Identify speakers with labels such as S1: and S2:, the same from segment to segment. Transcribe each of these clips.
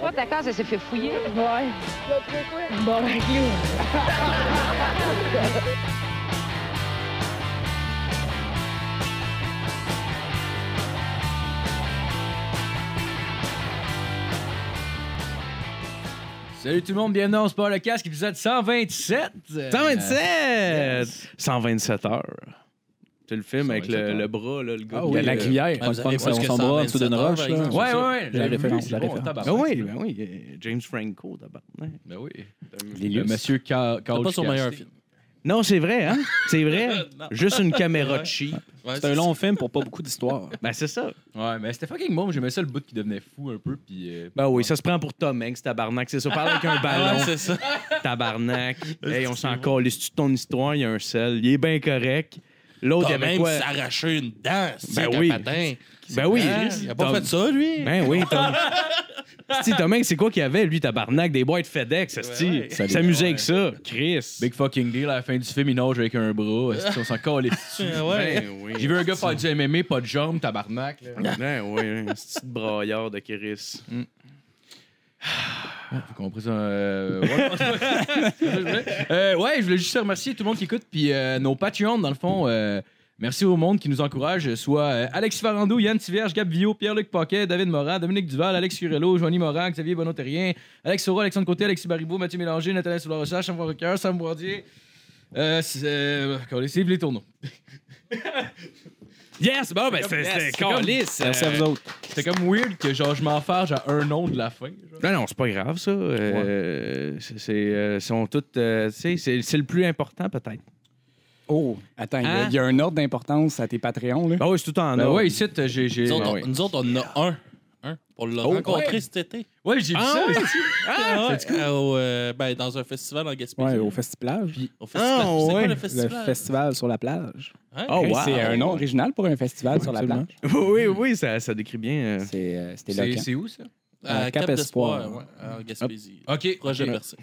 S1: Toi, ta case, elle s'est fait fouiller.
S2: Ouais. Bon, ben, clou.
S3: Salut tout le monde, bienvenue dans Sport le casque, épisode 127. Euh,
S4: 127!
S3: yes.
S4: 127 heures. C'est le film avec
S3: 127
S4: le,
S3: heures.
S4: le bras, là, le gars.
S5: Il y a Ah la cuillère.
S6: Ouais, Ah, vous avez pas
S5: on
S6: ce que
S5: s'en va en dessous
S6: 127
S5: d'une
S6: heures,
S5: roche.
S6: par
S5: là.
S6: exemple.
S3: Ouais, ouais, ouais.
S5: La
S3: j'ai
S5: référence,
S3: vu,
S5: la
S3: c'est bon,
S5: référence.
S3: tabarnak.
S4: Ben oui, ben oui. euh, James Franco, tabarnak.
S3: Ben oui.
S5: Les
S3: Le
S5: lieux.
S3: Monsieur Ka-
S6: C'est
S3: Couch
S6: pas son
S3: Cassidy.
S6: meilleur film.
S4: Non, c'est vrai, hein? C'est vrai. Juste une caméra cheap.
S6: Ouais,
S5: C'est un long film pour pas beaucoup d'histoire.
S4: Ben, c'est ça.
S3: Ouais, mais c'était fucking bon. J'aimais ça le bout qui devenait fou un peu. Puis. euh,
S4: Ben oui, ça se prend pour Tom Hanks, tabarnak. C'est ça. Parle avec un ballon,
S6: Ouais, c'est ça.
S4: tabarnak. hey, on s'en calisse-tu de ton histoire? Il y a un sel. Il est bien correct. L'autre, il y
S6: T'as
S4: avait
S6: même
S4: quoi?
S6: s'arracher une dent, c'est
S4: Ben
S6: un
S4: oui.
S6: patin.
S4: Ben oui.
S6: Hein? Il a pas
S4: Tom-
S6: fait ça, lui.
S4: Ben oui, Tom. Sti, Tom Hanks, c'est quoi qu'il y avait, lui, tabarnak? Des boîtes FedEx, Sti.
S6: Ouais, ouais.
S4: Il S'amusait avec ça. Ben, Chris.
S3: Big fucking deal, à la fin du film, il nage avec un bras. est-ce qu'on s'en calait dessus.
S6: Ouais, ouais.
S4: Ben oui.
S3: J'ai vu un gars faire du MMA, pas de jambes, tabarnak. là.
S4: Ben oui, un petit braillard de Chris.
S3: Vous comprenez ça? euh, ouais, c'est ça que je voulais. Euh, ouais, je voulais juste remercier tout le monde qui écoute. Puis euh, nos Patreons, dans le fond, euh, merci au monde qui nous encourage. Soit euh, Alexis Farando, Yann Tiverge, Gab Vio, Pierre-Luc Paquet, David Morin, Dominique Duval, Alex Curello, Joanie Morin, Xavier Bonoterrien, Alex Soro, Alexandre Côté, Alexis Baribot, Mathieu Mélanger, Nathalie Soularocha, Sam Rocker, Sam Bourdier. Euh, c'est, euh, quand les les tourneaux.
S4: Yes, bon, ben c'était
S5: Yes,
S4: c'était
S5: c'est comme-
S4: calice.
S5: Merci à
S4: euh,
S5: vous autres.
S3: C'était comme weird que genre je m'en fâche à un nom de la fin. genre.
S4: Non, non, c'est pas grave, ça. Euh, c'est- C'est euh, sont toutes. euh, tu sais, c'est c'est le plus important, peut-être.
S5: Oh, attends, il y a-
S4: Hein?
S5: il y, a un ordre d'importance à tes Patreons. Là.
S4: Ben oui, c'est tout en
S3: Ben
S4: or.
S3: ouais, ici, t- j'ai. j'ai-
S6: Nous autres,
S4: Ah
S6: on-
S4: oui.
S6: nous autres, on en a un. Un. On l'a rencontré
S3: ben ouais.
S6: cet été.
S3: Ouais, j'ai vu
S4: Ah
S3: ça.
S4: ouais?
S3: ici.
S6: Ah, au, euh, ben, dans un festival en Gaspésie.
S5: Ouais, au festival.
S6: Au festival.
S4: Ah,
S6: c'est
S4: ouais.
S6: quoi le
S5: Le
S6: festival?
S5: festival sur la plage.
S6: Hein?
S4: Oh,
S5: Hey,
S4: wow.
S5: C'est un nom original pour un festival sur la
S4: absolument.
S5: plage.
S4: Oui,
S3: Hmm.
S4: oui, ça, ça décrit bien. euh,
S5: C'est, euh, C'était
S3: C'est
S5: éloquent.
S3: c'est où ça?
S6: À
S5: Euh,
S6: Cap
S5: Cap Espoir.
S6: d'Espoir, ouais, en Gaspésie.
S3: Ok.
S6: Proche de
S3: ok.
S6: Bercy.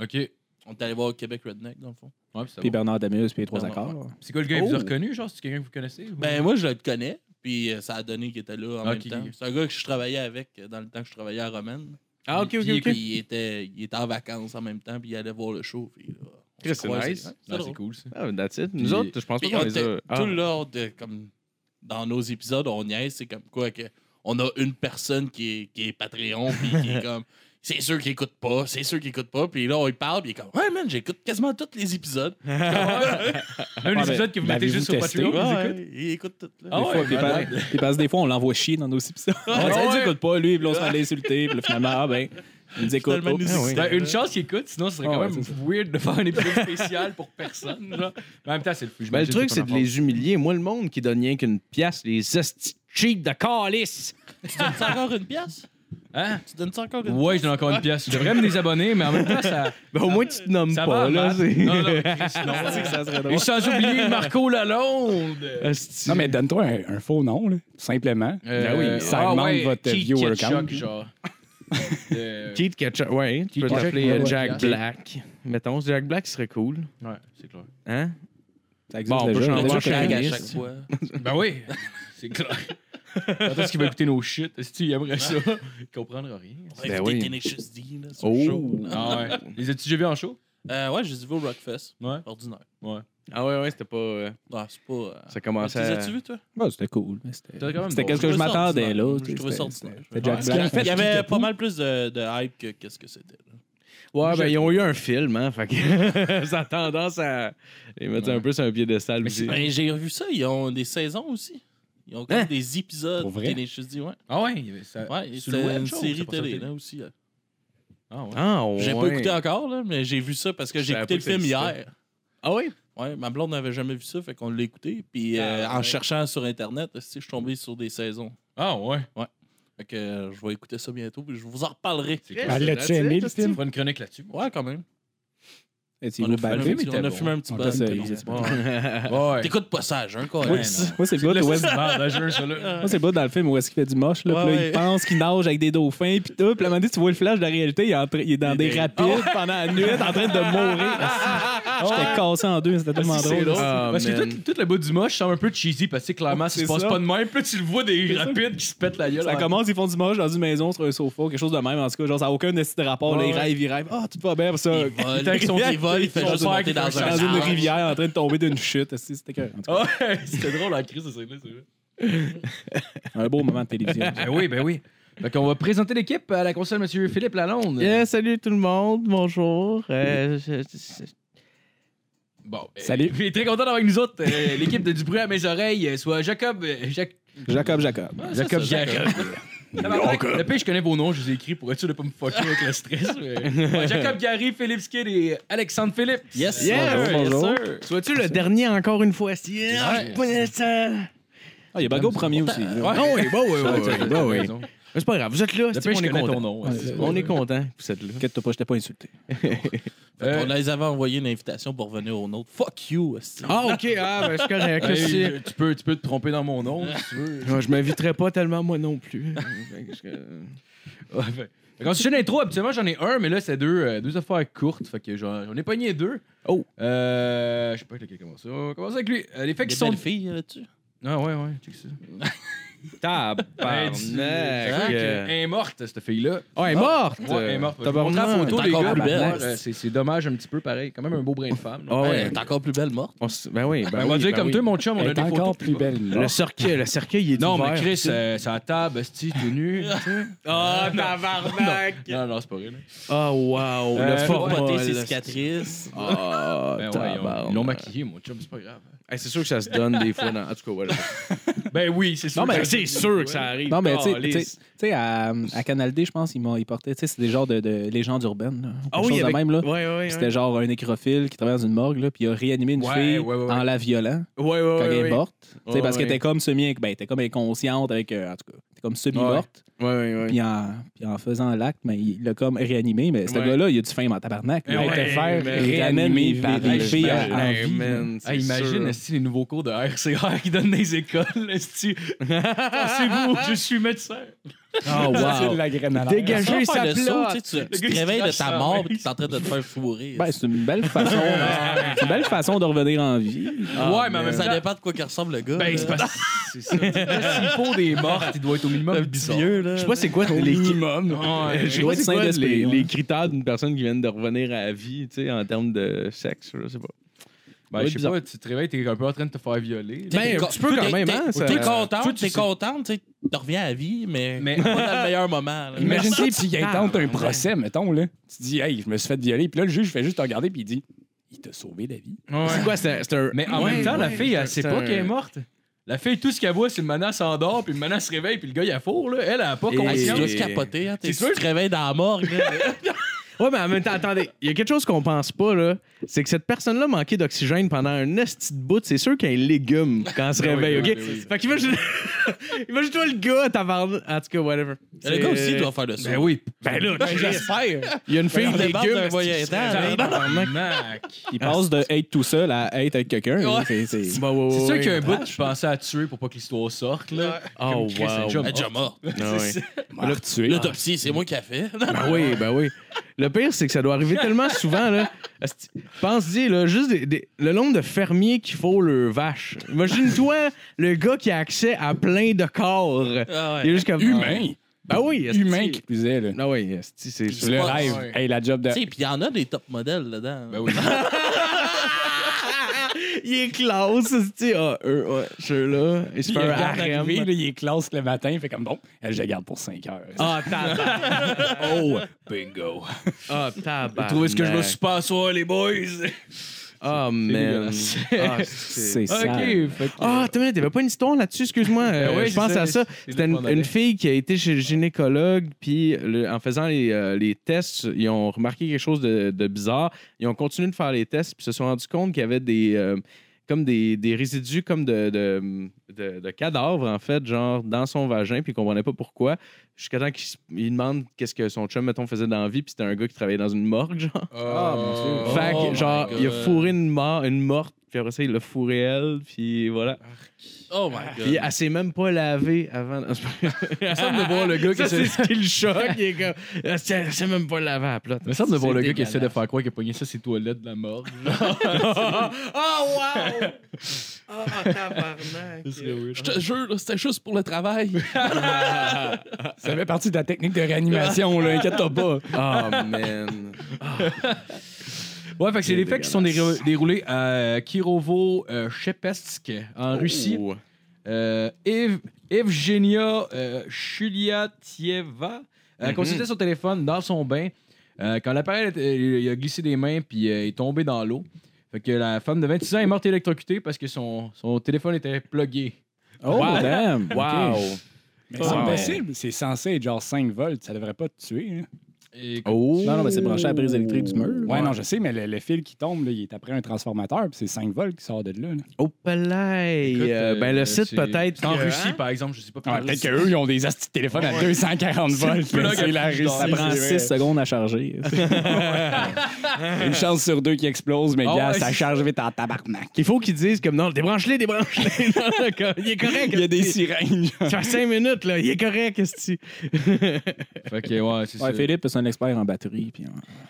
S3: Ok.
S6: On est allé voir Québec Redneck, dans le fond.
S3: Ouais, puis ça
S5: Puis
S3: va.
S5: Bernard Damus, puis les trois
S6: Bernard,
S5: accords.
S3: C'est quoi le gars, il vous a
S5: Oh.
S3: reconnu, genre, c'est quelqu'un que vous connaissez? ou-
S6: Ben, moi, je le connais. Puis euh, ça a donné qu'il était là en
S3: Ok.
S6: même temps. C'est un gars que je travaillais avec euh, dans le temps que je travaillais à Romaine.
S4: Ah, ok, ok,
S6: Puis,
S4: ok.
S6: puis il, était, il était en vacances en même temps, puis il allait voir le show. Puis, là, on
S4: Chris,
S6: se
S4: c'est
S6: croisait.
S4: nice.
S6: Ouais,
S3: Ah, c'est
S6: drôle.
S3: cool, ça.
S4: Ah, that's it.
S3: Puis-
S4: Nous autres, je pense pas
S6: Puis
S4: qu'on
S6: on
S4: les
S6: était
S4: a. Ah.
S6: tout l'heure de comme dans nos épisodes, on niaise, c'est comme quoi que on a une personne qui est, qui est Patreon puis qui est comme c'est sûr qu'il écoute pas, c'est sûr qu'il écoute pas, puis là on lui parle, puis il est comme ouais man, j'écoute quasiment tous les épisodes.
S3: Même
S5: Ouais,
S3: les épisodes que vous
S5: ben,
S3: mettez juste sur
S5: l'avez-vous testé?
S3: Patreon, vous
S6: Ouais,
S3: écoutez?
S6: il écoute tout là.
S3: Ah
S5: Des
S3: ouais,
S5: fois, puis
S3: malade.
S5: par- puis parce que des fois, on l'envoie chier dans nos épisodes. On
S3: Ah
S5: dit,
S3: ouais.
S5: il écoute pas, lui, puis là, on se fait aller insulter. Puis là, finalement, ah ben, il nous écoute pas.
S6: Finalement, il nous
S5: Ah oui.
S6: écoute.
S3: Ben, une chance qu'il écoute, sinon ce serait
S5: Ah,
S3: quand
S5: ouais,
S3: même
S5: c'est ça.
S3: weird de faire un épisode spécial pour personne. Genre. Mais en même temps, c'est le fou.
S4: Ben, le
S3: j'imagine
S4: truc, c'est
S3: ton
S4: de les humilier. Moi, le monde qui donne rien qu'une pièce, les hosties cheap de calice.
S6: Tu donnes ça encore une pièce
S3: enfant. Hein?
S6: Tu donnes ça encore une
S3: Ouais, je donne encore une pièce. Je devrais me désabonner, mais en même temps, ça,
S4: Ben, au moins, tu te nommes
S3: ça
S4: pas,
S3: va.
S4: là.
S3: Matt.
S4: c'est-
S3: Non, non, Chris, non. Et sans oublier Marco Lalonde.
S4: Hostie.
S5: Non, mais donne-toi un, un faux nom, là, tout simplement.
S3: Euh,
S5: Ben ça
S3: ah
S5: augmente votre viewer count.
S3: genre. Euh,
S4: Keith Ketchup, ouais. Tu
S3: Keith
S4: peux
S3: Ketchup,
S4: t'appeler euh,
S3: ouais,
S4: Jack
S3: Jack.
S4: Black. Mettons, Jack Black serait cool.
S3: Ouais, c'est clair.
S4: Hein?
S5: Ça existe
S4: Bon, on peut
S5: déjà.
S4: changer
S5: Il y a
S4: de
S5: déjà
S6: Moi,
S4: chaîne.
S5: quelqu'un
S6: je
S4: chaque
S6: à
S4: liste.
S6: chaque fois.
S3: Ben oui, c'est clair. Attends, ce qu'il va écouter nos shit? Est-ce qu'il aimerait ça? Il comprendra rien.
S4: Ben
S6: Ben
S4: oui.
S6: oui. Tenacious D, là, sur
S4: Oh.
S6: le show.
S3: Ah ouais. Les as-tu déjà vus en show?
S6: Euh, ouais, j'ai vu au Rockfest.
S3: Ouais.
S6: Ordinaire.
S4: Ah ouais, ouais, c'était pas... euh,
S6: Non, c'est pas. euh,
S4: ça
S6: Tu
S4: commençait
S6: les
S4: à...
S6: as-tu vu, toi?
S5: Ouais, Bah, c'était cool. mais
S3: C'était quand même
S5: C'était c'était
S3: bon.
S5: qu'est-ce que
S6: Je
S5: je
S6: trouvais ça
S5: m'attendais,
S6: ordinaire.
S5: là.
S6: Je
S5: tu sais,
S6: trouvais ça
S5: c'était-
S6: ordinaire.
S5: C'était Jack
S3: Ouais,
S5: Black.
S6: Il y avait pas mal plus de, de hype que qu'est-ce que c'était. là.
S4: Ouais, ben ils ont eu un film, hein, fait que ça a tendance à les mettre un peu sur un piédestal aussi.
S6: Ben, j'ai revu ça, ils ont des saisons aussi. Ils ont comme
S4: Hein?
S6: des épisodes.
S5: Pour vrai?
S6: Et je dis, ouais.
S3: Ah ouais, il y avait ça.
S6: Ouais,
S3: sur le
S6: c'était
S3: web
S6: une
S3: show, c'est
S6: série
S3: pas ça,
S6: télé,
S3: télé.
S6: là aussi. là.
S3: Ah ouais.
S4: Ah ouais.
S6: J'ai pas écouté encore, là, mais j'ai vu ça parce que
S4: Je
S6: j'ai
S4: savais
S6: écouté
S4: pas
S6: le
S4: que ça
S6: film
S4: existait.
S6: hier.
S4: Ah oui?
S6: Ouais, ma blonde n'avait jamais vu ça, fait qu'on l'a écouté. Puis euh,
S4: Ah,
S6: en
S4: ouais.
S6: cherchant sur Internet, tu sais, je suis tombé sur des saisons.
S3: Ah ouais.
S6: Fait que euh, je vais écouter ça bientôt, puis je vous en reparlerai.
S3: C'est clair.
S5: Ben, l'as-tu aimé, le
S3: On
S5: film?
S3: fera une chronique là-dessus.
S6: Ouais, quand même.
S5: Est-il
S6: On
S5: au
S6: a fumé un
S5: balcon?
S6: petit- on a fumé un petit
S5: On
S6: buzz.
S5: passe, euh,
S6: puis
S5: il
S6: on-
S5: est-
S3: Ouais. Ah Ouais.
S6: T'écoutes pas ça, j'ai un quoi.
S5: Moi,
S3: Ouais,
S5: c'est- moi, c'est le gars de West-
S3: là.
S5: moi, Ah, c'est le gars dans le film où est-ce qu'il fait du moche. Là,
S6: Ouais,
S5: puis là,
S6: ouais.
S5: il pense qu'il nage avec des dauphins. Puis tout. Puis à un moment donné, tu vois le flash de la réalité. Il est, en train- il est dans des rapides pendant la nuit en train de mourir. J'étais cassé en deux, c'était tellement
S3: C'est
S5: drôle.
S3: drôle.
S4: Ah,
S3: Parce
S4: man.
S3: que tout, tout le bout du moche semble un peu cheesy parce que clairement, ça se
S5: C'est
S3: passe
S5: ça.
S3: pas de même. Puis là, tu le vois des rapides qui se pètent la gueule.
S5: Ça
S3: en-
S5: commence, ils font du moche dans une maison sur un sofa, quelque chose de même. En tout cas, genre, ça n'a aucun esti de rapport. là, ils
S3: Ouais.
S5: rêvent, ils rêvent. Ah, tout va bien, pour ça.
S6: Il vole. Tant qu'ils sont des vols, il fait
S5: Son
S6: juste
S5: père
S6: monter
S5: qui
S6: dans
S5: est
S6: un
S5: dans une
S6: arbre.
S5: rivière en train de tomber d'une chute. esti, C'était que- en tout
S3: Ah Ouais, c'était drôle la crise de scène-là, c'est vrai.
S5: cas, un beau moment de télévision.
S3: Ben oui, ben oui. Fait qu'on va présenter l'équipe à la console, monsieur Philippe Lalonde.
S4: Yeah, salut tout le monde, bonjour. Euh, je- je-
S3: Bon, euh,
S5: Salut.
S3: il est très content d'avoir avec nous autres euh, l'équipe de Du bruit à mes oreilles, euh, soit Jacob. euh, Jac-
S5: Jacob, Jacob.
S6: Ah,
S3: Jacob
S6: ça, ça,
S3: Jacob. Le pire, je connais vos noms, je les ai écrits pour être sûr de pas me fucker avec le stress. mais- Ouais, Jacob Gary, Philippe Skid et Alexandre Philippe.
S6: Yes,
S4: Yeah,
S6: bonjour,
S4: yes,
S6: bonjour.
S4: sir. Sois-tu le dernier encore une fois? si- Ah, je connais ça.
S5: Ah, il y a Bago premier aussi. là.
S3: Ouais.
S4: Ah oui, bah oui,
S3: Ouais,
S4: bah
S3: t'as-
S4: oui,
S3: t'as
S4: bah oui.
S3: raison.
S4: Mais C'est pas grave, vous êtes là,
S3: Le
S4: c'est
S3: pire,
S4: on
S3: je
S4: est
S3: connais ton
S4: content.
S3: nom. ouais,
S5: Ouais,
S3: c'est-
S4: On est content que vous êtes là.
S5: Inquiète-toi pas, je t'ai pas insulté.
S6: On les avait envoyé une invitation pour venir au nôtre. Fuck you. esti.
S4: Ah, ok, ah, ben, c'est correct.
S3: Ouais,
S4: aussi.
S3: je- tu, peux, tu peux te tromper dans mon nom si tu veux.
S4: Ouais, je m'inviterai pas tellement, moi non plus. Parce que-
S3: Ouais, fait- fait qu'en sujet d'intro, habituellement j'en ai un, mais là c'est deux, euh, deux affaires courtes. Fait que j'en j'en ai pogné deux.
S4: Oh.
S3: Euh, je sais pas lequel commence. On va commencer avec lui. Euh, les faits
S6: Des
S3: qui sont.
S6: belles filles là-dessus.
S3: Ah ouais, ouais, check ça.
S4: Tabarnak.
S3: Elle
S4: Ouais,
S3: est morte, cette fille-là.
S4: Ah, elle est morte.
S3: Ouais, elle est morte. Je vais vous montrer
S4: Tabarnak.
S3: la photo,
S6: Elle est
S3: les
S6: encore
S3: gars.
S6: plus belle.
S3: Tabarnak, euh, C'est c'est dommage un petit peu, pareil. Quand même un beau brin de femme. là.
S4: Ah
S6: Ouais,
S4: ouais.
S6: elle est encore plus belle morte.
S4: On s- Ben oui, ben
S3: Ben, on
S4: oui,
S3: va dire
S4: ben
S3: comme
S4: oui.
S3: toi, mon chum, on
S5: Elle
S3: a
S5: est
S3: des photos.
S5: encore plus belle.
S4: Le cercueil, le cercueil, il est
S3: Non,
S4: ouvert.
S3: mais Chris, euh, c'est à table, esti, tout nu.
S4: Ah, tabarnak.
S3: non, non, c'est pas vrai. là.
S4: Ah, wow.
S3: Euh,
S4: Le
S3: faut
S6: Pour
S4: format.
S6: botter ses
S4: là,
S6: cicatrices.
S4: Ah,
S3: Ben ouais, ils ont-
S4: tabarnak.
S3: ils l'ont maquillé, mon chum, c'est pas grave.
S4: Hey, c'est sûr que ça se donne des fois. Dans... En tout cas, voilà.
S3: Ben oui, c'est sûr. que-
S4: sûr que ça arrive.
S5: Non, mais tu sais- tu sais, tu sais, à, à Canal D, je pense, ils, m'ont- ils portaient, tu sais, c'est des genres de, de légendes urbaines. là, ou
S4: Ah
S5: quelque
S4: oui,
S5: chose
S4: avec...
S5: de même, là.
S4: Ouais, ouais, ouais.
S5: Puis C'était genre un nécrophile qui travaille dans une morgue, là, puis il a réanimé une
S3: Ouais,
S5: fille
S3: ouais, ouais, ouais.
S5: en la violant
S4: Ouais, ouais,
S5: quand
S4: ouais.
S5: elle est
S4: ouais.
S5: morte. Tu sais,
S4: Ouais,
S5: parce
S4: ouais.
S5: qu'elle était comme semi ben, elle était comme inconsciente, avec, euh, en tout cas, elle était comme semi-morte.
S4: Ouais, ouais, ouais.
S5: Puis, en, puis en faisant l'acte, ben, il l'a comme réanimé. Mais ce
S4: Ouais.
S5: gars-là, il a du faim en tabarnak.
S3: Eh
S5: Il a été
S3: ouais,
S5: faire
S4: mais
S5: réanimer
S3: réanimer
S5: par
S3: des-
S5: des
S3: je
S5: filles
S3: m'imagine.
S5: en- en
S4: Hey,
S5: vie.
S4: man, c'est
S3: Hey, Ah, imagine
S4: sûr.
S3: esti, les nouveaux cours de RCR qui donnent les écoles. esti. Pensez-vous, je suis médecin.
S5: Oh, wow. la
S4: Dégager
S6: Sans faire
S4: sa
S6: le saut,
S4: plate.
S6: tu sais, tu-
S3: Le gars,
S6: tu te
S3: il se
S6: réveilles de
S3: crache
S6: ta
S3: dans la
S6: mort et t'es en train de te faire fourrer.
S5: Ben, c'est une belle façon. c'est une belle façon de revenir en vie.
S4: Ah,
S3: ouais, mais en même
S6: ça
S3: temps.
S6: dépend de quoi qu'il ressemble le gars.
S3: Ben,
S6: là.
S3: c'est pas C'est ça. S'il faut des mortes, il doit être au minimum bizarre.
S6: vieux, là.
S4: Je sais pas c'est quoi les minimum.
S3: Ouais,
S4: Je sais pas
S5: doit être
S4: c'est quoi
S5: Saint-Esprit,
S4: les,
S5: ouais.
S4: les critères d'une personne qui vient de revenir à la vie, tu sais, en termes de sexe, je sais pas.
S3: Ben, je sais pas, tu te réveilles, t'es un peu en train de te faire violer.
S6: T'es-
S4: Ben,
S6: t'es-
S4: un petit peu quand
S6: t'es-
S4: même,
S6: t'es-
S4: hein, ça-
S6: T'es
S3: Toi,
S6: contente,
S3: tu
S6: t'es
S3: sais-
S6: contente, tu sais, tu reviens à vie, mais,
S3: Mais-
S6: pas dans le meilleur moment. là.
S5: Mais- Imagine Imagine-toi,
S4: si
S5: Il tente un procès, mettons, là. Tu dis, hey, je me suis fait violer. Puis là, le juge fait juste te regarder, puis il dit, il t'a sauvé la vie.
S4: C'est quoi, c'est un- c'est un.
S3: Mais en
S4: Ouais,
S3: même temps, la
S4: ouais,
S3: fille, elle
S4: c'est
S3: sait pas
S4: un-
S3: qu'elle est morte. La fille, tout ce qu'elle voit, c'est une menace s'endort, puis une menace se réveille, puis le gars, il a four, là. Elle, elle a pas
S4: Et-
S6: Ah,
S3: conscience.
S6: tu dois
S4: Et-
S6: se capoter, hein, t'es-
S3: C'est sûr.
S6: tu te réveilles dans la morgue. là.
S4: Ouais, mais en même temps, attendez, il y a quelque chose qu'on pense pas, là. C'est que cette personne-là manquait d'oxygène pendant un esti de bout. C'est sûr qu'elle est légume quand elle se
S3: Ben oui,
S4: réveille,
S3: ben oui,
S4: OK?
S3: ben oui.
S4: Fait qu'imagine... Imagine-toi le gars, taverne. En tout cas, whatever.
S6: Le gars aussi doit faire le saut.
S3: Ben oui.
S4: Ben là,
S5: J'espère.
S4: il y a une fille
S6: On débarque
S4: légume.
S6: d'un
S4: esti,
S6: voyage
S4: qui se réveille.
S3: Tabarnak.
S5: Il passe de être tout seul à être avec quelqu'un. là. C'est- c'est-
S4: Bah, ouais, ouais,
S3: C'est sûr
S4: ouais.
S3: qu'il y a un bout que je pensais à tuer pour pas que l'histoire sorte, là.
S4: Oh,
S3: Comme Chris, c'est
S4: wow.
S3: déjà
S6: Elle est déjà morte.
S4: Ah, ouais.
S5: Mort tué.
S6: L'autopsie, c'est moi qui l'ai fait.
S4: Ben oui, ben oui. Le pire, c'est que ça doit arriver tellement souvent, là. Asti- Pense-y, là, juste des- des- le nombre de fermiers qu'il faut leur vache. Imagine-toi le gars qui a accès à plein de corps.
S6: Ah ouais.
S4: Il est juste comme...
S5: Humain.
S4: Ben oui, esti.
S5: Humain qui plus est, là.
S4: Ah oui, esti, c'est
S6: C'est
S5: Le
S6: pas-
S5: rêve.
S3: ouais.
S5: Hey, la job de.
S6: Tu sais, puis il y en a des top modèles dedans.
S3: Ben oui.
S4: Il est classe, esti. Ah, eux, ouais, ceux-là. Ils se
S5: Il
S4: font un
S5: regarde arriver,
S4: harem.
S5: là, il est classe le matin, il fait comme bon, elle, je la garde pour 5 heures.
S4: Ah, tabac.
S5: oh, bingo.
S4: Ah, tabac.
S3: Trouvez ce que je me suis pas soir, les boys.
S4: Ah, man.
S3: dégueulasse.
S4: Ah, c'est...
S5: C'est ça.
S3: Ok, fait que-
S4: Ah, t'as vu, t'avais pas une histoire là-dessus, excuse-moi.
S3: ouais,
S4: Euh, je
S3: Ben c'est
S4: pense
S3: ça,
S4: à ça.
S3: c'est- c'est
S4: C'était
S3: là qu'on
S4: une,
S3: allait.
S4: une fille qui a été chez le gynécologue, puis le- en faisant les, euh, les tests, ils ont remarqué quelque chose de, de bizarre. Ils ont continué de faire les tests, puis se sont rendus compte qu'il y avait des, euh, comme des, des résidus comme de, de, de- de cadavres, en fait, genre dans son vagin, puis ils comprenaient pas pourquoi. Jusqu'à temps qu'il s- il demande qu'est-ce que son chum, mettons, faisait dans la vie, puis c'était un gars qui travaillait dans une morgue, genre.
S3: Ah, mon
S6: Oh
S4: fait que,
S6: my
S4: genre,
S6: God.
S4: il a fourré une, mort, une morte, puis après ça, il l'a fourré elle, puis voilà.
S6: Oh my god.
S4: Puis elle s'est même pas lavée avant. Non, c'est pas vrai.
S3: Il me semble de voir le gars qui
S4: ça,
S3: essaie-
S4: c'est ce qui le choque. Il est comme. Elle s'est elle s'est même pas lavée à plat.
S3: Il me semble de voir
S5: C'est
S3: le gars qui essaie de
S5: dégueulasse.
S3: faire croire qu'il a pogné ça ses toilettes de la mort.
S6: Oh wow!
S7: Ah, oh, tabarnak.
S6: Je te jure, là, c'était juste pour le travail.
S5: Ça fait partie de la technique de réanimation, là, inquiète-toi pas.
S4: Oh, man.
S3: Ouais, fait que c'est
S4: C'est
S3: des faits qui sont déro- déroulés à Kirovo euh, Chepetsk, en Russie.
S4: Oh.
S3: Euh, Ev- Evgenia euh, Chuliatieva euh,
S4: Mhm.
S3: consultait son téléphone dans son bain euh, quand l'appareil était- euh, il a glissé des mains puis euh, est tombé dans l'eau. Fait que la femme de 26 ans est morte électrocutée parce que son, son téléphone était plugué.
S5: Oh,
S4: Wow.
S5: damn!
S4: Wow.
S5: OK. Mais c'est
S4: Wow.
S5: impossible, c'est censé être genre 5 volts, ça devrait pas te tuer. hein.
S3: Et-
S4: Oh.
S8: Non, non, mais c'est branché à la prise électrique du mur.
S5: Ouais, non, je sais, mais le, le fil qui tombe, là, il est après un transformateur, puis c'est 5 volts qui sort de là. là.
S4: Oh, palais.
S3: Écoute,
S4: Euh, ben,
S3: euh,
S4: le site,
S3: c'est-
S4: peut-être.
S3: c'est En
S4: que-
S3: Russie,
S4: hein?
S3: par exemple, je sais pas.
S5: Ah, Peut-être qu'eux, ils ont des astis de téléphone à 240 volts, mais
S3: plug à
S5: c'est la
S3: plus
S5: Russie.
S3: d'or.
S8: Ça prend
S5: c'est vrai.
S8: 6 secondes à charger.
S5: Une chance sur deux qui explose, mais
S8: Oh,
S3: Ah
S5: gars,
S3: ouais,
S5: ça
S3: c'est-
S5: charge vite en tabarnak.
S4: Il faut qu'ils disent comme non, débranche-les, débranche-les. Non, là, comme, il est correct.
S5: Il y a des sirènes. genre.
S4: Ça fait 5 minutes, là. Il est correct, est
S3: Fait que, ouais, c'est ça.
S8: Ouais, Philippe, c'est un expert en batterie. Puis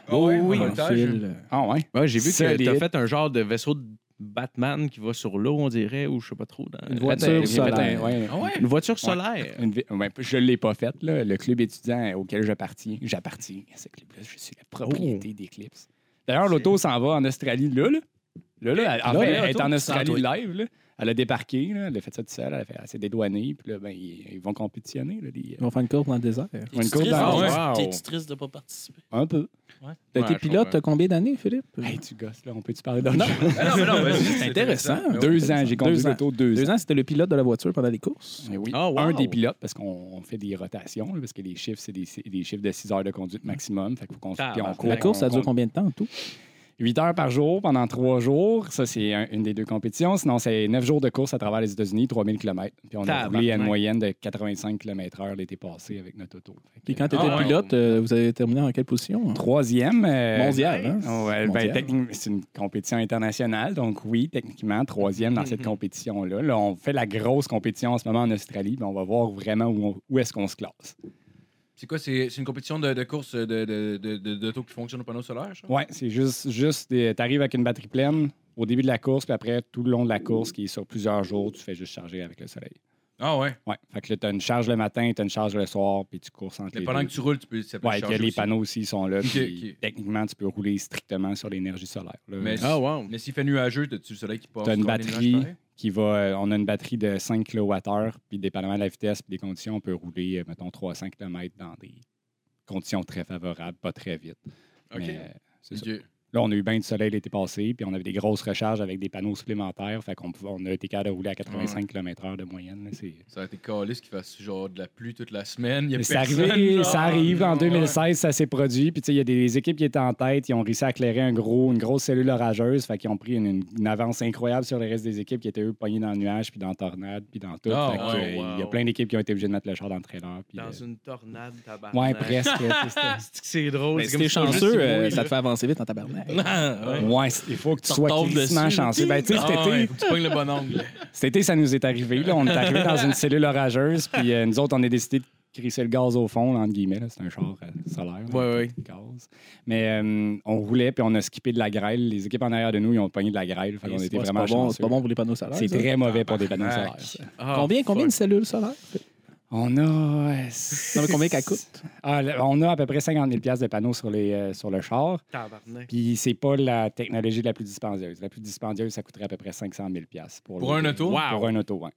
S3: Ah ouais, en
S8: en, en
S3: voltage.
S8: fil, euh,
S5: Ah ouais?
S4: Ouais, j'ai vu que
S5: Solide.
S4: t'as fait un genre de vaisseau de Batman qui va sur l'eau, on dirait, ou je sais pas trop. Dans...
S8: Une
S5: Faites
S8: voiture
S5: un-
S8: solaire.
S5: faites un- ouais.
S3: Ah ouais?
S4: Une voiture solaire.
S5: Une vi- ouais, je ne l'ai pas faite, là. le club étudiant auquel j'appartiens. J'appartiens à ce club-là. Je suis la
S8: Oh.
S5: propriété d'Eclipse. D'ailleurs, l'auto s'en va en Australie, là. Là, là, là, elle- en
S3: Là,
S5: fait,
S3: l'auto,
S5: elle est en Australie
S3: sans
S5: live. là. Elle a débarqué, là. elle a fait ça toute seule, elle, a fait- elle s'est dédouanée, puis là, ben, ils, ils vont compétitionner. Là, les-
S8: Ils vont faire une course dans le désert. T'as
S5: Une
S6: T'es-tu
S5: coupe
S6: triste,
S5: dans-
S4: Ah ouais.
S6: de- t'es-tu triste de pas participer?
S5: Un peu.
S8: été
S4: je
S8: pilote
S4: comprends.
S8: t'as combien d'années, Philippe?
S5: Hey, tu gosses, là, on peut-tu parler d'autre chose?
S3: Ah, non, mais non, vas-y,
S8: C'est intéressant.
S5: Deux ans, j'ai conduit
S8: Deux ans.
S5: l'auto deux,
S8: Deux ans, c'était le pilote de la voiture pendant les courses.
S5: Eh oui.
S4: Ah, wow.
S5: Un des pilotes, parce qu'on on fait des rotations, là, parce que les chiffres, c'est des, des chiffres de 6 heures de conduite maximum. Fait qu'il faut qu'on
S4: Ah,
S5: puis on
S4: bah,
S5: court,
S8: La course,
S5: on-
S8: ça dure
S5: on-
S8: combien de temps en tout?
S5: 8 heures par jour pendant 3 jours. Ça, c'est un- une des deux compétitions. Sinon, c'est 9 jours de course à travers les États-Unis, 3000 km. Puis on a
S4: Tabarnak.
S5: roulé à une moyenne de 85 km/h l'été passé avec notre auto. Fait que-
S8: Puis quand tu
S3: Ah
S8: étais
S3: ouais.
S8: pilote, euh, vous avez terminé en quelle position?
S5: Troisième. euh,
S8: Mondial, hein?
S5: ouais, ben,
S8: Mondial.
S5: techniquement, c'est une compétition internationale, donc oui, techniquement, troisième dans cette compétition-là. Là, on fait la grosse compétition en ce moment en Australie, mais on va voir vraiment où, on- où est-ce qu'on se classe.
S3: C'est quoi? C'est c'est une compétition de, de course de, de, de, de- d'auto qui fonctionne au panneau solaire, ça?
S5: Ouais, c'est juste, juste des- t'arrives avec une batterie pleine au début de la course, puis après, tout le long de la course, qui est sur plusieurs jours, tu fais juste charger avec le soleil.
S3: Ah ouais.
S5: Ouais, fait que là, t'as une charge le matin, t'as une charge le soir, puis tu courses entre
S3: Mais
S5: les
S3: pendant
S5: deux.
S3: que tu roules, tu peux. ça peut
S5: Ouais, puis
S3: charger
S5: les
S3: aussi.
S5: panneaux aussi sont là,
S3: Ok,
S5: puis
S3: ok.
S5: techniquement, tu peux rouler strictement sur l'énergie solaire. là.
S3: Mais
S4: Ah, wow.
S3: Mais s'il fait nuageux, t'as-tu le soleil qui passe?
S5: T'as une
S3: sur les
S5: batterie.
S3: nuages, pareil?
S5: qui va. euh, on a une batterie de 5 kWh, puis dépendamment de la vitesse puis des conditions, on peut rouler, euh, mettons, 300 km dans des conditions très favorables, pas très vite.
S3: OK.
S5: Mais, euh, c'est ça.
S3: Ok.
S5: Là, on a eu bien du soleil l'été passé, puis on avait des grosses recharges avec des panneaux supplémentaires. Fait qu'on pouvait- on a été capable de
S3: Ah
S5: rouler à 85 km/h de moyenne. là, c'est-
S3: Ça a été caliste qu'il fasse genre de la pluie toute la semaine. Y a
S5: Mais ça
S3: personne,
S5: arrive,
S3: genre. Ah
S5: ça arrive. En
S3: Ouais.
S5: 2016, ça s'est produit. Puis, tu sais, il y a des équipes qui étaient en tête. Ils ont réussi à éclairer un gros, une grosse cellule orageuse. Fait qu'ils ont pris une, une- une avance incroyable sur le reste des équipes qui étaient, eux, pognés dans le nuage, puis dans la tornade, puis dans tout.
S3: Ah,
S5: Fait que,
S3: ouais,
S5: euh, il y a
S4: wow.
S5: plein d'équipes qui ont été obligées de mettre le char dans le trailer. Puis,
S4: Dans
S5: euh,
S4: une tornade, tabac.
S5: Ouais, presque. tu sais,
S4: C'est que c'est drôle.
S8: Mais
S4: c'est
S8: si
S4: comme
S8: t'es
S4: si t'as juste
S8: chanceux,
S4: six
S8: euh,
S4: mois,
S8: ça te fait avancer vite en tabarnak.
S5: c'était- Ouais, c'est- il faut que tu
S6: Tu
S5: sois
S6: retombes
S5: crissement
S6: dessus.
S5: chanceux. Ben, tu sais, cet
S3: Ah
S5: été,
S3: ouais, faut que tu pognes le bon angle.
S5: Cet été, ça nous est arrivé. là. On est arrivé dans une cellule orageuse, puis euh, nous autres, on a décidé de crisser le gaz au fond, là, entre guillemets. là. C'est un char euh, solaire. là,
S4: Ouais, ouais.
S5: le Gaz. Mais euh, on roulait, puis on a skippé de la grêle. Les équipes en arrière de nous, ils ont pogné de la grêle. Fait qu'on
S8: C'est
S5: était
S8: pas- c'est
S5: vraiment
S8: pas bon,
S5: chanceux.
S8: C'est pas bon pour hein? les panneaux solaires.
S5: C'est
S8: ça.
S5: très mauvais pour des panneaux solaires.
S4: Ah,
S8: Combien, combien de
S4: fuck.
S8: cellules solaires?
S5: On a. euh,
S8: Non, mais combien qu'elles coûtent?
S5: Ah, là, on a à peu près 50 000 de panneaux sur, les, euh, sur le char.
S4: Tabarnak.
S5: Puis c'est pas la technologie la plus dispendieuse. La plus dispendieuse, ça coûterait à peu près 500 000 pour,
S3: Pour un
S5: le-
S3: auto?
S5: Pour un auto, oui.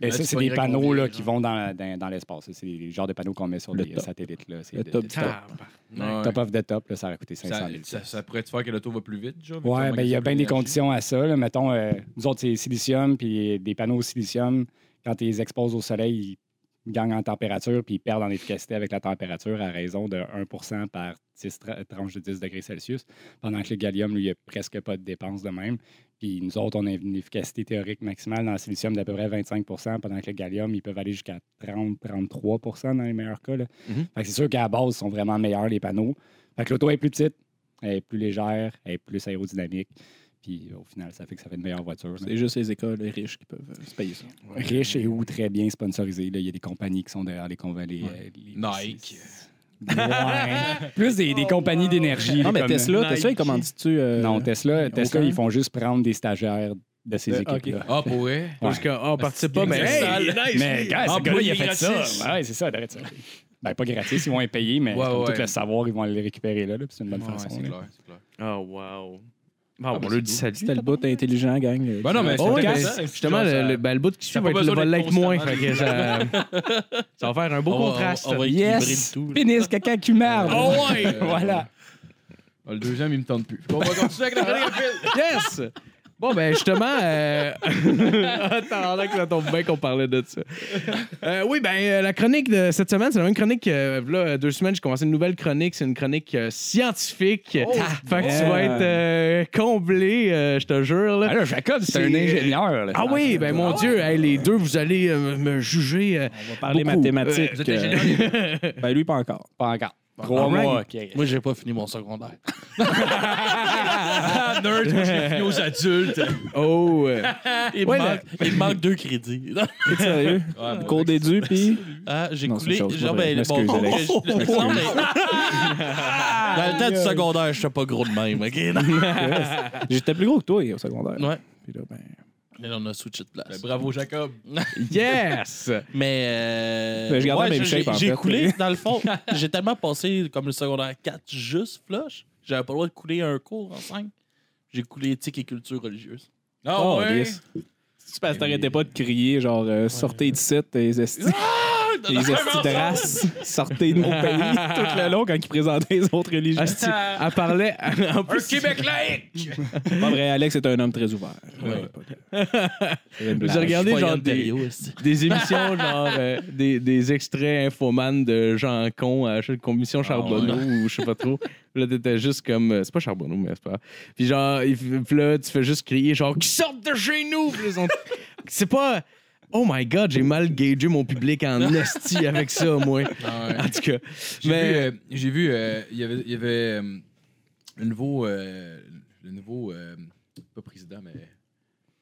S5: Et
S3: Là,
S5: ça,
S3: tu
S5: c'est des
S3: pognerais
S5: panneaux
S3: combien,
S5: là, qui
S3: genre?
S5: vont dans, dans, dans l'espace. là. C'est les genres de panneaux qu'on met sur
S8: Le
S5: les
S8: top.
S5: satellites. Là. C'est
S8: Le
S5: de-
S8: top
S5: de-
S8: du
S3: Ouais.
S5: top of the top, là, ça aurait coûté 500
S3: Ça,
S5: 000
S3: ça, ça pourrait te faire que l'auto va plus vite, genre. vu
S5: Ouais,
S3: que
S5: ben, il y a bien
S3: plus
S5: des
S3: d'énergie.
S5: conditions à ça. là. Mettons, euh, nous autres, c'est silicium, puis des panneaux au silicium, quand ils les exposent au soleil, ils
S8: gagnent en température puis ils perdent en efficacité avec la température à raison de 1 par 10 tra- tranche de 10 degrés Celsius, pendant que le gallium, lui, il n'y a presque pas de dépense de même. Puis nous autres, on a une efficacité théorique maximale dans le silicium d'à peu près 25 pendant que le gallium, ils peuvent aller jusqu'à 30-33 dans les meilleurs cas. là.
S3: Mhm.
S8: Fait que c'est sûr qu'à la base, ils sont vraiment meilleurs, les panneaux. Fait que l'auto est plus petite, elle est plus légère, elle est plus aérodynamique. Puis euh, au final, ça fait que ça fait une meilleure voiture. là.
S5: C'est juste les écoles les riches qui peuvent euh, se payer ça.
S8: Riche et ou très bien sponsorisé. là. Il y a des compagnies qui sont derrière les convalies. euh,
S3: Nike.
S8: Plus des, des compagnies d'énergie.
S5: Non,
S8: là,
S5: mais
S8: comme-
S5: Tesla, Tesla, ils
S7: Nike.
S5: commandent-tu. euh,
S8: Non, Tesla, Tesla
S5: aucun?
S8: ils font juste prendre des stagiaires de ces
S5: Euh,
S8: équipes-là.
S5: ok.
S3: Ah, pour vrai?
S4: Parce que, ah, participe pas, mais.
S3: c'est
S4: hey,
S8: Mais gars,
S3: Ah,
S8: ce gars-là, il a fait
S6: gratis.
S8: ça. Ben ouais, c'est ça, arrête ça. Ben, pas gratis, ils vont être payés, mais
S3: Ouais,
S8: comme
S3: ouais.
S8: tout le savoir, ils vont aller le récupérer là, là, puis c'est une bonne
S3: Ouais,
S8: façon.
S3: c'est
S8: là.
S3: clair, c'est clair.
S4: Oh, wow. Bon,
S3: ben,
S4: on
S3: c'est
S4: lui dit salut.
S5: C'était le bout intelligent, gang. euh,
S3: Ben non, mais
S5: qui-
S3: c'est
S4: Oh, ouais, ben,
S3: intéressant.
S4: c'est- justement,
S3: Genre,
S4: le,
S3: ça-
S4: le- ben, le bout de qui
S3: ça a
S4: va
S3: pas
S4: être le
S3: besoin d'être
S4: l'être moins.
S3: constamment-
S4: fait que ça, ça va faire un beau
S6: On va-
S4: contraste.
S6: on va équilibrer le
S8: Yes!
S6: tout. là.
S8: Pénis, caca, cul, merde!
S3: Oh, ouais!
S8: Voilà.
S3: Ah, Le deuxième, il me tente plus. On va continuer avec la chronique rapide.
S4: Yes! Bon, ben justement, euh... attends, là que ça tombe bien qu'on parlait de ça. Euh, oui, ben euh, la chronique de cette semaine, c'est la même chronique que euh, là, deux semaines, j'ai commencé une nouvelle chronique. C'est une chronique euh, scientifique.
S5: Oh,
S4: fait que tu vas être euh, comblé, euh, je te jure. Là.
S8: Ah, là, Jacob, c'est un
S4: C'est-
S8: ingénieur. là.
S4: Ah oui, ben mon Dieu, hey, les deux, vous allez euh, me juger. euh,
S5: On va parler
S4: Beaucoup.
S5: mathématiques.
S3: Vous êtes
S5: euh,
S3: ingénieur des
S5: ben lui, pas encore.
S8: Pas encore. Trois
S4: alright.
S8: mois, ok.
S6: Moi, j'ai pas fini mon secondaire.
S3: Ah, nerd, moi, je l'ai fini aux adultes.
S4: Oh, euh,
S6: Il,
S4: Ouais,
S6: me manque, il me manque deux crédits.
S5: T'es sérieux?
S3: Ouais,
S5: Cours déduit, puis.
S6: Ah, j'ai
S5: Non, c'est
S6: coulé.
S5: une chose,
S6: Genre,
S5: pas vrai.
S6: ben,
S5: M'excuse,
S6: bon,
S5: Alex.
S6: je- je- non, mais- Dans le temps du secondaire, je suis pas gros de même, OK?
S5: J'étais plus gros que toi au secondaire.
S6: Ouais.
S5: Puis là, ben.
S6: Mais là, on a switché de
S3: Ben,
S6: place.
S3: bravo, Jacob.
S4: yes!
S6: Mais, euh,
S5: Ben, je gardais
S6: ouais,
S5: la même
S6: j'ai-
S5: shape, en
S6: J'ai
S5: fait.
S6: coulé, dans le fond. J'ai tellement passé comme le secondaire 4 juste flush, j'avais pas le droit de couler un cours en 5. J'ai coulé éthique et culture religieuse.
S3: Ah
S5: Oh,
S3: ouais?
S5: yes. C'est parce que t'arrêtais pas de crier, genre, euh, sortez de site, les esti les esti de race, sortez de mon pays, tout le long quand ils présentaient les autres religions.
S4: Asti, elle parlait. en
S3: Un
S4: plus,
S3: Québec laïque!
S5: Pas vrai, Alex est un homme très ouvert. Ouais. J'ai
S4: J'ai regardé
S6: Voyant
S4: genre
S6: de
S4: des,
S6: Ontario, esti.
S4: des émissions genre euh, des, des extraits infoman de Jean Con à la commission
S3: Ah,
S4: Charbonneau ou je sais pas trop. Là t'étais juste comme euh, c'est pas Charbonneau mais c'est pas. grave. Puis genre il- puis là tu fais juste crier genre qui sortent de chez nous. Puis ils ont- C'est pas Oh my god, j'ai mal gagé mon public en esti avec ça moi.
S3: Ah ouais.
S4: En tout cas,
S3: J'ai vu,
S4: mais
S3: euh, j'ai vu, euh, il y avait, il y avait euh, le nouveau, euh, le nouveau, euh, pas président, mais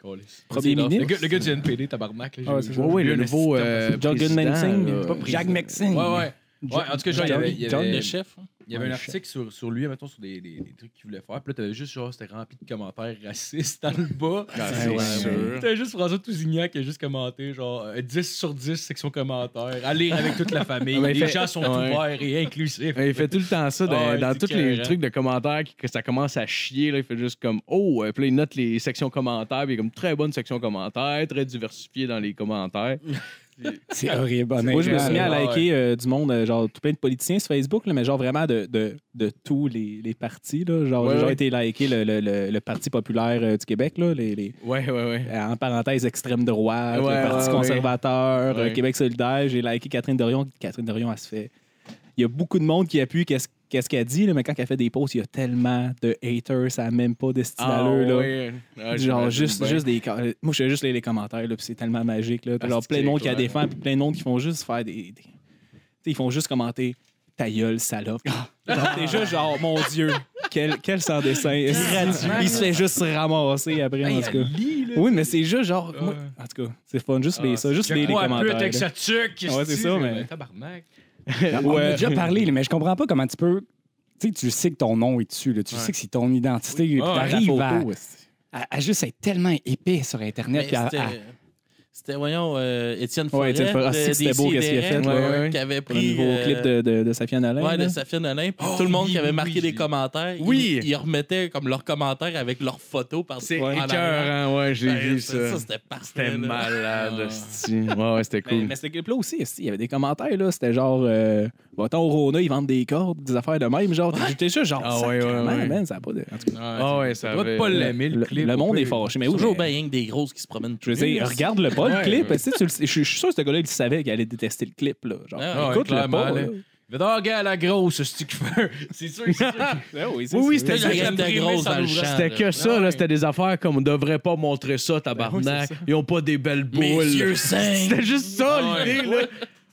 S3: câlisse.
S5: Premier
S3: le
S5: ministre.
S3: gars, le gars du NPD, tabarnak. Là,
S5: Ah ouais,
S3: j'ai-
S5: c'est
S3: j'ai
S5: ça.
S4: ouais, ouais,
S3: vu
S4: le
S3: un
S4: nouveau
S3: esti de-
S4: euh,
S5: Jorgen
S4: président,
S5: Mensing,
S4: là.
S5: pas Jacques Maxing.
S3: Ouais, ouais. Ouais, en tout cas, genre, il y
S6: Ah
S3: avait, il y
S5: John-
S3: avait,
S6: Le chef. hein?
S3: il y avait un
S5: Ouais,
S3: article sur, sur lui, mettons, sur des, des, des trucs qu'il voulait faire. Puis là, t'avais juste, genre, c'était rempli de commentaires racistes dans le bas.
S4: Ah,
S5: c'est
S3: Ouais,
S5: sûr.
S3: ouais. T'avais juste François Tousignac qui a juste commenté, genre, euh, 10 sur 10, section commentaires. Allez avec toute la famille.
S4: Ah, ben, il
S3: Les
S4: fait-
S3: gens sont
S4: ouais.
S3: ouverts et inclusifs.
S4: Ouais, il fait tout le temps ça dans,
S3: Ah ouais,
S4: dans
S3: c'est
S4: tous les
S3: écœurant.
S4: trucs de commentaires qui- que ça commence à chier. Là, il fait juste comme Oh, euh, puis là, il note les sections commentaires, puis il est comme très bonne section commentaires, très diversifié dans les commentaires.
S8: C'est horrible,
S5: Moi, je me suis mis à
S3: Ouais, ouais.
S5: liker euh, du monde, euh, genre tout plein de politiciens sur Facebook, là, mais genre vraiment de, de, de tous les, les partis. là. Genre,
S4: Ouais,
S5: j'ai genre
S4: ouais.
S5: été liker le, le- le- le Parti populaire euh, du Québec, là, les, les-
S4: Ouais, ouais, ouais.
S5: euh, en parenthèse extrême droite,
S4: Ouais,
S5: le Parti
S4: ouais,
S5: conservateur,
S4: ouais.
S5: euh, Québec solidaire. J'ai liké Catherine Dorion. Catherine Dorion, elle se fait. Il y a beaucoup de monde qui appuie qu'est-ce qu'est-ce qu'elle dit, là, mais quand elle fait des posts, il y a tellement de haters, ça n'a même pas de style à eux, là.
S4: ouais. Ah,
S5: Genre,
S4: j'imagine
S5: juste,
S4: bien.
S5: juste des. ca- euh, Moi, je fais juste les, les commentaires, là, puis c'est tellement magique, là.
S4: Ah,
S5: Genre,
S4: c'est
S5: plein de monde qui la
S4: clair.
S5: défend, puis plein de monde qui font juste faire des. des- Tu sais, ils font juste commenter ta gueule, salope.
S4: Ah.
S5: Genre, déjà, genre, mon Dieu, quel, quel sans dessin.
S4: Ah,
S5: Il se fait juste ramasser après, en tout cas.
S4: Ah,
S5: Oui, mais c'est juste genre. moi- en tout cas, c'est fun, juste les, ça, juste les, les commentaires.
S3: avec
S5: là.
S3: sa tuque.
S5: Ouais, c'est ça, mais-
S3: Tabarnak.
S8: On a
S5: Ouais.
S8: déjà parlé, là, mais je comprends pas comment tu peux. Tu sais, tu sais que ton nom est dessus, là. tu sais que c'est ton identité, puis
S3: Ouais, la
S8: t'arrives
S5: photo,
S8: à-
S5: aussi.
S8: à, à juste être tellement épais sur Internet.
S6: Mais
S8: puis à- à-
S6: C'était, c'était, voyons, euh, Étienne Forêt.
S5: Ouais, Étienne Forêt, Ah,
S6: de-
S5: c'est que c'était
S6: des
S5: beau qu'est-ce qu'il a
S6: CDR,
S5: fait,
S4: ouais, ouais.
S6: Qui avait
S5: Pour le
S6: pris.
S5: nouveau
S6: euh,
S5: clip de, de, de Safiane Alain.
S6: Ouais,
S5: là.
S6: de Safiane Alain. Puis
S3: Oh,
S6: tout le monde qui
S3: oui,
S6: avait
S3: oui,
S6: marqué
S3: oui,
S6: des
S3: j'ai-
S6: commentaires,
S4: Oui.
S6: ils, ils remettaient comme leurs commentaires avec leurs photos par
S4: C'est
S6: en arrière.
S4: écœurant, ouais, j'ai
S6: Ben,
S4: vu
S6: ça.
S4: ça.
S6: c'était parfait.
S4: C'était
S6: là.
S4: malade,
S6: Ah.
S4: esti. Ouais, ouais, c'était
S5: Ben, Mais,
S4: cool.
S5: mais ce clip-là aussi, aussi, il y avait des commentaires, là. C'était genre. euh, Va-t'en au Rona, ils vendent des cordes, des affaires de même. Genre, j'étais juste genre,
S4: Ah ouais, ouais,
S5: sacrément,
S4: ouais.
S5: man, ça a pas de. en tout cas,
S4: Ah ouais, ça
S3: Tu dois
S4: avait-
S3: pas l'aimer, le,
S5: le,
S3: clip.
S5: le
S3: au
S5: monde
S3: pire.
S5: est fâché. Mais oui,
S6: Toujours
S5: mais-
S6: bien que des grosses qui se promènent
S5: Je
S6: tout
S5: veux dire, regarde-le pas,
S3: Ouais.
S5: le clip. Tu sais, tu le- je suis je suis sûr que ce gars-là, il savait qu'il allait détester le clip. Là. Genre,
S6: Ah
S3: ouais,
S5: écoute-le
S3: clairement,
S5: pas.
S3: là.
S5: là.
S3: Mais donc, gars, la grosse, ce stick feu. C'est sûr, c'est sûr.
S5: Ah oui, c'est
S4: Oui, oui,
S5: ça.
S4: c'était
S6: Là,
S4: juste-
S6: j'ai
S3: la
S6: de
S3: primée,
S6: grosse
S3: ça
S6: dans le
S3: nous
S6: champ.
S3: reste
S4: c'était
S6: là.
S4: que ça, là, c'était des affaires comme on devrait pas montrer ça, tabarnak. Ils ont pas des belles boules.
S6: Mes yeux saignent.
S4: C'était juste ça
S3: Ah ouais.
S4: l'idée, là.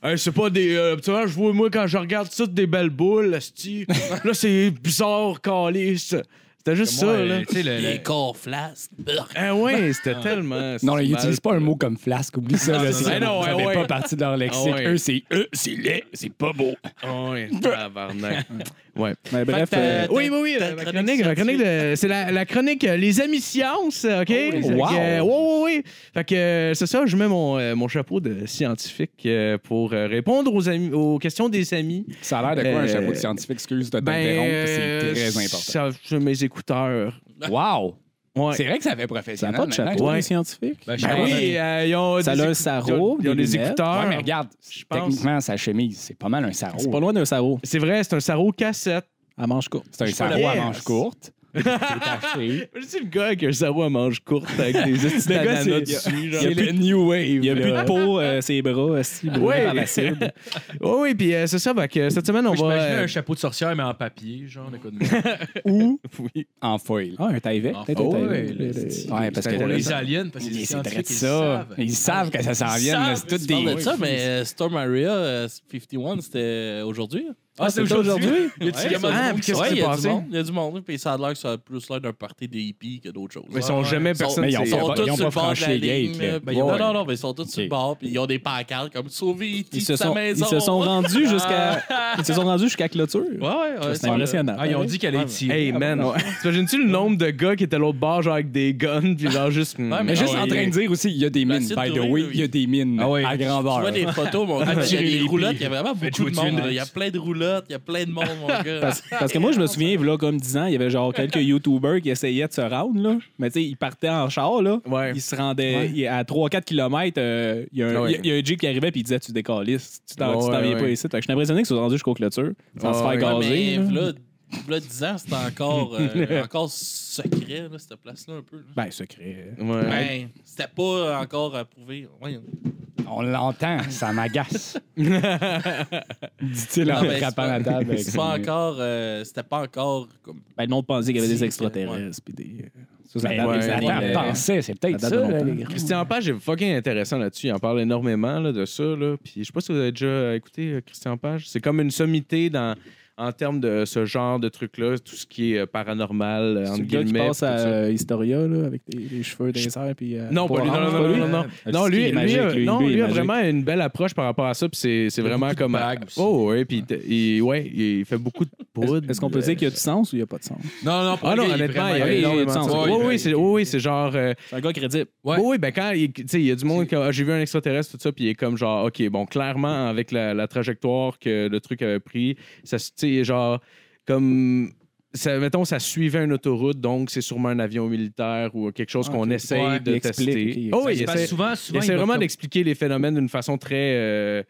S4: Hey, c'est pas des. euh, tu vois, je vois, moi, quand je regarde ça, des belles boules, esti. là, c'est bizarre, calice. C'était juste ça, là.
S3: euh, Tu sais, le- le-
S6: Les corps flasques.
S4: Ah ouais, c'était tellement.
S8: Non,
S4: c'est
S8: ils
S4: mal.
S8: n'utilisent pas un mot comme flasque, oublie ça. là,
S4: non,
S8: c'est-
S4: non, non,
S8: ça
S4: ouais,
S8: fait
S4: ouais.
S8: pas partie de leur lexique.
S4: Ah ouais.
S8: Eux, c'est E. eux, c'est laid, c'est pas beau.
S4: Ah ouais, tabarnak. ouais.
S5: Mais bref,
S6: Fait que
S5: euh,
S6: t'as-
S4: Oui, oui, oui,
S6: Ta
S4: la
S6: chronique
S4: chronique, la chronique de- c'est la, la chronique euh, Les Amis Sciences, OK? euh, Oui,
S5: wow.
S4: oui, oui. Fait que euh, c'est ça, je mets mon, euh, mon chapeau de scientifique euh, pour euh, répondre aux, amis, aux questions des amis.
S8: Ça a l'air de quoi un
S4: Euh,
S8: chapeau de scientifique? Excuse de t'interrompre,
S4: ben, euh,
S8: c'est très important.
S4: Ça, c'est mes écouteurs.
S8: Wow!
S4: Ouais.
S8: C'est vrai que ça fait
S5: ça
S8: professionnel.
S5: n'a pas de chapeau,
S8: maintenant.
S4: Ouais.
S5: les scientifiques.
S3: ben, je
S8: Ben
S4: Ben
S3: pense-
S4: oui, euh, ils ont
S5: Ça
S4: des
S5: a un
S4: écou- ils
S5: sarrau,
S4: ont- ils ont
S5: des
S4: des
S5: lunettes.
S4: écouteurs.
S8: Ouais, mais regarde,
S4: pense.
S8: techniquement, sa chemise, c'est pas mal un sarrau.
S5: C'est pas loin d'un sarrau.
S4: C'est vrai, c'est un sarrau cassette.
S5: À manche courte.
S8: C'est un
S4: suis pas
S8: sarrau à
S4: d'accord.
S8: manches courtes. C'est
S4: Ah,
S8: taché.
S4: Je suis le gars avec un sarrau à manche courte avec des esti
S5: Le gars,
S4: d'ananas
S5: c'est-
S4: dessus.
S5: il y a
S4: genre.
S5: plus de-
S8: New Wave.
S5: Il n'y a plus de peau, euh, ses bras, assis, brûlés
S4: Ouais.
S5: par l'acide.
S4: Oui, oui, puis euh, c'est ça. fait que cette semaine, on
S3: Moi,
S4: va.
S3: j'imaginais
S4: euh,
S3: un chapeau de sorcière, mais en papier, genre, de quoi de
S5: Ou,
S4: oui.
S8: En foil.
S5: ah, un taïvet.
S3: Ah,
S5: peut-être un
S4: Oh,
S3: ouais,
S5: taïvet.
S3: le-
S8: Ouais, parce que
S3: Pour
S8: là,
S3: les
S4: Ah,
S3: aliens, parce que
S8: Mais
S3: les
S8: c'est
S3: scientifiques,
S8: très
S3: ils
S8: ça.
S3: savent.
S8: Ils savent que ça s'en vient.
S3: savent,
S8: là, C'est tout
S6: Tu parles
S8: des.
S6: de ça, mais euh, Storm Area euh, 51, c'était euh, aujourd'hui. hein?
S3: Ah, c'est
S5: c'est
S3: aujourd'hui?
S5: aujourd'hui?
S3: Il y a du-
S6: Ouais,
S3: il y a
S4: ah,
S3: du monde qui sort.
S4: puis qu'est-ce qui
S6: Ouais,
S4: s'est
S6: il y a
S4: passé?
S6: du monde. Il y a du monde. Puis ça a l'air que ça a plus l'air d'un party des hippies que d'autres choses.
S4: Mais ils sont
S6: Ouais.
S4: jamais personne.
S8: Mais ils ont
S4: c'est-
S8: pas-
S6: Ils sont
S8: ils
S6: tous sur le
S8: ont pas
S6: bord de
S8: franchi
S6: la
S8: les gates.
S6: ligne.
S8: là.
S6: là. Ben,
S8: Ouais,
S6: Non,
S8: ouais.
S6: non, non, mais ils sont tous sur le
S8: Ok.
S6: bord. Puis ils ont des pancartes comme Sauver E.T.
S5: Ils
S6: de
S5: se
S6: sa
S5: sont,
S6: maison.
S5: ils se sont rendus jusqu'à, ils se sont rendus jusqu'à clôture.
S6: Ouais, ouais, ouais.
S5: c'est
S6: ils sont-
S5: impressionnant.
S3: Ah, ils ont dit qu'elle est
S6: Ouais,
S3: tirée.
S4: Hey man, t'imagines-tu le nombre de gars qui étaient à l'autre bord, genre avec des guns, puis genre juste.
S6: Ouais,
S8: Mais
S6: Ah
S8: juste en
S6: oui.
S8: train de dire aussi, il y a des
S6: Ben,
S8: mines.
S6: c'est
S8: By the
S6: tourné,
S8: way,
S6: oui.
S8: il y a des mines
S3: Ah oui.
S8: à
S6: Tu vois
S8: grandeur.
S6: des photos, mon gars. Il y a
S3: Attirer les
S6: des roulottes,
S3: hippies.
S6: il y a vraiment beaucoup de
S3: Faites-vous
S6: monde.
S3: tuer,
S6: là. Il y a plein de roulottes, il y a plein de monde, mon gars.
S5: Parce, parce que moi, je me souviens, là, comme 10 ans, il y avait genre quelques YouTubers qui essayaient de se rendre, là. Mais tu sais, ils partaient en char, là.
S4: Ouais.
S5: Ils se rendaient ils- à 3-4 km. euh, Il y, a un-
S4: Ouais.
S5: il y a- il y a un Jeep qui arrivait puis il disait Tu décalisses, tu t'en tu
S4: Ouais,
S5: t'en viens
S4: ouais.
S5: pas ici. Fait que je suis impressionné qu'ils sont rendus jusqu'aux clôtures, sans se
S4: Ouais,
S5: faire
S6: Ouais,
S5: gazer.
S6: mais
S5: là.
S6: là, là, 10 ans, c'était encore, euh, encore secret, là, cette place-là, un peu. là.
S5: Ben, secret.
S4: Ouais.
S6: Ben, c'était pas encore approuvé. Ouais.
S8: On l'entend, ça m'agace. Dit-il
S6: Non,
S8: en
S6: ben, c'est
S8: frappant
S6: pas-
S8: la table. avec
S6: C'est
S8: son
S6: pas
S8: nez.
S6: encore. euh, c'était pas encore comme.
S5: Ben, le monde pensait qu'il y avait
S6: Si,
S5: des extraterrestres. puis des... Ça, ça
S8: Mais
S5: date
S8: ouais,
S5: des années,
S8: attends,
S5: mais-
S8: pensez, c'est peut-être
S5: ça
S8: ça.
S5: date de
S8: là,
S5: longtemps.
S8: les gars.
S4: Christian Page est fucking intéressant là-dessus. Il en parle énormément là, de ça. Là. Puis je sais pas si vous avez déjà euh, écouté euh, Christian Page. C'est comme une sommité dans, en termes de ce genre de truc-là, tout ce qui est euh, paranormal, euh,
S5: C'est
S4: entre
S5: le gars qui
S4: guillemets.
S5: passe
S4: puis tout
S5: à
S4: ça.
S5: euh, Historia, là, avec des, des cheveux des serres, puis... euh,
S4: Non, pas lui. Non, non,
S5: orange, pas
S4: non,
S5: lui.
S4: non, non.
S5: Le
S4: Non,
S5: petit qui
S4: lui,
S5: est
S4: lui,
S5: Ah, magique,
S4: euh,
S5: lui,
S4: non,
S5: lui est
S4: lui a
S5: magique.
S4: vraiment une belle approche par rapport à ça. Puis c'est c'est
S3: Il y a
S4: vraiment
S3: beaucoup de
S4: comme.
S3: bagues aussi.
S4: Oh, oui. Puis t- il, ouais, il fait beaucoup de poudre. Euh,
S5: Est-ce est-ce qu'on peut dire qu'il y a du sens ou il n'y a pas de sens?
S3: Non, non,
S4: Ah non,
S3: il est
S4: honnêtement,
S3: vraiment-
S4: il y a
S5: il est
S4: énormément de
S5: énorme.
S4: sens.
S3: Ouais,
S4: Oui,
S3: il-
S4: oui, c'est oui, c'est genre. euh,
S5: C'est un gars crédible.
S3: Ouais.
S4: Oui, oui, ben quand il, tu sais, il y a du monde qui a, Ah, j'ai vu un extraterrestre, tout ça, puis il est comme genre, OK, bon, clairement, avec la, la trajectoire que le truc avait pris, ça, se- tu sais, genre, comme, ça, mettons, ça suivait une autoroute, donc c'est sûrement un avion militaire ou quelque chose
S5: Ah,
S4: qu'on
S5: ok.
S4: essaye
S3: Ouais,
S4: de
S5: il explique,
S4: tester.
S5: ok, il
S4: oh, oui,
S5: explique.
S4: il
S3: Parce que
S4: essaie,
S3: souvent,
S4: il
S3: souvent.
S4: essaie
S3: il va
S4: vraiment
S3: comme-
S4: d'expliquer les phénomènes d'une façon très, euh,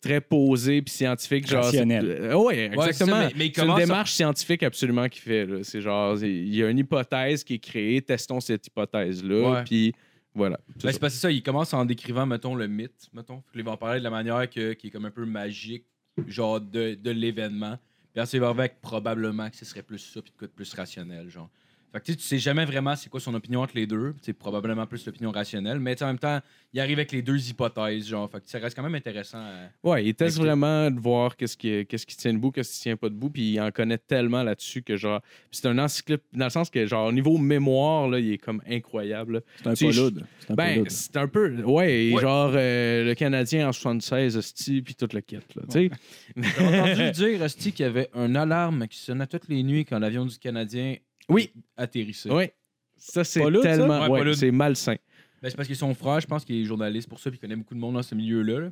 S4: très posée puis scientifique. Genre,
S8: Rationnelle.
S4: oui,
S3: Ouais, c'est ça,
S4: exactement.
S3: mais- mais il
S4: c'est une
S3: commence à-
S4: démarche scientifique absolument qu'il fait. là. C'est genre, il y a une hypothèse qui est créée, testons cette
S3: Ouais.
S4: hypothèse-là, puis voilà. C'est
S3: Ben,
S4: ça.
S3: c'est parce que ça, il commence en décrivant, mettons, le mythe, mettons. Puis il va en parler de la manière que, qui est comme un peu magique, genre de, de l'événement. Puis ensuite, il va arriver avec probablement que ce serait plus ça, puis de quoi de plus rationnel, genre. Fait que tu sais, tu sais jamais vraiment c'est quoi son opinion entre les deux. C'est probablement plus l'opinion rationnelle, mais tu sais, en même temps, il arrive avec les deux hypothèses, genre. Fait que ça reste quand même intéressant. euh. à-
S4: Ouais, il teste
S3: Écoutez.
S4: vraiment de voir qu'est-ce qui, qu'est-ce qui tient debout, qu'est-ce qui tient pas debout, puis il en connaît tellement là-dessus que genre, puis c'est un encyclopédie dans le sens que genre au niveau mémoire là, il est comme incroyable. là.
S5: C'est un
S4: Tu sais,
S5: paulude. C'est un
S4: Ben,
S5: paulude.
S8: hein.
S4: c'est un peu ouais, et
S3: Ouais.
S4: genre euh, le Canadien en 76 hostie, puis toute la quête là, tu sais.
S3: J'ai entendu dire, Rusty, qu'il y avait une alarme qui sonnait toutes les nuits quand l'avion du Canadien
S4: Oui.
S3: atterrissait.
S4: Ouais. Ça c'est
S5: Paulude, ça?
S4: tellement
S3: Ouais,
S4: ouais,
S3: paulude.
S4: c'est malsain.
S3: Ben, c'est parce que son frère, je pense qu'il est journaliste pour ça, puis il connaît beaucoup de monde dans ce milieu-là. là.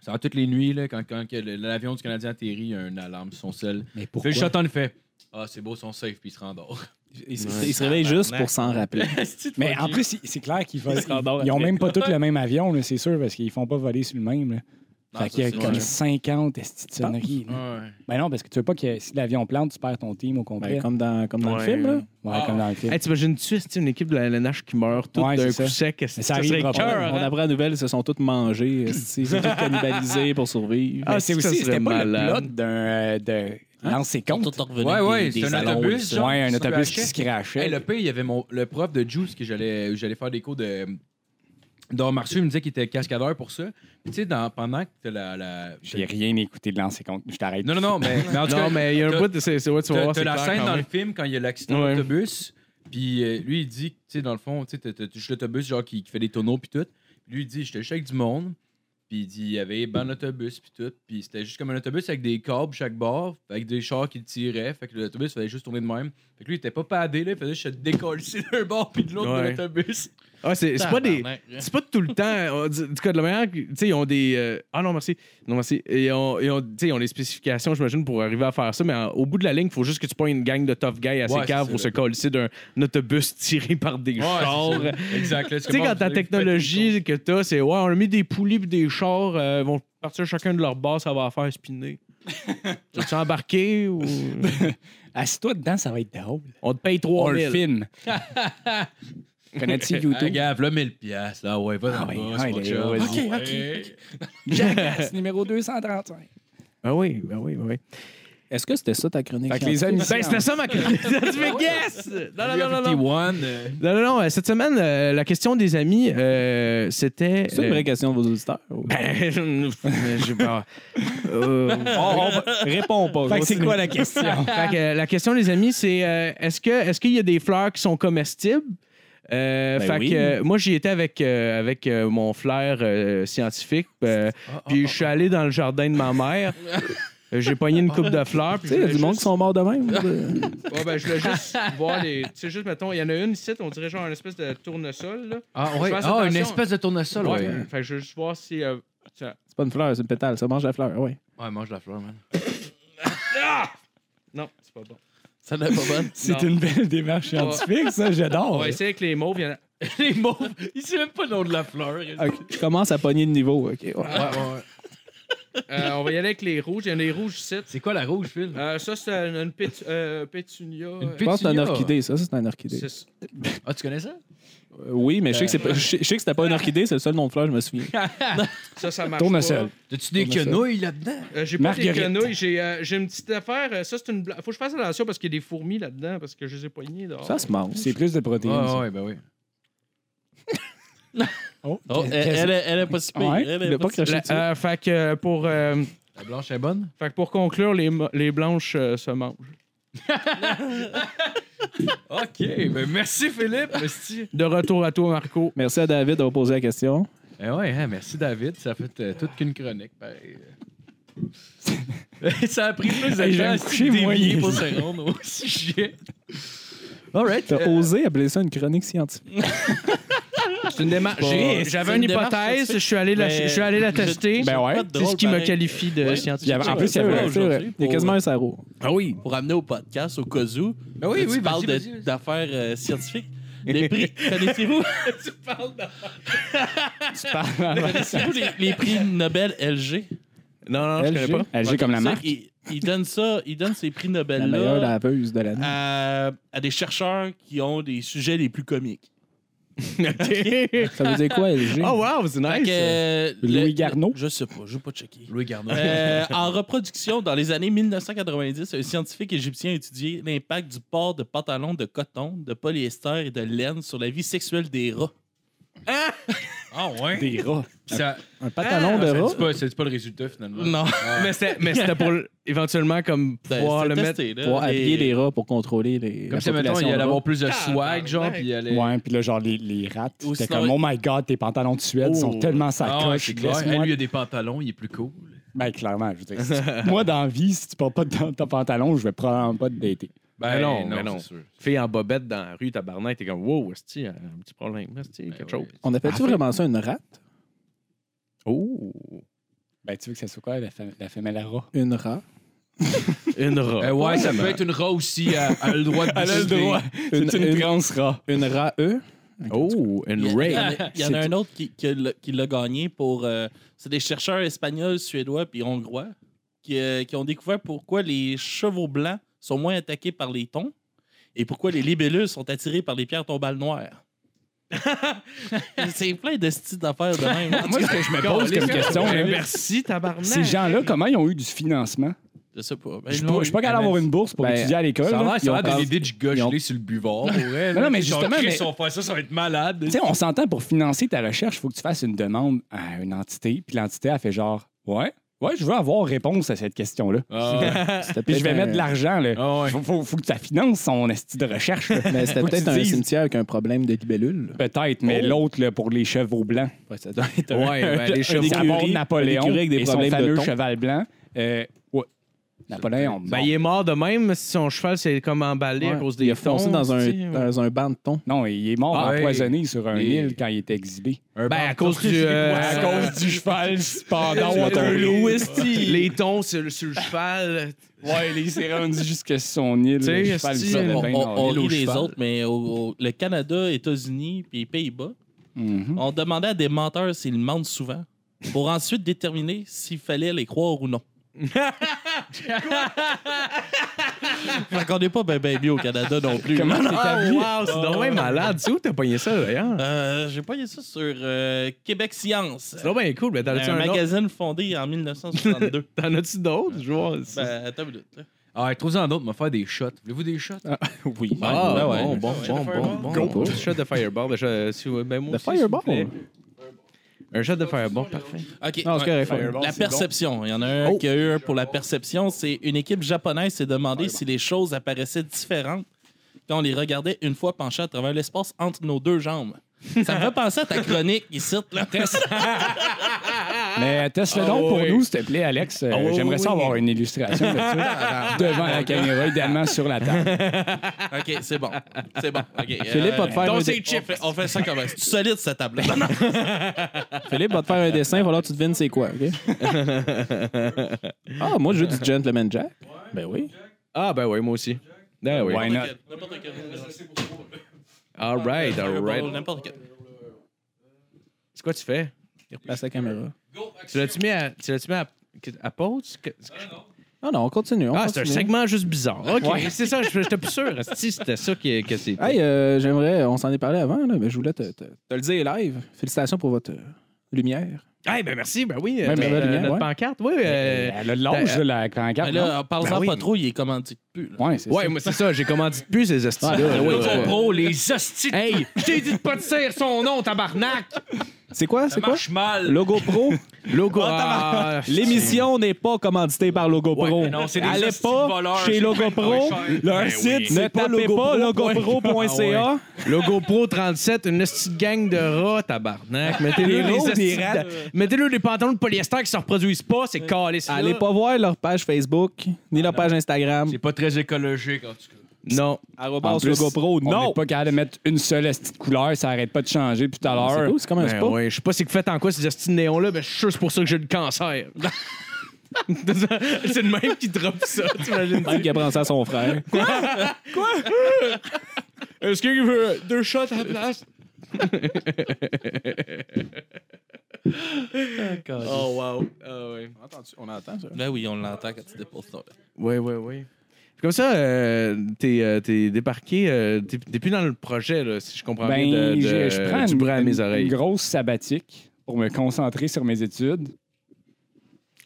S3: Ça va toutes les nuits, là, quand, quand que le- l'avion du Canadien atterrit, il y a une alarme sur son sel.
S8: Mais
S3: Fait
S8: pourquoi?
S3: le chaton, il fait Ah, c'est beau, ils sont safe, puis il se rendort.
S5: Il, se- il se réveille juste pour s'en rappeler.
S8: Mais en plus, il- c'est clair qu'ils volent.
S5: se rendorent
S8: Ils ont
S5: après.
S8: même pas tous le même avion, là, c'est sûr, parce qu'ils font pas voler sur le même. là.
S6: Non,
S8: fait
S6: ça,
S8: qu'il y a
S6: c'est
S8: comme
S6: vrai.
S8: 50 estitionneries.
S3: Ouais.
S8: Ben non, parce que tu veux pas que si l'avion plante, tu perds ton team au complet.
S5: Ben, comme dans, comme dans
S7: Ouais.
S5: le film, là.
S8: Ouais, comme dans le film.
S4: Hey, T'imagines-tu c'est une équipe de la LNH qui meurt toute
S8: Ouais,
S4: d'un coup
S8: c'est ça.
S4: sec? est-ce
S8: Mais
S4: que
S8: ça
S4: Ça serait
S8: arrivera pas.
S4: cœur,
S5: On apprend la nouvelle, ils se sont tous mangés. esti. Ils sont tous cannibalisés pour survivre.
S8: Ah,
S4: Ah,
S8: c'est
S4: ça
S8: aussi,
S4: serait
S8: c'était pas
S4: malade.
S8: le plot d'un euh, de lancer
S6: Quand
S8: compte.
S6: tout est revenu
S3: Ouais, ouais,
S6: des-
S3: c'est
S6: des
S3: un
S6: salons,
S3: autobus,
S6: ça.
S3: genre.
S8: Ouais, un
S3: Ça
S8: autobus qui
S3: crachait.
S8: se crachait.
S3: Hey, le pire, il y avait mon, le prof de Juice que j'allais, j'allais faire des cours de d'arts martiaux. Il me disait qu'il était cascadeur pour ça. Puis, tu sais, dans- pendant que t'as la. la...
S8: J'ai rien écouté de lancer compte. Je t'arrête.
S3: Non, non, non, mais, mais en tout cas,
S4: Non, mais il y a
S3: t'as-
S4: un bout, de- c'est c'est- ouais, tu vas
S3: T'as
S4: voir,
S3: t'as
S4: c'est
S3: la
S4: clair
S3: scène
S4: quand
S3: dans
S4: même.
S3: le film quand il y a l'accident
S4: Ouais.
S3: d'autobus. Puis euh, lui, il dit, tu sais, dans le fond, tu sais, t'as- t'as juste l'autobus genre qui, qui fait des tonneaux puis tout. Puis lui, il dit, j'étais juste avec du monde. Puis il dit, il y avait ben d'autobus puis tout. Puis c'était juste comme un autobus avec des câbles chaque bord, avec des chars qui le tiraient. Fait que l'autobus fallait juste tourner de même. Fait que lui, il était pas padé, là. Il faisait juste se décoller d'un bord puis de l'autre
S4: Ouais.
S3: de l'autobus.
S4: Ah, c'est c'est pas des.
S6: Tabarnak, hein.
S4: C'est pas tout le temps. on dit- En tout cas, de la manière. que- Tu sais, ils ont des. euh, Ah non, merci. Non, merci. Ils ont, ils ont, tu sais, ils ont des spécifications, j'imagine, pour arriver à faire ça. Mais en- au bout de la ligne, il faut juste que tu prennes une gang de tough guys assez
S3: Ouais, c'est
S4: caves
S3: ça.
S4: pour se colisser d'un un autobus tiré par des
S3: Ouais,
S4: chars.
S3: c'est ça. Exact. là, c'est
S4: Tu sais,
S3: comme,
S4: quand
S3: ah,
S4: ta
S3: vous avez
S4: technologie que t'as, c'est ouais, on a mis des poulies pis des chars, euh, vont partir chacun de leur base, ça va la faire spinner. tu vas embarquer ou.
S8: Assis-toi dedans, ça va être drôle.
S4: On te paye
S8: On
S4: 3
S8: le
S4: 000.
S8: filme. Connais-tu
S3: Ah,
S8: YouTube?
S3: gave, là, 1000 piastres, là, ouais, va dans
S8: Ah
S3: le
S8: ouais,
S3: bas,
S8: ouais,
S3: c'est mon
S8: les-
S3: chum.
S8: vas-y.
S3: Ah
S8: Ok,
S3: ouais.
S8: Jackass, numéro 235.
S4: Ah oui, ah oui, ah oui.
S5: Est-ce que c'était ça ta chronique?
S8: Fait que les
S5: Jean?
S8: amis,
S4: Ben, c'était ça ma chronique.
S3: Ah
S4: tu fais guess! Non, non, non, non, non.
S3: 51, euh,
S4: Non, non, non, euh, Cette semaine, euh, la question des amis, euh, c'était.
S5: C'est une vraie question de vos auditeurs.
S4: Ben, j'ai pas. Euh,
S5: Réponds pas.
S8: Fait que c'est quoi la question?
S4: Fait que, euh, la question, les amis, c'est euh, est-ce que est-ce qu'il y a des fleurs qui sont comestibles? Euh,
S5: Ben
S4: fait
S5: oui.
S4: que, euh, moi, j'y étais avec, euh, avec euh, mon flair euh, scientifique. euh,
S5: Ah,
S4: puis je suis allé dans le jardin de ma mère. Euh, J'ai pogné une coupe de fleurs. puis
S5: Tu sais, il y
S4: je
S5: a du
S4: voulais
S5: monde qui sont morts de même.
S4: juste- Ouais, ben, je voulais juste voir les. Tu sais, juste, mettons, il y en a une ici, on dirait genre une espèce de tournesol. Là.
S3: Ah,
S4: Je
S3: ouais.
S4: fasse
S3: Ah, une
S4: attention.
S3: espèce de tournesol, ouais. Ouais,
S4: Fait que je veux juste voir si. euh, ça-
S5: C'est pas une fleur, c'est une pétale. Ça mange la fleur, oui.
S3: mange la fleur, man.
S4: Non, c'est pas bon.
S6: Ça n'est pas bonne.
S8: C'est
S4: Non.
S8: une belle démarche scientifique, ça,
S4: On
S8: j'adore.
S4: va essayer avec les mauves. Il y en a.
S3: Les mauves, il sait même pas le nom de la fleur.
S5: Je commence à pogner le niveau. ok, ouais.
S4: Euh, on va y aller avec les rouges. Il y en a des rouges ici.
S3: C'est quoi la rouge, Phil?
S4: Euh, ça, c'est une, une pétu- euh, pétunia. euh,
S5: Je pense que c'est une
S3: Pétunia.
S5: orchidée, ça. ça, C'est une orchidée.
S4: c'est ça.
S3: Ah, tu connais ça?
S5: Euh, oui, mais je sais que c'est pas- je sais- je sais que c'était pas une orchidée, c'est le seul nom de fleur, je me souviens.
S4: Ça, ça marche
S8: Tournesol.
S3: T'as-tu des
S5: On a ça.
S3: quenouilles là-dedans?
S4: pas. Euh, j'ai pas des
S8: Marguerite.
S4: canouilles. J'ai, euh, j'ai une petite affaire. euh, ça, c'est une blague. Faut que je fasse attention parce qu'il y a des fourmis là-dedans parce que je les ai poignées dehors.
S5: Ça se mange.
S8: C'est plus de protéines. ça.
S3: ouais, ben oui.
S6: Oh, elle, elle est, elle est pas si pire.
S8: Ouais,
S6: elle
S5: Il
S6: est
S5: a pas
S6: pas si-
S5: craché
S4: La-
S5: dessus.
S4: euh, fait, que, euh, pour, euh,
S3: La blanche est bonne?
S4: fait que pour conclure, les, mo- les blanches euh, se mangent.
S3: OK, ben merci, Philippe. Merci.
S4: De retour à toi, Marco.
S5: Merci à David d'avoir posé la question.
S3: Eh ouais, hein, merci, David. Ça fait euh, toute qu'une chronique. Ben, euh. ça a pris plus de
S8: Hey, je vais
S3: temps
S8: me
S3: à
S8: coucher,
S3: se
S8: moi,
S3: dévier
S8: il-
S3: pour se rendre au sujet. All right.
S5: T'as
S3: euh,
S5: osé appeler ça une chronique scientifique.
S4: C'est une démarche.
S6: J'ai-
S4: J'avais
S6: c'est
S4: une
S6: une démarche
S4: hypothèse.
S6: scientifique.
S4: Je suis allé la,
S6: Mais-
S4: je suis allé la
S6: je-
S4: tester.
S8: Ben ouais,
S6: pas de
S4: c'est
S6: drôle,
S4: ce qui me
S6: pareil.
S4: qualifie de
S6: Ouais.
S4: scientifique.
S8: Il y avait- en plus, il y avait-
S5: C'est vrai, c'est vrai. Il y a quasiment un sarreau.
S8: Ah oui.
S6: Pour amener au podcast, au cas où,
S3: Ben oui,
S6: tu
S3: oui,
S6: parles
S3: vas-y,
S6: de-
S3: vas-y, vas-y.
S6: d'affaires euh, scientifiques. Les prix, connaissez-vous connaissez-vous les, les prix Nobel LG?
S4: Non, non, je connais pas.
S8: Elle joue
S6: Ok,
S8: comme la
S6: c'est
S8: marque.
S6: qu'ils- Ils, donnent ça, ils donnent ces prix
S5: La meilleure
S6: Nobel-là
S5: laveuse de
S6: Ah.
S5: l'année.
S6: à, à des chercheurs qui ont des sujets les plus comiques.
S5: Ça veut dire quoi, LG?
S4: Oh, wow, c'est
S6: Fait
S4: nice.
S6: que, euh,
S8: Louis
S6: le-
S8: Garneau?
S6: Je sais pas, je vais pas checker.
S3: Louis Garneau.
S6: Euh, en reproduction, dans les années 1990, un scientifique égyptien a étudié l'impact du port de pantalons de coton, de polyester et de laine sur la vie sexuelle des rats.
S3: Ah ouais?
S8: Des rats.
S3: Ça,
S5: Un pantalon de
S3: ça dit
S5: rat?
S3: Ah, pas, ça dit pas le résultat, finalement.
S6: Non,
S4: Mais c'était, mais c'était pour l- éventuellement comme
S6: c'est-
S4: pouvoir
S6: Ben, c'est
S4: le mettre.
S6: testé, là.
S5: Pour
S6: Les-
S5: habiller les rats pour contrôler les.
S3: Comme
S5: la
S3: ça, mettons,
S5: population
S3: il allait
S5: de rats.
S3: avoir plus de swag,
S7: Tabarnak.
S3: genre, puis il allait.
S8: Ouais, puis là, genre, les, les rats,
S6: Ou
S8: t'es
S6: sinon-
S8: comme, oh my god, tes pantalons de Suède sont tellement
S3: Ah, ouais,
S8: sacoches.
S3: c'est clair. Hey,
S8: Laisse-moi-
S3: lui, il a des pantalons, il est plus cool.
S8: Ben, clairement, je veux dire, si tu- moi, dans la vie, si tu portes pas de ton pantalon, je vais probablement pas te dater.
S3: Ben
S4: Mais non, mais non.
S3: c'est sûr.
S4: Fille en bobette dans la rue, tabarnak, t'es comme, wow, esti, un petit problème, esti, quelque chose.
S5: On appelle-tu vraiment ça une rate?
S4: Oh,
S8: Ben, tu veux que ça soit quoi, la, fem- la femelle à rat?
S5: Une rat?
S4: une
S3: Euh,
S4: robe.
S3: ouais, ça peut être une rose aussi, euh, elle, elle a le droit de
S8: Elle a le
S3: décider.
S8: droit.
S5: Une, une,
S8: trans rat.
S5: une rat E?
S4: Oh, and
S6: Il y,
S4: Ray.
S6: en a- il y en a un autre qui, qui l'a- qui l'a gagné pour. euh, c'est des chercheurs espagnols, suédois puis hongrois qui, euh, qui ont découvert pourquoi les chevaux blancs sont moins attaqués par les thons et pourquoi les libellules sont attirés par les pierres tombales noires. c'est plein de styles d'affaires de même. En tout
S8: Moi,
S6: cas,
S8: ce que je me pose comme question,
S7: Mais
S8: là,
S7: Merci, tabarnak.
S8: ces gens-là, comment ils ont eu du financement?
S6: je sais pas. Ben,
S8: Je suis
S6: non,
S8: pas- je suis pas capable d'avoir une bourse pour
S5: Ben,
S8: étudier à l'école.
S3: Ça a l'air-
S8: là.
S3: ça a
S8: Ils ont
S3: l'air des idées de
S8: ils
S3: gelées
S8: ont-
S3: sur le buvard. pour vrai,
S8: Non,
S3: là.
S8: non, mais
S3: Ils sont
S8: justement,
S3: crissés,
S8: mais-
S3: ils vont faire ça, ça va être malade.
S8: Tu sais, on s'entend pour financer ta recherche, il faut que tu fasses une demande à une entité, puis l'entité, elle fait genre, ouais, ouais, je veux avoir réponse à cette question-là.
S3: Ah,
S8: Puis je vais
S5: peut-être
S8: mettre de
S5: un-
S8: l'argent, là.
S3: ah ouais.
S8: Faut, faut, faut que tu la finances, son esti de recherche, là.
S5: Mais c'était
S8: Faut que
S5: peut-être
S8: tu
S5: un
S8: dises.
S5: cimetière avec un problème de libellule.
S8: Peut-être, mais
S5: Oh.
S8: l'autre, là, pour les chevaux blancs.
S5: Ouais, ça doit être un-
S4: Ouais, ben, les chevaux.
S5: Des
S8: Ça
S5: écuries-
S8: aborde
S5: des
S8: Napoléon
S5: écuries avec des
S8: et son
S5: problèmes de
S8: fameux
S5: ton.
S8: cheval blanc. Euh, ouais. Napoléon,
S4: Ben,
S8: non.
S4: il est mort de même. si Son cheval, c'est comme emballé à
S5: Ouais.
S4: cause des
S5: Il a foncé
S4: tons,
S5: dans
S4: tu sais. Ben,
S5: un, dans un banc de thon.
S8: Non, il est mort
S3: Ah, ouais.
S8: empoisonné sur un
S3: Et-
S8: île quand il était exhibé.
S4: Ben, à cause du. euh,
S8: à cause du cheval, cependant,
S4: Le-
S8: on a
S4: le loup,
S8: esti.
S4: Les tons sur, le- sur le cheval.
S8: Ouais, il s'est rendu jusque sur son île.
S4: Tu sais,
S8: le cheval,
S4: esti,
S8: il faisait
S6: on,
S8: bien
S6: on-
S8: marrer.
S6: on
S3: l'eau
S6: rit les
S3: cheval.
S6: autres, mais au- au- le Canada, États-Unis puis les Pays-Bas,
S8: Mhm.
S6: on demandait à des menteurs s'ils mentent souvent pour ensuite déterminer s'il fallait les croire ou non. fait qu'on n'est pas bien ben mieux au Canada non plus.
S4: Comment
S6: là.
S5: Ah
S4: t'établis? wow, c'est donc bien malade. Tu sais où t'as pogné ça, d'ailleurs?
S6: Euh, J'ai pas lu ça sur euh, Québec Science.
S4: C'est donc bien cool. Mais t'en
S5: Ben,
S4: as-tu
S6: Un
S4: un autre?
S6: magazine fondé en 1962.
S4: T'en as-tu d'autres? Je vois.
S6: ben, attends une minute. là.
S3: Ah, trouvez-en d'autres, m'a faire des shots. Voulez-vous des shots?
S4: Oui.
S5: ben,
S3: Ah, ouais,
S4: bon,
S3: ouais.
S4: bon, bon, bon, bon.
S5: Go.
S4: Un shot de fireball. ben, je- si vous- ben, moi
S5: Le
S4: aussi, s'il vous
S5: fireball.
S4: plaît. Un shot de fireball, parfait.
S6: OK.
S5: Non, c'est
S6: ouais.
S5: correct. Oh.
S6: La perception. Il y en a un qui a eu un pour la perception. C'est une équipe japonaise s'est demandé si les choses apparaissaient différentes quand on les regardait une fois penchés à travers l'espace entre nos deux jambes. Ça me fait penser à ta chronique ici. Là.
S8: Mais teste-le
S4: Ah,
S8: donc pour
S4: oui.
S8: nous, s'il te plaît, Alex. Euh,
S4: Ah, oui,
S8: J'aimerais ça
S4: oui.
S8: avoir une illustration de ça devant la caméra, idéalement sur la table.
S6: OK, c'est bon. C'est bon. OK, euh,
S5: Philippe va te faire un
S6: on,
S5: dé-
S6: fait, on fait ça comme ça. C'est solide, cette table
S5: Philippe va te faire un dessin, il va falloir que tu devines c'est quoi, OK? ah, moi, je joue du Gentleman Jack. Ben oui.
S4: Ah, ben oui, moi aussi. Ben oui.
S8: Why not?
S6: N'importe quel.
S4: All right, all right.
S6: N'importe quel.
S4: C'est quoi tu fais?
S5: Il repasse la caméra.
S4: Tu l'as-tu mis à, tu l'as-tu mis à, à pause? Que-
S5: Non, non, on continue. on
S4: Ah, c'est un
S5: continue.
S4: segment juste bizarre. OK, c'est ça, je- j'étais plus sûr. Si c'était ça qui, que c'était.
S5: Hey, euh, j'aimerais, on s'en est parlé avant, là, mais je voulais te, te- te le dire live. Félicitations pour votre euh, lumière.
S4: Hey, ben merci, ben oui.
S5: Ben,
S4: euh,
S5: ben,
S4: euh,
S5: bien,
S4: notre
S5: ouais.
S4: pancarte, oui. euh,
S8: Elle a de l'âge,
S4: euh,
S8: là, la pancarte.
S6: Mais là, parle-en
S4: Ben oui,
S6: pas
S4: mais-
S6: trop, il est commandé plus. là.
S8: non? Ouais, c'est
S4: ouais,
S8: ça.
S4: moi, c'est ça, j'ai commandé plus ces estis-là.
S5: Ah,
S4: Ouais,
S3: Ils sont
S4: ouais.
S3: pros, les hosties.
S4: Hey, je t'ai dit de pas te dire son nom, tabarnak!
S5: C'est quoi,
S3: Ça
S5: c'est quoi?
S3: marche mal.
S5: Logo Pro?
S4: Logo. Ah,
S5: L'émission n'est pas commanditée par Logo Pro.
S3: mais non, c'est des
S5: Allez
S3: hosties de
S5: pas
S3: voleurs,
S5: chez
S3: c'est
S5: Logo Pro.
S3: pas cher.
S5: Leur
S3: Ben
S5: site,
S3: oui.
S5: ne
S4: C'est pas
S5: tapez pas logopro.ca.
S4: Ah Logo Pro 37, une petite gang de rats, tabarnak. Mettez-le des,
S5: Des rats ou des
S4: estis
S5: rats?
S4: de- mettez-le des pantalons de polyester qui se reproduisent pas, c'est calé. ça.
S5: Allez pas voir leur page Facebook, ni leur page Instagram.
S3: C'est pas très écologique, en tout cas.
S4: Non.
S5: Arrobas
S8: En plus,
S5: Logo Pro,
S8: On
S5: non!
S8: n'est pas capable de mettre une seule petite couleur, ça arrête pas de changer depuis tout à
S5: C'est
S8: l'heure.
S5: cool, c'est comme un
S4: Ben
S5: spa.
S4: ouais, je sais pas c'est que fait en quoi ces estis de néons-là, mais je suis sûr que c'est pour ça que j'ai le cancer. c'est le même qui drop ça, t'imagines?
S5: Même qu'il apprend ça à son frère.
S4: Est-ce qu'il veut deux shots à la place? oh wow. Ah ouais.
S5: On entend ça.
S6: Là, Ben oui, on l'entend quand tu déposes ton.
S4: Oui, oui, oui. Comme ça, euh, t'es euh, t'es débarqué, euh, t'es t'es plus dans le projet, là, si je comprends
S8: Ben,
S4: bien. de- de-
S8: je, je prends
S4: du bras à
S8: une-
S4: mes oreilles.
S8: une grosse sabbatique pour me concentrer sur mes études.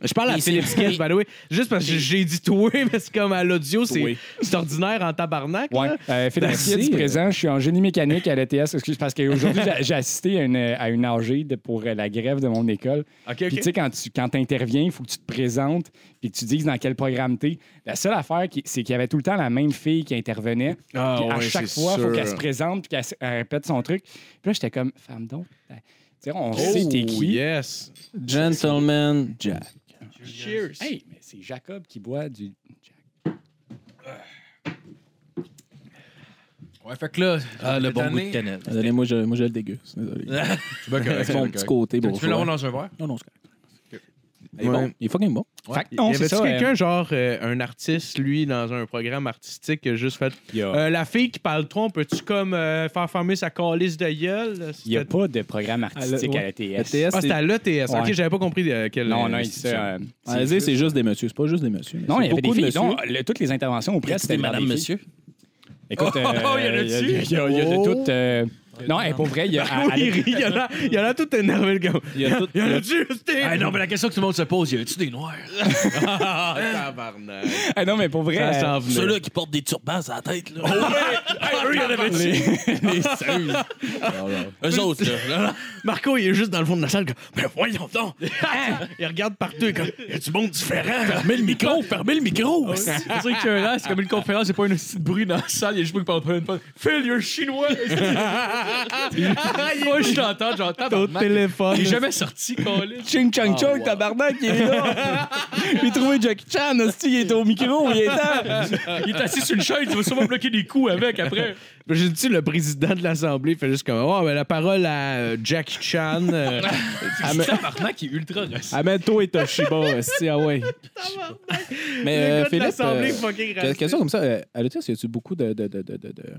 S4: Je parle à
S6: Et
S4: Philippe
S6: c'est-
S4: Sketch, by the way. Juste parce que j'ai dit toi, mais c'est comme à l'audio, c'est
S8: Toi.
S4: c'est ordinaire en tabarnak.
S8: Ouais.
S4: là.
S8: Euh, Philippe
S4: Merci.
S8: Skid, présent. Je suis en génie mécanique à l'ETS. Excuse, parce qu'aujourd'hui, j'ai- j'ai assisté à une, à une AG de- pour euh, la grève de mon école.
S4: Ok, ok.
S8: Puis, tu sais, quand tu quand interviens, il faut que tu te présentes puis que tu dises dans quel programme t'es. La seule affaire, qui- c'est qu'il y avait tout le temps la même fille qui intervenait.
S4: Ah
S8: Puis à
S4: ouais,
S8: chaque
S4: c'est
S8: fois, il faut
S4: sûr.
S8: qu'elle se présente puis qu'elle s- elle répète son truc. Puis là, j'étais comme, femme donc. ben, Tu sais, on
S4: Oh,
S8: sait t'es qui.
S4: yes.
S5: Gentleman Jack.
S4: Cheers.
S8: Hey, mais c'est Jacob qui boit du. Jack.
S3: Ouais, fait que là.
S6: Ah, le
S3: cette
S6: bon goût
S3: année-
S6: de cannelle.
S5: Désolé, moi je, moi, je le déguste. Désolé.
S3: C'est bien correct,
S5: C'est mon
S3: correct.
S5: petit côté
S3: Tu veux
S5: bourgeois.
S3: l'avoir dans un verre?
S5: Non, non, c'est correct. Il est bon.
S4: Ouais.
S5: Il est fucking bon.
S8: Fait que
S4: Non,
S8: non,
S4: y
S8: c'est
S4: avait-tu
S8: ça.
S4: quelqu'un, genre euh, un artiste, lui, dans un programme artistique, qui a juste fait
S8: Il n'y a,
S4: Euh, La fille qui parle trop, on peut-tu comme euh, faire fermer sa calice de gueule
S8: il y a
S4: C'était-
S8: pas de programme artistique
S5: ouais.
S8: à la TS.
S5: Le TS,
S4: Ah, c'était à l'ETS. Ok,
S8: Ouais.
S4: j'avais pas compris euh, quel.
S8: Non, non,
S4: euh,
S8: il se- euh,
S5: Allez-y, c'est juste des messieurs, c'est pas juste des messieurs.
S8: non, il
S5: C'est
S8: y avait des
S5: beaucoup de
S8: filles.
S5: messieurs.
S8: Donc, le- toutes les interventions auprès, c'était
S6: C'était
S8: par des
S6: madame,
S8: filles.
S6: monsieur.
S8: Écoute, euh, il
S3: oh, il y en a
S8: y a-
S3: dessus?
S8: il y a il y a de toutes. euh, Non, hey, pour vrai, il y a. à- à
S4: Oui, il rit, il y en a- il y en a tout énervé, le gars.
S5: Il y a tout-
S4: Il y en a juste
S3: Ah non, mais la question que tout le monde se pose, y avait-tu des noirs?
S6: Ah, tabarnak.
S8: Ah non, mais pour vrai. euh,
S6: Ceux-là qui portent des turbans à la tête, là.
S3: eux, y en avait
S8: les- les seuls.
S6: Eux autres, là.
S4: Marco, il est juste dans le fond de la salle. Comme, mais voyons donc. il regarde partout. Comme, il y a du monde différent.
S6: Fermez le micro, fermez le micro.
S3: C'est sûr qu'il y a un là, c'est comme une conférence, c'est pas un aussi de bruit dans la salle, il y a juste moi qui parle pas une fois. Phil, you're chinois! Moi, je t'entends, j'entends.
S4: Au
S3: tabarnak.
S4: téléphone.
S3: Il est jamais sorti, Colin. Ah,
S8: Ching Chang Chong, tabarnak, il est là. J'ai trouvé Jackie Chan, hostie, il est au micro, il est là.
S3: Il est assis sur une chaise, il va sûrement bloquer des coups avec après.
S4: J'ai dit, le président de l'Assemblée fait juste comme Oh, ben, la parole à euh, Jackie Chan. euh,
S3: C'est ça, Barnac, qui est ultra raciste.
S5: Amène-toi et Toshiba, si, ah ouais. Mais
S4: le
S5: euh,
S4: gars de
S5: Philippe,
S4: l'Assemblée,
S5: euh,
S4: fucking
S5: que-
S4: raciste.
S5: question comme ça, euh, à l'ETS, y a-tu beaucoup de. de, de, de, de, de-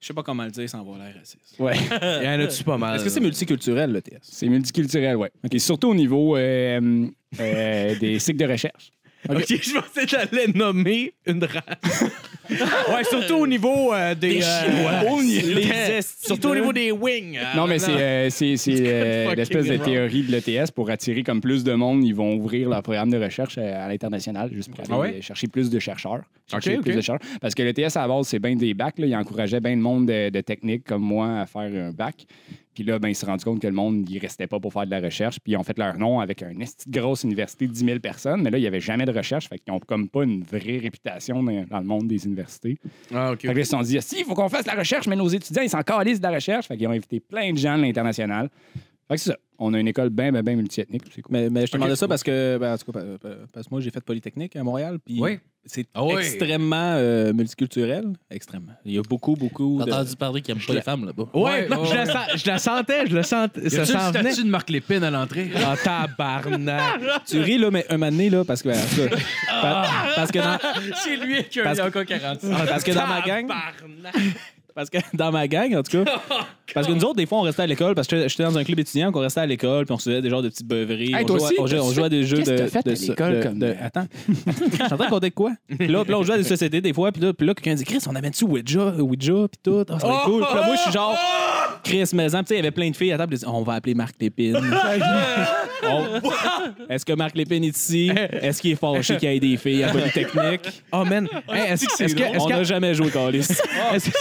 S5: Je sais pas comment le dire sans avoir l'air raciste.
S8: Ouais.
S4: Il y en a-tu pas mal?
S5: Est-ce que c'est multiculturel, l'ETS?
S8: C'est multiculturel, ouais. OK, surtout au niveau euh, euh, des cycles de recherche.
S4: Ok, je pensais que t'allais nommer une race. ouais, surtout au niveau euh, des.
S6: Des Chinois.
S4: au niveau-
S5: Les
S4: des-
S5: estis
S4: surtout au
S5: de-
S4: niveau des wings. euh,
S8: non, mais c'est euh, c'est- c'est, euh,
S4: fucking
S8: l'espèce de
S4: wrong.
S8: théorie de l'ETS pour attirer comme plus de monde. Ils vont ouvrir leur programme de recherche euh, à l'international juste pour aller
S4: Ah ouais?
S8: euh, chercher plus de chercheurs. Chercher
S4: Ok,
S8: plus
S4: ok.
S8: de chercheurs. Parce que l'ETS, à la base, c'est bien des bacs. Là. Ils encourageaient bien de monde de, de techniques comme moi à faire un bac. Puis là, ben, ils se sont rendus compte que le monde, il restait pas pour faire de la recherche. Puis ils ont fait leur nom avec une esti de grosse université de 10 000 personnes. Mais là, il n'y avait jamais de recherche. Fait qu'ils n'ont comme pas une vraie réputation dans- dans le monde des universités.
S4: Ah, ok.
S8: Fait que là, ils se sont dit, si, il faut qu'on fasse la recherche, mais nos étudiants, ils s'en calissent de la recherche. Fait qu'ils ont invité plein de gens de l'international. Fait que c'est ça. On a une école bien, bien, bien multiethnique. puis C'est cool.
S5: Mais, mais je te
S8: Ok,
S5: demandais
S8: c'est
S5: ça parce que, ben, en tout cas, pa- pa- parce que moi, j'ai fait Polytechnique à Montréal, puis
S3: Oui.
S5: c'est
S3: Ah oui.
S5: extrêmement euh, multiculturel. Extrêmement. Il y a beaucoup, beaucoup
S6: T'as
S5: de...
S6: entendu parler qu'ils aiment pas les femmes là-bas.
S4: Ouais,
S3: Ouais, ouais,
S4: je, la sens- je la sentais, je la sentais.
S3: Y a
S4: Ça
S3: une
S4: s'en venait.
S3: statue de Marc Lépine à l'entrée?
S4: Ah, tabarnak.
S5: Tu ris, là, mais un moment donné, là, parce que... ben, en tout cas, pa- parce que dans,
S3: C'est lui qui a
S5: Parce-
S3: encore 40.
S5: Ah, parce que dans ma gang. Parce que dans ma gang, en tout cas. parce que nous autres, des fois, on restait à l'école parce que j'étais- j'étais dans un club étudiant, qu'on restait à l'école, puis on se faisait des genres de petites beuveries.
S8: Hey,
S5: on,
S8: toi
S5: jouait,
S8: aussi,
S5: on, jouait,
S8: qu'est-ce
S5: on
S8: que
S5: jouait à des jeux
S8: qu'est-ce que
S5: de.
S8: t'as fait
S5: de
S8: à
S5: so-
S8: l'école
S5: de-
S8: comme-
S5: de- Attends. J'entends qu'on dit quoi? Puis là, puis là, on jouait à des sociétés des fois, puis là, puis là quelqu'un dit Chris, on amène-tu Ouija, Ouija, puis tout. Ah, ça va être cool. Puis là, moi, je suis genre. Chris Maison, puis tu sais, il y avait plein de filles à table, ils disaient, on va appeler Marc Lépine. On- Est-ce que Marc Lépine est ici? Est-ce qu'il est fâché qu'il y ait des filles à Polytechnique?
S4: Oh, man. Hey, est-ce est-ce que. Est-ce
S5: on
S4: que-
S5: n'a jamais joué, Carlis.
S3: Ça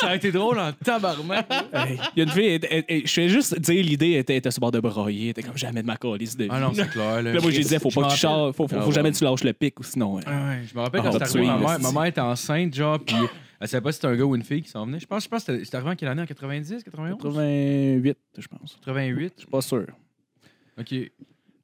S3: a été drôle en tabarnak.
S5: Hey, Il y a une fille, elle- elle- elle- je fais juste dire l'idée, elle était, elle était sur le bord de broyer, elle était comme jamais de ma calice de vie.
S3: Ah non, c'est clair. Là,
S5: Puis là, moi, j'ai dit, faut
S3: Je
S5: pas
S3: m'en
S5: que tu
S3: rappelle.
S5: charges, faut, faut,
S3: Ah
S5: faut
S3: ouais.
S5: jamais que tu lâches le pic, ou sinon. euh,
S3: Ah ouais, je me rappelle
S5: Ah,
S3: quand c'est
S5: Top
S3: arrivé, ma
S5: Swing,
S3: mère,
S5: là,
S3: ma mère était enceinte, genre, puis elle savait pas si c'était un gars ou une fille qui s'en venait. Je pense, je pense que c'était- c'était arrivé en quelle année En 90, 91
S5: 88, je pense.
S3: 88
S5: Pas sûr.
S3: Ok.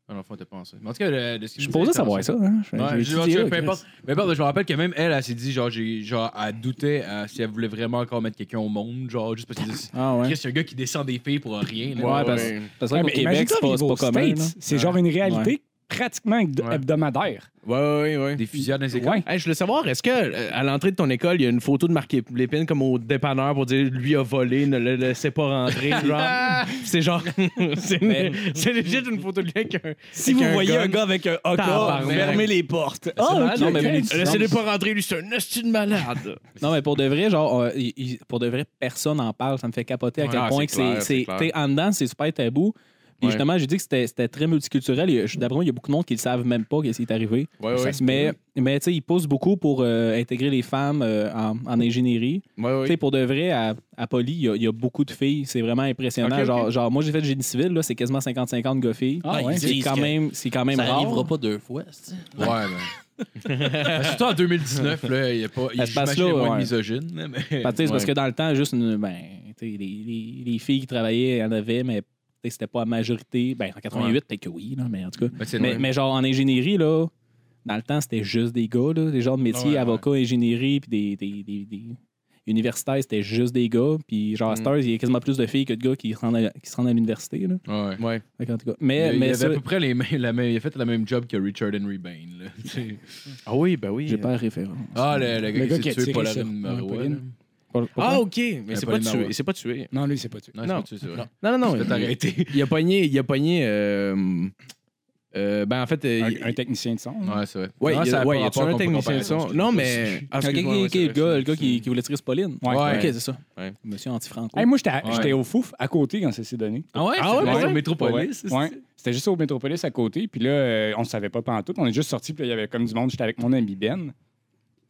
S3: Ah, dans le fond, t'as pas enceinte. Mais En tout cas, le- de ce
S5: Je suis posé savoir ça. Hein? Je-
S3: Ouais,
S5: j'ai
S3: je,
S5: étudié,
S3: peu
S5: là,
S3: importe. Mais bon, je me rappelle que même elle, elle s'est dit, genre, j'ai, genre, elle doutait euh, si elle voulait vraiment encore mettre quelqu'un au monde, genre, juste parce que c'est
S5: Chris. Ah ouais.
S3: un gars qui descend des filles pour rien. là.
S5: Ouais, parce
S4: ouais.
S5: parce que
S8: Ouais,
S5: au
S8: mais
S5: Québec,
S8: imagine-toi
S5: c'est pas, c'est
S8: vivre
S5: pas
S8: aux
S5: commun.
S8: States. C'est genre une réalité pratiquement hebdo-
S3: Ouais.
S8: hebdomadaire.
S4: Ouais, ouais, ouais.
S3: Des fusillades dans les écoles.
S8: Ouais.
S4: Hey, je voulais savoir, est-ce que euh, à l'entrée de ton école, il y a une photo de Marc Lépine comme au dépanneur pour dire lui a volé, ne le laissez pas rentrer. genre. c'est genre. c'est
S5: Mais-
S4: c'est legit une photo de lui avec un.
S5: Si
S4: vous voyez un gars
S5: avec un
S4: Tabarnak. fermez
S5: les portes.
S4: Ah, ok,
S5: non, mais
S4: ok.
S5: les-
S4: Laissez-le pas rentrer, lui, c'est un hostie de malade.
S5: Non, mais pour de vrai, genre, euh, il- il- pour de vrai, personne n'en parle. Ça me fait capoter à
S4: Ouais,
S5: quel
S4: ah,
S5: point
S4: c'est
S5: que
S4: clair,
S5: c'est.
S4: c'est
S5: c'est-
S4: clair.
S5: t'sais, En dedans, c'est super tabou. Puis
S4: Ouais.
S5: justement, j'ai dit que c'était c'était très multiculturel. Il y a- je- D'après moi, il y a beaucoup de monde qui ne savent même pas qu'est-ce qui est arrivé.
S4: Ouais, ouais.
S5: mais mais tu sais, ils poussent beaucoup pour euh, intégrer les femmes euh, en, en ingénierie.
S4: Ouais,
S5: Tu sais, pour de vrai, à, à Poly, il y a- il y, a beaucoup de filles. C'est vraiment impressionnant.
S4: Ok, ok.
S5: Genre, genre, moi, j'ai fait génie civil, là, c'est quasiment 50-50 gars-filles.
S8: Ah,
S6: Ben,
S8: ouais.
S6: ils
S5: C'est
S6: disent
S5: quand
S6: que
S5: même, c'est quand même
S6: Ça
S5: rare.
S6: arrivera pas deux fois, c'est
S3: Ouais, mais. Ben, surtout en 2019, là, il y a pas. Il y a
S5: Ça se passe
S3: j'imagine,
S5: là,
S3: moins de
S5: ouais.
S3: misogynes. là, Mais...
S5: Parce que,
S4: Ouais.
S5: parce que dans le temps, juste une- ben, tu sais, les, les- les filles qui travaillaient, il y en avait, mais tu sais, c'était pas la majorité. Ben, en 88,
S3: Ouais.
S5: peut-être que oui, là, mais en tout cas.
S3: Ben, c'est
S5: Mais,
S3: normal.
S5: mais genre en ingénierie, là, dans le temps, c'était juste des gars, là, des genres de métiers,
S3: Ouais,
S5: avocats, ingénierie, puis des, des, des- des- universitaire, c'était juste des gars. Puis genre, à cette heure, il y a quasiment plus de filles que de gars qui se rendent à, qui se rendent à l'université. là.
S3: Ouais.
S4: Ouais.
S5: Fait qu'en tout cas, Mais,
S3: il
S5: mais
S3: avait
S5: ça,
S3: à peu près les mêmes, la même, il a fait la même job que Richard Henry Bain. là. C'est-
S4: Ah oui, ben oui.
S5: j'ai pas la référence.
S3: ah, le, le gars
S8: Le
S3: qui s'est tué
S8: tiré
S3: Paul
S8: sur-
S3: Aaron Marois,
S8: Ouais,
S3: là.
S8: Pauline.
S5: Pas-
S4: Ah,
S5: pas-
S4: ok, mais
S3: Euh,
S4: c'est
S3: pas
S4: pas,
S3: les
S4: tué.
S3: Marois.
S4: C'est pas tué.
S8: Non, lui, c'est pas tué.
S3: Non,
S4: Non.
S3: c'est pas tué, c'est vrai.
S6: Non.
S4: Non, non,
S3: Il s'est fait
S4: non. Il,
S3: arrêter.
S4: il a pogné. Il a pogné. euh, euh, ben, en fait. euh, il-
S8: Un, un technicien de son.
S3: Ouais, c'est vrai.
S4: Ouais,
S3: Non,
S4: il y
S3: ça
S4: a,
S3: pas
S4: ouais, il y a
S3: rapport
S4: tué un
S3: qu'on peut
S4: technicien de
S3: comparer.
S4: son. Non, mais. Ah,
S5: Ok, ok,
S4: excuse-moi, ouais,
S5: ok,
S4: c'est
S5: le gars,
S4: vrai,
S5: le gars
S4: c'est-
S5: qui, qui voulait tirer sur Pauline.
S8: Ouais.
S5: Ok,
S3: Ouais.
S5: c'est ça.
S4: Ouais.
S5: Monsieur anti-franco.
S8: Hey, moi, j'étais à-
S3: Ouais.
S8: j'étais au fouf à côté quand ça s'est donné.
S3: Ah ouais?
S4: Ah ouais,
S3: c'est
S4: ouais,
S3: au
S4: ouais.
S3: Métropolis. c'est-
S8: Ouais. Ouais. C'était juste au Métropolis à côté. Puis là, euh, on ne savait pas pantoute. On est juste sorti. Puis là, il y avait comme du monde. J'étais avec mon ami Ben,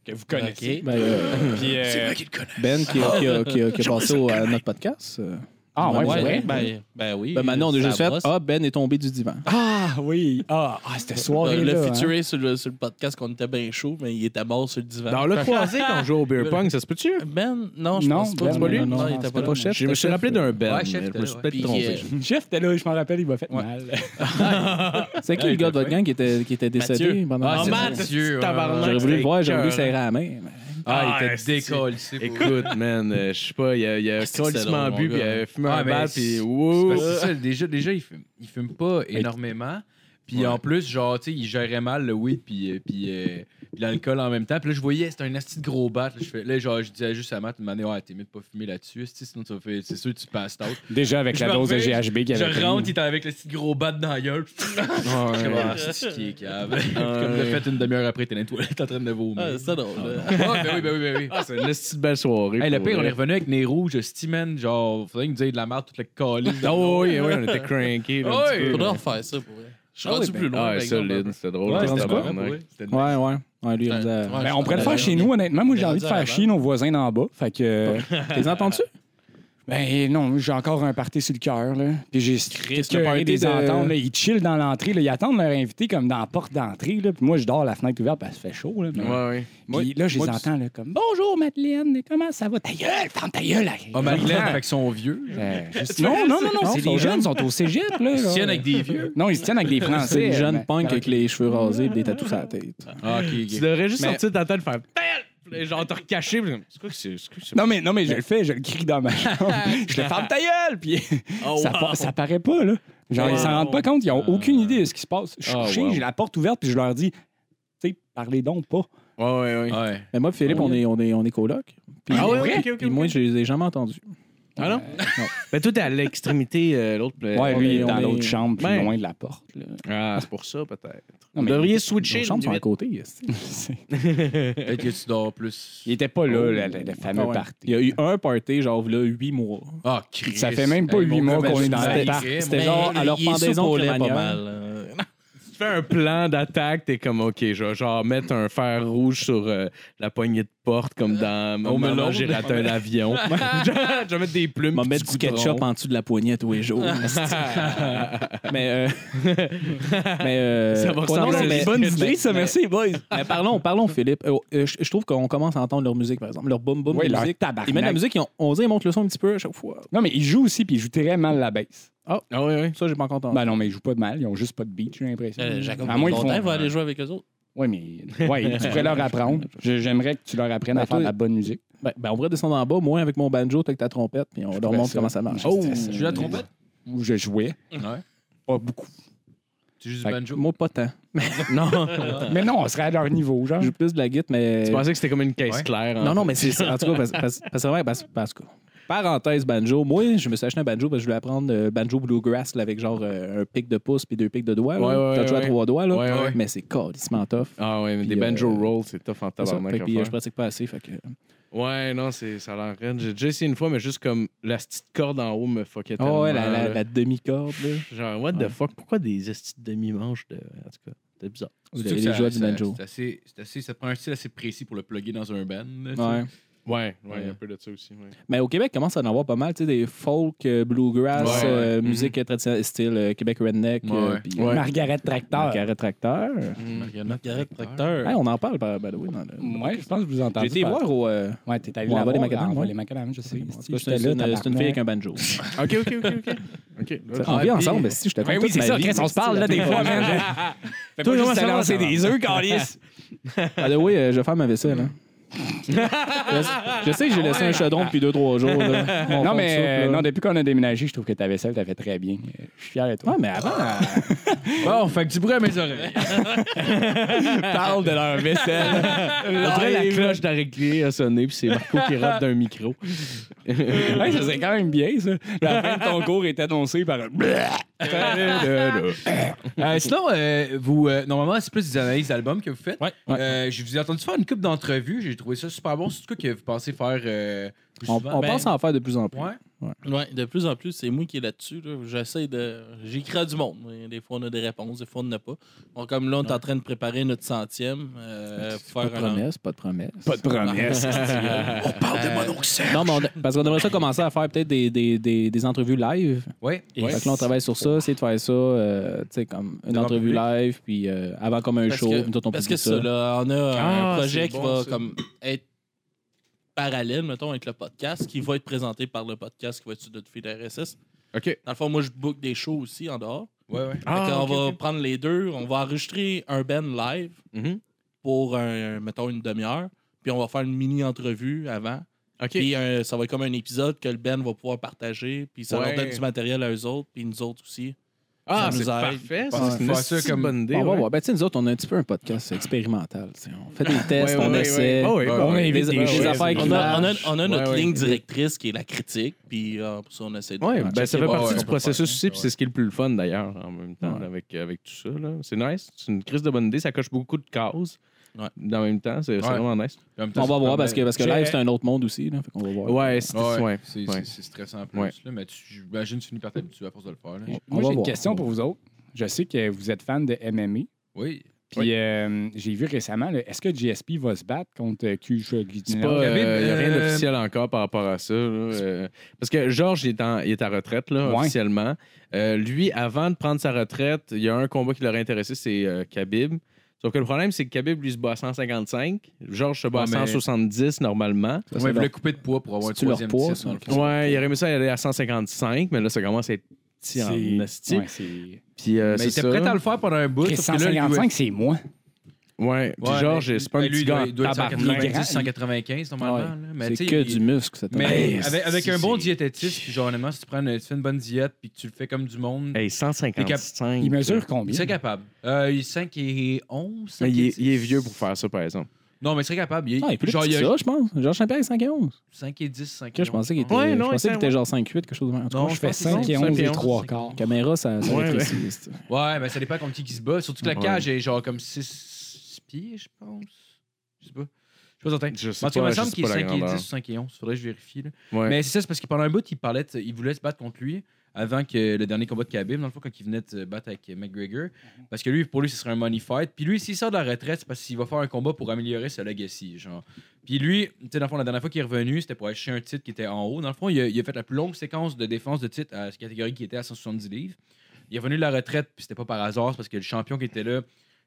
S8: que vous connaissez.
S5: Ben, euh,
S8: Puis, euh,
S5: ben qui a, qui a- qui a- qui a passé au- à notre podcast. euh.
S8: Ah, ouais,
S5: Ouais,
S8: c'est vrai.
S6: Ben, ben oui.
S5: Ben, maintenant, on a
S6: ça
S5: juste fait
S6: brosse.
S5: Ah, Ben est tombé du divan.
S8: Ah, oui. Ah, ah, c'était soirée.
S6: Euh, le
S8: là, hein.
S6: featuring sur, le, sur le podcast qu'on était bien chaud, mais il était mort sur le divan.
S4: Dans le croisé, quand on joue au beer pong, ça se peut-tu?
S6: Ben, non, je
S8: Non,
S6: pense pas.
S8: Ben,
S6: C'est
S8: non,
S6: Non,
S8: non,
S6: il
S8: non,
S6: était
S8: c'était
S6: pas là.
S5: pas chef.
S4: Je me suis rappelé d'un Ben.
S3: Ouais, chef,
S4: mais Je me suis
S3: ouais.
S4: peut-être
S6: Puis,
S4: trompé.
S6: euh,
S8: Jeff était là, je m'en rappelle, il m'a fait mal.
S5: C'est qui
S3: Ouais,
S5: le gars
S3: il
S5: de votre
S3: était
S5: gang qui était, qui était décédé
S6: Mathieu.
S5: pendant
S3: Ah,
S5: la-
S6: c'est
S3: c'est
S6: Matt,
S3: Mathieu.
S4: tabarnak.
S5: J'aurais voulu le voir, j'aurais voulu
S4: Cœur,
S5: serrer la main.
S3: Ah, il était
S4: c'est-
S3: décollé.
S4: Écoute, man, euh, je sais pas, il y a, il y a
S6: Ah, c'est que c'est
S4: complètement
S6: drôle,
S4: bu,
S6: mon
S4: puis il
S6: gars.
S4: a fumé
S3: Ah,
S4: un
S3: mais
S4: bat,
S3: c'est-
S4: puis
S3: C'est
S4: wow!
S3: parce que c'est ça, déjà, déjà il, fume, il fume pas énormément. Puis
S4: Ouais.
S3: en plus, genre, tu sais, il gérait mal le weed puis, euh, puis, euh, puis l'alcool en même temps. Puis là, je voyais, c'était un asti de gros bat. Là, je fais- là, genre, je disais juste à Matt, il m'a dit, ouais, t'es mieux de pas fumer là-dessus, esti, sinon tu vas faire- c'est sûr que tu passes out.
S8: Déjà avec
S3: Je
S8: la
S3: me
S8: dose de
S3: rappelle,
S8: GHB qu'il y
S3: Je
S8: avait.
S3: rentre, il
S8: pris.
S3: était avec le petit gros bat dans la gueule. Je suis comme, ah, c'est qui est cave. Comme le fait une demi-heure après, t'es dans les toilettes en train de vomir.
S6: Ah, c'est drôle.
S3: Ah, ben oui, ben oui, ben oui.
S4: Ah, C'est une petite belle soirée.
S3: Hey, le
S4: pour
S3: pire, on
S4: vrai.
S3: est revenu avec Nez Rouges, Steamen, genre, faudrait nous dire de la merde, toute la calice.
S4: Ah oui, oui, on était cranky. là, un
S3: Ouais.
S4: petit peu.
S6: Faudrait refaire ça pour vrai. Je suis
S5: Ah oui,
S6: rendu
S5: ben,
S6: plus loin.
S4: Ah,
S6: par exemple, un
S4: solide, c'était drôle.
S5: Ouais,
S4: c'était
S5: c'était
S4: tabarnak.
S5: Ouais, ouais. Ouais, lui, il
S6: Ouais,
S5: disait.
S6: ouais.
S8: Ben, on pourrait le
S6: Ouais.
S8: faire chez nous, honnêtement. Moi, j'ai
S6: Ouais.
S8: envie de faire
S6: Ouais.
S8: chier nos voisins d'en bas. Fait que.
S5: Les entends-tu?
S8: Ben non, j'ai encore un party sur le cœur, là. Puis j'ai
S5: Christ, le party
S8: scrapé des
S5: de-
S8: entendre, là. Ils chillent dans l'entrée, là. Ils attendent leur invité comme dans la porte d'entrée, là. Puis moi, je dors la fenêtre ouverte parce que ça fait chaud, là. Mais-
S4: Ouais, ouais.
S8: Puis là, je les
S4: moi, tu-
S8: entends, là, comme Bonjour, Madeleine, comment ça va? Ta gueule, ferme ta gueule, là.
S3: Ah, Madeleine, avec son vieux.
S8: Euh, juste- Non, non, non, non, c'est
S5: ils sont
S8: des jeunes,
S5: jeunes.
S8: ils sont au cégep, là.
S3: Ils
S8: là.
S3: se tiennent avec des vieux.
S8: Non, ils se tiennent avec des Français.
S5: C'est le jeune
S8: Ben,
S5: punk avec les cheveux rasés et des tatous sur la tête.
S3: Ah, ok,
S4: Tu
S3: ok.
S4: devrais juste
S8: Mais-
S4: sortir de ta tête et faire Pelle! Puis là, Genre, te recacher. puis comme, C'est quoi que c'est? c'est quoi que c'est-
S8: Non, mais, non, mais je le fais, je le crie dans ma chambre. je le ferme ta gueule, puis ça, pa- ça paraît pas, là. Genre, ils s'en rendent pas compte, ils ont aucune idée de ce qui se passe. Je suis
S4: Ah,
S8: couché,
S4: wow.
S8: j'ai la porte ouverte, puis je leur dis, tu sais, parlez donc pas.
S4: Ouais, ouais, ouais.
S3: Ouais.
S5: Mais moi, et Philippe, on est, on est, on est coloc. Puis,
S4: Ah ouais, ouais,
S5: puis
S4: ok, ok,
S5: moi,
S4: ok.
S5: je les ai jamais entendus.
S4: Ah non?
S5: non.
S4: Ben, toi, t'es à l'extrémité, euh, l'autre. euh,
S8: Ouais, lui, il est
S5: on
S8: dans
S5: est-
S8: l'autre chambre, plus
S4: Ben.
S8: loin de la porte. là.
S4: Ah, c'est pour ça, peut-être. Vous
S8: Non, mais-
S4: devriez
S5: Nos
S4: switcher.
S5: chambres sont
S4: une
S5: à côté. est-ce que-
S8: C'est-
S3: Peut-être que tu dors plus.
S8: il était pas là, le, le- le fameux
S5: Ah ouais. Il
S8: party.
S5: y a eu un party, genre, là, huit mois.
S3: Ah, Christ.
S8: Ça fait même pas huit mois qu'on est dans
S5: c'était-
S8: la parc.
S5: C'était genre à leur pendaison
S6: pour les pas
S5: crémanière.
S6: mal. euh.
S4: minute. Tu fais un plan d'attaque, t'es comme, OK, je vais genre mettre un fer rouge sur euh, la poignée de porte, comme
S3: Euh,
S4: dans Maman,
S3: melon.
S4: j'ai raté un avion. je vais mettre des plumes.
S5: M'en
S4: puis
S5: mettre du
S4: goudron.
S5: ketchup en dessous de la poignée tous les jours. mais euh, mais euh,
S4: Ça va
S5: ouais,
S4: ressembler
S5: non,
S4: à
S5: non,
S4: une
S5: mais-
S4: bonne
S5: mais- mais-
S8: boys.
S5: mais parlons, parlons, Philippe. Euh, euh, je je trouve qu'on commence à entendre leur musique, par exemple. Leur boom boom
S8: Oui,
S5: de
S8: leur
S5: musique.
S8: tabarnak.
S5: Ils mettent la musique, ils ont- on dit ils montent le son un petit peu à chaque fois.
S8: Non, mais ils jouent aussi, puis ils jouent très mal la baisse.
S4: Ah, ouais, ouais.
S5: Ça, j'ai pas encore entendu.
S8: Ben non, mais ils jouent pas de mal, ils ont juste pas de beat, j'ai l'impression.
S6: Euh, Jacob
S8: à moins qu'ils
S6: Fontaine
S8: font...
S6: va aller jouer avec eux autres.
S8: Ouais, mais ouais, tu pourrais leur apprendre. Je- J'aimerais que tu leur apprennes à
S5: Ben,
S8: faire
S5: toi-
S8: de la bonne musique.
S5: Ben, ben, on pourrait descendre en bas, moi avec mon banjo, toi avec ta trompette, puis on leur
S8: pourrais
S5: montre
S8: ça.
S5: comment ça marche.
S8: Oh!
S3: Tu joues la trompette?
S8: où je jouais.
S3: Ouais.
S8: Pas beaucoup.
S3: Tu joues du
S8: Fait que
S3: banjo?
S5: Moi, pas tant.
S8: Mais non, on serait à leur niveau, genre.
S5: Je joue plus de la guitare, mais.
S4: Tu pensais que c'était comme une caisse
S3: Ouais.
S4: claire.
S5: Non, non, mais c'est. c'est- En tout cas, parce, parce, parce, que ouais, parce, parce que- Parenthèse banjo. Moi, je me suis acheté un banjo parce que je voulais apprendre euh, banjo bluegrass là, avec genre euh, un pic de pouce puis deux pics de doigts.
S4: Ouais,
S5: là.
S4: ouais,
S5: T'as joué à
S4: ouais.
S5: trois doigts, là.
S4: Ouais, ouais.
S5: Mais c'est calissement tough.
S4: Ah ouais, mais
S5: Puis,
S4: des banjo
S5: euh,
S4: rolls, c'est tough en
S5: C'est ça.
S4: tabarnak.
S5: Fait que,
S4: à
S5: puis, euh,
S4: faire.
S5: je pratique pas assez. Fait que...
S4: Ouais, non, c'est, ça a l'air raide. J'ai déjà essayé une fois, mais juste comme la petite corde en haut me fuckait tellement. euh,
S5: Oh, ouais, la, la,
S4: là.
S5: la demi-corde. là.
S4: Genre, what the fuck? Pourquoi des estis de demi-manches de. En tout cas, c'était bizarre.
S5: Vous
S3: Surtout
S5: avez
S3: que
S5: les
S3: ça-
S5: joies du
S3: ça-
S5: banjo.
S3: c'est assez- c'est assez- Ça prend un style assez précis pour le plugger dans un band. là, tu sais.
S5: Ouais.
S4: Ouais, ouais,
S3: ouais,
S4: il y a
S3: un
S4: un peu de ça aussi.
S5: Mais au Québec, commence à en avoir pas mal. Tu sais, des folk, euh, bluegrass,
S3: Ouais, ouais.
S5: euh, musique traditionnelle, style euh, Québec redneck.
S3: Ouais,
S5: euh,
S3: ouais.
S5: puis
S4: Ouais.
S8: Margaret Tracteur.
S5: Carré tracteur.
S3: Margaret
S6: Garrett
S3: Tracteur.
S6: Tracteur.
S5: Hey, on en parle, by by the way. dans le-
S8: Ouais, je pense que vous entendez.
S5: J'ai été voir au. euh,
S8: Ouais, t'es allé
S5: Ouais,
S8: là.
S5: on va les macadames,
S8: macadam.
S5: ouais.
S8: les macadam, je sais.
S5: en tout cas, C'est une, c'est une fille avec un banjo.
S4: Ok, ok, ok, ok. Ok.
S5: On vit ensemble, mais si je te
S8: Ouais,
S5: raconte
S8: Ah, Ben Eh oui,
S5: toute
S8: c'est
S5: ma
S8: ça,
S5: vie,
S8: Chris, on se parle, là, des fois, man. Fais pas
S4: Toi,
S8: juste
S4: comment ça
S8: te
S4: va,
S8: lancer
S4: ça va?
S8: des œufs, Carlis.
S5: By the way, euh, je vais faire ma vaisselle. hein. Je sais que j'ai laissé un chaudron depuis deux, trois jours. là. Mon fond
S8: Non,
S5: de soupe,
S8: mais
S5: là.
S8: non, depuis qu'on a déménagé, je trouve que ta vaisselle, t'as fait très bien. Euh, Je suis fier de toi.
S5: Ouais, mais avant,
S3: Ah! Bon, fait que du bruit à mes oreilles.
S4: parle de leur vaisselle. Après, la cloche d'Ariclier a sonné, puis c'est Marco qui rate d'un micro.
S8: Ouais, ça serait quand même bien, ça. La fin de ton cours est annoncée par un.
S3: Euh, sinon, euh, vous, euh, normalement, c'est plus des analyses d'albums que vous faites.
S6: Ouais.
S3: Euh, je vous ai entendu faire une coupe d'entrevues. J'ai trouvé ça super bon. C'est tout cas que vous pensez faire euh, plus
S5: on,
S3: souvent.
S5: on
S6: Ben-
S5: pense en faire de plus en plus.
S3: Ouais.
S6: Ouais, de plus en plus, c'est moi qui est là-dessus. là. J'essaie de. J'écris à du monde. mais Des fois, on a des réponses, des fois, on n'en a pas. Bon, comme là, on est en train de préparer notre centième. euh, pour
S5: Pas de
S6: faire un-
S5: promesse, pas de promesse.
S8: Pas de promesse.
S6: on parle de mon oncle Serge.
S5: Non, mais on- parce qu'on devrait ça commencer à faire peut-être des, des, des, des entrevues live.
S3: Ouais.
S5: Fait que là, on travaille sur ça, c'est de faire ça, euh, tu sais, comme une
S3: Devant
S5: entrevue
S3: public.
S5: live, puis euh, avant comme un
S6: Parce
S5: show,
S6: que,
S5: nous autres, on
S6: parce
S5: publie
S6: que ça, là, on a
S3: Ah,
S6: un
S3: c'est
S6: projet qui
S3: bon,
S6: va
S3: ça.
S6: comme être parallèle, mettons, avec le podcast, qui va être présenté par le podcast qui va être sur notre fil RSS.
S4: OK.
S6: Dans le fond, moi, je book des shows aussi en dehors.
S3: Ouais, ouais.
S5: Ah,
S4: Ah,
S6: Fait qu'on va prendre les deux, on va enregistrer un band live
S4: Mhm.
S6: pour, un, mettons, une demi-heure, puis on va faire une mini-entrevue avant.
S4: OK.
S6: Puis euh, ça va être comme un épisode que le band va pouvoir partager, puis ça
S4: Ouais.
S6: leur donne du matériel à eux autres, puis nous autres aussi.
S4: Ah,
S6: ça
S4: c'est
S6: nous aide.
S4: parfait.
S3: Ouais.
S4: C'est une
S3: Faire ça
S4: hostie de
S3: comme-
S4: bonne idée.
S5: On va
S4: ouais.
S5: voir. Ben, tu sais, nous autres, on a un petit peu un podcast expérimental. tu sais. On fait des tests,
S4: Ouais,
S5: on
S4: ouais,
S5: essaie.
S4: ouais. Ah ouais,
S5: on
S4: ouais,
S5: invite
S4: ouais,
S5: des,
S4: ouais,
S5: des
S4: ouais,
S5: affaires
S4: ouais.
S5: qui
S6: On a, on a-
S5: marchent.
S6: on a notre
S4: Ouais, ouais.
S6: ligne directrice qui est la critique, puis euh, pour ça, on essaie de.
S4: Ouais,
S6: de
S4: ben ça
S6: checker
S4: fait
S6: bon,
S4: partie
S6: ouais,
S4: du
S6: on peut faire.
S4: processus aussi, puis c'est ce qui est le plus le fun d'ailleurs en même temps
S5: Ouais.
S4: avec, avec tout ça. là. C'est nice, c'est une crise de bonne idée, ça coche beaucoup de cases.
S6: Ouais.
S4: En même temps, c'est c'est
S3: Ouais.
S4: vraiment nice.
S3: En même temps,
S5: On va
S3: c'est
S5: voir
S3: pas
S5: parce que,
S3: mal.
S5: parce que live, c'est un autre monde aussi. Là, fait qu'on va voir.
S4: Ouais, c'est
S3: Ouais,
S4: ouais.
S3: c'est
S4: ouais.
S3: c'est- c'est stressant en plus.
S4: Ouais.
S3: Là, mais tu- j'imagine que tu finis par t'habituer à force de le faire. là.
S5: On
S8: Moi,
S5: va
S8: j'ai une
S5: voir.
S8: question pour vous autres. Je sais que vous êtes fan de MMA.
S3: Oui.
S8: Puis euh, j'ai vu récemment, là, est-ce que GSP va se battre contre euh, Q
S4: C'est pas,
S8: Joglinov?
S4: euh,
S3: Khabib,
S4: y a rien
S3: euh,
S4: d'officiel encore par rapport à ça. là, euh, parce que Georges il est, en- il est à retraite là,
S8: Ouais.
S4: officiellement. Euh, lui, avant de prendre sa retraite, il y a un combat qui l'aurait intéressé, c'est euh, Khabib. Sauf que le problème, c'est que Khabib, lui, se bat à 155. Georges se bat à
S3: Ouais, mais-
S4: 170 normalement.
S5: Ça,
S3: Ouais,
S5: c'est
S3: il voulait couper de poids pour avoir un
S5: C'est-tu leur
S3: troisième
S5: poids,
S3: titre.
S5: ça,
S3: dans le
S5: ok.
S3: fond.
S4: Ouais, il aurait aimé ça aller à 155, mais là, ça commence à être petit en esti.
S8: Ouais, c'est-
S4: Puis, euh,
S3: Mais il
S4: c'est
S3: était
S4: ça.
S3: prêt à le faire pendant un bout.
S8: Chris,
S3: sauf que là, lui,
S8: 155, c'est moi.
S4: Ouais, puis
S3: Ouais,
S4: Georges,
S3: mais-
S4: c'est pas un
S3: mais lui,
S4: petit
S3: il doit-
S4: gars. en
S3: Il doit être
S4: tabarnak.
S3: 190, 195 normalement.
S5: Ouais.
S3: là. Mais tu
S5: C'est
S3: sais,
S5: que
S3: il-
S5: du muscle, cette
S3: Mais
S5: année.
S3: avec, avec un
S4: si,
S3: bon
S4: c'est-
S3: diététiste, puis genre, honnêtement, si tu prends une, tu fais une bonne diète puis que tu le fais comme du monde,
S4: Hey, 155.
S8: Il mesure combien?
S3: il serait capable. Euh, il est 5 et 11.
S4: Mais il, est,
S3: 5 et
S4: il est vieux
S3: 10.
S4: pour faire ça, par exemple.
S3: Non, mais il serait capable. Il est,
S5: Ah, il est plus
S3: genre,
S5: petit
S3: il
S5: que
S3: a
S5: ça, je pense. Georges Saint-Pierre, 511.
S3: 5 et 10, 5 et 11.
S5: Je pensais qu'il était,
S4: Ouais, non,
S5: je pensais
S4: il
S5: qu'il était genre 5'8, quelque chose de même. En tout
S3: Non,
S5: cas,
S3: je
S5: je fais
S3: pense que
S5: ça.
S8: 5 et
S4: cinq,
S8: 11 et
S4: cinq,
S8: 3
S3: cinq.
S8: quarts.
S5: Caméra, ça, ça
S4: Ouais,
S5: va
S4: ouais.
S5: être précis.
S3: Ouais, mais ça dépend contre qui qui se bat. Surtout que la
S4: Ouais.
S3: cage est genre comme 6 pieds, je pense. Je sais pas. Je sais pas certain.
S4: Je sais
S3: En tout cas, il
S4: pas,
S3: me
S4: je
S3: semble
S4: sais
S3: qu'il est
S4: pas la
S3: 5 et 10
S4: grandeur.
S3: ou 5 et 11. Faudrait que je vérifie. Là.
S4: Ouais.
S3: Mais c'est ça, c'est parce que pendant un bout, il parlait, de- il voulait se battre contre lui avant que le dernier combat de Khabib, dans le fond, quand il venait de se battre avec McGregor. Parce que lui, pour lui, ce serait un money fight. Puis lui, s'il sort de la retraite, c'est parce qu'il va faire un combat pour améliorer sa legacy. Genre. Puis lui, tu sais, dans le fond, la dernière fois qu'il est revenu, c'était pour acheter un titre qui était en haut. Dans le fond, il a, il a fait la plus longue séquence de défense de titre à cette catégorie qui était à 170 livres. Il est revenu de la retraite, puis c'était pas par hasard, c'est parce que le champion qui était là,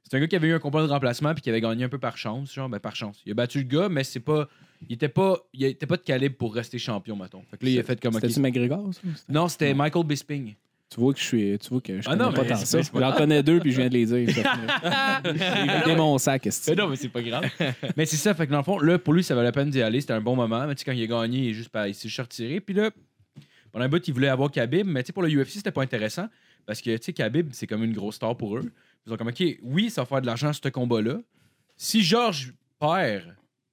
S3: c'est un gars qui avait eu un combat de remplacement, puis qui avait gagné un peu par chance. Genre, ben, par chance. Il a battu le gars, mais c'est pas. Il était pas, il était pas de calibre pour rester champion, mettons. Fait que là, il a fait comme.
S5: C'était-tu
S3: ok.
S5: McGregor, ça? C'était-
S3: Non, c'était Michael Bisping.
S5: Tu vois que je suis. Tu vois que je
S3: Ah
S5: connais
S3: non,
S5: pas
S3: mais
S5: tant
S3: c'est-
S5: ça.
S3: c'est pas
S5: J'en connais deux puis je viens de les dire. Ça fait- J'ai vidé mon sac, est
S3: non, mais c'est pas grave. mais c'est ça, fait que dans le fond, là, pour lui, ça valait la peine d'y aller. C'était un bon moment. Mais tu sais, quand il a gagné, il, est juste pas, il s'est juste retiré. Puis là, pendant un bout, il voulait avoir Khabib. Mais tu sais, pour le UFC, c'était pas intéressant. Parce que, tu sais, Khabib, c'est comme une grosse star pour eux. Ils ont comme, OK, oui, ça va faire de l'argent, ce combat-là. Si Georges perd,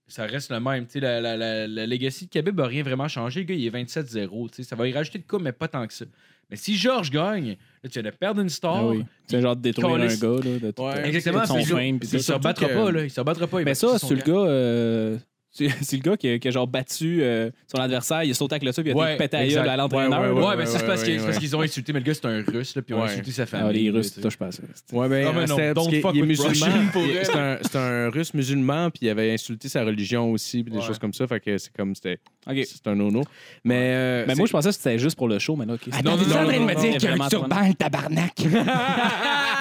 S3: ça reste le même. Tu sais, la, la, la, la legacy de Khabib n'a rien vraiment changé. Le gars, il est 27-0. tu sais. Ça va y rajouter de coups, mais pas tant que ça. Mais si Georges gagne, là, tu vas de perdre une star.
S5: Ah oui. C'est genre de détruire un
S3: Caliste.
S5: gars, là, de tout,
S4: Ouais.
S5: euh,
S3: Exactement,
S5: de son
S3: c'est ça.
S5: fame, puis
S3: Il se
S5: ça.
S3: rebattra
S4: que-
S3: pas, là. Il se rebattra pas. il
S5: Mais
S3: va
S5: ça,
S3: faire son
S5: c'est le
S3: camp.
S5: gars. euh, C'est c'est le gars qui a, qui a genre battu euh, son adversaire, il a sauté avec le sub, il a
S3: Ouais,
S5: été pété à
S3: exact.
S5: gueule à l'entraîneur.
S4: Ouais,
S3: Ah
S5: là.
S3: Ouais,
S4: ouais,
S3: mais ça, c'est
S4: ouais,
S3: parce
S4: ouais,
S3: qu'ils c'est parce
S4: ouais.
S3: qu'ils ont insulté, mais le gars, c'est un russe, là, puis on a
S4: Ouais.
S3: insulté sa famille.
S5: Ah, les
S3: là,
S5: Russes,
S3: tu sais.
S5: touchent pas à ça.
S4: Ouais, ben,
S3: Ah, mais non,
S4: c'était-
S3: don't
S4: parce qu'il-
S3: fuck
S4: il est
S3: with
S4: musulman.
S3: Russian pour
S4: puis
S3: elle.
S4: C'est un, c'est un russe musulman, puis il avait insulté sa religion aussi, puis des
S3: Ouais.
S4: choses comme ça. Fait que c'est comme, c'était
S5: Ok.
S4: c'est un nono. Mais, euh,
S5: Mais moi,
S4: c'est-
S5: je pensais que c'était juste pour le show, mais là, ok. c'est-
S3: non,
S8: T'es-tu
S3: non,
S8: en train de
S3: non,
S8: me
S3: non,
S8: dire
S5: non,
S8: qu'il y a
S5: vraiment,
S8: un turban, le tabarnak?
S4: Ah.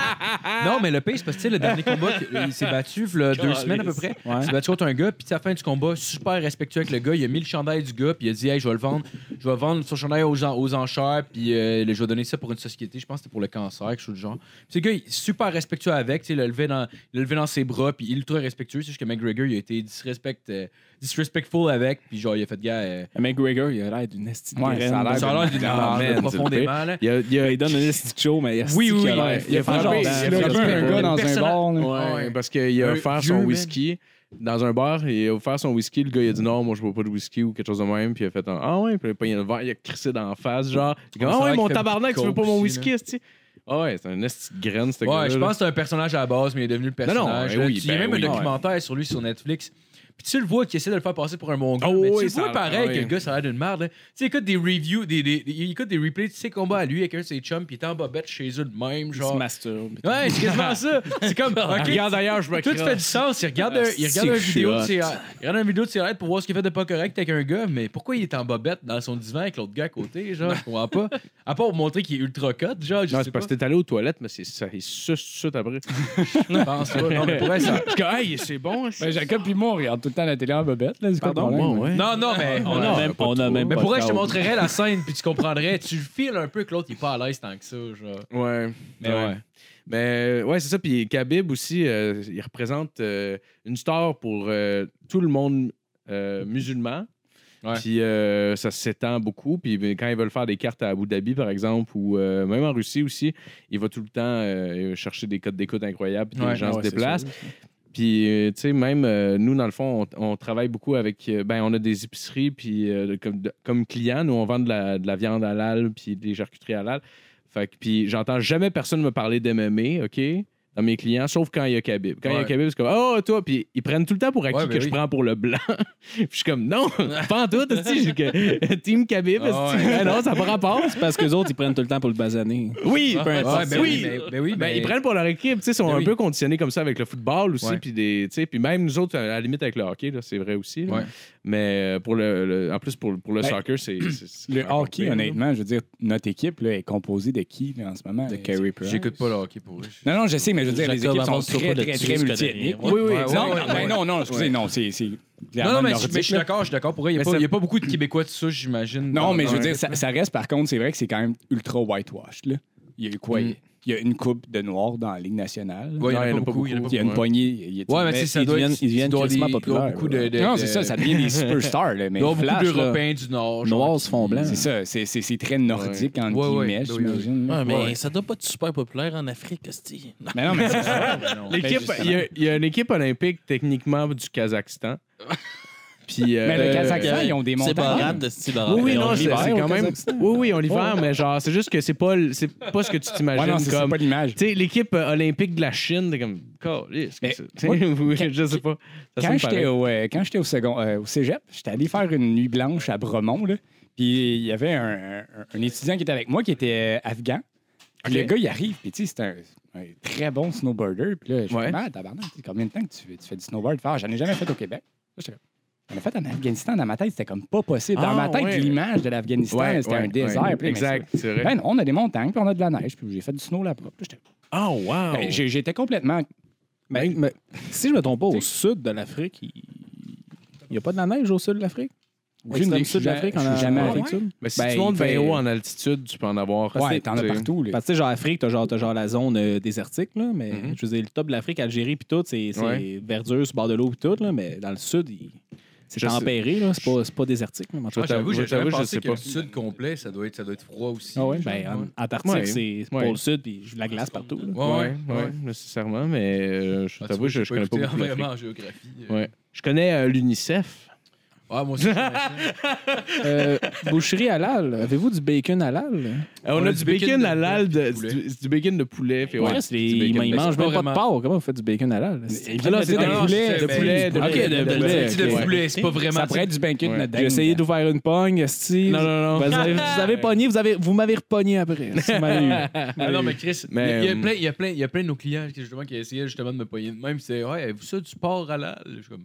S3: Non, mais le pire, c'est parce que tu sais, le dernier combat, il s'est battu, il y a deux semaines à peu près.
S5: Ouais.
S3: Il s'est battu contre un gars, puis tu sais, à la fin du combat, super respectueux avec le gars. Il a mis le chandail du gars, puis il a dit Hey, je vais le vendre. Je vais vendre son chandail aux, en- aux enchères, puis euh, je vais donner ça pour une société. Je pense que c'était pour le cancer, quelque chose du genre. Puis le gars, il est super respectueux avec. tu sais, Il l'a levé, dans- il l'a levé dans ses bras, puis ultra respectueux. C'est juste que McGregor, il a été disrespect, euh, disrespectful avec, puis genre, il a fait gars. euh,
S5: McGregor, il a l'air d'une estime.
S8: Ouais, ça a l'air
S3: ça a l'air d'une
S4: Ah, man, c'est le
S3: profondément, là.
S4: Il y a, il y a-
S5: Il donne un estime show, mais il a
S3: Oui, oui,
S5: il a
S3: oui.
S5: l'air-
S4: Il a
S5: fait genre
S4: frappé-
S5: dans-
S4: il a
S5: dans-
S4: frappé
S5: dans-
S4: un
S8: gars dans un
S3: personnage-
S8: bar, là.
S4: Ouais, parce qu'il a
S3: Un
S4: offert
S3: vieux
S4: son
S3: man.
S4: whisky dans un bar, il a offert son whisky, le gars il a dit non, moi je bois pas de whisky ou quelque chose de même, puis il a fait un, ah ouais, puis il a pogné le verre, il a crissé dans la face, genre, Il a dit,
S3: Ouais,
S4: ah
S3: c'est
S4: ouais,
S3: vrai
S4: mon
S3: qu'il fait
S4: tabarnak, tu veux
S3: beaucoup
S4: pas
S3: de
S4: mon
S3: coke aussi,
S4: whisky, esti. Ah ouais, c'est un esti de graine, ce gars-là,
S3: Ouais, je
S4: là.
S3: pense que c'est un personnage à la base, mais il est devenu le
S4: non,
S3: personnage.
S4: eh
S3: là.
S4: oui,
S3: Tu- il y a
S4: ben
S3: même
S4: oui.
S3: un documentaire sur lui sur Netflix. Puis tu le vois qui essaie de le faire passer pour un bon gars.
S4: Oh,
S3: mais
S4: oui,
S3: tu le
S4: ça
S3: vois
S4: a-
S3: pareil
S4: oui.
S3: que le gars, ça a l'air d'une merde. là. Tu sais, il écoute des reviews, des, des- des- il écoute des replays de ses combats à lui avec un de ses chums, puis il est en bobette chez eux de même,
S5: Il se
S3: genre.
S5: masturbe.
S3: Ouais, c'est quasiment ça. C'est comme, ok,
S4: Regarde d'ailleurs, je me
S3: tout fait du sens. Il regarde, un- il regarde,
S5: c'est
S3: un vidéo de
S5: hot.
S3: ses- il regarde une vidéo de ses lettres pour voir ce qu'il fait de pas correct avec un gars, mais pourquoi il est en bobette dans son divan avec l'autre gars à côté, genre, je comprends pas. À part pour montrer qu'il est ultra cut, genre, je
S4: Non,
S3: sais
S4: c'est
S3: pas.
S4: parce que t'es allé aux toilettes, mais c'est ça, il suce tout de suite après.
S3: Je pense pas. Non, mais pour elle, ça-
S4: Parce que, hey, c'est bon, esti.
S8: Ben, Jacob puis moi, on regarde tout le temps la télé en bobette. Là, c'est quoi le
S4: Pardon,
S8: problème?
S4: moi, ouais.
S3: Non, non, mais
S5: On a même on a même
S3: Mais
S5: pas
S3: pour
S5: de
S3: elle, je te
S5: câble.
S3: montrerais la scène, puis tu comprendrais. Tu files un peu que l'autre, il est pas à l'aise tant que ça, genre.
S4: Ouais.
S3: Mais ouais.
S4: Mais ouais, c'est ça. Puis Khabib aussi, euh, il représente euh, une star pour euh, tout le monde euh, musulman.
S3: Ouais.
S4: Puis euh, ça s'étend beaucoup. Puis ben, quand ils veulent faire des cartes à Abu Dhabi, par exemple, ou euh, même en Russie aussi, il va tout le temps euh, chercher des codes d'écoute incroyables. Puis
S3: Ouais,
S4: les gens
S5: Ah
S4: se
S5: ouais, c'est
S4: déplacent.
S5: sûr.
S4: Puis, euh, tu sais, même euh, nous, dans le fond, on, on travaille beaucoup avec. euh, ben, on a des épiceries, puis euh, de- comme, de- comme clients, nous, on vend de la, de la viande halal, puis des charcuteries halal. Fait que, puis j'entends jamais personne me parler d'MMA, OK? Dans mes clients, sauf quand il y a Khabib. Quand il y
S3: Ouais.
S4: a Khabib, c'est comme, oh, toi, puis ils prennent tout le temps pour acquis
S3: Ouais, ben
S4: que je
S3: oui.
S4: prends pour le blanc. puis je suis comme, non, pas en tout, esti, j'ai que- Team Khabib, esti.
S3: Ah ouais.
S4: Ben non, ça n'a pas rapport.
S5: C'est parce que les autres, ils prennent tout le temps pour le basaner.
S4: Oui,
S5: peu
S6: Ah,
S5: importe.
S3: Ouais, ben oui, mais- ben oui,
S4: ben,
S3: mais-
S4: ils prennent pour leur équipe, tu sais, ils sont
S3: Ben
S4: un
S3: oui.
S4: peu conditionnés comme ça avec le football aussi,
S3: Ouais.
S4: puis des, tu sais, puis même nous autres à la limite avec le hockey, là, c'est vrai aussi. là.
S3: Ouais.
S4: Mais euh, pour le, le- en plus pour, pour le
S8: Ben,
S4: soccer, c'est c'est- c'est
S8: Le
S4: encore
S8: hockey,
S4: pire, là.
S8: honnêtement, je veux dire, notre équipe là, est composée de qui là, en ce moment? De Carey Price.
S3: J'écoute pas le hockey pour eux.
S8: Non, non, je sais, mais je veux dire, les
S6: Jacob,
S8: équipes sont
S6: avance-toi
S8: très,
S6: pas
S8: très,
S6: là-dessus,
S8: très
S6: je connais
S8: multiethniques.
S6: rien. Oui,
S3: oui,
S8: non,
S3: exactement.
S8: non, ben non, non, excusez,
S3: Ouais.
S8: non, c'est. c'est
S3: Non, non,
S8: clairement
S3: mais je,
S8: nordique,
S3: mais je suis
S8: là.
S3: d'accord, je suis d'accord. Pour eux, il
S4: Mais ça-
S3: n'y a, pas beaucoup de Québécois de ça, j'imagine.
S8: Non,
S3: dans-
S8: mais je veux
S3: dans-
S8: dire, ça, ça reste, par contre, c'est vrai que c'est quand même ultra whitewashed. Là. Il y a eu quoi?
S3: Mm.
S8: Il y a une coupe de noirs dans la Ligue nationale.
S3: Ouais, il y en a
S4: Ouais,
S3: pas beaucoup. il y en a pas
S8: Il y a une
S4: ouais.
S8: poignée. il y a-
S3: beaucoup. Ouais, mais tu sais, ça
S5: ils
S3: doit
S5: deviennent-
S3: être-
S5: ils deviennent
S3: doit des-
S5: quasiment
S3: doit
S5: populaires,
S3: beaucoup de- de-
S8: non,
S3: de-
S8: c'est ça, ça devient des superstars. Là, mais
S3: doit beaucoup
S8: Flash, là,
S3: d'Européens du Nord.
S5: Les
S3: genre,
S5: Noirs se font
S3: qui-
S5: blancs.
S8: C'est ça, c'est- c'est c'est très nordique, entre
S3: Ouais, ouais,
S8: guillemets,
S3: oui, ben oui, oui.
S8: j'imagine. là.
S6: Ouais, mais
S8: Ouais.
S6: ça doit pas être super populaire en Afrique, Asti.
S3: Ah.
S8: Mais non, mais c'est ça.
S3: non.
S4: L'équipe,
S8: Ben,
S4: il y, a- il y a une équipe olympique techniquement du Kazakhstan. puis euh,
S8: Mais le Kazakhstan,
S6: Euh,
S8: ils ont des
S6: C'est pas grave
S8: montagnes.
S6: de style
S4: oui, oui,
S6: Ils ont
S4: non,
S6: le
S4: c'est
S6: Liban.
S4: c'est
S8: au
S4: quand même.
S8: Kazakhstan. Oh.
S4: Oui, oui, on l'hiver, mais genre, c'est juste que c'est pas, le- c'est pas ce que tu
S8: Ouais,
S4: t'imagines
S8: non, c'est c'est
S4: comme.
S8: pas l'image.
S4: Tu sais, l'équipe euh, olympique de la Chine, c'est comme. Calisse,
S8: Mais
S4: que c'est- Oui, je sais pas. Ça
S8: Quand
S4: sonne
S8: j'étais
S4: pareil.
S8: au, euh, quand j'étais au, second- euh, au cégep, j'étais allé faire une nuit blanche à Bromont. là. Puis il y avait un, un- un étudiant qui était avec moi qui était euh, afghan. Puis le gars, il arrive. Puis tu sais, c'est un, un très bon snowboarder. Puis là, je suis
S4: Ouais.
S8: comme, ah, tabarnak, tu sais, combien de temps que tu, tu fais du snowboard? Il fait, Ah, j'en ai jamais fait au Québec. Là, j'étais comme, J'en ai fait en Afghanistan. Dans ma tête, c'était comme pas possible. Dans
S4: Ah,
S8: ma tête,
S4: ouais.
S8: l'image de l'Afghanistan,
S4: Ouais,
S8: c'était
S4: ouais,
S8: un
S4: ouais.
S8: désert. Puis là, mais
S4: Exact, c'est
S8: c'est-
S4: vrai.
S8: Ben non, on a des montagnes, puis on a de la neige, puis j'ai fait du snow là-bas. Puis j'étais-
S4: Oh, wow!
S8: Ben, j'ai- J'étais complètement
S5: Mais, mais si je me trompe pas, au sud de l'Afrique, il n'y a pas de la neige au sud de l'Afrique? Au
S8: Aucune
S5: sud de
S8: idée, je suis
S5: l'Afrique,
S8: ja-
S5: en
S8: je suis jamais
S5: en
S8: allé.
S5: Afrique sud?
S4: Mais si
S8: Ben,
S4: tu montes
S8: il fait-
S4: bien haut en altitude, tu peux en avoir.
S8: Ouais, t'en as
S4: tu sais.
S8: partout. Là.
S5: Parce que, tu sais, genre, Afrique, t'as genre, t'as genre la zone euh, désertique, là, mais
S4: Mhm.
S5: je veux dire, le top de l'Afrique, Algérie, puis tout, c'est c'est
S4: Ouais.
S5: verdure sur bord de l'eau, puis tout, là, mais dans le sud, il- c'est
S4: Je sais.
S5: tempéré, là, c'est pas, c'est pas désertique. là, mais en tout
S3: Ah,
S5: cas,
S3: J'avoue, j'ai
S4: Je t'avoue,
S3: jamais
S4: je
S3: pensé
S4: sais
S3: que le
S4: pas.
S3: sud complet, ça doit être, ça doit être froid aussi.
S8: Ah ouais,
S3: genre,
S5: ben, en- Antarctique,
S4: Ouais.
S5: c'est
S4: Ouais.
S5: pour le sud, puis la glace partout. là.
S3: Ouais, ouais,
S4: um, ouais,
S3: ouais.
S4: nécessairement, mais euh, je
S3: Ah, tu
S4: t'avoue,
S3: vois,
S4: je,
S3: j'ai
S4: je connais pas
S3: écouté
S4: beaucoup
S3: vraiment
S4: l'Afrique.
S3: en géographie. euh.
S4: Ouais. Je connais euh, l'UNICEF.
S3: Ah, moi aussi. je connais ça.
S5: Euh, boucherie halal, avez-vous du bacon halal?
S4: Euh, on, a, du bacon
S3: de-
S4: à l'al,
S3: de
S4: de-
S3: poulet.
S4: du, c'est du bacon de poulet. puis
S5: Ouais,
S4: ouais,
S5: ouais,
S4: c'est du
S5: ils
S4: bacon.
S5: ils
S3: Ben,
S5: mangent
S3: c'est pas
S5: même pas de
S3: vraiment-
S5: porc. Comment vous faites du bacon halal? là?
S8: Il
S4: Ah non, c'est
S3: Ah,
S4: de
S3: non,
S4: poulet,
S3: c'est-
S4: de
S3: mais-
S4: poulet, de
S3: Ok, de-
S4: poulet,
S3: de-
S4: poulet.
S3: c'est du
S4: Ouais.
S3: poulet, c'est pas vraiment.
S8: Ça pourrait être du banquet de
S4: Ouais.
S8: notre
S5: J'ai essayé de vous faire une pogne, Steve.
S4: Non, non, non.
S5: Vous avez, vous avez pogné, vous avez- vous m'avez repogné après. esti, vous m'avez eu.
S3: Ah non, mais Chris, il y a-
S4: Mais,
S3: il y a
S4: euh,
S3: plein- il y a plein- il y a plein de nos clients qui, justement, qui essayaient justement de me payer de même. C'est Ouais, avez-vous ça du porc à l'al? Je suis comme,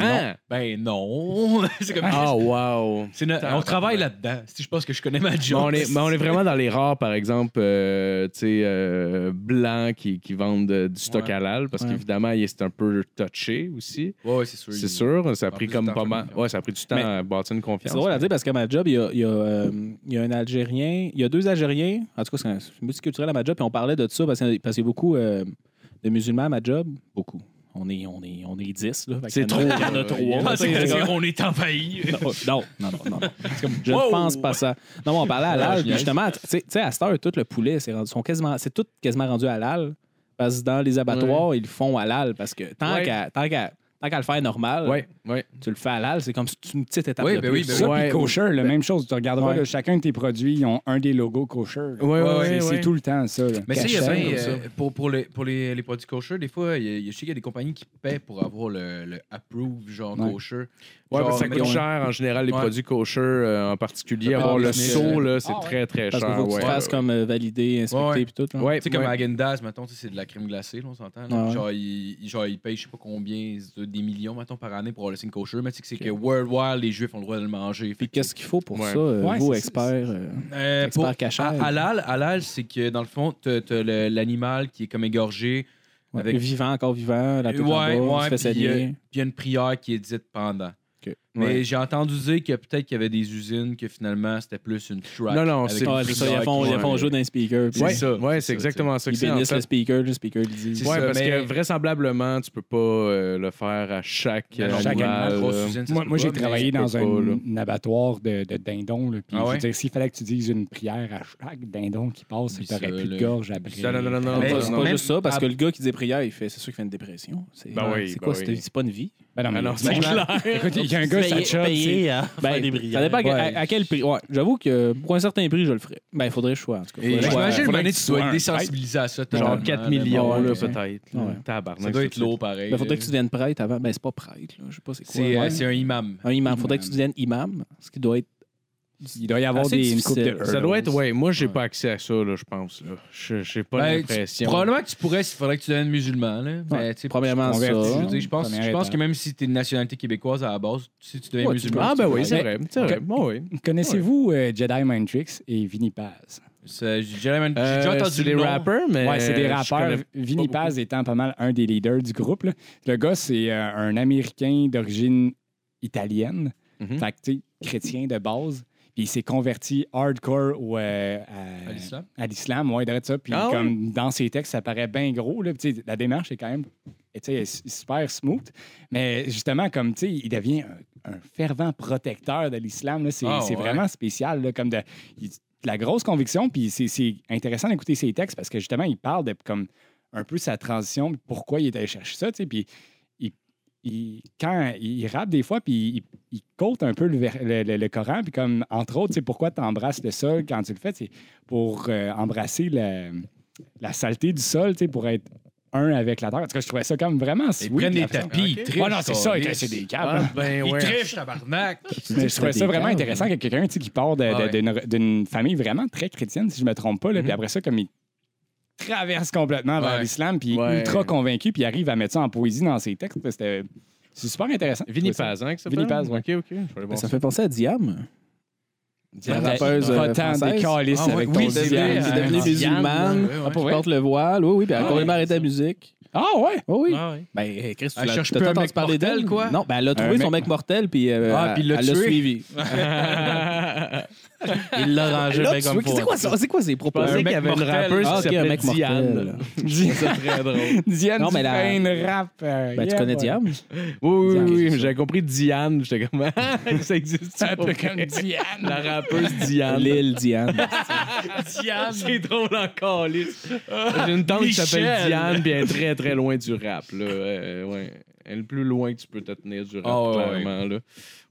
S4: Hein?
S3: Ben non. c'est comme
S4: Ah, wow.
S3: C'est notre- on travaille là-dedans. Si je pense que je connais ma
S4: Mais
S3: job.
S4: on, est, mais on est vraiment dans les rares, par exemple, euh, tu sais, euh, blancs qui, qui vendent de- du stock
S3: Ouais.
S4: halal, parce
S5: Ouais.
S4: qu'évidemment, il- c'est un peu touché aussi.
S3: Ouais, ouais, c'est sûr.
S4: C'est sûr, ça a
S3: En
S4: pris
S3: plus,
S4: comme
S3: t'en
S4: pas
S3: fais
S4: mal.
S3: confiance.
S4: Ouais, ça a pris du temps
S5: Mais-
S4: à bâtir une
S5: C'est
S4: confiance.
S5: drôle à dire parce qu'à ma job, il y a, il y a, euh, il y a un Algérien, il y a deux Algériens. En tout cas, c'est un- c'est multiculturel à ma job, puis on parlait de ça parce qu'il y a- parce qu'il y a beaucoup euh, de musulmans à ma job. Beaucoup. On est, on est, on est 10. là. Fait
S4: C'est
S5: qu'il
S4: trop,
S5: y en a- Il y en a
S4: euh, il y en
S5: trois.
S3: Ah,
S5: là,
S3: c'est
S5: tu sais,
S3: que-
S5: comme-
S3: on est envahi.
S5: Non, non, non, non. non. Je
S3: Wow!
S5: ne pense pas ça. Non, mais on parlait à
S3: Ah,
S5: l'al,
S3: je
S5: puis justement, tu sais, tu sais, à cette heure, tout le poulet, c'est rendu, sont quasiment, c'est tout quasiment rendu à l'al. Parce que dans les abattoirs, ils le font à l'al parce que tant
S4: Ouais.
S5: qu'à tant qu'à- tant qu'à le faire normal,
S4: Ouais, ouais.
S5: tu le fais à l'al, c'est comme si tu- une petite étape
S3: Oui,
S5: de
S3: ben
S5: plus.
S3: oui, ben
S8: Ça,
S4: Ouais.
S8: puis kosher, la même chose. Tu regarderas,
S5: Ouais.
S8: là, chacun de tes produits, ils ont un des logos kosher.
S4: Ouais, ouais,
S8: C'est-
S4: ouais,
S8: C'est
S4: ouais.
S8: tout le temps ça. là.
S3: Mais ça, il y a
S8: Cachet,
S3: bien,
S8: comme
S3: euh, pour, pour, les, pour les, les produits kosher, des fois, il y a, il y a- je sais qu'il y a des compagnies qui paient pour avoir le, le approve, genre
S8: Ouais.
S3: kosher.
S4: Ouais,
S3: Genre,
S4: parce que ça coûte
S3: mettons-
S4: cher en général, les
S3: Ouais.
S4: produits kosher euh, en particulier.
S3: Ça
S4: Avoir
S3: peut
S4: le
S3: business,
S4: seau,
S3: ouais.
S4: là, c'est
S8: Ah, ouais.
S4: très, très
S5: Parce qu'il
S4: cher.
S5: faut que
S4: ouais.
S5: tu fasses comme euh, valider,
S3: Ouais, ouais.
S5: inspecter puis tout. là.
S4: Ouais,
S3: Tu sais, comme
S4: ouais.
S3: Agendaz, mettons, tu sais, c'est de la crème glacée, là, on s'entend. là.
S5: Ah ouais.
S3: Genre, ils genre, il payent, je sais pas combien, c'est des millions, mettons, par année pour avoir le signe kosher. Mais tu sais que c'est que worldwide, les Juifs ont le droit de le manger. Fait
S5: Puis
S3: que-
S5: qu'est-ce qu'il faut pour
S4: Ouais.
S5: ça, euh,
S8: Ouais,
S5: vous,
S8: c'est-
S5: experts? euh,
S3: Euh,
S5: Expert
S3: pour-
S5: cachère.
S3: à- Halal, halal, c'est que dans le fond, t'as t'as le- l'animal qui est comme égorgé.
S5: ouais,
S3: Avec-
S5: Vivant, encore vivant, la tête en bas,
S3: ouais,
S5: on se
S3: ouais,
S5: fait
S3: puis il y, a-
S5: saigner. Ah,
S3: puis il y a une prière qui est dite pendant. Mais
S4: Ouais.
S3: j'ai entendu dire que peut-être qu'il y avait des usines que finalement c'était plus une track.
S4: Non, non,
S3: avec
S4: c'est-
S3: une
S5: Ah, c'est ça, ils
S3: prière
S5: font,
S3: qui-
S5: ils font jouer dans les speakers. puis
S4: Ouais,
S3: c'est ça,
S4: ouais,
S3: c'est
S4: c'est
S3: ça,
S4: exactement ça que
S5: Ils
S4: c'est. en
S5: bénissent
S4: fait.
S5: le speaker, le speaker le dit.
S3: C'est
S4: Ouais,
S3: ça,
S4: parce
S3: mais-
S4: que vraisemblablement, tu peux pas euh, le faire à chaque
S3: Non, non,
S4: animal.
S8: chaque animal,
S4: là.
S3: grosse usine, ça
S8: Moi,
S3: se
S8: moi,
S3: peut
S8: j'ai
S3: pas,
S8: travaillé
S4: mais-
S8: dans
S4: c'est
S8: un,
S4: pas, là.
S8: un abattoir de, de dindons. Là, puis
S3: Ah
S8: je veux
S3: ouais?
S8: dire, s'il fallait que tu dises une prière à chaque dindon qui passe,
S3: Oublie
S8: tu n'aurais
S3: ça,
S8: plus de
S3: là.
S8: gorge après.
S4: Ça, non, non, non, non,
S5: C'est
S3: Mais-
S5: pas- c'est pas
S3: même-
S5: juste ça, parce
S3: à-
S5: que le gars qui dit prière, il fait, c'est sûr qu'il fait une dépression. C'est
S4: Ben oui,
S5: c'est
S4: ben
S5: quoi,
S4: oui.
S5: c'est- c'est pas une vie.
S8: Ben non, mais
S4: Ah non, c'est
S8: ben, Écoute, il y a un gars, ça
S7: Payer-
S8: chope.
S7: payer à
S5: Ben,
S7: faire des
S5: ça
S7: brillants.
S5: dépend à-
S3: Ouais.
S5: à, à quel prix. Ouais, j'avoue que pour un certain prix, je le ferais. Ben, il faudrait le choix, en tout cas.
S4: Et-
S5: Faudrait le
S3: Ben,
S5: choix.
S3: J'imagine
S8: faudrait
S3: que
S8: que
S3: tu
S8: tu
S3: dois
S8: sois
S3: être
S8: un
S3: désensibilisé à ça.
S4: Genre
S3: totalement,
S4: 4
S3: là,
S4: millions,
S3: bon,
S4: là,
S3: ouais.
S4: peut-être. là.
S5: Ouais.
S4: Tabarnak.
S3: Ça doit
S4: ça,
S3: être
S4: c'est-
S3: lourd pareil.
S5: Ben, faudrait
S3: là.
S5: que tu deviennes prêtre avant. Ben, c'est pas prêtre, là. Je sais pas c'est quoi.
S3: C'est
S5: ouais.
S3: euh, c'est un imam.
S5: Un imam. Faudrait que tu
S8: Imam.
S5: deviennes imam, ce qui doit être.
S8: Il doit y
S4: Ah,
S8: avoir
S5: Assez
S8: des, une coupe
S5: difficile.
S8: de.
S4: Ça doit être,
S8: hurdles.
S4: ouais, moi, j'ai pas accès à ça, là, je pense. là. Je- J'ai pas
S3: Ben, tu-
S4: l'impression.
S3: Probablement que tu pourrais, il faudrait que tu deviennes musulman. Là. Ben, tu sais,
S5: Premièrement,
S3: je-
S5: ça.
S3: je veux dire, je pense,
S8: Première
S3: je pense
S8: étape.
S3: que même si tu es une nationalité québécoise à la base, si tu deviens
S4: Ouais, tu peux-
S3: musulman.
S4: Ah,
S3: tu
S4: ben
S3: peux-
S4: oui, c'est
S8: Mais-
S4: vrai. C'est vrai. Bon, oui.
S8: Connaissez-vous euh, Jedi Mind Tricks et Vinny Paz?
S3: Ça, J'ai j'ai jamais- j'ai
S4: Euh,
S3: déjà entendu
S4: c'est
S3: le
S4: des
S3: nom.
S4: rappers, mais.
S8: Ouais, c'est des
S4: je
S8: rappeurs.
S4: connais-
S8: Vinny
S4: pas
S8: Paz étant pas mal un des leaders du groupe. là. Le gars, c'est euh, un Américain d'origine italienne,
S4: Mhm.
S8: fait que, tu sais, chrétien de base. Puis il s'est converti hardcore au, euh, à,
S3: À l'islam?
S8: à l'islam, ouais, de ça. Puis
S4: Ah ouais?
S8: comme dans ses textes, ça paraît bien gros. Là, Puis, tu sais, la démarche est quand même et, tu sais, elle est super smooth. Mais justement, comme tu sais, il devient un, un fervent protecteur de l'islam. là. C'est
S3: Ah,
S8: c'est
S3: ouais.
S8: vraiment spécial. là, comme de, il- de la grosse conviction. Puis c'est- c'est intéressant d'écouter ses textes parce que justement, il parle de comme un peu sa transition, puis pourquoi il est allé chercher ça. tu sais, Puis il, il- quand il, il rappe des fois, puis il, il quote un peu le, ver- le- le- le Coran. Puis comme, entre autres, tu sais, pourquoi tu embrasses le sol quand tu le fais? C'est pour euh, embrasser la, la saleté du sol, tu sais, pour être un avec la terre. En tout cas, je trouvais ça comme vraiment
S3: Ils
S8: sweet,
S3: prennent
S8: la
S3: des
S8: façon-
S3: tapis, ils trichent.
S8: Ouais, non, c'est ça,
S3: câlisse.
S8: c'est des câbles.
S4: Ah, ben,
S3: Ils
S4: ouais.
S3: trichent, tabarnak.
S8: Mais je trouvais ça vraiment intéressant que quelqu'un tu sais, qui part de- de-
S3: Ouais. Mm-hmm.
S8: d'une d'une famille vraiment très chrétienne, si je me trompe pas, là,
S4: Mhm.
S8: puis après ça, comme il traverse complètement vers
S3: Ouais.
S8: l'islam, puis il est
S4: Ouais.
S8: ultra convaincu, puis il arrive à mettre ça en poésie dans ses textes. C'était c'est super intéressant.
S4: Vinny
S8: Je trouvais ça-
S4: Paz, hein, que ça
S8: Vinny
S4: s'appelle?
S8: Paz, ouais.
S4: Ok, ok. Je vais aller voir
S5: Ça fait penser à Diam. La
S8: Ben,
S5: rappeuse, euh,
S8: va-t'en
S5: française.
S8: des câlisses
S3: Ah ouais,
S8: avec
S3: oui,
S8: ton
S3: c'est
S8: diable.
S3: vrai,
S5: Elle
S3: hein.
S5: est devenue
S3: Diam,
S5: musulmane.
S3: ouais, ouais,
S8: Ah, pour
S5: Elle
S8: vrai?
S5: porte le voile. Oui, oui, puis elle
S3: Ah,
S5: a complètement
S3: ouais,
S5: arrêté la musique.
S8: Ah ouais!
S5: Oh oui.
S6: Ah ouais.
S5: Ben, hey, Chris, tu
S3: Elle
S5: l'as-
S3: cherche
S5: t'as
S3: plus un
S5: entendu
S3: mec
S5: parler
S3: mortel,
S5: d'elle?
S3: quoi?
S5: Non, ben elle a trouvé
S8: mec-
S5: son mec mortel, puis euh,
S3: Ah,
S5: elle-
S3: puis il l'a
S5: elle l'a
S3: tué.
S5: suivi.
S6: Il l'a rangé
S5: Là,
S6: bien
S5: tu
S6: comme
S5: vois que-
S6: faut.
S5: C'est quoi ça? C'est quoi ces
S4: Je pensais
S5: propositions?
S4: qu'il y avait une
S3: mortel.
S4: rappeuse
S5: Ah,
S4: qui
S5: ok, un
S4: s'appelait
S5: mec
S4: Diane.
S5: mortel.
S4: C'est très drôle.
S8: Diane
S5: Non, mais la-
S8: Dufresne rap. euh,
S5: Ben, tu
S8: yeah,
S5: connais
S8: ouais.
S5: Diam?
S4: Oui, oui,
S8: Diane,
S4: oui,
S8: c'est
S4: mais
S8: ça.
S4: j'avais compris Diane. J'étais comme, ah, ça existe.
S8: Un peu
S4: pas
S8: comme
S4: vrai.
S8: Diane.
S4: La rappeuse Diane.
S5: Lille Diane.
S4: C'est drôle encore, Lise. J'ai une tante qui s'appelle
S6: Michel.
S4: Diane, puis elle est très, très loin du rap. Là. Euh, ouais. Elle est le plus loin que tu peux te tenir du rap,
S3: Ah, ouais,
S4: clairement. Là.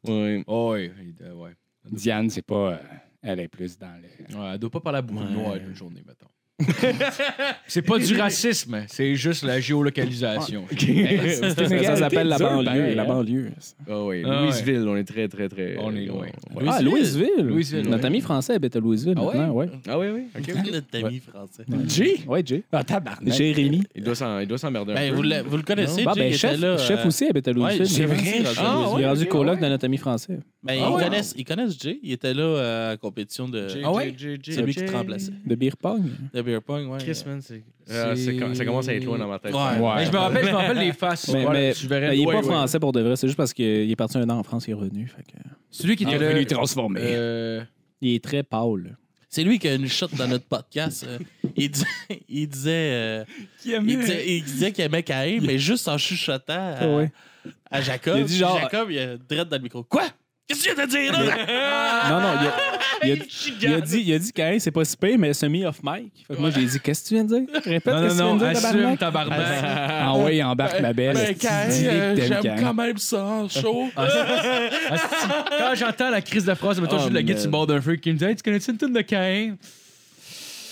S4: Ouais.
S3: Oh, ouais, il- euh, ouais.
S8: Diane, c'est pas. euh, elle est plus dans le.
S3: Ouais, Elle doit pas parler à beaucoup de
S4: Ouais.
S3: noirs une journée, mettons. C'est pas du racisme, c'est juste la géolocalisation.
S5: Ça, ça s'appelle la banlieue. La banlieue.
S4: Ah oui,
S3: Ah ouais.
S4: Louisville, on est très, très, très.
S3: On est loin.
S4: Ouais.
S5: Ah, Louisville.
S3: Louisville,
S5: Notre
S3: ouais.
S5: ami français habite à Louisville
S3: Ah ouais?
S5: maintenant, ouais.
S4: Ah oui, oui.
S6: Notre ami français.
S5: Jay? Ouais, Jay.
S8: Ah, tabarnak.
S5: Jérémy.
S4: Il doit s'en- il doit s'emmerder un
S6: Ben,
S4: peu.
S6: vous, le, vous le connaissez,
S5: Bah,
S6: Jay,
S5: ben,
S6: il
S5: chef,
S6: était là.
S5: chef
S6: euh,
S5: aussi habite à Louisville.
S6: ouais, c'est vrai.
S5: Il est
S6: Ah,
S5: rendu- il est rendu coloc de notre ami français.
S4: Ah,
S6: Ben, ils,
S4: ouais.
S6: connaissent, ils connaissent Jay. Il était là euh, à la compétition de,
S3: Ah ouais?
S6: c'est lui qui te remplaçait.
S5: De beer pong.
S6: de beer pong. Ouais.
S7: Chris, man, c'est.
S4: Ah, c'est com- Ça commence à être loin dans ma tête.
S6: Ouais. Ben,
S3: Mais je me rappelle, je me rappelle les faces.
S5: Mais,
S3: Voilà,
S5: mais-
S3: tu verrais-
S5: mais il est
S3: Ouais,
S5: pas
S3: ouais.
S5: français pour de vrai, c'est juste parce qu'il est parti un an en France, il est revenu. fait que-
S3: Celui qui
S8: Il
S3: était
S8: est
S3: là,
S8: venu transformer.
S3: euh,
S5: Il est très pâle.
S6: C'est lui qui a une shot dans notre podcast. euh, il, dis- il disait. euh, il disait il disait qu'il aimait Caïn, mais juste en chuchotant à,
S5: Ouais.
S6: à Jacob.
S5: Il a dit genre-
S6: Jacob, il est direct dans le micro. Quoi? Qu'est-ce que tu viens de dire là?
S5: Non, non, il a, il a- il a dit, il a dit qu'Alain, c'est pas si pire, mais semi-off mic. Fait que moi, j'ai dit, qu'est-ce que tu viens de dire? Répète,
S3: Non, non,
S5: qu'est-ce que tu viens
S3: non,
S5: de dire,
S3: assume,
S5: tabarnak?
S3: tabarnak.
S8: Ah ouais, il embarque ma belle.
S3: Ben,
S6: Mais
S8: Dis-lui que
S6: Caïn,
S8: t'aimes
S6: j'aime
S8: Caïn.
S6: quand même ça en show.
S3: Quand j'entends la crise de phrase, mettons,
S5: Oh,
S3: je suis le gars
S5: man.
S3: sur le bord d'un feu qui me dit Hey, tu connais-tu une tune de Caïn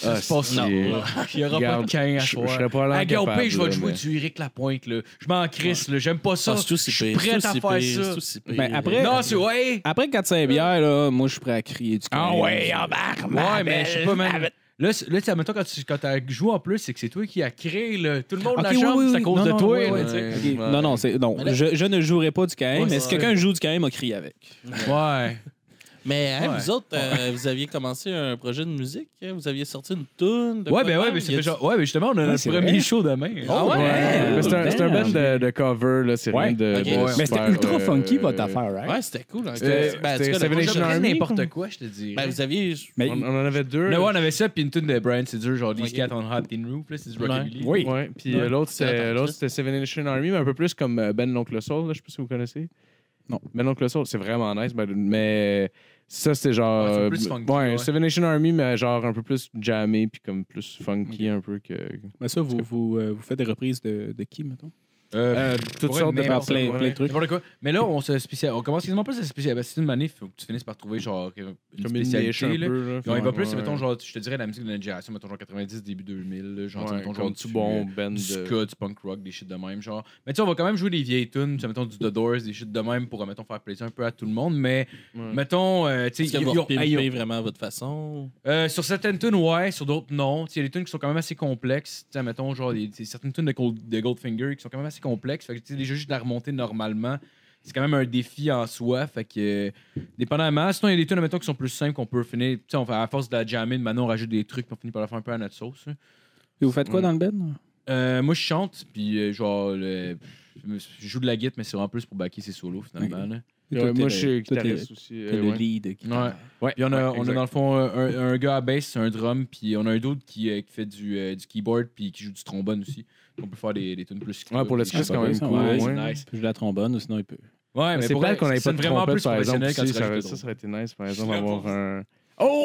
S4: Ah,
S3: se passe
S4: c'est-
S3: non. Il y aura pas
S4: Regarde,
S3: de Caïn à
S4: je-
S3: soir.
S4: je serais pas
S3: À
S4: capable,
S3: Galpé, je vais
S4: là,
S3: te jouer
S4: mais-
S3: du Eric Lapointe. Là. Je m'en crisse, là. j'aime pas ça.
S6: Ah, c'est tout si
S3: je suis
S6: pire, c'est
S3: prêt
S6: tout
S3: à
S6: si
S3: faire
S6: pire,
S3: ça.
S6: c'est tout si pire.
S5: Ben, après-
S3: Non, c'est ouais.
S5: Après 4-5 bières, là, moi, je suis prêt à crier du
S8: Ah
S5: Caïn.
S8: ouais, embarque ma
S3: Ouais, mais je sais
S8: belle.
S3: pas, man. Là, c'est- là tu sais, mettons, quand tu quand t'as joué en plus, c'est que c'est toi qui as créé le... tout le monde
S5: Ok,
S3: la
S5: oui,
S3: chambre,
S5: oui,
S3: c'est à
S5: oui.
S3: cause
S5: Non,
S3: de
S5: non,
S3: toi.
S5: ouais,
S3: là,
S5: ouais.
S3: tu sais.
S5: Ok, Non, non, c'est, non je, je ne jouerai pas du Caïn,
S3: Ouais,
S5: mais
S3: c'est
S5: si
S3: ça.
S5: quelqu'un joue du Caïn, m'a crié avec.
S3: Ouais.
S6: Mais hein,
S3: Ouais.
S6: vous autres, euh, vous aviez commencé un projet de musique, hein? vous aviez sorti une tune.
S3: Ouais, ben ouais, mais c'est genre. Ouais, mais justement, on a notre
S8: c'est
S3: premier
S8: vrai.
S3: show demain.
S6: Ah ouais?
S4: Ouais, mais c'est un, c'est un
S5: Damn.
S4: band de, de cover, là, c'est
S8: Ouais.
S4: rien de.
S6: Ok.
S4: de
S6: Ouais.
S4: super,
S8: Mais c'était ultra
S4: euh,
S8: funky votre affaire, right?
S6: Ouais, c'était cool. hein.
S4: C'était-
S6: Ben, en tout
S4: c'était
S6: cas, le
S4: Seven
S6: projet-
S4: Nation
S3: J'aurais
S4: Army,
S3: n'importe
S4: comme-
S3: quoi, je te dis.
S6: Ben, vous aviez.
S8: Mais
S4: On, on en avait deux.
S3: Ouais, on avait ça, puis une tune de Brian Siddur, genre These
S6: Ok.
S3: Cat on Hot Tin Roof, là, c'est du
S6: Ouais.
S3: rockabilly.
S8: oui.
S4: Ouais, puis euh, l'autre, c'était l'autre, c'était Seven Nation Army, mais un peu plus comme euh, Ben l'Oncle Soul, là, je sais pas si vous connaissez.
S5: Non.
S4: Ben l'Oncle Soul, c'est vraiment nice, ben, mais ça, c'était genre.
S3: Ouais, c'est
S4: euh,
S3: plus funky,
S4: ouais,
S3: ouais.
S4: Seven Nation Army, mais genre un peu plus jammé, puis comme plus funky un peu que.
S5: Mais ça, vous, vous, euh, vous faites des reprises de, de qui, mettons?
S4: Euh, toutes
S3: ouais,
S4: sortes de
S3: n'importe
S5: plein-
S4: personnes,
S5: plein
S4: ouais.
S5: de trucs.
S3: N'importe quoi. Mais là, on se spécial... on commence quasiment plus à se spécialiser. C'est une manif, faut que tu finisses par trouver genre une
S4: Comme une niche
S3: spécialité.
S4: un
S3: là.
S4: peu. là.
S3: Puis on y va
S4: Ouais,
S3: plus,
S4: ouais,
S3: mettons,
S4: ouais.
S3: genre, je te dirais la musique de notre génération, mettons, genre 90, début 2000, là, genre, tu sais,
S4: Ouais,
S3: mettons,
S4: genre
S3: genre,
S4: du
S3: du,
S4: bon
S3: euh,
S4: band
S3: du
S4: de-
S3: ska, du punk rock, des shit de même, genre. Mais tu sais, on va quand même jouer des vieilles tunes, tu sais, mettons, du The Doors, des shit de même pour, euh, mettons, faire plaisir un peu à tout le monde. Mais,
S4: Ouais.
S3: mettons, euh, tu
S6: Est-ce
S3: sais,
S6: que
S3: ils-
S6: vous
S3: ils ont- hey, ils ont-
S6: repimpez vraiment à votre façon?
S3: euh, sur certaines tunes, ouais, sur d'autres, non. Tu sais, Il y a des tunes qui sont quand même assez complexes. Tu sais, mettons, genre, des- des- certaines tunes de, Gold- de Goldfinger qui sont quand même assez complexes. Fait que, tu sais, déjà, juste de la remonter normalement, c'est quand même un défi en soi. Fait que, euh, dépendamment, sinon, il y a des tunes, mettons, qui sont plus simples qu'on peut finir. Tu sais, on fait, à force de la jammer, maintenant, on rajoute des trucs, puis on finit par la faire un peu à notre sauce. hein.
S5: Et vous faites quoi
S4: Ouais.
S5: dans le band?
S3: Euh, moi, je chante, puis euh, genre, le- je joue de la guitare, mais c'est en plus pour backer ses solos, finalement. là.
S4: Ouais,
S5: Toi, t'es
S4: moi,
S5: le-
S4: je suis
S5: toi, t'es-
S4: guitariste aussi.
S5: t'es
S4: euh,
S5: le
S4: ouais.
S5: lead.
S3: Ouais.
S5: qui-
S3: Puis on a,
S4: Ouais,
S3: on a
S4: exact.
S3: dans le fond euh, un, un- un gars à bass, un drum, puis on a un d'autre qui, euh, qui fait du, euh, du keyboard, puis qui joue du trombone aussi. On peut faire des, des tunes plus.
S4: Ouais, pour le
S3: des
S4: stress,
S3: choses
S4: quand
S3: comme
S4: même
S3: ça.
S5: cool,
S3: Ouais,
S4: ouais.
S3: c'est nice.
S5: Puis je la trombonne, ou sinon il peut.
S3: Ouais, mais
S4: c'est
S3: pour
S4: pas
S3: elle,
S4: qu'on n'ait
S3: ça sonne
S4: pas de
S3: vraiment
S4: trompette,
S3: plus
S4: par exemple.
S3: professionnel quand
S4: aussi,
S3: tu
S4: ça, aurait-
S3: rajoutes
S4: ça,
S3: des
S4: ça aurait été nice, par exemple, avoir un.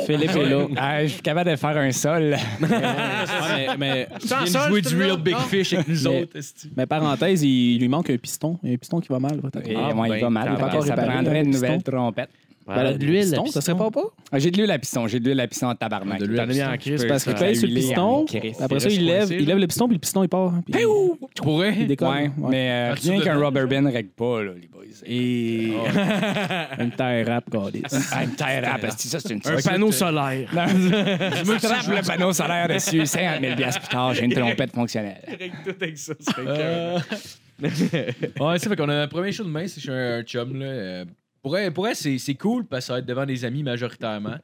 S5: Philippe est là.
S8: Ah, je suis capable de faire un sol.
S5: Ouais, mais, mais,
S3: drôles. Viens de jouer du Real Big Fish avec nous
S5: Mais-
S3: autres. esti.
S5: mais parenthèse, il, il lui manque un piston. Il y a un piston qui va mal. votre
S8: Et ben,
S5: affaire.
S8: Ah, moi, il va mal.
S5: t'as
S8: parce
S5: pas
S8: que Ça
S5: réparé
S8: prendrait
S5: la
S8: une
S5: piston.
S8: nouvelle trompette.
S5: Ben, l'huile, piston, ça serait pas pas?
S8: Ah, J'ai de l'huile à piston. J'ai de l'huile à piston en tabarnak.
S3: De l'huile à
S8: T'en as mis
S3: piston.
S8: en crise,
S4: C'est
S8: peux-
S5: Parce qu'il
S8: ça
S5: pèse
S8: a
S5: sur le
S8: huilé
S5: piston.
S8: en crise.
S5: Après ça, Ah,
S4: reste
S5: il lève,
S4: coincé,
S5: il
S4: là.
S5: lève le piston, puis le piston, il part. puis
S3: Tu pourrais?
S5: Il décolle.
S8: Ouais, mais euh,
S3: Ah, tu
S8: rien qu'un
S3: devrais-
S8: rubber band règle pas, là, les boys. Oh,
S5: Et. Une terre rap, goddess.
S8: Ah, une terre à parce que ça, c'est une
S4: Un panneau solaire.
S8: Non, je trappe le panneau solaire dessus, 50 000 piastres plus tard, j'ai une trompette fonctionnelle.
S3: Euh, ouais, ça fait qu'on a un premier show demain, c'est chez un, un chum. Là. Euh, Pour elle, pour elle, c'est c'est cool parce que ça va être devant des amis majoritairement.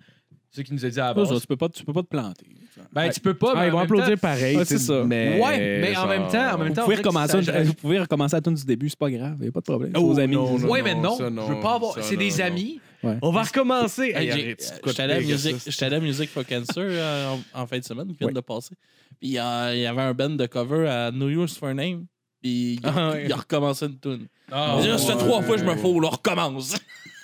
S3: Ceux qui nous ont dit à la
S5: Ça,
S3: base.
S5: tu, peux pas, tu peux pas te planter.
S3: Ben, tu peux pas. mais
S4: Ah, ils
S3: en
S4: vont
S3: même
S4: applaudir
S3: temps-
S4: pareil.
S5: Ah, c'est
S4: tu sais,
S5: ça.
S4: Mais
S3: Ouais, mais en même temps, en même
S5: Vous
S3: temps,
S5: pouvez,
S3: on dirait
S5: recommencer,
S3: qu'ils
S5: à- vous pouvez recommencer à tune du début, c'est pas grave. Il n'y a pas de problème.
S8: Oh,
S5: C'est aux amis.
S4: non, non.
S3: ouais, mais non,
S4: ça, non,
S3: je veux pas avoir.
S4: ça,
S3: C'est
S4: non,
S3: des
S4: non.
S3: amis.
S4: On va recommencer.
S6: Hey, j'ai- euh, J'étais allé à Music- j'étais allé à Music for Cancer euh, en, en fin de semaine qui vient de passer. Puis euh, il y avait un band de cover à New Year's for a Name. Puis il,
S3: Ah ouais.
S6: il a recommencé une tune.
S3: Ah,
S6: Il dit, Ça fait
S3: ouais.
S6: trois fois que je me fous, on recommence.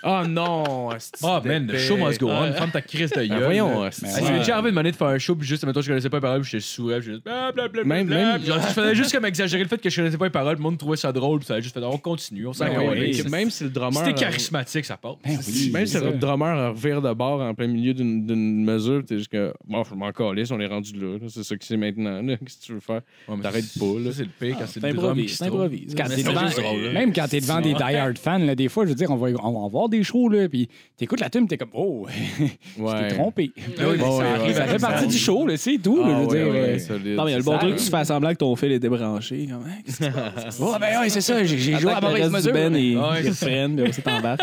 S4: Oh non! asti,
S3: Ah, man, the
S4: c'était-
S3: show must go on. Ferme ta crise de
S4: Ben
S3: gueule.
S4: voyons,
S3: là.
S4: asti.
S8: Mais
S3: Ah, Ça
S8: ouais.
S3: m'est déjà arrivé de demander de faire un show, puis juste, mettons, je connaissais pas les paroles, puis j'étais sourd, puis j'étais blablabla.
S4: Même- même-
S3: Genre, je faisais juste comme exagérer le fait que je connaissais pas les paroles, le monde trouvait ça drôle, puis ça a juste fait, on continue, on s'en
S4: Ben
S3: va.
S4: oui,
S8: ouais,
S4: mais
S8: ouais.
S4: Même si le drummer.
S3: C'était charismatique, ça part.
S8: Ben oui,
S4: Même si
S8: c'est
S4: le
S8: ça.
S4: drummer revire de bord en plein milieu d'une d'une mesure, t'es juste que, bon, je m'en calisse, on est rendu là, là, c'est ça que c'est maintenant, là, qu'est-ce que tu veux faire? T'arrêtes pas, là.
S3: C'est le pire quand ah, c'est le drum qui
S5: T'improvises,
S3: se trouve.
S5: t'improvises.
S8: Quand
S6: Mais
S8: t'es
S6: c'est
S8: devant-
S6: juste drôle, là.
S8: même quand t'es devant des die-hard fans, là, des fois, je veux dire, on va, on va voir des shows, là, puis t'écoutes la tune, t'es comme, oh,
S4: Ouais.
S8: t'es trompé.
S3: Ah oui, mais
S4: Ouais,
S3: ça
S4: ouais,
S3: arrive
S8: Ça
S3: à
S8: fait
S3: tout le
S8: partie
S3: monde.
S8: du show, là, c'est tout, là,
S4: Ah
S8: je veux
S4: ouais,
S8: dire.
S4: ouais,
S8: euh,
S4: solide.
S5: Non, mais il y a le
S8: ça
S5: bon truc,
S8: arrive.
S5: tu fais semblant que ton fil est débranché. Quand même.
S8: Ouais, ben ouais, c'est ça, j'ai j'ai joué à
S5: Attaque le
S8: mauvaise
S5: reste du
S8: mesure.
S5: Ben et
S3: Ouais.
S5: ils freinent, puis on t'embarque.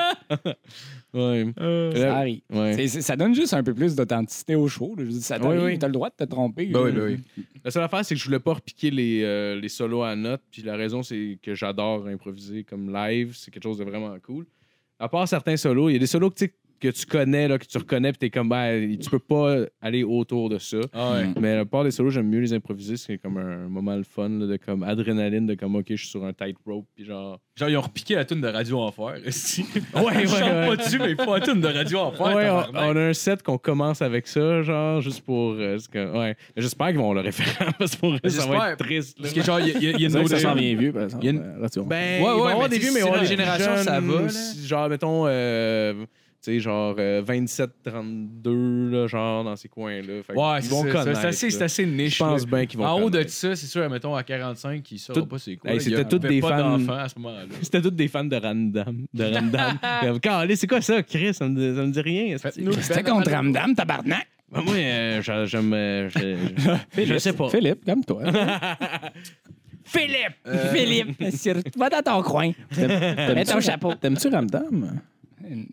S4: Ouais.
S8: Ça
S4: Là-
S8: arrive.
S4: ouais.
S8: C'est- c'est- ça donne juste un peu plus d'authenticité au show. là. Je veux dire, ça t'arrive,
S4: Oui, oui.
S8: t'as le droit de te tromper.
S3: Ben
S8: là.
S3: oui, ben oui.
S4: La seule affaire, c'est que je voulais pas repiquer les, euh, les solos à notes. Puis la raison, c'est que j'adore improviser comme live. C'est quelque chose de vraiment cool. À part certains solos, il y a des solos que, tu sais, que tu connais, là, que tu reconnais, puis t'es comme, ben, tu peux pas aller autour de ça.
S3: Ah ouais.
S4: Mais à part les solos, j'aime mieux les improviser. C'est comme un moment le fun, là, de comme adrénaline, de comme, ok, je suis sur un tightrope, puis genre.
S3: Genre, ils ont repiqué la tune de Radio Enfer. esti. Je chante pas dessus, mais ils font la tune de Radio Enfer.
S4: Ouais, on,
S3: tabarnak.
S4: on a un set qu'on commence avec ça, genre, juste pour. euh, c'est que- ouais. J'espère qu'ils vont le référent, parce que pour eux, ça va
S3: J'espère.
S4: être triste. là.
S3: Parce que, genre, il y a- il y a- il y a
S5: C'est vrai
S3: une
S5: que ça
S3: autre.
S5: sent bien vieux, par exemple.
S3: Il y a une-
S5: Euh, Là, tu vois.
S4: Ben,
S3: Ouais,
S4: il va y
S3: ouais,
S4: avoir
S3: mais
S4: des
S3: tu
S4: vieux,
S3: sais,
S4: mais
S3: si
S4: on
S3: la
S4: des
S3: génération,
S4: jeunes
S3: ça va, là.
S4: aussi, Genre, mettons, euh, tu sais, genre euh, 27, 32, là, genre, dans ces coins-là. Fait que
S3: Ouais,
S4: ils
S3: c'est
S4: vont
S3: ça.
S4: connaître.
S3: C'est assez, c'est
S4: là.
S3: assez niche.
S4: Je
S3: là.
S4: pense bien qu'ils vont
S3: En haut de
S4: connaître.
S3: ça, c'est sûr, mettons, à 45, qui saura
S4: Tout-
S3: pas c'est quoi.
S4: Hey, c'était
S3: Il y
S4: toutes
S3: avait
S4: des
S3: pas
S4: fans-
S3: d'enfants à ce moment-là.
S4: C'était tous des fans de Random. De Random. Comme, Calais, c'est quoi ça, Chris? Ça me, ça me dit rien. est-ce que-
S3: Faites-nous-
S8: C'était euh. contre Ramdam, tabarnak.
S4: Ben, moi, euh, j'a- j'aime. euh, je- je- je sais pas.
S8: Philippe, comme toi.
S5: hein.
S8: Philippe! Philippe! sur- Va dans ton coin. Mets ton chapeau.
S5: T'aimes-tu Ramdam?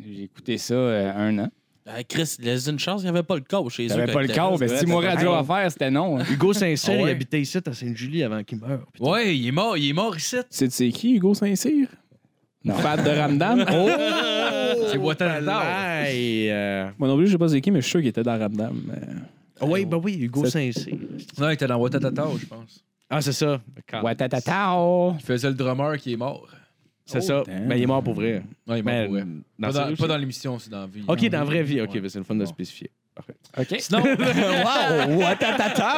S8: J'ai écouté ça euh, un an.
S6: Ah, Chris, laisse une chance, il n'y avait pas le coach chez eux.
S8: J'avais
S6: quand
S8: pas le
S6: ils
S8: corps, mais
S6: étaient là.
S8: si mon radio à faire, c'était non. hein.
S4: Hugo Saint-Cyr,
S3: Ah ouais.
S4: il habitait ici à Sainte-Julie avant qu'il meure. putain.
S3: Ouais, il est mort, il est mort ici.
S5: C'est c'est qui, Hugo Saint-Cyr?
S8: Non.
S5: Fan de Ramdam? Oh!
S3: C'est Ouattara.
S4: Aïe, euh,
S5: Moi non plus, je sais pas c'est qui, mais je suis sûr qu'il était dans Ramdam. mais-
S4: ah ouais, ben oui, Hugo Saint-Cyr.
S3: Non, il était dans Ouattatata, je pense.
S4: Ah, c'est ça.
S8: Ouatatatao.
S3: Il faisait le drummer qui est mort.
S4: C'est ça.
S5: damn.
S4: Ben, il est mort pour vrai.
S3: Non, il est mort
S4: Ben,
S3: pour vrai.
S4: dans
S3: Pas
S4: sa
S3: dans,
S4: vie
S3: pas
S4: aussi.
S3: dans l'émission, c'est dans la vie.
S4: Ok, dans la vraie vie. Ok,
S3: Ouais.
S4: ben, c'est le fun de spécifier.
S8: OK.
S3: Sinon, wow, Ouattatata.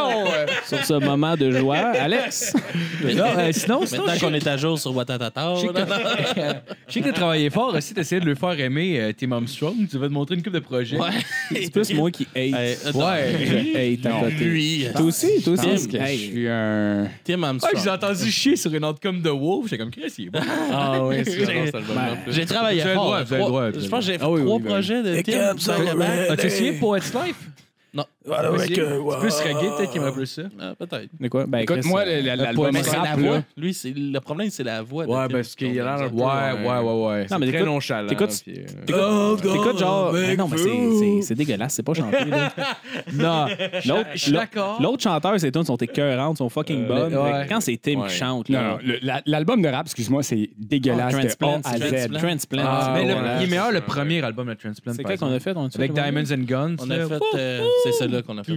S5: Sur ce moment de joie, Alex!
S6: Mais
S3: Non,
S6: maintenant-
S3: euh, sinon, sinon,
S6: Maintenant
S3: je-
S6: qu'on est à jour sur Watatata,
S3: Je sais que
S6: là,
S3: t'as- je sais que t'as travaillé fort aussi, t'essayais de le faire aimer euh, Tim Armstrong. Tu vas te montrer une coupe de projets.
S6: Ouais.
S5: C'est plus moi qui
S6: Hey,
S5: hate.
S6: attends.
S5: Je hate à côté.
S6: Lui,
S5: Toi aussi, toi
S8: Je pense
S5: aussi.
S8: que je
S5: Hey.
S8: suis un.
S6: Tim
S3: Ouais, Ah, j'ai
S6: Armstrong.
S3: entendu chier sur une autre comme de Wolf. J'étais comme Chris, il est bon.
S4: Ah oui, c'est
S6: J'ai-
S4: ça.
S6: J'ai travaillé
S3: Vous avez le
S6: fort.
S3: droit, vous avez le droit, vous avez
S6: je pense que j'ai fait
S4: Ah oui, oui,
S6: trois
S4: ben oui.
S6: projets de Tim.
S3: As-tu essayé Poet's Life?
S6: Non.
S3: T'as essayé?
S4: euh,
S3: C'est plus reggae, peut-être qu'il aimerait plus ça.
S6: Ah, Peut-être.
S5: De quoi? Ben, Chris,
S8: Écoute-moi,
S5: euh,
S8: le- le-
S5: t'as
S8: l'album
S5: pas-
S6: Mais c'est
S8: rap,
S6: la
S8: là.
S6: voix. Lui, c'est- le problème, c'est la voix. de
S4: Ouais,
S6: Tim.
S4: ben, parce qu'il a l'air.
S3: ouais.
S5: Non,
S4: très
S5: mais t'écoutes-
S4: nonchalant.
S5: t'écoutes-
S4: puis, euh,
S5: T'écoutes genre.
S6: euh,
S5: Mais non, mais c'est- c'est- c'est dégueulasse, c'est pas chanté. là. non, l'autre-
S3: Je suis d'accord.
S5: l'autre chanteur, ses tunes sont écœurantes, sont fucking bonnes.
S3: ouais.
S5: mais Quand c'est Tim
S4: Ouais.
S5: qui chante,
S8: Non,
S5: là. ah,
S8: non, le- la- l'album de rap, excuse-moi, c'est
S3: Oh,
S8: dégueulasse de A
S5: Transplant,
S8: à Z.
S5: Transplant. Transplant.
S4: Ah,
S3: mais le-
S4: ouais.
S3: il est meilleur le premier album de Transplant.
S5: C'est
S3: par
S5: quoi qu'on a
S3: exemple.
S5: fait? On a-tu
S3: Avec
S5: fait le premier?
S3: Diamonds and Guns.
S6: On
S3: là.
S6: a fait. euh, c'est celle-là qu'on a fait.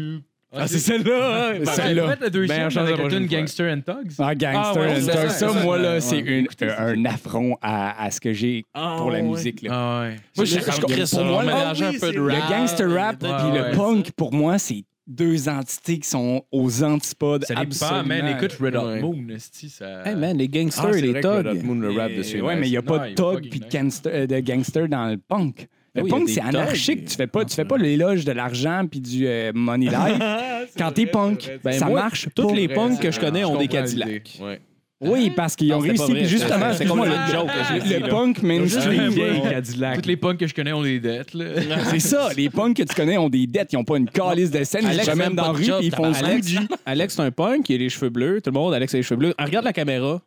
S4: Ah, c'est celle-là. hein?
S3: Ben,
S4: Ben,
S3: On a fait le deuxième
S4: Meilleure chanson
S3: avec
S4: de
S3: la tune
S4: prochaine fois.
S3: Gangster and Thugs.
S8: Ah,
S3: Ah,
S8: gangster,
S3: ouais,
S8: and
S3: c'est
S8: Thug,
S3: ça,
S8: ça,
S3: c'est
S8: moi,
S3: ça.
S8: là, c'est une- un affront à, à ce que j'ai pour la musique. Là.
S3: Ah ouais.
S6: Moi, je
S8: je-
S6: comme Chris,
S8: pour
S6: on
S8: moi,
S6: va
S8: là,
S6: mélanger un peu de
S8: Le
S6: rap.
S8: gangster rap et
S6: Ouais,
S3: ouais.
S8: le punk, pour moi, c'est deux entités qui sont aux antipodes.
S3: Ça dépend,
S8: absolument.
S3: man. Écoute Red Hot
S4: Ouais.
S3: Moon, esti, ça.
S5: Hey man, les
S4: Ah,
S5: gangsters
S4: c'est
S5: et les
S4: vrai que Red Hot
S5: thugs.
S4: Moon, le rap
S3: Et-
S4: de
S8: Ouais,
S4: celui-là.
S8: mais il n'y a
S3: Non,
S8: pas
S3: y
S8: de
S3: a pas
S8: thug
S3: de
S8: puis de
S3: gangster.
S8: gangster, euh, de gangster dans le punk. Le
S5: Oui, y a
S8: punk,
S5: des
S8: c'est
S5: thugs.
S8: anarchique. Tu fais pas, tu fais pas l'éloge de l'argent puis du euh, money life. Quand t'es punk,
S4: c'est
S5: Ben,
S8: ça
S5: moi,
S8: marche pas.
S5: Toutes les punks
S3: Ah,
S5: que je connais ont des
S4: comprends
S5: Cadillacs.
S4: l'idée. Ouais.
S8: Oui, parce qu'ils
S5: Non,
S8: ont
S5: c'était pas
S8: réussi.
S5: vrai,
S8: puis justement,
S5: c'est- c'est
S8: excuse-moi,
S5: comme
S8: le,
S5: une joke que j'ai dit,
S8: le
S5: là.
S8: punk mainstream.
S4: vieilles Cadillacs.
S3: Toutes les punks que je connais ont des dettes, là.
S8: C'est ça, les punks que tu connais ont des dettes, ils ont pas une calice de scène, ils
S5: Alex,
S8: sont
S5: même
S8: même dans
S5: pas
S8: la
S5: de
S8: rue,
S5: job,
S8: puis ils font ça.
S5: tabarnak. Alex, c'est un punk, il a les cheveux bleus. Tout le monde, Alex a les cheveux bleus. Ah, regarde la caméra.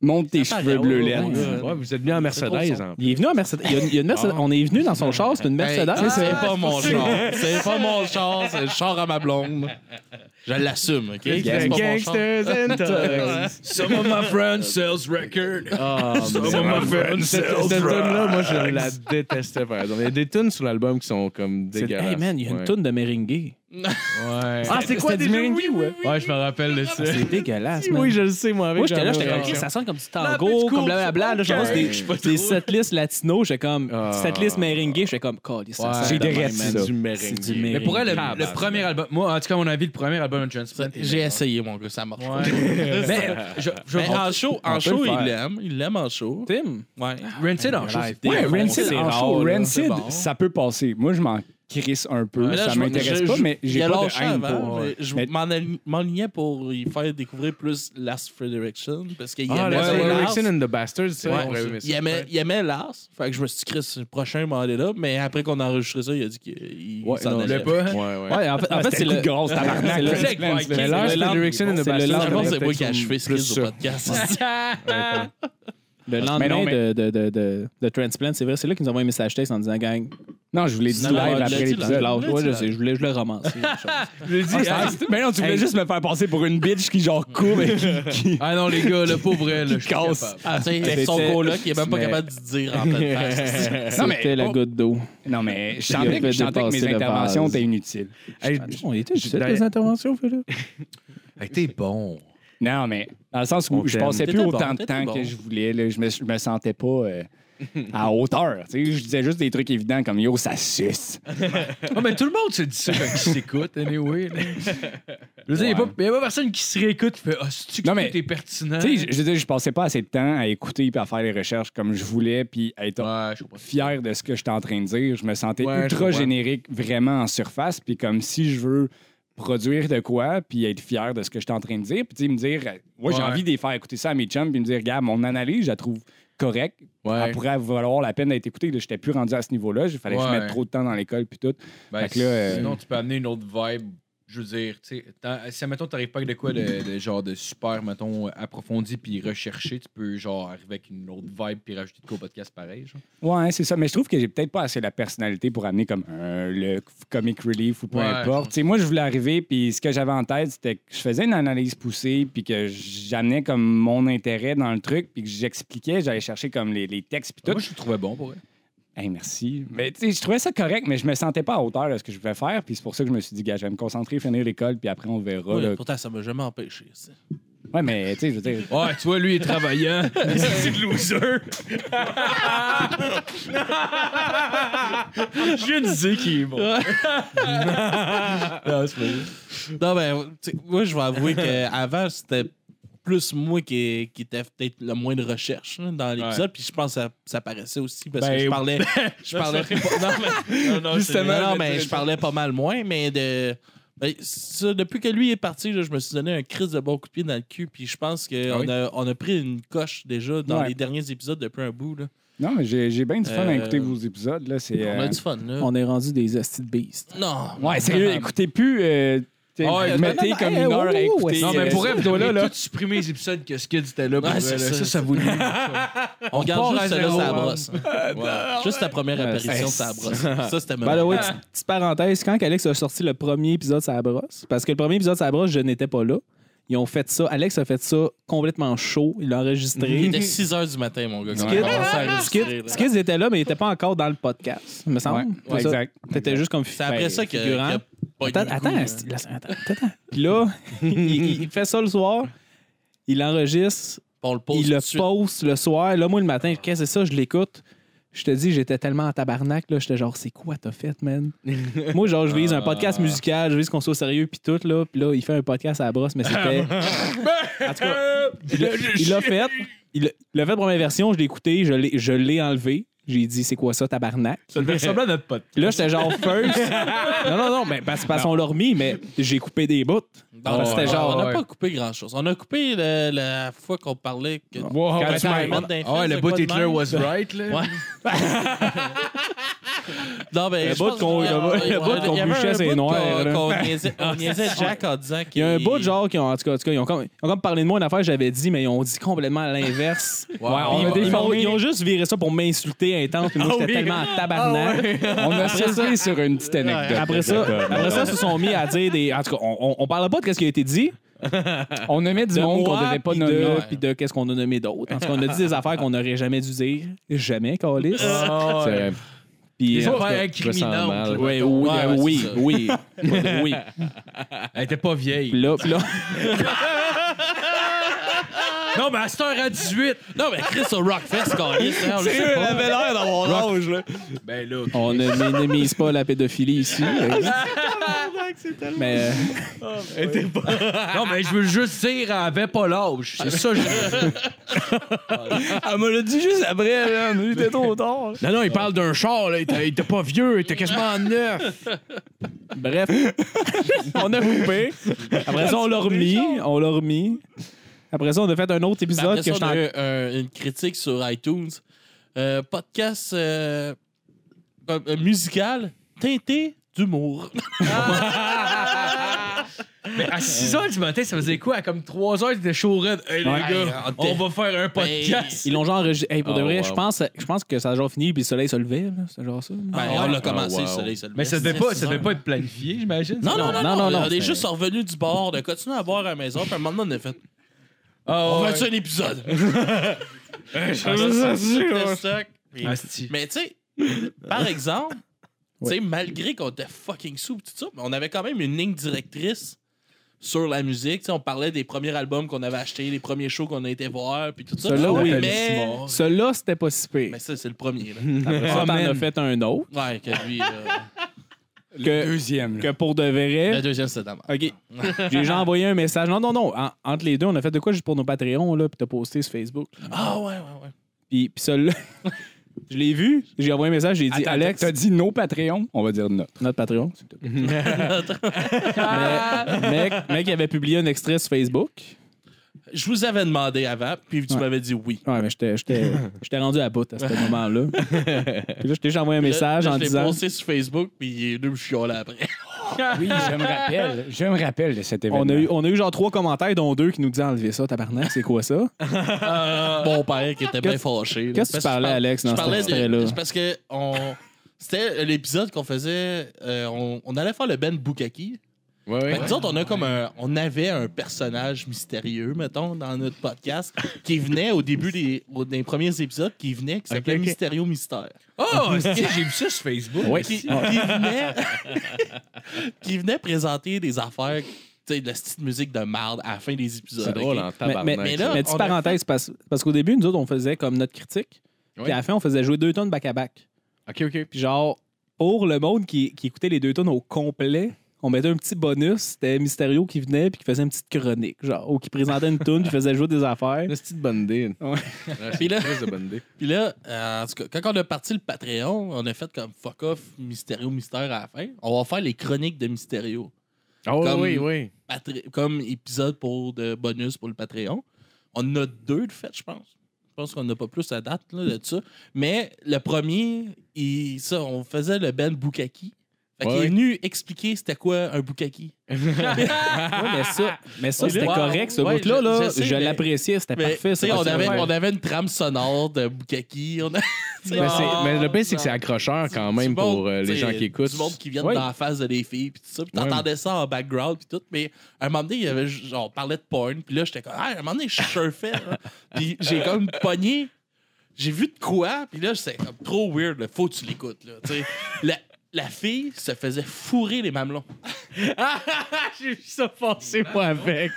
S8: Monte tes
S6: Ça
S8: cheveux
S6: paraît,
S8: bleus
S6: ouais,
S8: laids.
S6: ouais.
S4: Ben, Ouais, vous êtes bien en Mercedes. hein.
S5: Il est venu à Mercedes. Il y a une- il y a une Mercedes- On est venu dans son char, c'est une Mercedes.
S6: Hey, c'est pas
S8: Ah,
S6: mon char. C'est pas mon char, c'est le char à ma blonde. Je l'assume, OK? C'est pas mon char.
S4: Gangsters and Thugs.
S3: Some of my friends sells record.
S4: Ah,
S6: Ah,
S3: Some of my friends
S4: Cette
S3: sells
S4: cette tune-là,
S3: drugs.
S4: moi, je la détestais, par exemple. Il y a des tunes sur l'album qui sont comme
S5: C'est-
S4: dégueulasses.
S5: Hey man, il y a une
S4: Ouais.
S5: toune de Meringue.
S3: Ouais.
S4: Ah, c'est quoi
S5: c'était
S4: des
S5: du
S4: jeux?
S5: Meringue,
S4: Oui,
S5: ouais.
S3: Ouais, je me rappelle de ça.
S5: C'est dégueulasse, man.
S4: Oui, je le sais, moi. Avec
S5: Moi, j'étais là,
S4: Jean-Noël.
S5: j'étais comme, Chris, ça sonne comme du tango,
S3: course,
S5: comme blablabla. Là, je pense des,
S3: je suis pas
S5: des
S3: trop.
S5: setlists latinos, j'étais comme,
S4: Ah.
S5: setlist merengue, j'étais comme, call, ça,
S3: Ouais.
S5: sonne
S3: J'ai
S5: de
S8: des
S5: même,
S8: restes,
S5: man.
S8: ça.
S5: C'est
S8: Du
S5: merengue.
S6: merengue.
S3: Mais pour elle, le, le premier album, moi, en tout cas, à mon avis, le premier album de Transplant.
S6: J'ai essayé, mon gars, ça marche. pas.
S3: Ouais. Mais je, je
S6: Mais en show, en
S8: peut
S6: show
S8: le faire.
S6: il l'aime. Il l'aime en show.
S5: Tim,
S6: Ouais.
S3: Rancid en show.
S5: Des
S8: Ouais,
S5: fois,
S8: Rancid,
S5: c'est
S8: en
S5: rare,
S8: show,
S5: là.
S8: Rancid,
S6: C'est bon.
S8: ça peut passer. Moi, je m'en crisse un peu.
S6: Mais là,
S8: ça
S6: je-
S8: m'intéresse
S6: je-
S8: pas,
S6: je-
S8: mais j'ai
S6: il a
S8: pas de
S6: lâché
S8: haine
S6: avant,
S8: pour. euh,
S6: mais Je
S8: Mais-
S6: m'en al- m'enlignais pour y faire découvrir plus Last Frederickson parce qu'il
S4: Ah,
S6: aimait
S4: le
S6: ça,
S4: Erickson
S6: Lars.
S4: and the Bastards, ça.
S6: Ouais,
S4: on pourrait aimer ça.
S6: il, aimait, il aimait Lars. Fait que je me suis dit, Chris, le prochain m'en aller là. Mais après qu'on a enregistré ça, il a dit qu'il
S4: Ouais,
S6: s'en
S4: non,
S6: allait.
S4: le pas.
S5: Ouais, en fait, en fait, c'est le.
S8: gaz, tabarnak.
S5: c'est le-
S8: Jack
S3: Mais
S8: Black,
S4: Mais là,
S5: le
S4: c'est
S5: lendemain-
S4: Erickson and the
S5: c'est le
S4: Bastards.
S6: Je pense que c'est
S4: peut-être
S6: moi qui ai achevé ce
S4: plus
S6: Chris au
S4: ça.
S6: podcast.
S3: Ah
S5: Le lendemain
S8: Mais non,
S5: de,
S8: mais-
S5: de, de, de, de Transplant, c'est vrai, c'est là qu'ils nous envoient un message texte en disant Gang,
S8: Non, je vous l'ai dit
S6: Non,
S8: live
S6: non,
S5: je
S6: l'as
S8: après
S6: dit
S8: l'épisode.
S6: live.
S5: lâche. Ouais, je sais, je voulais, je voulais romancer. les choses.
S4: Je l'ai dit,
S8: Ah, c'est- Mais non, tu voulais
S4: Hey.
S8: juste me faire passer pour une bitch qui genre court et qui. qui-
S3: Ah non, les gars, le pauvre, là, je suis
S8: casse.
S3: capable.
S6: Ah, tu sais,
S5: C'était-
S6: son coloc, il est même pas
S5: Mais-
S6: capable de dire en pleine face.
S8: Non, mais-
S5: C'était la
S8: oh.
S5: goutte d'eau.
S8: Non, mais je
S5: Il a
S8: sentais que,
S5: fait
S8: je sentais que
S5: dépasser
S8: mes
S5: le
S8: interventions
S5: vase.
S8: étaient inutiles.
S4: Hey,
S5: On était juste
S4: d'ailleurs-
S5: des interventions, Philippe.
S3: Hey, T'es bon.
S8: Non, mais dans le sens où
S4: On
S8: je
S4: t'aime.
S8: passais plus
S6: T'étais bon,
S8: autant de temps
S6: t'étais
S8: que
S6: bon.
S8: je voulais. là. Je, me, je me sentais pas euh, à hauteur. tu sais. Je disais juste des trucs évidents comme Yo, ça suce.
S3: Ah, mais tout le monde se dit ça quand il s'écoute, anyway. là. Je veux dire, il
S8: Ouais.
S3: n'y a pas personne qui se réécoute et fait Ah, c'est-tu que
S8: Non, mais-
S3: tout est pertinent?
S8: Tu sais, je, je veux dire, je passais pas assez de temps à écouter et à faire les recherches comme je voulais, puis à être
S3: Ouais, je sais pas.
S8: fier de ce que j'étais en train de dire. Je me sentais
S3: Ouais, je
S8: ultra
S3: comprends.
S8: générique, vraiment en surface, puis comme si je veux produire de quoi, puis être fier de ce que j'étais en train de dire, puis tu sais, me dire, euh, ouais, j'ai
S3: Ouais.
S8: envie de les faire écouter ça à mes chums, puis me dire, regarde, mon analyse, je la trouve correcte,
S3: Ouais.
S8: elle pourrait valoir la peine d'être écoutée, là, j'étais plus rendu à ce niveau-là, il fallait que je
S3: Ouais.
S8: mette trop de temps dans l'école, puis tout.
S3: Ben,
S8: Fait que là, euh,
S3: Sinon, tu peux amener une autre vibe. Je veux dire, tu sais, t'en- si, mettons, t'arrives pas avec de quoi de, de genre de super, mettons, approfondi puis recherché, tu peux, genre, arriver avec une autre vibe puis rajouter de quoi au podcast pareil, genre.
S8: Ouais, c'est ça. Mais je trouve que j'ai peut-être pas assez la personnalité pour amener comme euh, le comic relief ou peu
S3: Ouais,
S8: importe.
S3: je-
S8: Tu sais, moi, je voulais arriver, puis ce que j'avais en tête, c'était que je faisais une analyse poussée, puis que j'amenais comme mon intérêt dans le truc, puis que j'expliquais, j'allais chercher comme les, les textes, puis tout.
S3: Moi, je le trouvais bon pour vrai.
S8: Hey, merci. Mais tu sais, je trouvais ça correct, mais je me sentais pas à hauteur de ce que je voulais faire, puis c'est pour ça que je me suis dit, gars, je vais me concentrer, finir l'école, puis après, on verra. là.
S6: Ouais, Pourtant, ça m'a jamais empêché. ça.
S8: Ouais, mais tu sais, je veux dire.
S3: Ouais, tu vois, lui, il est travaillant. c'est le loser. je viens de dire qu'il est bon. non, c'est pas vrai.
S6: Non, ben, tu sais, moi, je vais avouer qu'avant, c'était plus moi qui, qui était peut-être le moins de recherche là, dans l'épisode. Puis je pense que ça, ça paraissait aussi parce que
S8: Ben,
S6: je parlais. Je parlais non, mais,
S3: Justement,
S6: non,
S3: je
S6: mais
S3: vais
S6: je parlais pas mal moins, mais de. ben, ça, depuis que lui est parti, là, je me suis donné un crise de bon coup de pied dans le cul. Puis je pense qu'on
S3: Ah oui?
S6: a, on a pris une coche déjà dans
S8: Ouais.
S6: les derniers épisodes depuis un bout. Là.
S8: Non, mais j'ai j'ai bien du fun à
S6: Euh,
S8: écouter vos épisodes. Là, c'est,
S6: On
S8: euh,
S6: a du fun, là.
S5: On est rendu des hosties de beasts.
S6: Non,
S8: Ouais, sérieux, écoutez plus. euh, tu sais,
S3: Ah ouais,
S8: vous
S5: non,
S8: mettez
S5: non,
S8: comme
S5: hey,
S8: une
S5: oh,
S8: heure à
S5: oh,
S8: écouter.
S5: ouais,
S3: Non,
S5: Et,
S3: mais
S8: euh,
S3: pour
S8: ce
S3: elle,
S8: vidéo-là,
S3: là,
S8: là.
S3: tout supprimer les épisodes que Skid était là. pour
S6: Ouais,
S3: elle,
S6: c'est
S3: là.
S6: ça,
S3: ça,
S6: c'est
S3: ça
S6: ça.
S3: vaut mieux.
S6: On garde
S3: part à
S6: juste celle-là,
S3: zéro,
S6: ça
S3: hein.
S6: brosse. Ouais. Juste la première apparition, ça brosse. Ça, c'était
S8: Ben
S5: By the
S6: même.
S5: way, petite- petite parenthèse, quand Alex a sorti le premier épisode sur la brosse, parce que le premier épisode sur la brosse, je n'étais pas là. Ils ont fait ça. Alex a fait ça complètement chaud. Il l'a
S6: Il
S5: enregistré.
S8: Mhm.
S6: était 6 h du matin, mon gars. quand
S5: Skid-
S6: on a commencé à enregistrer,
S5: Skid
S6: là.
S5: Skid était là, mais il n'était pas encore dans le podcast, il me semble.
S8: Ouais,
S5: C'est
S8: ouais,
S5: ça.
S8: exact.
S5: T'étais juste comme fi-
S6: C'est après
S5: ben,
S6: ça que.
S5: figurant.
S6: qu'il a pas eu
S5: Attends,
S6: le coup,
S5: attends,
S6: là.
S5: asti,
S8: hein.
S5: là, attends, attends, attends. Puis là, il, il fait ça le soir, il enregistre,
S6: On le pose
S5: il le
S6: tout de suite.
S5: poste le soir. Là, moi, le matin, qu'est-ce que c'est ça? Je l'écoute. Je te dis, j'étais tellement en tabarnak, là. J'étais genre, c'est quoi t'as fait, man? moi, genre, je vise un
S3: Ah.
S5: podcast musical, je vise qu'on soit au sérieux, puis tout, là. Puis là, il fait un podcast à la brosse, mais c'était. en tout cas, il l'a- il l'a fait. Il l'a- il l'a fait, première version, je l'ai écouté, je l'ai- je l'ai enlevé. J'ai dit, c'est quoi ça, tabarnak?
S3: Ça devait ressembler à notre pote.
S5: Puis là, j'étais genre first. non, non, non, mais parce, parce qu'on l'a remis, mais j'ai coupé des bouts.
S6: Non,
S5: Parce que c'était
S6: on-
S5: genre.
S6: On n'a
S3: ouais.
S6: pas coupé grand-chose. On a coupé le- la fois qu'on parlait. Que...
S3: Wow,
S6: Quand
S3: ouais,
S6: tu m'as-
S3: ouais, Ah
S5: ah
S3: ouais, le
S6: c'est
S3: bout
S6: quoi de
S3: Hitler
S6: même?
S3: was right, là.
S6: Ouais. non, mais.
S5: Le bout qu'on- le bout- le bout qu'on bûchait, c'est noir, là.
S6: On niaisait on niaisait Jack en disant
S5: Il
S6: qu'il
S5: y a un bout de genre qui ont, en tout cas, en tout cas, ils ont comme, ils ont comme parlé de moi une affaire que j'avais dit, mais ils ont dit complètement à l'inverse.
S3: Ouais,
S5: Puis
S3: on
S5: ils,
S3: a
S5: ont-
S3: des
S5: ils ont, ils ont juste viré ça pour m'insulter intense. Puis moi, j'étais tellement en tabarnak.
S8: On a surfé sur une petite anecdote.
S5: Après ça, après ça, ils se sont mis à dire des. En tout cas, on, on, on parlait pas de ce qui a été dit.
S8: on nommait du
S5: De
S8: monde qu'on
S5: moi,
S8: devait pas
S5: puis
S8: nommer.
S5: de- Puis de, qu'est-ce qu'on a nommé d'autre. En tout cas, on a dit des affaires qu'on n'aurait jamais dû dire. Jamais, Calis.
S3: Ah, ouais.
S8: C'est-
S5: Puis,
S3: Les
S5: euh,
S3: affaires
S4: je me sens
S3: incriminantes.
S4: mal.
S3: là,
S5: ouais,
S3: mettons.
S5: oui,
S6: Ouais,
S5: euh,
S6: ouais,
S5: oui,
S6: c'est ça.
S5: oui, oui.
S3: Elle était pas vieille.
S5: Puis là, puis là,
S3: Non, mais à 7h18.
S6: Non, mais Chris au Rockfest, quand il est, hein, on le sait pas.
S5: avait l'air d'avoir l'âge,
S3: Ben là,
S5: On ne minimise pas la pédophilie ici. hein. Mais euh,
S3: Non, mais je veux juste dire, elle avait pas l'âge. C'est ça, je
S5: elle Ah, me l'a dit juste après, hein. là. Il était trop tard.
S4: Non, non, il parle d'un char, là. Il était il était pas vieux, il était quasiment neuf.
S5: Bref, on a coupé. Après ça, on l'a remis. On l'a remis. Après ça, on a fait un autre
S6: Puis
S5: épisode
S6: Ben, Après
S5: que je
S6: ça, on
S5: t'en...
S6: a eu un- une critique sur iTunes. Euh, podcast euh, euh, musical teinté d'humour.
S3: Mais à 6h du matin, ça faisait quoi? À comme 3h, c'était chaud red. Hey, les
S5: Ouais.
S3: gars, on va faire
S6: Ben,
S3: un podcast.
S5: Ils l'ont genre enregistré. Hey, pour de
S3: Oh,
S5: vrai,
S3: wow.
S5: je pense, je pense que ça a genre fini puis le soleil se levait. là. C'était genre ça. là.
S6: Ben,
S3: ouais.
S6: On l'a commencé,
S4: Ah, wow.
S6: le soleil se levait.
S3: Mais ça devait
S6: C'est
S3: pas,
S6: six
S3: ça devait
S6: heures.
S3: pas être planifié, j'imagine.
S6: Non, non, non,
S5: Non, non,
S6: non,
S5: non,
S6: On est
S5: c'est-
S6: juste revenu du bord, de continuer à boire à la maison, puis à un moment donné, on a fait
S3: Ah,
S6: On
S3: ouais.
S6: va faire un épisode. Ah, C'était stock. Puis-
S3: Asti.
S6: Mais tu sais, par exemple, tu sais, malgré qu'on était fucking sous, pis tout ça, mais on avait quand même une ligne directrice sur la musique. Tu sais, on parlait des premiers albums qu'on avait achetés, les premiers shows qu'on a été voir, puis tout ça.
S5: Ceux-là, oui,
S6: mais...
S5: Celui-là, c'était pas si pire.
S6: mais ça, c'est le premier. Là.
S5: Après ça,
S3: Ah,
S5: t'en
S3: man.
S5: as fait un autre.
S6: Ouais, que lui, euh, là,
S5: Que,
S8: Deuxième.
S5: que pour de vrai.
S6: le deuxième, c'était dans
S5: OK. J'ai genre envoyé un message. Non, non, non. En- entre les deux, on a fait de quoi juste pour nos Patreons, là, puis t'as posté sur Facebook.
S6: Ah ouais, ouais, ouais.
S5: Puis, puis celui-là, je l'ai vu. J'ai envoyé un message. J'ai dit,
S8: Attends,
S5: Alex,
S8: T'as dit nos Patreons, on va dire notre.
S5: notre Patreon, s'il te plaît. Mais- mec, mec, il avait publié un extrait sur Facebook.
S6: Je vous avais demandé avant, puis tu
S5: Ouais.
S6: m'avais dit oui.
S5: Ouais, mais j'étais- j'étais j'étais rendu à bout à ce moment-là. Puis là, je t'ai juste envoyé un message
S6: Là,
S5: en
S6: je l'ai
S5: disant.
S6: posté sur Facebook, puis il est venu me chioler après.
S8: Oui, je me rappelle. Je me rappelle de cet événement.
S5: On a, eu, on a eu genre trois commentaires, dont deux qui nous disaient enlever ça, tabarnak, c'est quoi ça?
S6: Mon père qui était bien fâché. là.
S5: Euh, Qu'est-ce que tu
S6: Parce je
S5: parlais,
S6: par-
S5: Alex,
S6: je
S5: dans cet
S6: parlais de-
S5: extrait-là?
S6: C'est parce que on... c'était l'épisode qu'on faisait. euh, on, on allait faire le Ben Bukaki.
S4: Ouais,
S6: Fait que nous autres, on, a comme un- on avait un personnage mystérieux, mettons, dans notre podcast, qui venait au début des, au- des premiers épisodes, qui venait, qui s'appelait
S4: ok.
S6: Mystério Mystère.
S5: Ah.
S3: Oh, asti, j'ai vu ça sur Facebook.
S6: Qui, qui venait, qui venait présenter des affaires, tu sais, de la petite musique de marde à la fin des épisodes.
S4: C'est drôle hein.
S6: ok?
S4: en
S5: Mais,
S4: tabarnak.
S5: mais,
S6: mais
S5: mais
S6: là-
S5: petite
S6: on a
S5: parenthèse, parce, parce qu'au début, nous autres, on faisait comme notre critique.
S4: Ouais.
S5: Puis à la fin, on faisait jouer deux tonnes back-à-back.
S4: OK, OK.
S5: Puis genre, pour le monde qui, qui écoutait les deux tonnes au complet, on mettait un petit bonus. C'était Mysterio qui venait puis qui faisait une petite chronique, genre, ou qui présentait une tune, qui faisait jouer des affaires.
S4: C'est une bonne idée.
S5: Ouais.
S6: Puis là-
S4: C'est une bonne idée.
S6: Puis là, euh, en tout cas, quand on a parti le Patreon, on a fait comme fuck off, Mysterio, Mystère à la fin. On va faire les chroniques de Mysterio.
S4: Ah
S6: Comme-
S4: oui, oui.
S6: Patre- comme épisode pour de bonus pour le Patreon. On en a deux de fait, je pense. Je pense qu'on n'a pas plus à date là, de ça. Mais le premier, il- ça, on faisait le Ben Bukaki. Fait qu'il
S4: Ouais.
S6: est venu expliquer c'était quoi un Bukaki.
S5: Ouais, mais ça, mais ça
S6: Oui,
S5: c'était
S6: wow.
S5: correct, ce
S6: Ouais,
S5: bout-là.
S6: je-
S5: là.
S6: je
S5: Je,
S6: sais, mais-
S5: l'appréciais, c'était
S6: Mais
S5: parfait.
S6: tu sais,
S5: ça.
S6: on,
S5: Ça,
S6: avait,
S5: ouais.
S6: on avait une trame sonore de Bukaki. On a- tu sais,
S4: Mais,
S6: on-
S4: c'est- mais le pire, c'est que c'est
S6: non.
S4: accrocheur quand
S6: Du-
S4: même
S6: du monde,
S4: pour euh, les
S6: t'sais,
S4: gens qui écoutent.
S6: Du monde qui vient
S4: Ouais.
S6: dans la face de des filles, puis tout ça. Puis t'entendais ça en background, puis tout. Mais à un moment donné, il y avait, genre, on parlait de porn, puis là, j'étais comme, ah, à un moment donné, je surfais. là. puis j'ai comme pogné, j'ai vu de quoi, puis là, c'était comme trop weird, là. faut que tu l'écoutes, là. Tu sais, la, la fille se faisait fourrer les mamelons.
S4: J'ai vu ça passer, moi, avec.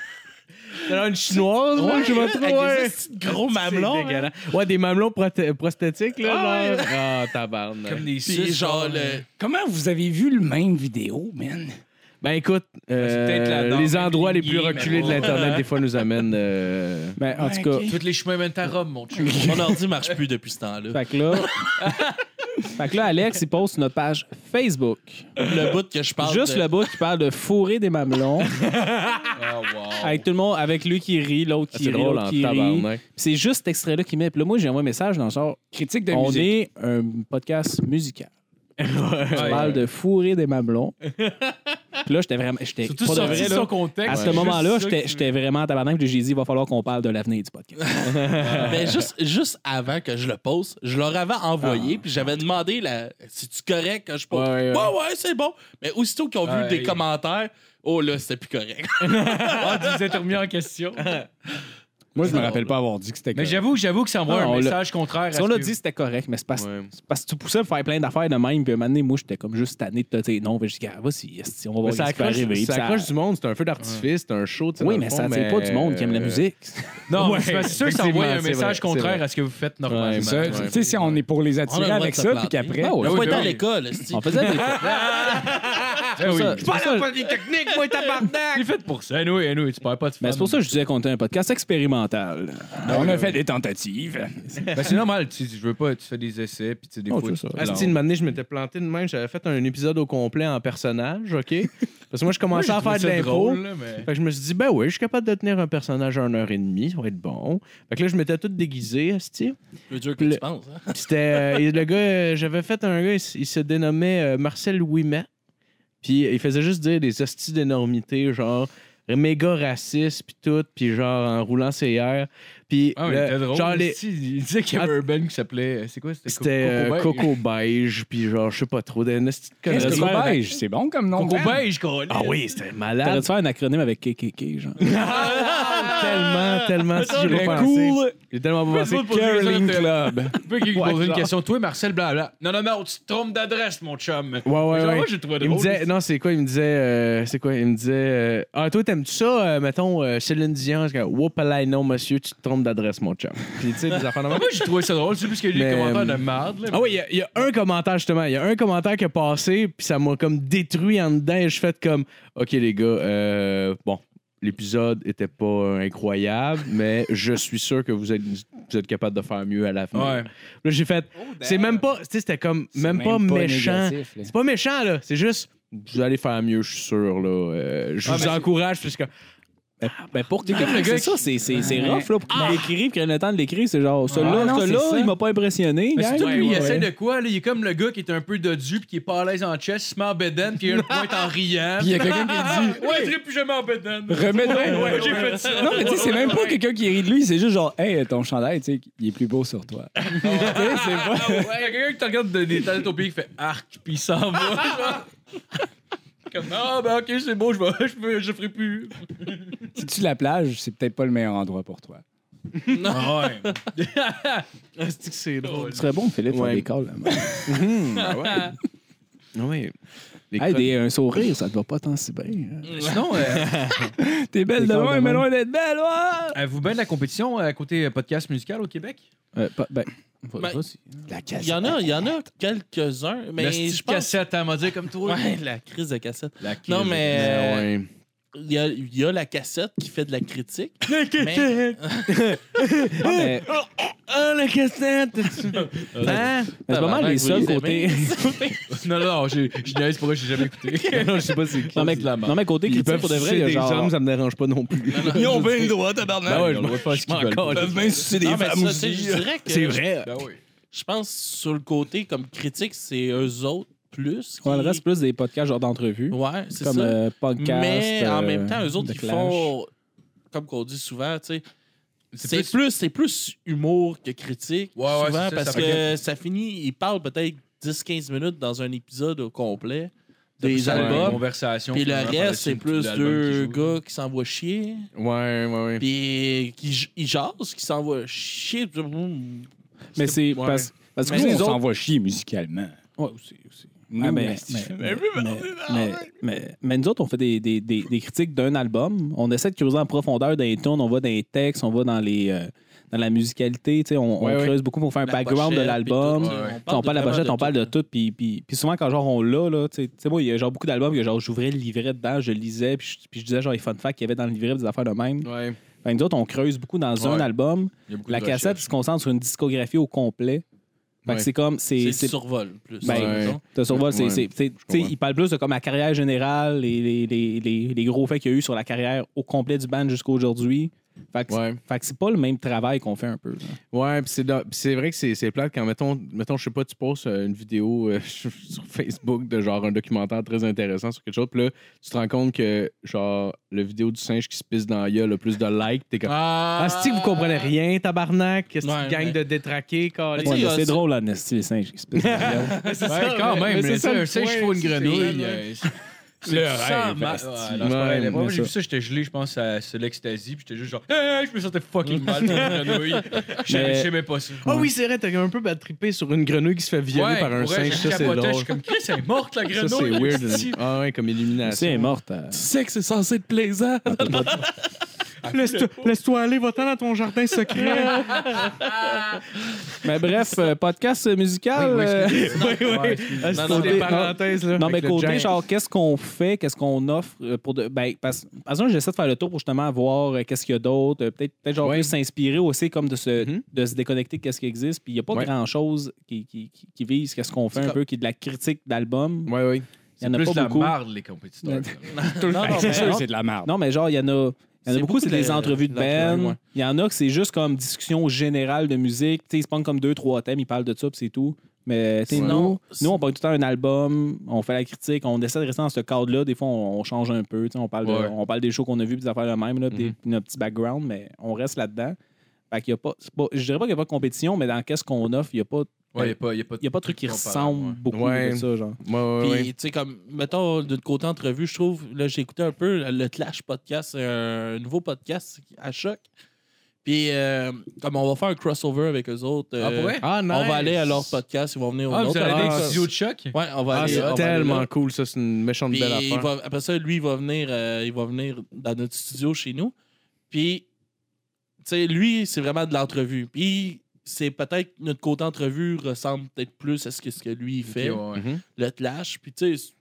S4: Alors, une chinoise, là, je me
S6: Avec
S4: trouve.
S6: des
S4: ouais.
S6: petits gros hein.
S4: C'est
S6: mamelons. là.
S4: dégueulasse. Ouais, des mamelons prothé- prosthétiques, là. genre. Ah, tabarnak.
S3: Comme des
S6: Puis
S3: six.
S6: genre, le,
S8: Comment vous avez vu le même vidéo, man?
S4: Ben écoute, euh,
S3: c'est peut-être la dent
S4: les endroits les plus
S3: lignée, mais
S4: reculés de
S3: bon.
S4: l'Internet, des fois, nous amènent. euh,
S5: Ben, en tout cas,
S3: Tous les chemins mènent à Rome, mon chum.
S6: mon ordi marche plus depuis ce temps-là.
S5: fait que là. fait que là, Alex, il poste notre page Facebook.
S6: Le bout que je parle.
S5: Juste
S6: de-
S5: le bout qui parle de fourrer des mamelons.
S3: Oh, wow.
S5: Avec tout le monde, avec lui qui rit, l'autre qui
S4: C'est
S5: rit,
S4: drôle
S5: l'autre
S4: en
S5: qui rit.
S4: tabarnak.
S5: Puis C'est juste cet extrait-là qu'il met. Puis là, moi, j'ai envoyé un message dans le genre
S8: Critique de
S5: On
S8: musique.
S5: est un podcast musical. On
S3: Ouais.
S5: parle de fourrer des mamelons. Puis là, j'étais vraiment. J'étais
S3: Surtout
S5: pas de
S3: sorti
S5: vrai,
S3: de
S5: là.
S3: son contexte.
S5: À ce
S3: c'est
S5: moment-là,
S3: juste ça
S5: j'étais
S3: que-
S5: j'étais vraiment en tabarnak. Puis j'ai dit il va falloir qu'on parle de l'avenir du podcast.
S6: Mais Ben, juste, juste avant que je le poste, je leur avais envoyé, puis j'avais demandé la, si tu correct que je poste.
S4: Ouais, ouais,
S6: Ah. Ouais, ouais,
S4: ouais.
S6: c'est bon. Mais aussitôt qu'ils ont
S3: Ouais.
S6: vu des commentaires, oh là, c'était plus correct.
S3: Ah, tu nous as remis en question.
S8: Moi, je me rappelle pas avoir dit que c'était
S3: Mais
S8: que-
S3: j'avoue, j'avoue que ça envoie
S5: Non, on
S3: un
S5: l'a-
S3: message contraire
S5: Si on
S3: à
S5: l'a
S3: ce que-
S5: dit, c'était correct, mais c'est parce,
S6: Ouais.
S5: c'est parce que tu poussais à faire plein d'affaires de même. Puis à un moment donné, moi, j'étais comme juste tanné de te dire non, mais je dis, ah, vas-y, esti, on va
S4: Mais
S5: voir ce
S4: Ben, ça
S5: qui peut
S4: accroche,
S5: arriver. Puis
S4: ça
S5: ça-
S4: accroche du monde, c'est un feu d'artifice, c'est un show. tu sais,
S5: Oui,
S4: dans le
S5: mais
S4: fond,
S5: ça attire pas du monde qui aime la
S4: euh,
S5: musique.
S3: Non,
S4: Ouais,
S3: c'est pas- c'est sûr que ça envoie un
S4: effectivement, c'est
S3: message
S4: vrai, c'est
S3: contraire
S4: vrai.
S3: à ce que vous faites normalement.
S4: Ouais,
S8: Ça,
S3: Ouais.
S8: Tu sais, si on est pour
S6: On
S8: les
S6: a le
S8: attirer
S6: droit
S8: avec
S6: de se
S8: ça, puis
S6: planter.
S8: qu'après.
S5: Ah ouais,
S6: On
S5: oui,
S6: va Ben être
S5: oui,
S6: à
S5: oui.
S6: l'école, esti.
S5: On faisait des.
S3: Ah oui.
S5: C'est pour ça-
S7: Polytechnique, moi, tabarnak!
S3: C'est fait pour ça. Anyway, anyway, tu perds pas de fun.
S4: Ben,
S5: Mais Ben, c'est pour ça que je disais qu'on était un podcast expérimental.
S8: Ben, On a fait des tentatives.
S3: Ben, c'est normal, tu, je veux pas, tu fais des essais, puis tu sais, des
S5: Oh,
S3: fois,
S5: c'est
S3: tu-
S5: ça.
S3: Alors,
S4: Asti, une matinée, je m'étais planté de même. J'avais fait un épisode au complet en personnage, OK? Parce que moi, je commençais
S3: moi,
S4: à faire
S3: j'ai
S4: de
S3: trouvé ça
S4: l'impro.
S3: drôle, là, mais-
S4: Fait que je me suis dit, ben oui, je suis capable de tenir un personnage à une heure et demie, ça va être bon. Fait que là, je m'étais tout déguisé, Asti.
S6: Plus dur que tu
S4: Le-
S6: penses. hein.
S4: Puis C'était euh, et le gars, euh, j'avais fait un gars, il, s- il se dénommait euh, Marcel Ouimet. Puis euh, il faisait juste dire des hosties d'énormité, genre méga raciste, puis tout, puis genre en roulant ses airs. Puis
S3: Ah, mais
S4: le-
S3: c'était drôle.
S4: genre les-
S3: Si, Il disait qu'il y avait un band qui s'appelait. C'est quoi C'était Co-
S4: c'était euh,
S3: Beige.
S4: Coco Beige, puis genre, je sais pas trop, des hosties de
S8: Qu'est-ce
S4: conneries.
S8: que c'est beige? C'est bon comme nom.
S3: Coco
S8: Ben.
S3: Beige, quoi.
S4: Ah oui, c'était
S5: T'aurais
S4: malade. Ah,
S5: dû faire un acronyme avec KKK, genre.
S4: tellement, tellement, si j'aurais
S8: j'aurais
S4: pensé. J'ai tellement pas pensé.
S3: Faites-moi poser des
S4: Caroline
S3: questions,
S4: Club.
S3: Tu peux qu'il
S4: Ouais,
S3: pose une
S4: genre.
S3: question. Toi, Marcel, blabla. Non, non, non, tu te trompes d'adresse, mon chum.
S4: Ouais, ouais,
S3: Genre,
S4: ouais.
S3: moi, j'ai trouvé
S4: Il me
S3: drôle.
S4: disait, non, c'est quoi? Il me disait, euh, c'est quoi? Il me disait, euh, ah, toi, t'aimes-tu ça? euh, mettons, euh, Céline Dion. Je dis, Whoopalaï, non, monsieur, tu te trompes d'adresse, mon chum. Puis, tu sais, des affaires de
S3: Ah,
S4: même.
S3: Moi, j'ai trouvé ça drôle, c'est plus que lui,
S4: Mais,
S3: les commentaires
S4: euh,
S3: de marde. là.
S4: Ah oui, il y a- il y, a un commentaire, justement. Il y a un commentaire qui a passé, puis ça m'a comme détruit en dedans. Et je fais comme, OK, les gars, euh, bon, l'épisode était pas euh, incroyable, mais je suis sûr que vous êtes, vous êtes capable de faire mieux à la fin.
S3: Ouais.
S4: Là, j'ai fait, c'est même pas, tu sais, c'était comme,
S8: C'est
S4: même, pas, méchant.
S8: négatif, là.
S4: C'est pas méchant, là. C'est juste, vous allez faire mieux, je suis sûr, là. Euh, je
S3: Ah,
S4: vous
S3: mais
S4: encourage, parce que.
S5: Ben pour tes
S3: le gars
S5: c'est ça, c'est c'est- c'est rough, là. Pour qu'il l'écrive, qu'il ait le temps de l'écrire, c'est genre,
S8: Ah,
S5: celui-là,
S8: non, c'est
S5: celui-là,
S8: ça.
S5: il m'a pas impressionné.
S3: Mais
S4: Ah
S5: gang.
S3: surtout, lui,
S5: Ouais,
S3: il
S5: ouais.
S3: essaie de quoi? Là? Il est comme le gars qui est un peu dodu, puis qui est pas à l'aise en chest, il se met en bedaine, puis il a une pointe en riant.
S8: Puis il y a quelqu'un qui dit.
S3: Ouais, je serai plus jamais en bedaine.
S8: Remets donc.
S3: Ouais, ouais, j'ai fait ça.
S8: Non, mais tu sais, c'est même pas quelqu'un qui rit de lui, c'est juste genre, hey, ton chandail, tu sais, il est plus beau sur toi. Tu sais, c'est
S3: Ah,
S8: pas.
S3: ouais, il y a quelqu'un qui te regarde de- des talents au pied qui fait arc, puis il s'en va. genre. Comme, ah, ben ok, c'est bon, je vais, je, peux- je ferai plus.
S8: Si tu la plage, c'est peut-être pas le meilleur endroit pour toi.
S3: Ah ouais. Ah,
S4: C'est que c'est drôle.
S5: Ce serait bon, Philippe,
S4: Ouais.
S5: faire des calls, là.
S4: Oui. Les
S5: Hey, des- un sourire, ça te va pas tant si bien. hein.
S3: Sinon, euh,
S8: T'es belle
S5: de loin, mais loin
S8: d'être belle, ouais!
S3: avez-vous bien de la compétition à côté euh, podcast musical au Québec?
S5: Euh, pas- ben, va-
S6: Ben,
S5: vas-y.
S8: La
S6: Il y en a, il y en a quelques-uns, mais
S3: La
S6: je
S3: petite
S6: pense...
S3: cassette, elle m'a dit comme toi.
S6: Ouais, la crise de cassette.
S3: La
S6: Non,
S3: crise.
S6: mais
S4: Ah,
S6: euh,
S4: ouais.
S6: il y, a, il y a la cassette qui fait de la critique. mais-
S5: Ah, mais-
S4: Ah, la cassette! hein?
S5: mais Ben, c'est pas mal les
S6: Tabarnak, vous
S5: seuls
S6: les
S5: côtés.
S3: Non, non, non, j'ai- je niaise pour eux, j'ai jamais écouté.
S4: non, je sais pas c'est qui.
S5: Non, mais,
S4: C'est de la merde.
S5: non, mais côté
S4: Ils
S5: critique,
S4: peuvent
S5: pour de vrai, il y a
S4: des
S5: genre.
S4: hommes, ça me dérange pas non plus.
S6: Ils ont bien
S4: le droit, tabarnak. Ben ouais,
S3: Ils ont le droit de faire ce qu'ils veulent.
S4: je m'en
S5: sucer
S6: Non, mais ça, tu sais, je dirais que
S4: C'est vrai.
S3: Ben oui.
S6: je pense sur le côté comme critique, c'est eux autres plus. qui-
S5: Ouais, le reste, plus des podcasts genre d'entrevues.
S6: Ouais, c'est
S5: Comme
S6: ça.
S5: euh, podcast.
S6: mais en
S5: euh,
S6: même temps, eux autres,
S5: The
S6: ils
S5: Clash.
S6: font, comme qu'on dit souvent, tu sais, c'est
S3: plus-
S6: plus... c'est plus humour que critique,
S3: Ouais, ouais,
S6: souvent,
S3: c'est ça,
S6: parce
S3: ça fait
S6: que ça finit, ils parlent peut-être 10-15 minutes dans un épisode au complet des
S3: Ça, ouais, une
S6: albums,
S3: conversation,
S6: puis le
S3: finalement, par la
S6: reste, c'est
S3: suite,
S6: plus
S3: l'album
S6: deux
S3: qui joue.
S6: gars qui s'envoient chier,
S4: Ouais, ouais, ouais.
S6: puis qui j- ils jasent, qui s'envoient chier.
S5: Mais c'est.
S4: Ouais.
S5: Parce, parce que
S6: Mais
S5: nous
S8: on
S5: autres.
S8: s'en va chier musicalement. ben,
S5: Ouais, aussi, aussi.
S8: Nous,
S5: Ah, mais,
S8: asti,
S5: mais, mais,
S3: Ah
S5: mais- mais- mais nous autres, on fait des, des- des- des critiques d'un album. On essaie de creuser en profondeur dans les tunes, on va dans les textes, on va dans les euh, dans la musicalité. tu sais, On, on
S4: Ouais, ouais.
S5: creuse beaucoup pour faire un background de l'album.
S3: tout, ouais.
S5: Tu sais, On parle de la pochette, on parle de tout. Puis, puis, puis souvent, quand genre on l'a, là, tu sais, tu sais, moi, il y a genre beaucoup d'albums que genre j'ouvrais le livret dedans, je lisais, puis je, puis je disais genre les fun facts qu'il y avait dans le livret, des affaires de même.
S4: Ouais.
S5: Fait que nous autres, on creuse beaucoup dans un
S3: Ouais.
S5: album.
S3: Il y a beaucoup
S5: La
S3: de
S5: cassette
S3: recherches.
S5: se concentre sur une discographie au complet. Fait
S4: Ouais.
S5: que c'est comme.
S6: C'est
S5: C'est
S6: du
S5: c'est-
S6: survol, plus.
S5: Ben,
S6: Ouais.
S4: disons.
S5: te survole, c'est-
S4: Ouais,
S5: c'est- c'est- tu sais,
S4: comprends.
S5: il parle plus de comme la carrière générale, les, les, les, les, les gros faits qu'il y a eu sur la carrière au complet du band jusqu'à aujourd'hui. Fait que,
S4: Ouais.
S5: fait que c'est pas le même travail qu'on fait un peu. là.
S4: Ouais, pis c'est do- pis c'est vrai que c'est c'est plate quand, mettons, mettons je sais pas, tu postes euh, une vidéo euh, sur Facebook de genre un documentaire très intéressant sur quelque chose, pis là, tu te rends compte que, genre, la vidéo du singe qui se pisse dans la gueule a plus de likes, t'es comme.
S3: Ah,
S4: Ah, c'est que vous comprenez rien, tabarnak, qu'est-ce
S6: Ouais,
S4: que gang
S6: ouais.
S4: de détraqués,
S6: Mais
S4: carré.
S6: tu sais, euh,
S5: Ouais,
S6: il y a
S5: mais c'est
S6: ça-
S5: drôle, Anesti, les singes qui se pissent dans la gueule.
S3: Ouais, quand même,
S4: mais c'est
S3: mais
S4: ça
S3: ça,
S4: le
S3: un singe
S4: point,
S3: qui fout une
S4: c'est-
S3: grenouille.
S4: c'est-
S3: euh, c'est- Le rêve.
S6: ma-
S3: asti.
S6: Ouais,
S3: Ouais,
S6: non,
S3: non, c'est pas vrai.
S4: Ouais,
S3: La première fois que j'ai
S4: mais
S3: vu ça, j'étais gelé, je pense, à c'est l'ecstasy. Puis j'étais juste genre, hey, je me sentais fucking mal. pour une grenouille. Je
S5: Mais-
S3: je savais pas ça.
S4: Ah oui, c'est vrai, t'as un peu battrippé sur une grenouille qui se fait violer
S3: Ouais,
S4: par un
S3: pour vrai,
S4: singe.
S3: je
S4: Ça, c'est
S3: capotais,
S4: drôle.
S3: Je suis comme, Chris, elle est morte, la
S4: Ça,
S3: grenouille.
S4: c'est weird.
S3: asti.
S4: Ah ouais, comme
S5: Si elle
S4: illumination.
S5: est morte. euh, Ah,
S6: Tu sais que c'est censé être plaisant.
S4: Laisse-toi aller, va-t'en dans ton jardin secret.
S5: Mais bref, euh, podcast musical.
S3: Oui, oui,
S5: euh,
S3: Ouais, excuse.
S4: Ah, c'est
S6: Non, non,
S4: des
S5: non.
S4: parenthèses, là.
S5: Non, mais
S4: avec le
S5: côté,
S4: Giant.
S5: genre, qu'est-ce qu'on fait, qu'est-ce qu'on offre euh, pour. De... Ben, parce par exemple, j'essaie de faire le tour pour justement voir euh, qu'est-ce qu'il y a d'autre. euh, Peut-être, peut-être genre,
S4: Ouais.
S5: plus s'inspirer aussi, comme de se,
S4: Mhm.
S5: de se déconnecter de qu'est-ce qui existe. Puis il n'y a pas
S4: Ouais.
S5: grand-chose qui, qui, qui, qui vise qu'est-ce qu'on fait
S6: C'est
S5: un
S6: comme-
S5: peu, qui est de la critique
S6: Ah.
S5: d'album.
S4: Ouais, ouais.
S5: Il y en a
S3: plus
S5: pas
S3: de la
S5: beaucoup.
S3: marde, les compétiteurs.
S5: Non, non,
S8: C'est
S5: mais-
S8: sûr, c'est de la merde.
S5: Ah. Non, mais genre, il y en a. Il y en a
S6: C'est
S5: beaucoup, c'est
S6: beaucoup de
S5: des
S6: la-
S5: entrevues de
S6: de l'entrevue,
S5: Ben.
S6: ouais.
S5: Il y en a que c'est juste comme discussion générale de musique. Tu sais, ils se prennent comme deux, trois thèmes, ils parlent de ça, puis c'est tout. Mais tu sais,
S6: Sinon,
S5: nous,
S6: c'est-
S5: nous, on parle tout le temps d'un album, on fait la critique, on essaie de rester dans ce cadre-là. Des fois, on, on change un peu. tu sais, On parle, de-
S3: Ouais.
S5: on parle des shows qu'on a vus, puis des affaires de même, là, puis des-
S3: Mhm.
S5: puis notre petit background, mais on reste là-dedans. Fait qu'il y a pas, c'est pas- Je dirais pas qu'il n'y a pas de compétition, mais dans qu'est-ce qu'on offre, il n'y a, pas-
S3: Ouais, il y a pas, y a pas
S5: il y a pas de truc qui
S3: comparable,
S5: ressemble
S3: ouais.
S5: beaucoup
S4: Ouais.
S5: de ça, genre.
S4: Ouais, ouais,
S6: Puis,
S4: ouais.
S6: tu sais, comme, mettons, d'un côté entrevue, je trouve, là, j'ai écouté un peu le Clash podcast, c'est un nouveau podcast à choc. Puis, euh, comme on va faire un crossover avec eux autres,
S3: Ah, pour
S6: euh,
S3: vrai?
S4: Ah, nice.
S6: on va aller à leur podcast, ils vont venir au
S3: Ah, vous
S6: nôtre.
S3: allez aller
S6: Alors,
S3: avec
S4: Ah,
S3: le studio de choc?
S6: Ouais, on va
S4: Ah,
S6: aller on va
S4: c'est
S6: aller là.
S4: tellement cool, ça. C'est une méchante
S6: Puis
S4: belle
S6: il
S4: affaire.
S6: va- après ça, lui, il va venir, euh, il va venir dans notre studio chez nous. Puis, tu sais, lui, c'est vraiment de l'entrevue. Puis, c'est peut-être notre côté entrevue ressemble peut-être plus à ce que, ce que lui il fait,
S3: Ok, ouais, ouais.
S4: Mhm.
S6: le clash. Puis, tu sais, c'est-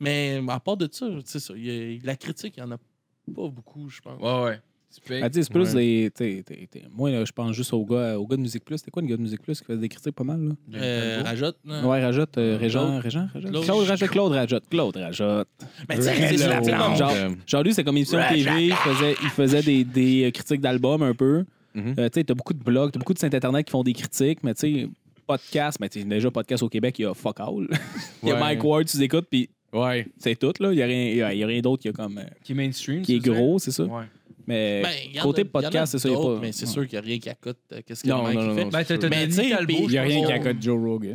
S6: mais à part de ça, tu sais, ça, il y a- la critique, il n'y en a pas beaucoup, je pense.
S3: Ouais, ouais. Tu payes.
S5: Ben, tu sais, c'est plus des. t'sais, t'sais, t'sais, moi, là, je pense juste au gars, au gars de Musique Plus. C'était quoi le gars de Musique Plus qui faisait des critiques pas mal? Là?
S6: Euh, rajoute. non?
S5: Ouais, rajoute euh, Régent.
S6: Claude.
S5: Régent, Régent?
S6: Claude.
S5: Claude Rajoute. Claude Rajoute. Claude Rajoute.
S6: Mais tu sais, c'est ça, tu sais, comme genre-
S5: Genre, genre, lui, c'est comme émission TV. Il faisait, il faisait des, des, euh, critiques d'albums un peu.
S4: Mhm.
S5: Euh, tu sais, t'as beaucoup de blogs, t'as beaucoup de sites internet qui font des critiques, mais tu sais, podcast, mais tu sais, déjà, podcast au Québec, il y a fuck all. il y a
S4: Ouais.
S5: Mike Ward, tu les écoutes, puis
S4: Ouais.
S5: c'est tout, là. Il y a rien, il y a- il y a rien d'autre qui, a comme, euh,
S3: Qui est mainstream.
S5: qui est
S3: ça, ça?
S5: gros, c'est ça.
S3: Ouais.
S5: Mais
S6: Ben, il y en a-
S5: côté
S6: il y en a
S5: podcast, c'est ça, il y a
S6: d'autres,
S5: pas-
S6: Mais c'est
S5: Ouais.
S6: sûr qu'il n'y a rien qui accote euh, qu'est-ce que
S4: Non,
S6: le mec
S4: non,
S6: il
S4: non,
S6: fait.
S4: non.
S3: Ben, t'as t'as
S6: Mais
S3: Denis
S6: tu sais,
S3: Talbot,
S6: puis-
S8: Il n'y a
S3: je
S8: rien
S3: pense.
S8: qui accote Joe Rogan.
S5: Ouais,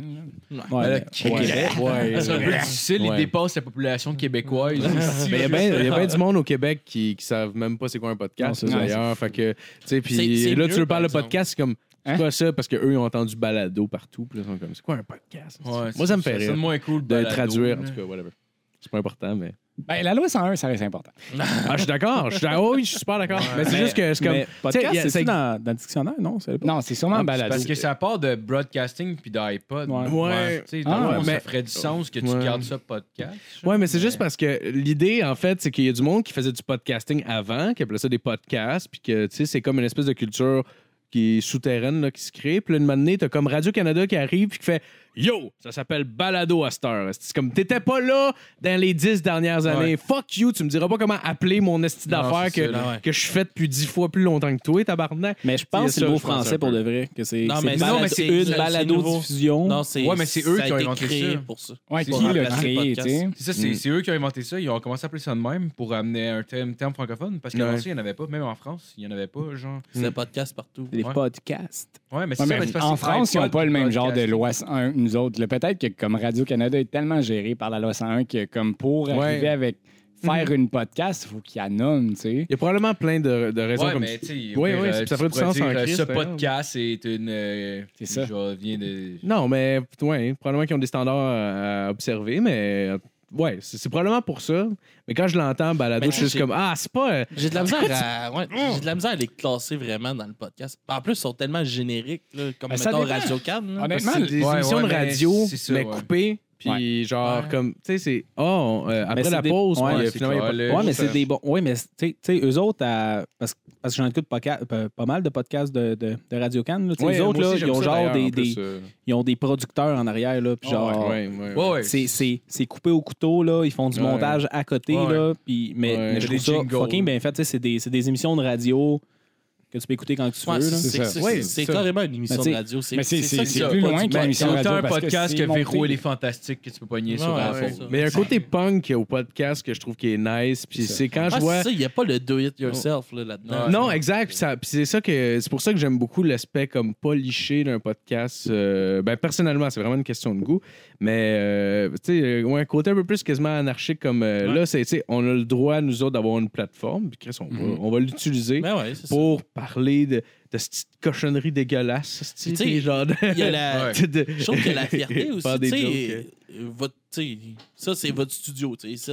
S3: Ben,
S5: mais-
S3: le Québec. C'est un peu difficile, il
S4: Ouais.
S3: dépasse la population québécoise.
S5: ben,
S4: Mais il y a bien du monde au Québec qui ne savent même pas c'est quoi un podcast,
S5: Non, c'est ça.
S4: d'ailleurs. Fait que, tu sais,
S6: C'est-
S4: puis
S6: c'est
S4: là,
S6: mieux,
S4: tu veux parler de
S6: par exemple.
S4: podcast, c'est comme, c'est
S8: Hein?
S4: quoi ça? Parce qu'eux, ils ont entendu balado partout. Puis là, ils sont comme, c'est quoi un podcast? Moi, ça me fait
S3: C'est
S4: rire
S3: moins cool
S4: de traduire, en tout cas, whatever. C'est pas important, mais.
S8: Ben, la loi 101, ça reste important.
S4: Ah, je suis d'accord. Je suis ah oui, je suis super d'accord. Mais c'est
S5: Mais-
S4: juste que c'est comme.
S5: mais podcast,
S4: tu sais, il y a-
S5: c'est
S4: ça-
S5: dans, dans le dictionnaire, non? C'est pas-
S8: Non, c'est sûrement
S5: Ah,
S8: un balado.
S3: Parce que ça part de broadcasting puis d'iPod.
S5: Ouais.
S4: Ouais.
S3: Tu sais,
S8: Ah,
S3: dans le fond,
S4: mais-
S3: ça ferait du sens que tu
S4: Ouais.
S3: gardes ça podcast.
S4: Ouais, mais c'est juste parce que l'idée, en fait, c'est qu'il y a du monde qui faisait du podcasting avant, qui appelait ça des podcasts, puis que, tu sais, c'est comme une espèce de culture qui est souterraine, là, qui se crée. Puis là, une moment donné, t'as comme Radio-Canada qui arrive, puis qui fait Yo, ça s'appelle balado à cette heure. C'est comme, t'étais pas là dans les dix dernières années. Fuck you, tu me diras pas comment appeler mon esti
S3: Non,
S4: d'affaires
S3: c'est
S4: que,
S3: ça,
S6: là, ouais.
S4: que je fais depuis dix fois plus longtemps que toi, tabarnak.
S5: Mais je
S4: C'est
S5: pense que c'est
S4: ça,
S5: le mot
S4: je pense un
S5: français
S4: peu.
S5: pour de vrai. Que c'est,
S6: Non,
S5: c'est
S6: mais
S5: balado-
S3: non, mais c'est-
S5: une
S6: c'est-
S5: balado-diffusion.
S6: Non, c'est
S3: Ouais, mais c'est eux
S6: ça a
S3: qui ont
S6: été
S3: inventé
S6: créé
S3: ça.
S6: pour ça.
S8: Ouais,
S3: C'est
S8: qui
S3: pour
S8: l'a
S3: remplacer le
S8: créé, tu
S6: podcast.
S8: sais?
S3: C'est ça,
S4: Mm.
S3: c'est c'est eux qui ont inventé ça. Ils ont commencé à appeler ça de même pour amener un terme, terme francophone. Parce qu'avant
S4: Ouais.
S3: ça, il n'y en avait pas. Même en France, il n'y en avait pas. Genre.
S6: C'est un podcast partout.
S5: Les
S3: Ouais.
S5: podcasts.
S3: Ouais, mais c'est
S8: Ouais,
S3: ça,
S8: mais
S3: mais c'est parce
S8: en
S3: que
S8: France, ils n'ont
S3: iPod
S8: pas le
S3: puis
S8: même genre de
S3: podcast.
S8: loi 101 que nous autres. Là, Peut-être que comme Radio-Canada est tellement géré par la loi 101 que comme pour
S4: Ouais.
S8: arriver avec faire une podcast, il faut qu'il y en nomme, tu sais.
S4: Il y a probablement plein de, de raisons
S3: Ouais,
S4: comme
S3: mais tu sais, au
S4: Ouais,
S3: pire,
S4: ouais,
S3: euh,
S4: ça
S3: tu
S4: ferait du
S3: pourrais
S4: sens
S3: dire,
S4: en
S3: euh,
S4: Christ,
S3: Ce
S4: d'ailleurs.
S3: podcast est une. euh,
S8: C'est ça.
S3: Genre, vient de.
S4: Non, mais ouais, probablement qu'ils ont des standards à observer, mais euh, ouais, c'est c'est probablement pour ça. Mais quand je l'entends balado,
S6: Mais
S4: je suis juste
S6: j'ai-
S4: comme ah, c'est pas euh,
S6: J'ai de la misère à, ouais, j'ai de la misère à les classer vraiment dans le podcast. En plus, ils sont tellement génériques, là, comme
S8: Ben, ça
S6: mettons
S8: dépend.
S6: Radio Can.
S4: parce que
S8: Honnêtement,
S4: c'est des
S3: Ouais,
S4: émissions
S3: ouais,
S4: de
S3: mais
S4: radio
S3: c'est ça,
S4: mais
S3: ouais.
S4: coupées puis genre
S6: Ouais.
S4: comme tu sais c'est oh on- euh, après
S5: c'est
S4: la
S5: des-
S4: pause
S5: ouais,
S4: puis, euh,
S3: c'est
S4: finalement il y a
S3: clair,
S4: pas de
S3: là,
S4: pause.
S5: Ouais, mais c'est des bons. Ouais, mais tu sais- tu sais, eux autres, à- parce, parce que j'en écoute pas, ca- pas pas mal de podcasts de, de, de Radio Can. là. Tu sais,
S4: Ouais,
S5: eux autres,
S4: moi
S5: là,
S4: aussi,
S5: ils
S4: j'aime
S5: ont
S4: ça,
S5: genre
S4: d'ailleurs, en
S5: des,
S4: plus,
S5: des-
S4: euh,
S5: ils ont des producteurs en arrière, là, puis genre.
S4: ouais, ouais, ouais.
S3: Ouais, ouais.
S5: C'est, c'est, c'est coupé au couteau, là. Ils font du
S4: Ouais.
S5: montage à côté,
S3: Ouais.
S5: là. Puis, mais,
S4: Ouais.
S5: mais je
S3: Des
S5: trouve ça
S3: jingles.
S5: fucking bien fait. tu sais, C'est des, c'est des émissions de radio que tu peux écouter quand tu
S6: Ouais,
S5: veux.
S6: c'est-
S5: là.
S8: c'est
S6: c'est-
S8: ça.
S6: c'est-
S8: Oui,
S6: c'est
S8: ça.
S6: carrément une émission
S5: Mais
S6: de
S5: t'sais-
S6: radio. C'est
S8: Mais c'est-
S6: ça
S8: c'est
S6: qui
S8: plus
S6: a pas
S8: loin
S6: du-
S8: qu'une émission de
S3: C'est
S8: radio.
S3: un
S8: parce que
S3: podcast
S8: c'est
S3: que
S8: monté.
S3: Véro et les Fantastiques que tu peux pogner sur
S6: Ouais,
S3: la
S6: ouais,
S3: faute.
S6: ça.
S4: Mais il y a un côté punk qu'il y a au podcast que je trouve qui est nice. Puis
S8: C'est ça.
S4: c'est quand
S6: Ah,
S4: je vois.
S6: c'est ça, il n'y a pas le do it yourself là, là-dedans.
S3: Ouais.
S4: Non, exact. Puis, ça- puis c'est ça que c'est pour ça que j'aime beaucoup l'aspect comme pas liché d'un podcast. euh, ben personnellement, c'est vraiment une question de goût. Mais euh, tu sais, euh, ouais, un côté un peu plus quasiment anarchique comme euh,
S6: Ouais.
S4: là, c'est tu sais, on a le droit nous autres d'avoir une plateforme. Puis Chris, on, va-
S8: Mhm.
S4: on va l'utiliser
S6: Mais Ben ouais, c'est ça.
S4: pour parler de, de cette petite cochonnerie dégueulasse. ce
S6: Tu
S4: type,
S6: sais,
S4: puis genre de-
S6: Il y a la,
S4: de- de-
S6: Je trouve qu'il y a la fierté aussi.
S4: Faire des
S6: tu sais,
S4: jokes,
S6: euh, votre- tu sais, ça, c'est votre studio. tu sais, ici.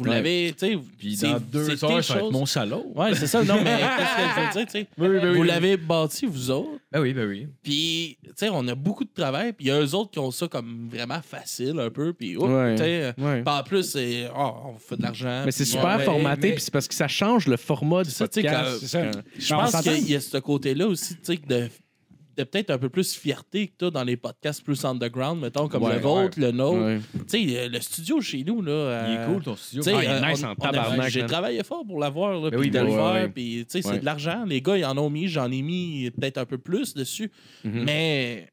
S6: Vous
S4: Ouais.
S6: l'avez. tu sais, vous-
S3: Puis
S6: c'est-
S3: dans
S6: c'est
S3: deux
S6: tes
S3: heures, ça va être
S6: choses.
S3: mon salon.
S6: Ouais, c'est ça. Non, mais qu'est-ce que je veux dire, tu sais, vous l'avez bâti, vous autres.
S3: Ben oui, ben oui.
S6: Puis, tu sais, on a beaucoup de travail. Puis, il y a eux autres qui ont ça comme vraiment facile un peu. Puis, oh,
S4: Ouais.
S6: tu sais, euh,
S4: Ouais.
S6: puis en plus, c'est, oh, on fait de l'argent.
S4: Mais c'est
S6: puis-
S4: super
S6: Ouais,
S4: formaté,
S3: mais-
S4: puis c'est parce que ça change le format du
S6: C'est ça, tu sais,
S4: podcast.
S6: quand-
S8: C'est ça.
S6: Je
S8: Mais on
S6: pense
S8: s'entend-
S6: qu'il y a ce côté-là aussi, tu sais, que de, de peut-être un peu plus fierté que toi dans les podcasts plus underground, mettons, comme
S4: Ouais,
S6: le vôtre, le nôtre.
S4: Ouais.
S6: Tu sais, euh, le studio chez nous, là.
S3: Il est
S6: euh,
S3: cool ton studio.
S6: tu sais,
S4: Ah, il est
S6: euh,
S4: nice
S6: on-
S4: en
S6: on a-
S4: tabarnak,
S6: J'ai
S4: man.
S6: travaillé fort pour l'avoir, là,
S3: Ben
S6: puis
S3: oui,
S6: de
S3: ben
S6: le
S4: oui,
S6: faire,
S4: ouais.
S6: puis tu sais, c'est
S4: Ouais.
S6: de l'argent. Les gars, ils en ont mis, j'en ai mis peut-être un peu plus dessus,
S4: Mhm.
S6: mais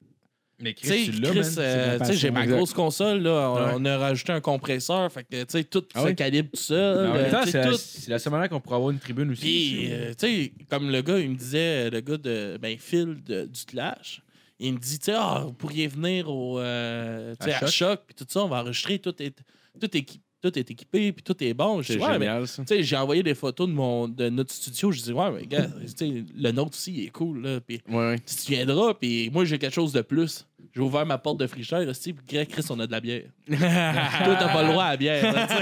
S3: Mais
S6: tu sais,
S3: Chris, tu l'as,
S6: Chris,
S3: man.
S8: c'est de la
S6: euh, tu sais,
S8: passion,
S6: j'ai ma
S8: exact.
S6: grosse console, là, on,
S3: Ouais.
S6: on a rajouté un compresseur, fait que tu sais, tout
S4: Ah
S6: ce
S4: oui?
S6: calibre tout ça,
S3: Mais en
S6: euh,
S3: même temps,
S6: tu sais,
S3: c'est la-
S6: tout.
S3: c'est la seule manière qu'on pourrait avoir une tribune aussi.
S6: Puis, euh, tu sais, comme le gars, il me disait, le gars de ben, Phil de- du Clash, il me dit, tu sais, ah, vous pourriez venir au, euh, tu sais,
S3: À
S6: à Choc, puis tout ça, on va enregistrer, tout est, tout est, tout est équipé, puis tout est bon. Je
S4: C'est
S6: dis, ouais, mais,
S4: génial, ça.
S6: tu sais, j'ai envoyé des photos de, mon, de notre studio, je dis, ouais, mais gars, tu sais, le nôtre aussi, il est cool, là, puis
S4: Ouais, ouais.
S6: si tu viendras, puis moi, j'ai quelque chose de plus. J'ai ouvert ma porte de fricheur, aussi, puis Greg, Chris, on a de la bière. Toi, t'as pas le droit à la bière, là, tu sais.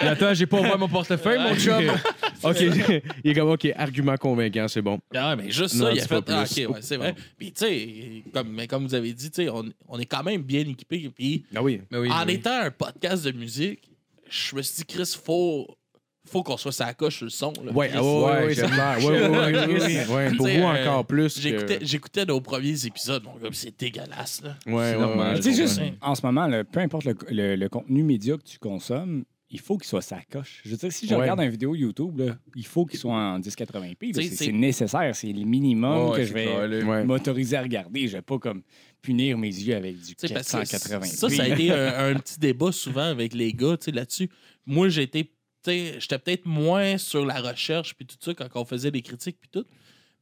S3: Puis attends, j'ai pas ouvert mon portefeuille, mon chum.
S4: OK. Il est comme, OK, argument convaincant, c'est bon.
S6: Ah ouais, mais juste
S4: Non,
S6: ça, il a
S4: dis
S6: fait.
S4: pas
S6: Ah,
S4: plus.
S6: ok, ouais, c'est vrai. Puis, tu sais, comme, mais comme vous avez dit, tu sais, on, on est quand même bien équipé. Puis,
S4: Ah oui.
S3: Ben oui,
S6: en
S3: ben oui.
S6: étant un podcast de musique, je me suis dit, Chris, faut, faut qu'on soit sur la coche sur le son. là.
S4: Ouais,
S6: Chris,
S4: ah ouais, ouais, ouais, c'est clair. Ouais, ouais, ouais, ouais, ouais, ouais. Pour
S6: Tu sais,
S4: vous,
S6: euh,
S4: encore plus. que-
S6: J'écoutais, j'écoutais nos premiers épisodes, mon gars, puis c'est dégueulasse. Là.
S4: Ouais, ouais,
S3: normal.
S4: ouais,
S8: Tu sais,
S4: je
S8: juste
S4: comprends.
S8: en ce moment, là, peu importe le, le- le contenu média que tu consommes, il faut qu'il soit sa coche. Je veux dire, si je
S4: Ouais.
S8: regarde une vidéo YouTube, là, il faut qu'il soit en 1080p. là.
S6: T'sais,
S8: C'est
S6: c'est-
S8: c'est nécessaire, c'est le minimum
S3: Ouais,
S8: que
S3: c'est
S8: je vais
S3: clair, là.
S4: Ouais.
S8: m'autoriser à regarder. Je vais pas comme punir mes yeux avec du
S6: Tu sais, parce que
S8: 480p.
S6: Ça, ça a été un, un petit débat souvent avec les gars tu sais, là-dessus. Moi, j'étais j'étais peut-être moins sur la recherche puis tout ça quand on faisait des critiques puis tout.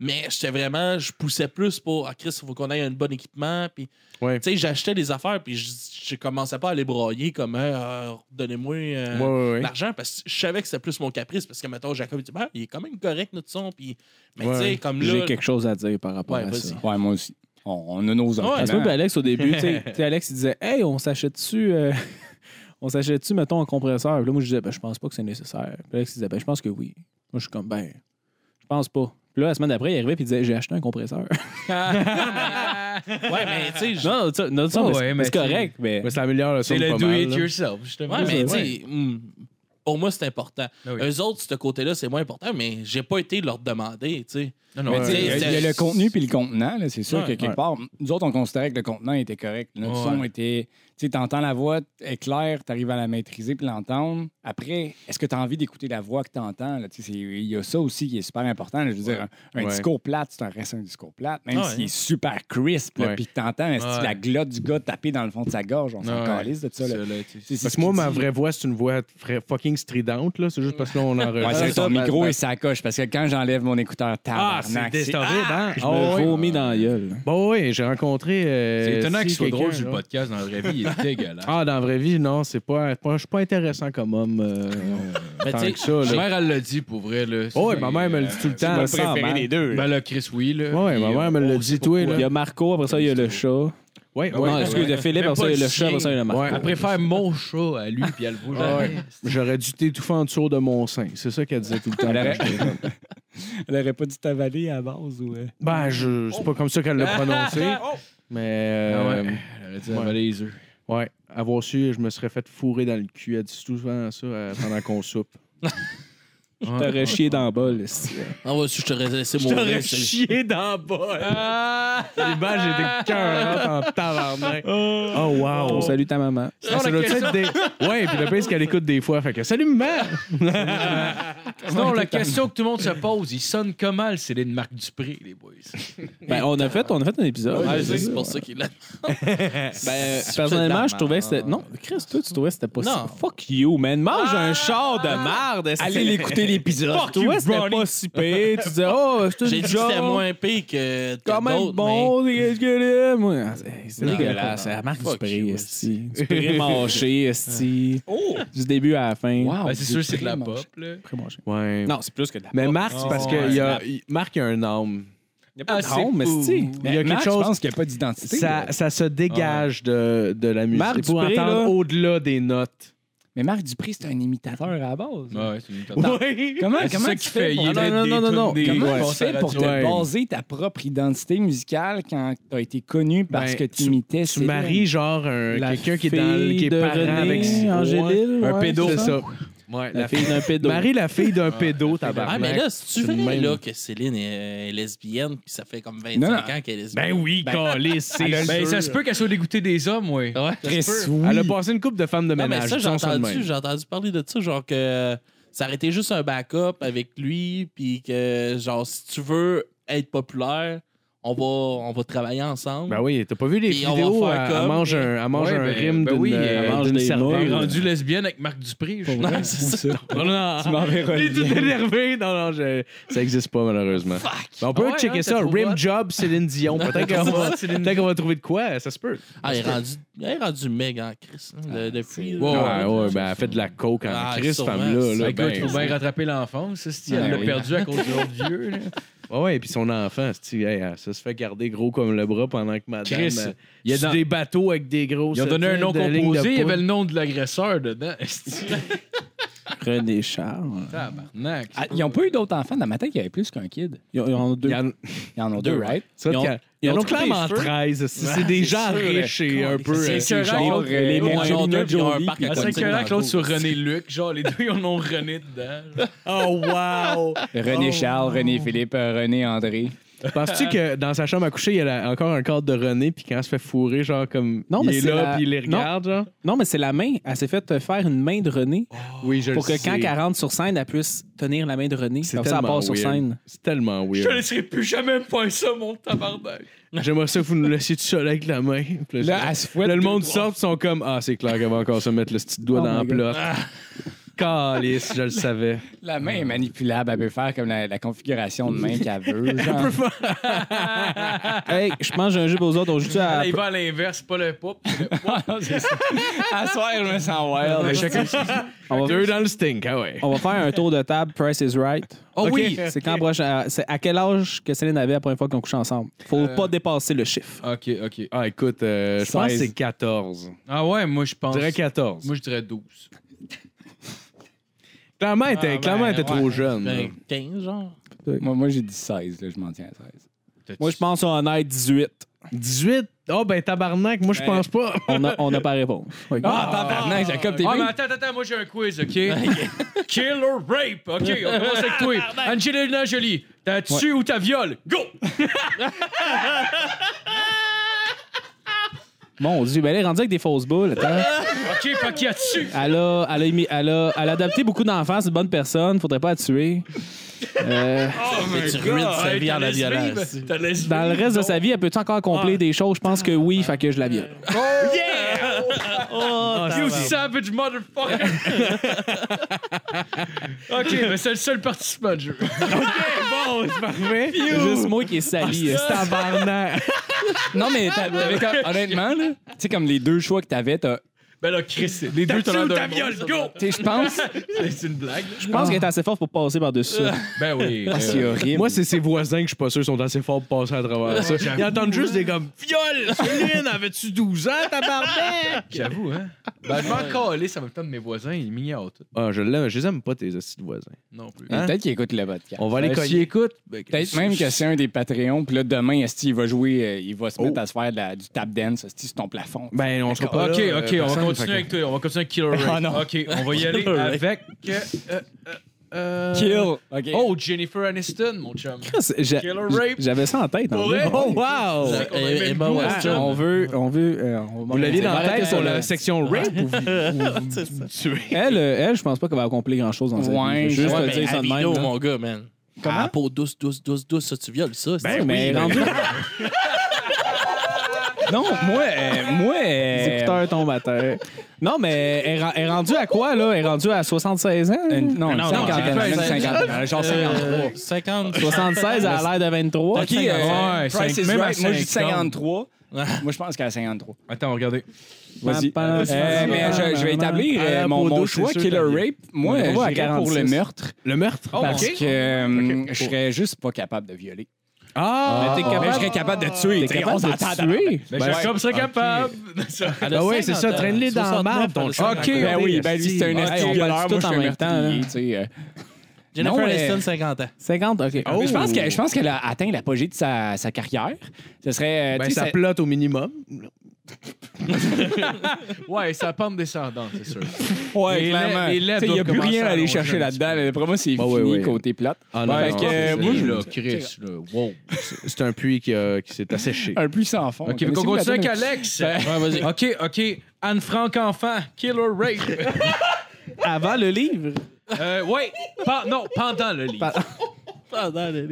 S6: Mais j'étais vraiment, je poussais plus pour Ah, Chris, il faut qu'on ait un bon équipement. Puis,
S4: Ouais.
S6: tu sais, j'achetais des affaires puis je, je commençais pas à les broyer comme Ah, donnez-moi euh,
S4: Ouais, ouais, ouais.
S6: l'argent parce que je savais que c'était plus mon caprice. Parce que, mettons, Jacob, il dit Ben, il est quand même correct notre son. Puis, mais
S4: Ouais.
S6: tu sais, comme là.
S5: J'ai quelque chose à dire par rapport
S6: Ouais,
S5: à
S6: vas-y.
S5: ça.
S8: Ouais, moi aussi. On, on a nos
S5: Ah, c'est
S8: arguments.
S5: pas puis Alex au début, tu sais, tu sais, Alex il disait Hey, on s'achète-tu euh, on s'achète-tu, mettons, un compresseur? Puis là, moi je disais ben, je pense pas que c'est nécessaire. Puis Alex il disait ben je pense que oui. Moi je suis comme ben je pense pas. Puis là, la semaine d'après, il arrivait et il disait J'ai acheté un compresseur.
S6: Ouais, mais tu sais, je-
S5: non, non, non,
S3: Ah
S5: mais
S3: ouais,
S5: c'est-
S3: mais
S5: c'est correct, mais.
S4: Mais ça améliore le son
S3: C'est le
S4: pas
S3: do
S4: mal,
S3: it
S4: là.
S3: yourself, justement.
S6: Ouais, mais tu
S3: Ouais.
S6: sais, hmm, pour moi, c'est important.
S3: Ah
S4: Ben
S3: oui.
S6: Eux autres, ce côté-là, c'est moins important, mais j'ai pas été leur demander, tu sais.
S3: Non, non,
S6: Mais
S3: ouais.
S6: tu sais,
S8: Il y a- il y a le contenu puis le contenant, là, c'est sûr
S6: Ouais.
S8: que quelque
S5: Ouais.
S8: part, nous autres, on considérait que le contenant était correct. Notre
S3: Ouais.
S8: son était. Tu sais, t'entends la voix, est claire, t'arrives à la maîtriser puis l'entendre. Après, est-ce que t'as envie d'écouter la voix que t'entends? là? Tu sais, c'est- Il y a ça aussi qui est super important. là. Je veux dire, un, un
S4: Ouais.
S8: discours plate, c'est un reste un discours plate, même
S6: Ah ouais.
S8: s'il est super crisp, là,
S4: Ouais.
S8: puis que t'entends est-ce que
S3: Ouais.
S8: la glotte du gars taper dans le fond de sa gorge, on s'en
S3: Ouais.
S8: calisse de ça. là.
S3: Ça, là, tu sais.
S8: Tu sais, c'est
S4: Parce
S8: ce
S4: que moi,
S8: qu'il
S4: ma
S8: dit.
S4: vraie voix, c'est une voix fra- fucking stridente, là. C'est juste parce que là, on
S8: Ouais, c'est
S4: enregistre.
S8: ton
S5: ça, ben,
S8: micro
S5: ben-
S8: et sa coche, parce que quand j'enlève mon écouteur, tabarnak, Ah, c'est-
S3: horrible, hein?
S5: Je
S4: Ah
S5: me
S4: ouais.
S5: vomis dans la gueule.
S4: Bon, oui, j'ai rencontré. euh,
S3: C'est étonnant
S4: si,
S3: qu'il soit
S4: quelqu'un,
S3: drôle sur le
S4: là.
S3: podcast dans la vraie vie. Il est dégueulasse.
S4: Ah, dans la vraie vie, non, c'est pas. pas- Je suis pas intéressant comme homme. euh,
S6: Mais
S4: tant
S6: tu sais,
S4: que ça,
S3: Ma
S4: là.
S3: mère, elle l'a dit pour vrai. Là.
S4: Oh, ouais,
S3: C'est-
S4: ma mère me le dit tout le temps. sans mal.
S7: deux.
S3: Ben là, Chris, oui. Là.
S4: Ouais,
S3: Puis,
S4: ma mère me
S3: on
S4: l'a
S3: sait
S4: dit, toi,
S3: pourquoi.
S5: Il y a Marco, après ça, il y a le chat.
S4: Ouais,
S5: non,
S4: ouais.
S5: excusez, il y a Philippe,
S3: Même
S5: après
S3: pas
S5: ça, il y a
S3: le
S5: le chat, après ça, il y a Marco.
S3: Elle préfère mon chat à lui, puis elle le vaut jamais.
S4: J'aurais dû t'étouffer en dessous de mon sein. C'est ça qu'elle disait tout le temps.
S8: Elle aurait- Elle aurait pas dû t'avaler à la base ou. euh?
S4: Ben, je... c'est pas comme ça qu'elle l'a prononcé. Mais. euh,
S3: Ah ouais. Elle aurait dit, avaler les œufs.
S4: ouais. Avoir su, je me serais fait fourrer dans le cul. Elle dit souvent ça euh, pendant qu'on soupe.
S3: Je
S5: T'aurais chié dans le bol. esti.
S6: Ah ouais, si je t'aurais laissé mourir. c'est-
S4: dans le bol. Les balles, j'étais cœur en tabarnak. Oh, wow.
S5: On salue ta maman.
S4: Ah, ça doit être des... Ouais, puis le pire, c'est qu'elle écoute des fois. Fait que salut, maman!
S3: Sinon, la question que tout le monde se pose, il sonne comment le Céline Marc Dupré, les boys?
S5: Ben, on, a fait, on a fait un épisode.
S6: Ouais, je sais, c'est pour ça qu'il l'a.
S5: Ben,
S6: C'est
S5: personnellement,
S6: de la
S5: je trouvais que c'était.
S6: merde.
S5: Non, Chris, toi, tu trouvais que c'était pas
S6: Non.
S5: si. Fuck you, man. Mange un char de merde. est-ce que
S7: Allez
S5: c'est-
S7: l'écouter, l'épisode.
S5: Fuck you, c'était pas si pire. Tu disais, oh, je
S6: J'ai
S5: une
S6: dit que
S5: job.
S6: c'était moins pire que que
S5: quand même
S6: d'autres,
S5: bon, c'est qu'est-ce que j'aime. Ouais, Ah, c'est- C'est
S6: Non,
S5: dégueulasse.
S6: non, non.
S5: La marque du
S6: Fuck you,
S5: prix,
S6: esti.
S5: esti. Du prix mâché, esti. Du début à la fin.
S3: Ben, c'est sûr, c'est de la pop. là.
S5: Prix mâché.
S4: Ouais.
S5: Non, c'est plus que de la
S4: Mais Marc, c'est parce que
S3: ouais.
S4: il y a, il- Marc, il y a un âme.
S3: Ah, c'est
S5: Non, mais
S3: fou.
S5: esti.
S8: Il y a quelque
S5: Marc, je
S8: chose. Je
S5: pense-
S8: pense qu'il n'y a pas d'identité. là.
S4: Ça, ça se dégage de, de la musique.
S5: Marc
S4: C'est pour
S5: Dupré,
S4: entendre
S5: là.
S4: au-delà des notes.
S8: Mais Marc Dupré, c'est un imitateur à la base.
S3: Ouais, c'est une
S4: Oui.
S8: Comment,
S3: C'est
S8: comment
S3: ça
S8: tu
S3: qu'il
S8: fais
S3: fait. Ah,
S8: pour-
S3: Il
S4: non, non,
S3: est
S4: non, non, non.
S8: Comment
S4: Ouais,
S8: tu fais pour te
S4: ouais.
S8: baser ta propre identité musicale quand tu as été connu parce
S4: Ben,
S8: que tu imitais
S4: Tu maries genre un-
S5: La
S4: quelqu'un qui est, dans,
S5: fille
S4: qui est
S5: de
S4: parent
S5: René,
S4: avec
S5: Angélil,
S4: Ouais,
S5: ouais,
S4: pédo.
S5: c'est
S4: C'est
S5: ça.
S4: ça. Ouais,
S5: La
S4: la
S5: fille d'un pédo.
S4: Marie, la fille d'un pédo,
S6: Ah, mais
S4: tabarnak.
S6: là, c'est-tu
S4: C'est le
S6: vrai
S4: même.
S6: là, que Céline est, est lesbienne, puis ça fait comme 25
S8: Non, non.
S6: ans qu'elle est lesbienne?
S4: Ben oui, calé, c'est
S3: Ben,
S4: sûr.
S3: ça se peut qu'elle soit dégoûtée des hommes, oui.
S6: ouais,
S8: Chris,
S6: ça se peut.
S8: oui.
S4: Elle a passé une coupe de femmes de
S6: Non,
S4: Ben, ménage.
S6: Ah, mais ça, j'ai
S4: disons ça de
S6: entendu,
S4: même.
S6: j'ai entendu parler de ça, genre que ça aurait été juste un backup avec lui, puis que, genre, si tu veux être populaire, on va, on va travailler ensemble.
S4: Ben oui, t'as pas vu les
S6: Puis on va
S4: vidéos,
S6: faire
S4: elle, elle
S6: comme-
S4: mange un, elle mange
S3: Ouais,
S4: un
S3: ben-
S4: rime
S3: ben
S4: d'une
S3: oui,
S4: euh,
S3: elle
S4: d'une
S5: mange des
S4: servante.
S5: meules.
S3: Elle est rendue lesbienne avec Marc Dupré. Je...
S6: Non, c'est ça.
S4: Non, non,
S5: Tu m'enverras
S4: Il
S5: le
S4: est tout énervé. Non, non, je- ça existe pas, malheureusement. Mais on peut
S3: Ah ouais,
S4: checker
S3: hein,
S4: ça.
S3: t'as trop
S4: Rim
S3: hot.
S4: Job, Céline Dion. Peut-être qu'on va, peut-être qu'on va trouver de quoi. Ça se peut.
S6: Ah, elle est rendue, elle est rendue méga en Chris, hein, le- depuis.
S4: Ouais,
S6: là.
S4: ouais, ben, elle fait de la coke en
S6: Ah,
S4: crise, cette
S6: sûrement,
S4: femme-là.
S6: ça.
S4: Là,
S3: Le gars, il
S4: ben,
S3: faut bien rattraper l'enfance. ça, si
S4: Ah,
S3: Elle l'a
S4: oui.
S3: perdu à cause de l'autre vieux. là.
S4: ouais, ouais, et puis son enfant, c'est-tu, hey, elle, ça se fait garder gros comme le bras pendant que madame.
S3: Chris,
S4: euh,
S3: il y a
S4: sur
S3: dans-
S4: des bateaux avec des grosses.
S3: Ils ont donné un nom
S4: de lignes de
S3: composé, il y avait
S4: poudre.
S3: le nom de l'agresseur dedans. esti.
S5: René Charles.
S3: Tabarnak.
S8: Ah, Ils n'ont pas eu d'autres enfants. Dans ma tête, il y avait plus qu'un kid.
S5: Ils ont- ils ont deux.
S4: Il y en-
S8: Ils en ont deux, right?
S4: ça,
S5: Ils ont-
S4: quand-
S5: ils
S4: Ils en
S5: ont
S4: ont
S5: coupé
S4: clairement
S5: les cheveux.
S4: 13. C'est c'est des gens riches et un peu. euh,
S3: C'est
S5: genre,
S3: écœurant que
S5: euh, les
S3: l'autre-
S5: moins
S6: Ils ont deux,
S5: Angelina
S6: puis ils ont un
S5: Jolie,
S6: parc
S5: puis-
S6: à
S3: Ah,
S6: côté.
S3: C'est écœurant
S6: dans
S3: que
S6: le
S3: l'autre
S6: dos.
S3: sur René Luc. Genre, les deux, ils ont le nom René dedans. genre.
S4: Oh, wow!
S8: René Charles, René Philippe, euh, René André.
S4: Penses-tu que dans sa chambre à coucher, il y a la- encore un cadre de René, puis quand elle se fait fourrer, genre comme.
S5: Non, mais
S4: il est
S5: c'est
S4: là,
S5: la-
S4: puis il les
S5: Non.
S4: regarde, genre?
S5: Non, mais c'est la main. Elle s'est fait faire une main de René
S4: Oui, je
S5: pour que quand
S4: sais.
S5: elle rentre sur scène, elle puisse tenir la main de René.
S4: C'est
S5: Comme ça, elle
S4: tellement
S5: passe sur
S4: weird.
S5: scène.
S4: C'est tellement
S3: Je te
S4: weird.
S3: laisserai plus jamais me faire ça, mon tabarnak.
S4: J'aimerais ça que vous nous laissiez tout seul avec la main. Puis Là,
S8: Là, elle se fouette
S4: là, le
S8: deux
S4: monde
S8: doigts.
S4: sort, ils sont comme Ah, c'est clair qu'elle va encore se mettre le petit doigt
S5: Oh
S4: dans la
S5: my God.
S4: plot.
S3: Ah.
S4: Calice, je le savais.
S8: La main est manipulable. Elle peut faire comme la, la configuration de main qu'elle veut. genre.
S5: Hey, je mange un jus aux autres. On joue à.
S3: Là, il va à l'inverse, pas le pop. c'est le pop.
S8: À soir, je me sens wild.
S5: On va,
S4: Deux dans le stink, ah ouais.
S5: on va faire un tour de table. Price is right.
S3: Oh
S5: Ok.
S3: oui!
S5: C'est quand prochain- c'est à quel âge que Céline avait la première fois qu'ils ont couché ensemble? Faut pas dépasser le chiffre.
S3: Ok, ok.
S4: Ah, écoute, euh, je pense que
S8: 16.
S4: c'est 14.
S3: Ah ouais, moi je pense.
S4: Je dirais 14.
S3: Moi je dirais 12.
S4: Clairement, elle était,
S3: ben,
S4: clairement, elle était
S3: ouais.
S4: trop jeune. là.
S6: Ben, 15, genre.
S8: Moi, moi j'ai dit 16. Là, je m'en tiens à 16.
S5: Moi, je pense qu'on a 18.
S4: 18? Oh, ben tabarnak, moi je pense pas.
S5: On n'a on a pas Ah, réponse. Ouais.
S8: tabarnak, Jacob, t'es
S3: Ah, mais attends, attends, moi j'ai un quiz, Ben, ok? Ah, ben. Kill or rape, ok? On commence avec toi. Angelina Jolie, t'as tué ou t'as viol? Go!
S5: Mon Dieu, ben elle est rendue avec des fausses boules. Attends.
S3: Ok, fait qu'il y a dessus.
S5: Elle a, elle, a émis- elle, a, elle a adopté beaucoup d'enfants, c'est une bonne personne, faudrait pas la tuer. Euh,
S6: Mais tu ruines sa vie en la violence.
S3: T'as laissé.
S5: dans le reste de sa vie, elle peut encore accomplir des choses? Je pense que oui, fait que je la viole.
S3: You savage motherfucker! ok, mais c'est le seul participant du jeu.
S4: bon, c'est parfait.
S5: C'est juste moi qui est sali.
S4: Tabarnak.
S8: Non, mais t'a- t'avais comme- honnêtement, là, tu sais, comme les deux choix que t'avais, t'as.
S3: Ben là, Chris, c'est- les deux, t'as l'air d'un bon-
S8: Tu sais, je pense.
S3: C'est c'est une blague.
S5: Je pense qu'elle est assez forte pour passer par-dessus ça.
S3: Ben oui.
S5: Ah,
S3: euh,
S8: C'est horrible.
S4: Moi, c'est ses voisins que je suis pas sûr sont assez forts pour passer à travers ça. Ils entendent juste des comme Viol, Céline, avais-tu 12 ans, tabarnak?
S3: J'avoue, hein. Ben, je m'en calisse en même temps de mes voisins, ils m'ignorent tout.
S4: Ah, je l'aime, je les aime pas, tes assis de voisins. Euh,
S3: Non plus.
S8: Mais Peut-être qu'il écoute le podcast. Euh,
S4: On va les
S3: Ben,
S4: cogner.
S3: s'ils écoutent,
S8: Peut-être même que c'est un des Patreons, puis là, demain, Esti, il va jouer, euh, il va se mettre à se faire de la- du tap dance, Esti, sur ton plafond.
S4: Ben, on sera pas
S3: Ah, Ok,
S4: là, euh,
S3: ok, on va
S4: personne,
S3: continuer
S4: fait Ah,
S3: avec toi. On va continuer avec Killer Ray.
S8: Ah non.
S3: Ok, on va y aller
S6: Killer Ray.
S3: avec. euh, euh, euh,
S5: Kill. OK.
S3: Oh, Jennifer Aniston, mon chum.
S5: Chris, j'a-
S3: Killer Rape.
S5: J'avais ça en tête. hein. en vrai.
S3: Ouais.
S4: Oh, wow!
S3: Ouais.
S6: Eh,
S3: même
S6: Emma
S3: goût,
S6: Watson.
S5: Ah, On veut. On veut euh, on
S4: Vous l'aviez dans la
S5: Arrêtez
S4: tête
S5: ça,
S4: sur
S5: là.
S4: la section rape ou
S6: C'est ça.
S5: Elle, euh, elle je pense pas qu'elle va accomplir grand chose dans sa
S8: Ouais,
S5: vie. Je veux Juste
S6: Ouais,
S5: te
S6: ben,
S5: dire ça de
S6: Happy
S5: même.
S6: Doe,
S5: là.
S6: mon gars, man.
S5: Comment?
S6: Ah, peau douce, douce, douce, douce, ça, tu violes ça.
S5: Ben,
S6: c'est-
S5: mais rendu. non, moi, euh, moi. euh,
S4: Les écouteurs
S5: Non, mais elle, est ren- elle est rendue à quoi, là? Elle est rendue à 76 ans? Une-
S8: Ah
S5: non, une
S6: non,
S5: cinquantaine.
S6: non,
S5: une
S6: c'est-
S5: cinquantaine.
S8: Euh, genre 53.
S6: Euh, 50.
S5: 76 à l'air de 23.
S8: Ok, euh,
S4: Ouais,
S8: Price
S4: cinq-
S8: is
S4: même à
S8: right. Moi, je dis
S4: 50.
S8: 53. Moi, je pense qu'à 53.
S3: Attends, regardez.
S8: Vas-y.
S5: Pam, pam,
S8: Euh,
S5: pam,
S8: mais je, je vais
S5: pam,
S8: établir
S4: pam.
S8: euh,
S4: À la
S8: mon,
S4: peau
S8: mon
S4: douce,
S8: choix
S4: c'est sûr,
S8: Killer
S4: t'as bien.
S8: Rape. Moi,
S5: Ouais,
S8: euh,
S5: à
S8: j'irais pour
S5: 46.
S8: le meurtre
S4: le meurtre?
S8: parce que euh, je serais juste pas capable de violer.
S4: Ah!
S5: Mais t'es capable-
S8: Mais je serais capable de tuer.
S5: T'es
S8: tu sais, on
S5: capable
S8: s'entend.
S5: de tuer?
S3: Mais
S8: Ben,
S3: Jacob serait capable.
S6: Elle a
S4: Ben ouais, c'est ça,
S6: 50,
S4: traîne-les dans la
S6: 69,
S4: marde, ton
S6: elle a
S4: chat.
S6: 50.
S4: Ok.
S8: Ben oui, ben lui, c'est un
S5: Ouais,
S8: esti
S5: on
S8: de
S5: parle
S8: violeur,
S5: tout
S8: moi, je
S5: en
S8: suis un
S5: même temps,
S8: meurtrier,
S5: là.
S8: tu sais, euh.
S6: Jennifer
S8: Non, mais-
S6: Aniston, 50 ans.
S5: 50, OK.
S8: Mais Je pense que- je pense qu'elle a atteint l'apogée de sa, sa carrière. Ce serait. euh,
S4: Ben,
S8: tu sais,
S4: ça
S8: ça-
S4: plotte au minimum.
S3: Ouais, ça pente descendante, c'est sûr.
S8: Ouais,
S3: Les
S8: clairement.
S3: lèvres- les
S8: Tu sais,
S3: lèvres
S8: Il n'y a
S3: doivent
S8: plus
S3: commencer
S8: rien
S3: à
S8: à aller
S3: allonger
S8: chercher
S3: un petit
S8: là-dedans. D'après moi, c'est
S4: Ah,
S8: fini
S4: ouais, ouais.
S8: côté plate.
S4: Ah
S8: non,
S4: non,
S8: non, c'est-
S4: moi, je-
S3: là, Chris, là, wow.
S4: c'est un puits qui, a- qui s'est asséché.
S8: Un plus sans fond.
S3: Ok, mais qu'on continue avec Alex.
S4: Ben,
S3: Ouais, vas-y. Ok, ok. Anne-Franck Enfant, Killer Rape.
S5: Oh. Avant le livre,
S3: euh, ouais, Pas- non, pendant le livre.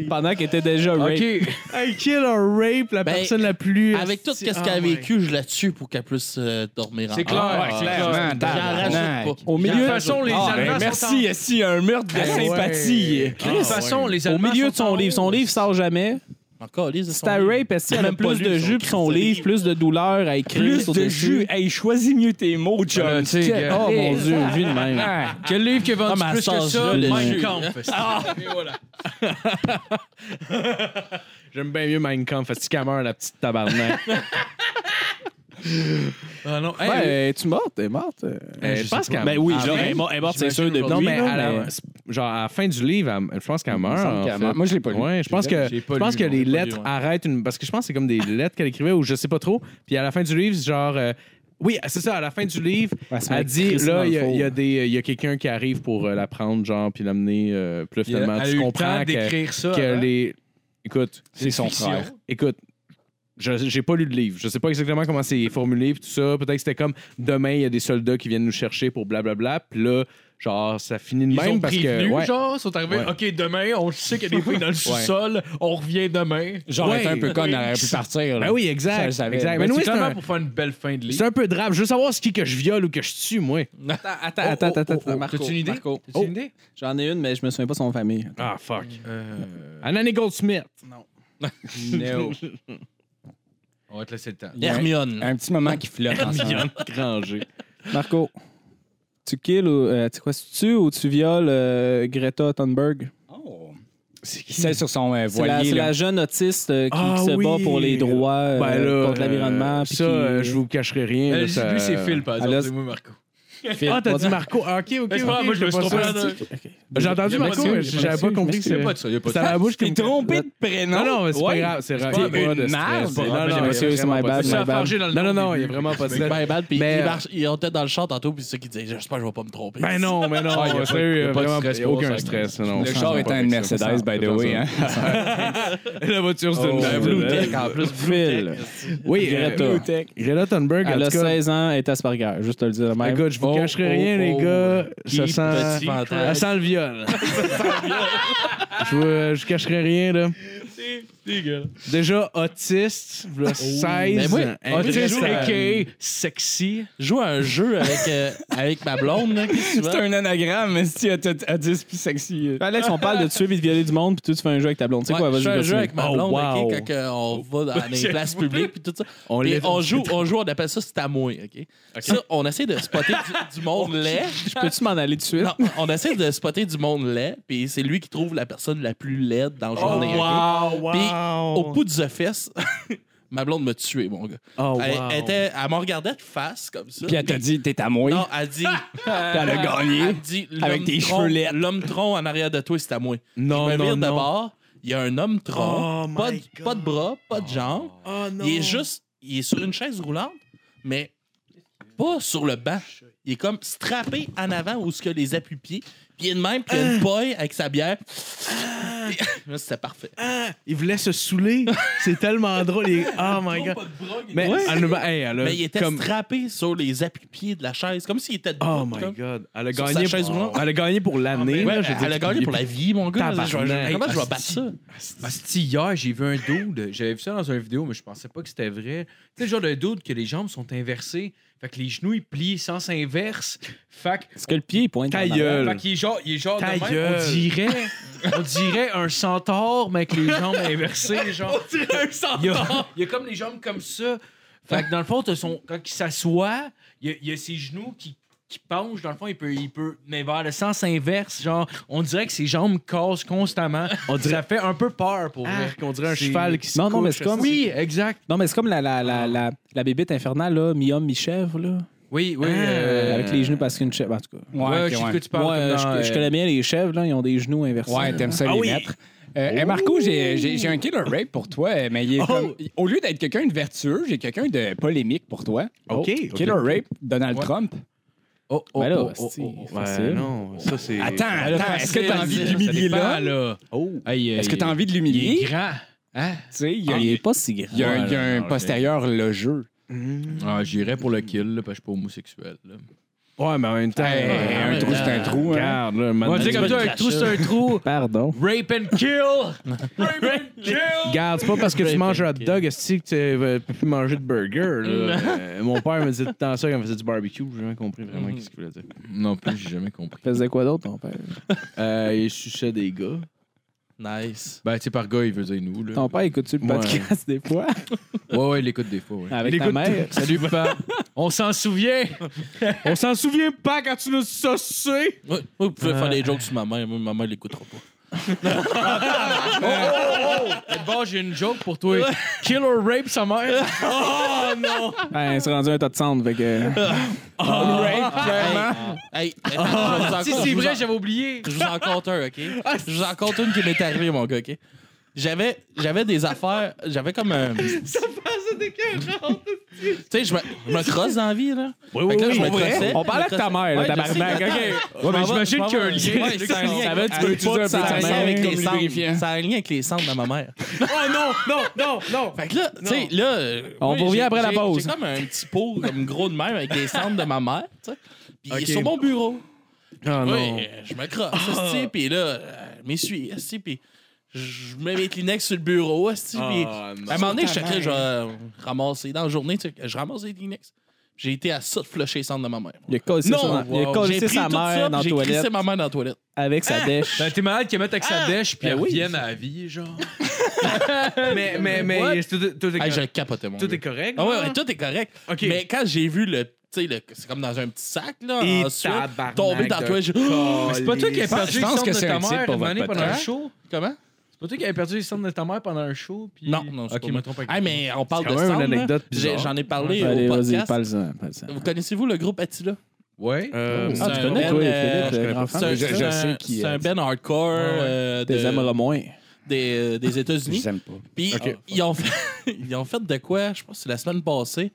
S5: pendant qu'elle était déjà rape.
S3: Ok.
S4: Hey, kill or rape, la
S6: Ben,
S4: personne la plus.
S6: Avec tout ce qu'elle a vécu, je la tue pour qu'elle puisse euh, dormir en
S3: C'est clair,
S6: Ah,
S3: c'est
S6: ouais.
S3: clair.
S8: Clairement,
S6: J'en rajoute pas.
S5: Au
S3: De toute
S5: milieu,
S3: façon, les
S8: Ah,
S3: Allemands
S8: ben,
S3: sont
S8: merci, si un meurtre de
S5: Ben
S4: Ah, ouais.
S5: eh.
S8: sympathie.
S4: Ah,
S5: Ah.
S3: en... De toute façon, les
S5: au
S3: Allemands
S5: milieu de
S3: sont
S5: son
S3: en
S5: livre, son
S3: haut.
S5: livre sort jamais.
S6: Encore, lise
S5: C'est à rape, est-ce qu'elle a
S6: Même pas
S5: plus
S6: lu
S5: de
S6: son
S5: jus que son
S6: Christ de
S5: livre,
S6: livre.
S5: plus de douleur à écrire
S8: Plus
S5: sur
S8: de
S5: dessus?
S8: jus. Hey, choisis mieux tes mots,
S3: Ben,
S8: John.
S3: tu sais,
S8: Quel-
S3: gars.
S5: Oh mon Dieu, vu de même.
S8: Ah.
S3: Quel livre qui a vendu
S6: Ah, mais
S3: plus
S6: elle
S3: que
S6: sort
S3: ça?
S6: là, le
S3: Mein
S6: jeu.
S3: Kampf.
S4: Ah,
S3: Et voilà.
S4: J'aime bien mieux Mein Kampf, c'est cameur, la petite tabarnak.
S3: Ah non, hey,
S5: Ouais, euh, es-tu morte? Elle est morte? euh?
S4: Euh, je pense qu'elle.
S5: Ben oui,
S4: elle-
S5: genre, elle est mor- elle est morte, c'est sûr,
S3: J'imagine
S5: depuis.
S4: Non, mais,
S5: là,
S4: à la, genre, à la fin du livre, elle- je pense qu'elle meurt.
S8: semble
S4: en
S8: qu'elle
S4: fait.
S8: meurt. Moi, je l'ai pas lu.
S4: Ouais, je pense
S8: J'ai
S4: que,
S3: j'ai
S4: je
S3: pas
S4: pense
S3: lu,
S4: que
S3: non,
S4: les
S3: j'ai pas
S4: lettres
S3: lu, ouais.
S4: arrêtent une. Parce que je pense que c'est comme des lettres qu'elle écrivait ou je sais pas trop. Puis à la fin du livre, c'est genre. euh, oui, c'est ça, à la fin du livre,
S5: Elle se met
S4: elle dit
S5: crissement
S4: là, il y
S5: dans
S4: a,
S5: le
S4: il y a des- il y a quelqu'un qui arrive pour euh, la prendre, genre, puis l'amener. euh, puis là,
S3: elle
S4: finalement,
S3: a eu
S4: tu
S3: le temps
S4: comprends que,
S3: d'écrire ça.
S4: que
S3: hein?
S4: les. Écoute,
S8: C'est son
S3: Fiction.
S8: frère.
S4: Écoute, je- j'ai pas lu le livre. Je sais pas exactement comment c'est formulé pis tout ça. Peut-être que c'était comme demain, il y a des soldats qui viennent nous chercher pour blablabla. Puis là, genre, ça finit de
S3: Ils
S4: même
S3: ont
S4: parce
S3: prévenu,
S4: que. ouais.
S3: genre, sont arrivés,
S4: Ouais.
S3: OK, demain, on sait qu'il y a des bruits dans le sous-sol, on revient demain.
S8: Genre,
S4: Ouais.
S8: être un peu con, on aurait pu partir. là.
S4: Ben oui,
S8: Ça,
S4: exact.
S8: je savais.
S4: exact.
S8: Ben,
S4: Mais
S3: Mais
S4: anyway,
S3: c'est
S4: c'est
S3: clairement
S4: un,
S3: pour faire une belle fin de
S4: c'est
S3: livre.
S4: un Euh, peu drôle. Je veux savoir c'est qui que je viole ou que je tue, moi.
S5: Attends, attends, attends, attends, attends. Marco,
S3: T'as-tu une idée?
S5: Marco.
S3: T'as-tu une idée? Euh,
S5: J'en ai une, mais je me souviens pas de son famille.
S4: Oh. Ah, fuck. Anani Goldsmith.
S5: No.
S3: On va te laisser le temps.
S6: Hermione.
S8: Un petit moment qui flotte ensemble.
S4: Granger.
S5: Marco, tu kills ou euh, tu sais quoi, tu tues ou tu violes euh, Greta Thunberg?
S8: Oh. C'est qui celle sur son euh,
S5: C'est la,
S8: voilier?
S5: c'est
S8: là.
S5: la jeune autiste euh, qui,
S4: Ah
S5: qui se bat
S4: oui.
S5: pour les droits euh,
S4: Ben là,
S5: contre l'environnement.
S4: euh,
S5: puis
S4: ça,
S5: qui-
S4: euh, je vous cacherai rien.
S3: Euh,
S4: là,
S3: lui,
S4: ça-
S3: c'est Phil, par
S5: à
S3: exemple.
S5: l'os-
S3: C'est moi, Marco.
S4: Ah, t'as dit Marco. Ah, ok, ok.
S3: Mais c'est pas grave,
S4: ok,
S3: moi, je me suis
S4: pas
S3: trompé.
S4: ça.
S3: là. Il y
S4: J'ai entendu
S3: a pas
S4: Marco,
S3: de-
S4: mais
S3: il y a
S4: j'avais pas compris que
S3: Il n'y a
S4: c'était.
S3: pas de ça. Il n'y a pas de
S4: C'était à
S3: ça.
S4: la bouche qui me
S8: trompé de
S4: Non,
S8: prénom.
S4: non, mais c'est pas
S8: Ouais.
S4: grave, c'est grave.
S8: pas
S4: Il y a
S8: une
S4: pas de
S8: merde.
S4: stress.
S8: Non,
S4: Non, non,
S8: non, mais
S4: il y a
S5: c'est
S4: vraiment
S5: my
S4: pas
S5: bad,
S4: de
S5: my
S4: stress.
S5: bad.
S3: fargé dans le
S4: Non, non,
S3: nom au
S4: non, il y a
S3: début.
S4: vraiment pas de stress.
S6: Ben, bad, puis
S4: Mais,
S6: ils
S4: euh,
S6: marchent- ils étaient dans le char tantôt, puis c'est ça qu'ils disaient J'espère que je vais pas me tromper.
S4: Ben non, mais non,
S3: Ah, il y a pas-
S4: sérieux,
S3: il y a pas de
S4: vraiment,
S3: stress
S4: il y a
S3: pour
S4: aucun
S3: ça.
S4: stress.
S8: Le char étant une Mercedes, by the way. Hein?
S4: La voiture, c'est
S5: Oh,
S4: une
S5: Blue
S4: Mercedes.
S5: Tech, en plus, Phil.
S4: Oui, euh,
S5: Greta.
S4: Greta Thunberg, en
S5: Elle a
S4: tout cas.
S5: 16 ans, elle est Asperger, juste te le dire. de même.
S4: Ben, Écoute, je vous
S6: Oh,
S4: cacherai
S6: oh,
S4: rien, les
S6: oh.
S4: gars.
S6: Guy
S4: Ça sent.
S6: Petit
S4: Ça
S6: Fantasme.
S4: sent le viol. Je vous euh, je vous cacherai rien, là. Déjà autiste, voilà, 16.
S6: Mais moi,
S4: Oh. Ben autiste,
S6: autiste,
S4: euh,
S3: A.K.A. sexy.
S6: Joue à un jeu avec, euh, avec ma blonde. là, qu'est-ce que tu veux?
S8: C'est un anagramme, mais si à 10 puis sexy.
S5: Alex, on parle de tuer et de violer du monde, puis toi, tu fais un jeu avec ta blonde. Tu sais
S6: Ouais,
S5: quoi, vas-y,
S6: je fais un
S5: continue.
S6: jeu avec ma
S4: Oh,
S6: blonde, ok,
S4: wow.
S6: quand que on va dans les places publiques puis tout ça.
S4: On
S6: Puis
S4: lève-
S6: on joue, on joue, on appelle ça c'est à moi, ok. Ça, on essaie de spotter du, du
S4: Oh,
S6: monde laid.
S5: Je peux-tu m'en aller tout de suite?
S6: Non, on essaie de spotter du monde laid, puis c'est lui qui trouve la personne la plus laide dans le journée. ok?
S4: Oh, Wow, wow.
S6: Puis au bout de fesse, ma blonde m'a tué, mon gars.
S4: Oh,
S6: Elle,
S4: wow.
S6: elle était, elle me regardait de face comme ça.
S8: Puis elle t'a dit, t'es à moi.
S6: Non, elle dit.
S8: elle a gagné.
S6: Elle dit,
S8: Avec
S6: l'homme
S8: tes
S6: tronc-
S8: cheveux laids.
S6: L'homme tronc en arrière de toi, c'est à moi.
S4: Non,
S6: Je me
S4: non,
S6: vire de
S4: non.
S6: bord, il y a un homme tronc,
S4: Oh
S6: pas,
S4: my
S6: de, pas de bras, pas de jambes.
S4: Oh non.
S6: Il est juste, il est sur une chaise roulante, mais pas sur le banc. il est comme strappé en avant où ce que les appuis-pieds. Puis il est de même, puis il
S4: Ah.
S6: y a une paille avec sa bière. Là, C'était parfait.
S4: Euh, Il voulait se saouler. C'est tellement drôle. Il- Oh my god. Mais elle, nous- hey, elle a
S6: Mais il était
S4: comme-
S6: strappé sur les appuis-pieds de la chaise, comme s'il était de
S4: Oh
S6: bout,
S4: my
S6: comme.
S4: god. Elle a
S6: Sur
S4: gagné.
S6: sa chaise roulante. Ah,
S4: Elle a gagné pour l'année.
S6: Ouais,
S4: là, je veux
S6: elle a
S4: dire,
S6: gagné
S4: il-
S6: pour la vie, mon gars. Là, je vais-
S4: Tabarnak.
S6: Comment je vais battre
S3: Asti.
S6: ça?
S3: Asti, hier, j'ai vu un dude. J'avais vu ça dans une vidéo, mais je pensais pas que c'était vrai. Tu sais, le genre de dude que les jambes sont inversées. Fait que les genoux, ils plient sans inverse. Fait que.
S5: Est-ce que le pied il pointe
S4: Ta
S5: en avant?
S4: gueule.
S3: Fait qu'il est genre, il est genre de
S4: Ta
S3: même,
S4: gueule.
S3: on dirait, on dirait un centaure, mais avec les jambes inversées, genre. On dirait un centaure. Il y a, il y a comme les jambes comme ça. Fait que dans le fond, t'as son, quand il s'assoit, il y a, il y a ses genoux qui, qui penchent. Dans le fond, il peut, il peut, mais vers le sens inverse, genre, on dirait que ses jambes cassent constamment. On dirait, ça fait un peu peur pour
S4: Ah,
S3: vrai.
S4: qu'on dirait un
S3: C'est-
S4: cheval qui se
S5: Non, non, mais
S4: couche.
S5: c'est comme-
S3: Oui, exact.
S5: Non, mais c'est comme la, la, la, la, la bébête infernale, là, mi-homme, mi-chèvre, là.
S3: Oui, oui.
S4: Ah,
S3: euh,
S5: Avec les genoux parce qu'une chèvre. En tout cas.
S3: Ouais,
S8: ok,
S3: je sais de quoi tu parles.
S5: Moi,
S3: comme
S5: je,
S3: dans,
S5: je
S3: euh,
S5: connais bien les chèvres, là, ils ont des genoux inversés.
S8: Ouais, t'aimes ça les mettre. Euh, hey, Marco, j'ai- j'ai j'ai un killer rape pour toi, euh, mais il est comme- au lieu d'être quelqu'un de vertueux, j'ai quelqu'un de polémique pour toi.
S4: Ok, ok,
S8: Killer
S4: ok.
S8: rape, Donald
S3: Ouais.
S8: Trump.
S3: Oh, oh,
S5: Mais Ben là,
S3: oh, oh,
S5: asti,
S3: oh, oh.
S4: Ouais,
S5: facile.
S4: non, ça c'est.
S8: Attends, attends, est-ce Ah, que t'as envie de
S3: Ça
S8: l'humilier
S3: dépend,
S8: là?
S4: Oh.
S3: Hey, euh,
S8: Est-ce que t'as envie de
S3: Il est
S8: l'humilier?
S3: grand. Hein?
S8: Tu sais, Il y a,
S5: Ah, il est pas si grand.
S8: il y a un- il y a
S3: Ouais,
S8: un
S3: non, ok.
S8: postérieur lojeux.
S3: Ah, J'irais pour le kill, là, parce que je suis pas homosexuel. là.
S4: Ouais, mais en même temps.
S8: Hey,
S4: euh,
S8: un
S6: ouais,
S8: trou, c'est un
S6: ouais.
S8: trou. hein.
S4: Regarde, là, maintenant-
S3: Ouais, tu sais,
S6: tu
S3: comme
S6: peux
S3: ça,
S6: le
S3: Ah, un trou,
S6: cacher.
S3: c'est un trou.
S5: Pardon.
S3: Rape and kill! Rape and kill!
S4: Regarde, c'est pas parce que tu
S6: Rape
S4: manges un
S6: and
S4: hot dog esti, que tu vas plus manger de burger. là. Euh, mon père me disait tout le temps ça quand on faisait du barbecue. J'ai jamais compris vraiment
S6: Mm.
S4: ce qu'il voulait dire.
S3: Non plus, j'ai jamais compris.
S5: Faisait quoi d'autre, ton père?
S4: Euh, il suçait des gars.
S6: Nice.
S3: Ben, tu sais, par gars, il veut dire nous, là.
S5: Ton père écoute-tu le
S4: Ouais.
S5: podcast des fois?
S3: Ouais, ouais, il écoute des fois, ouais.
S5: Avec ta
S4: écoute-
S5: mère?
S3: Salut, papa. On s'en souvient!
S4: On s'en souvient pas quand tu nous saucé.
S6: Oui, vous pouvez faire des jokes sur ma mère. Moi, ma mère l'écoutera pas.
S3: Bon, j'ai une joke pour toi. Kill or rape sa mère?
S5: Ben, c'est rendu un tas de cendres, fait que...
S6: Ah,
S3: Ah.
S6: Hey, attends, je
S3: Si
S6: vous en-
S3: c'est
S6: je vous
S3: vrai,
S6: en-
S3: j'avais oublié.
S6: Je vous en compte un, OK? Je vous en compte une qui m'est arrivée, mon gars, OK? J'avais, j'avais des affaires, j'avais comme un... Ça passe de Tu sais, je me, je me crosse dans la vie, là.
S4: Oui,
S6: Fait
S4: oui,
S6: que là,
S4: oui.
S6: je me
S5: Pour vrai?
S6: crossais,
S5: On parlait
S6: je
S5: de
S6: me
S5: ta
S6: crossais.
S5: mère, là,
S6: Ouais, je sais,
S5: tabarnak.
S6: mais
S5: OK.
S6: attends.
S3: mais
S6: Je m'en vais-
S3: j'imagine
S6: je m'en
S3: qu'il y a un
S6: vais-
S3: lien.
S6: Ouais, c'est un lien.
S5: Ça va, tu peux
S4: Veux-tu
S5: pas
S4: un
S5: de
S4: peu
S5: sa
S4: de
S6: Ça a un lien
S5: mère.
S6: avec
S4: comme
S6: les
S4: le
S6: cendres.
S4: vérifiant.
S6: Ça a un lien avec les cendres de ma mère.
S4: Oh non, non, non, non.
S6: Fait que là, tu sais, là. euh,
S5: On
S6: oui,
S5: vous revient
S6: j'ai-
S5: après la
S6: j'ai-
S5: pause.
S6: J'ai comme un petit pot, comme gros de même, avec des cendres de ma mère, tu sais. Puis il est sur mon bureau.
S4: Ah non. Ah.
S6: Oui, euh, je me crosse, esti, puis là, euh, je m'essuie, esti, puis je mets mes Kleenex sur le bureau, esti, puis
S4: Ah, non.
S6: à un moment donné, je cherchais, je vais ramasser dans la journée, tu sais, je ramasse les Kleenex. J'ai été à ça de flusher les cendres de ma mère.
S5: Il a cassé
S6: Non,
S5: son- il a
S6: wow.
S5: cassé
S6: J'ai pris
S5: sa
S6: tout ça,
S5: mère dans
S6: puis
S5: la
S6: j'ai crissé
S5: toilette
S6: ma mère dans la toilette.
S5: avec sa dèche.
S3: Ben, t'es malade qu'il mette avec sa dèche, puis
S5: Ben
S3: elle
S5: oui.
S3: revienne à la vie, genre.
S4: Mais, mais,
S6: What?
S4: mais, tout, tout est
S6: Hey, je
S4: correct.
S6: capotais, mon
S4: Tout
S6: gars.
S4: est correct.
S6: Ah ouais,
S4: là?
S6: ouais, tout est correct.
S4: Ok.
S6: Mais quand j'ai vu le. Tu sais, le- c'est comme dans un petit sac, là.
S4: Et
S6: ensuite,
S4: tabarnak
S6: tombé dans
S4: de
S6: toi, je.
S4: Oh,
S3: C'est pas toi qui as perdu
S8: je
S3: les
S8: pense
S3: cendres
S8: que
S3: de
S8: c'est
S3: ta
S8: un titre
S3: mère
S8: pour
S3: une
S8: votre
S3: année pendant un
S8: podcast.
S3: show?
S6: Comment?
S3: C'est pas toi qui avais perdu les cendres de ta mère pendant un show? Puis...
S6: Non, non, c'est
S3: Ok,
S6: pas
S3: je
S6: moi.
S3: me trompe avec-
S6: Ah, mais on parle
S4: C'est quand
S6: de
S4: même une
S6: cendres, là.
S4: anecdote
S6: J'ai-
S4: bizarre.
S6: J'en ai parlé
S5: Allez,
S6: au
S5: vas-y,
S6: podcast.
S5: parle-en. parle-en.
S6: Vous connaissez-vous le groupe Attila?
S3: Ouais.
S4: Euh,
S5: Ah, tu
S6: C'est un
S5: connais,
S6: Ben,
S5: toi,
S6: euh,
S5: Philippe, le grand
S6: C'est un,
S5: fan?
S8: Je-
S6: c'est
S8: je
S6: un-
S8: sais qui
S6: c'est un
S8: est.
S6: band hardcore euh,
S5: Des
S6: de-
S5: aimeras moins.
S6: des, euh, des États-Unis.
S8: J'aime pas.
S6: Puis ils, ont fait, ils ont fait de quoi, je pense que c'est la semaine passée.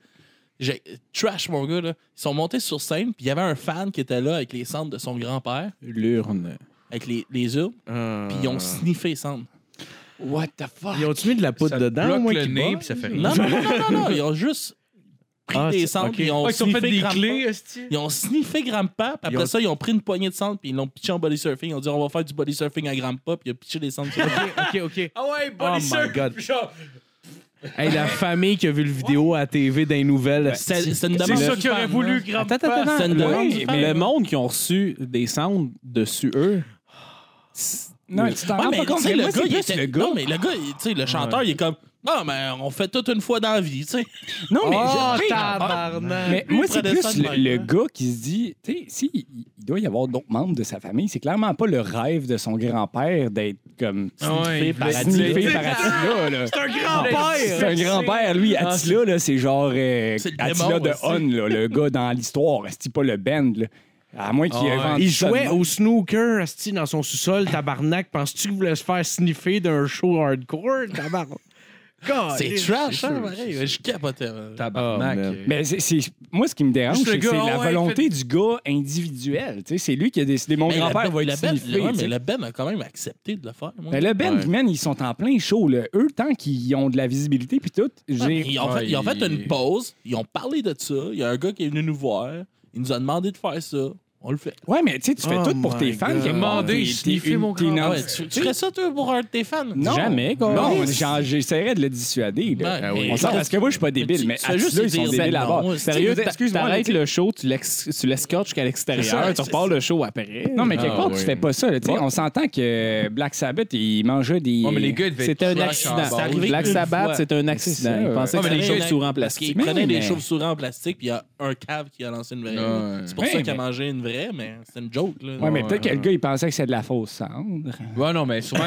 S6: J'ai- Trash, mon gars, là. Ils sont montés sur scène, puis il y avait un fan qui était là avec les cendres de son grand-père,
S5: L'urne.
S6: avec les, les urnes,
S4: euh,
S6: puis ils ont sniffé les cendres.
S8: What the fuck?
S4: Ils ont-tu mis de la poudre
S3: Ça
S4: dedans,
S3: Ah, bloque
S4: moi,
S3: le
S4: qui
S3: nez,
S4: bat?
S3: puis ça fait rien.
S6: Non, non, non, non, non, non, ils ont juste pris
S4: Ah,
S6: des
S4: c'est-
S6: cendres,
S4: ok.
S6: puis ils ont
S3: Ah, ils ont
S6: sniffé
S3: fait des
S6: grand-père.
S3: clés, esti.
S6: Ils ont sniffé Grandpa, puis après
S4: Ils ont-
S6: ça, ils ont pris une poignée de cendres, puis ils l'ont pitché en body surfing. Ils ont dit, on va faire du body surfing à Grandpa, puis il a pitché les cendres sur
S4: Ok, ok.
S3: Ah ouais,
S4: Oh my
S3: body surf,
S4: God.
S3: genre.
S4: Hey, la famille qui a vu le vidéo à la TV dans les nouvelles.
S6: C'est c'est une
S3: C'est
S6: demande.
S3: ça
S6: du
S3: qu'il aurait
S6: fan,
S3: voulu,
S6: là.
S3: grand
S5: Attends, attends, attends.
S6: C'est une demande
S5: Oui,
S6: du fan.
S5: mais le monde qui ont reçu des cendres dessus eux,
S8: Non, tu t'en
S6: Ouais,
S8: rends
S6: mais
S8: pas
S6: tu
S8: compte.
S6: sais,
S8: mais
S6: le
S8: moi,
S6: gars,
S8: c'est
S6: il
S8: plus
S6: était.
S8: le gars.
S6: Non, mais le gars, il- tu sais, le chanteur, il est comme. Ah, mais on fait tout une fois dans la vie, tu sais.
S8: Non, mais
S4: Oh,
S8: je-
S4: tabarnak!
S8: Mais moi, c'est
S6: prenait ça
S8: plus
S6: de
S8: le,
S6: même,
S8: le
S6: hein.
S8: gars qui se dit, tu sais, si, il- il doit y avoir d'autres membres de sa famille, c'est clairement pas le rêve de son grand-père d'être comme
S3: Ouais, il
S6: par
S3: voulait-
S6: Attila.
S8: sniffé par Attila. là.
S4: un grand-père!
S8: C'est un grand-père, lui. Attila, là, c'est genre euh,
S6: C'est le
S8: Attila
S6: démon,
S8: de
S6: aussi.
S8: Hun, là, le gars dans l'histoire. C'est pas le band, là. À moins qu'il
S3: ouais.
S8: invente
S4: Il
S8: ça de
S4: jouait
S8: même.
S4: au snooker, asti, dans son sous-sol, tabarnak. Penses-tu qu'il voulait se faire sniffer d'un show hardcore, tabarnak?
S8: Ah,
S6: C'est trash, ça, pareil. Je capotais. man.
S3: Tabarnak.
S4: Oh, man.
S3: Euh,
S8: Mais c'est- c'est- moi, ce qui me dérange,
S3: Juste le
S8: c'est
S3: gars,
S8: c'est
S3: ah
S8: la
S3: ouais,
S8: volonté du gars individuel. Tu sais, C'est lui qui a décidé. Mon
S6: Mais la
S8: grand-père
S6: Ben-
S8: va être
S6: la Ben-
S8: signifié.
S6: le- ouais, mais le Ben a quand même accepté de le faire. moi.
S8: Mais le Ben,
S4: Ouais.
S8: man, ils sont en plein show. Là. Eux, tant qu'ils ont de la visibilité, puis tout,
S4: Ah,
S8: j'ai.
S6: Ils ont, fait, ils ont fait
S3: Ouais,
S6: une
S3: il-
S6: pause, ils ont parlé de ça. Il y a un gars qui est venu nous voir, il nous a demandé de faire ça. On le fait.
S8: Ouais, mais tu sais, tu fais
S4: Oh
S8: tout pour tes
S4: my
S8: fans.
S4: God.
S8: quelque part.
S3: Demandez,
S8: T'es- t'es
S3: sniffer
S8: une-
S3: mon
S8: t'es une
S3: grand-
S6: Ah
S8: en-
S6: ouais, tu, tu ferais ça, toi, pour un de tes fans?
S8: Non,
S5: Jamais, quoi.
S8: Non, j'en- j'essaierais de le dissuader. là.
S6: Ouais,
S4: Ah oui.
S6: Ben, mais-
S8: On s'en- parce que moi, je suis pas débile, mais
S6: Tu fais
S8: à
S6: juste
S8: ceux-là, ils sont
S6: dire
S3: Ben,
S8: débiles
S6: non.
S8: à bord.
S6: Ouais, c'est-
S8: Sérieux,
S5: Sérieux, t'a-
S8: excuse-moi,
S5: t'arrêtes
S8: là,
S5: le show, tu l'ex- tu l'escortes jusqu'à
S6: C'est ça,
S5: l'extérieur, tu
S6: c'est
S5: repars le show après.
S8: Non, mais quelque
S3: Ah
S8: part,
S3: ouais.
S8: tu fais pas ça. là, tu sais. On s'entend que Black Sabbath, ils mangeaient des.
S3: Ouais, mais les gars, ils devaient
S5: C'était un
S3: être
S5: accident.
S3: trash en
S6: C'est
S3: barre.
S6: arrivé
S5: Black
S6: une
S5: Sabbath,
S6: fois.
S5: c'était un
S8: C'est
S5: accident.
S8: ça,
S5: Ils
S8: ouais.
S5: pensaient
S3: Ouais,
S5: que
S3: mais les
S5: c'était des
S3: gars-
S5: chauves-souris en
S6: Parce qu'il
S5: plastique.
S6: prenait des
S8: mais-
S6: chauves-souris en plastique, puis il y a un cave qui a lancé une vraie.
S3: Ouais.
S6: C'est pour
S8: Ouais,
S6: ça qu'il a
S8: mais-
S6: mangé une vraie, mais c'est une joke. Là.
S8: Ouais, mais
S3: Ouais,
S8: peut-être que
S3: ouais.
S8: le gars, il pensait que c'était de la fausse cendre.
S3: Ouais, non, mais souvent,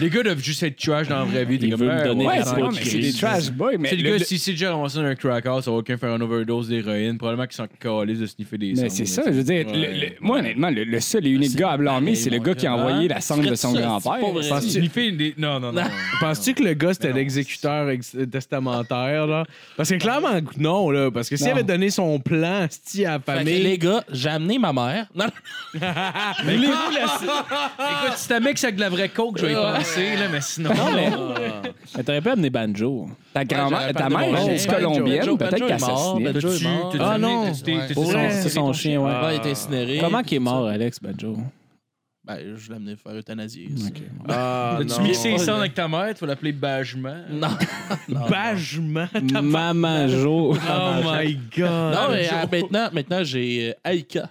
S3: les gars doivent juste être trash dans la vraie vie. T'es
S5: Il
S3: comme,
S5: veut me
S3: ouais,
S5: donner
S3: ouais,
S5: la
S3: c'est
S5: peau
S8: non,
S5: de
S3: vrai,
S8: mais
S3: c'est
S8: c'est des
S3: des
S8: trash boys. Mais
S3: C'est le
S8: le-
S3: gars,
S8: le-
S3: si c'est déjà ramassé dans un crack house, ça va aucun faire une overdose d'héroïne. Probablement qu'ils sont calés de sniffer des
S8: Mais
S3: cendres,
S8: c'est
S3: là,
S8: ça,
S3: tu
S8: je
S3: sais.
S8: veux dire,
S3: Ouais.
S8: le- le- moi, honnêtement, le, le seul et unique
S6: C'est
S8: gars à blâmer,
S6: pareil,
S8: c'est le
S6: mon
S8: gars qui a
S6: gars.
S8: envoyé la cendre de son
S6: C'est pas
S8: grand-père.
S6: vrai.
S8: Parce-
S6: c'est-
S3: Sniffer des. Non, non, non.
S6: Non.
S4: Penses-tu que le gars, c'était
S3: Mais non.
S4: l'exécuteur ex- testamentaire, là? Parce que clairement, non, là. Parce que s'il
S8: Non.
S4: avait donné son plan, sti à la
S6: Fait que
S4: famille.
S6: les gars, j'ai amené ma mère. Non,
S3: Écoute, si t'as mec avec de la vraie coke, je vais y
S4: Ah.
S3: penser, là, mais sinon.
S5: Non, mais. Mais T'aurais pu amener Banjo.
S8: Ta grand-mère,
S3: j'aurais
S8: ta
S3: pas
S8: mère,
S3: demandé.
S8: elle
S3: Oh,
S8: est
S3: Banjo,
S8: colombienne,
S6: Banjo,
S8: peut-être
S6: Banjo
S8: qu'elle
S6: est mort,
S8: s'assassiné.
S6: Banjo.
S3: T'as-tu-
S6: mort.
S3: t'as-tu
S4: Ah,
S3: amené-
S4: non.
S3: t'as-tu- t'as-tu-
S5: Pour
S3: t'as-tu-
S5: vrai,
S3: t'as-tu-
S5: c'est son chien, ouais.
S6: Ah, Ouais, il était incinéré.
S5: Comment qu'il est mort, Alex Banjo?
S6: Ben, je l'ai amené faire euthanasier.
S4: Ah,
S3: T'as-tu
S4: non.
S3: mixé les cendres avec ta mère, tu vas l'appeler Bajement.
S6: Non. non.
S4: Bagement.
S5: Maman Jo.
S4: Oh
S3: Ah,
S4: my god.
S6: Non, mais euh, maintenant, maintenant j'ai euh, Aika.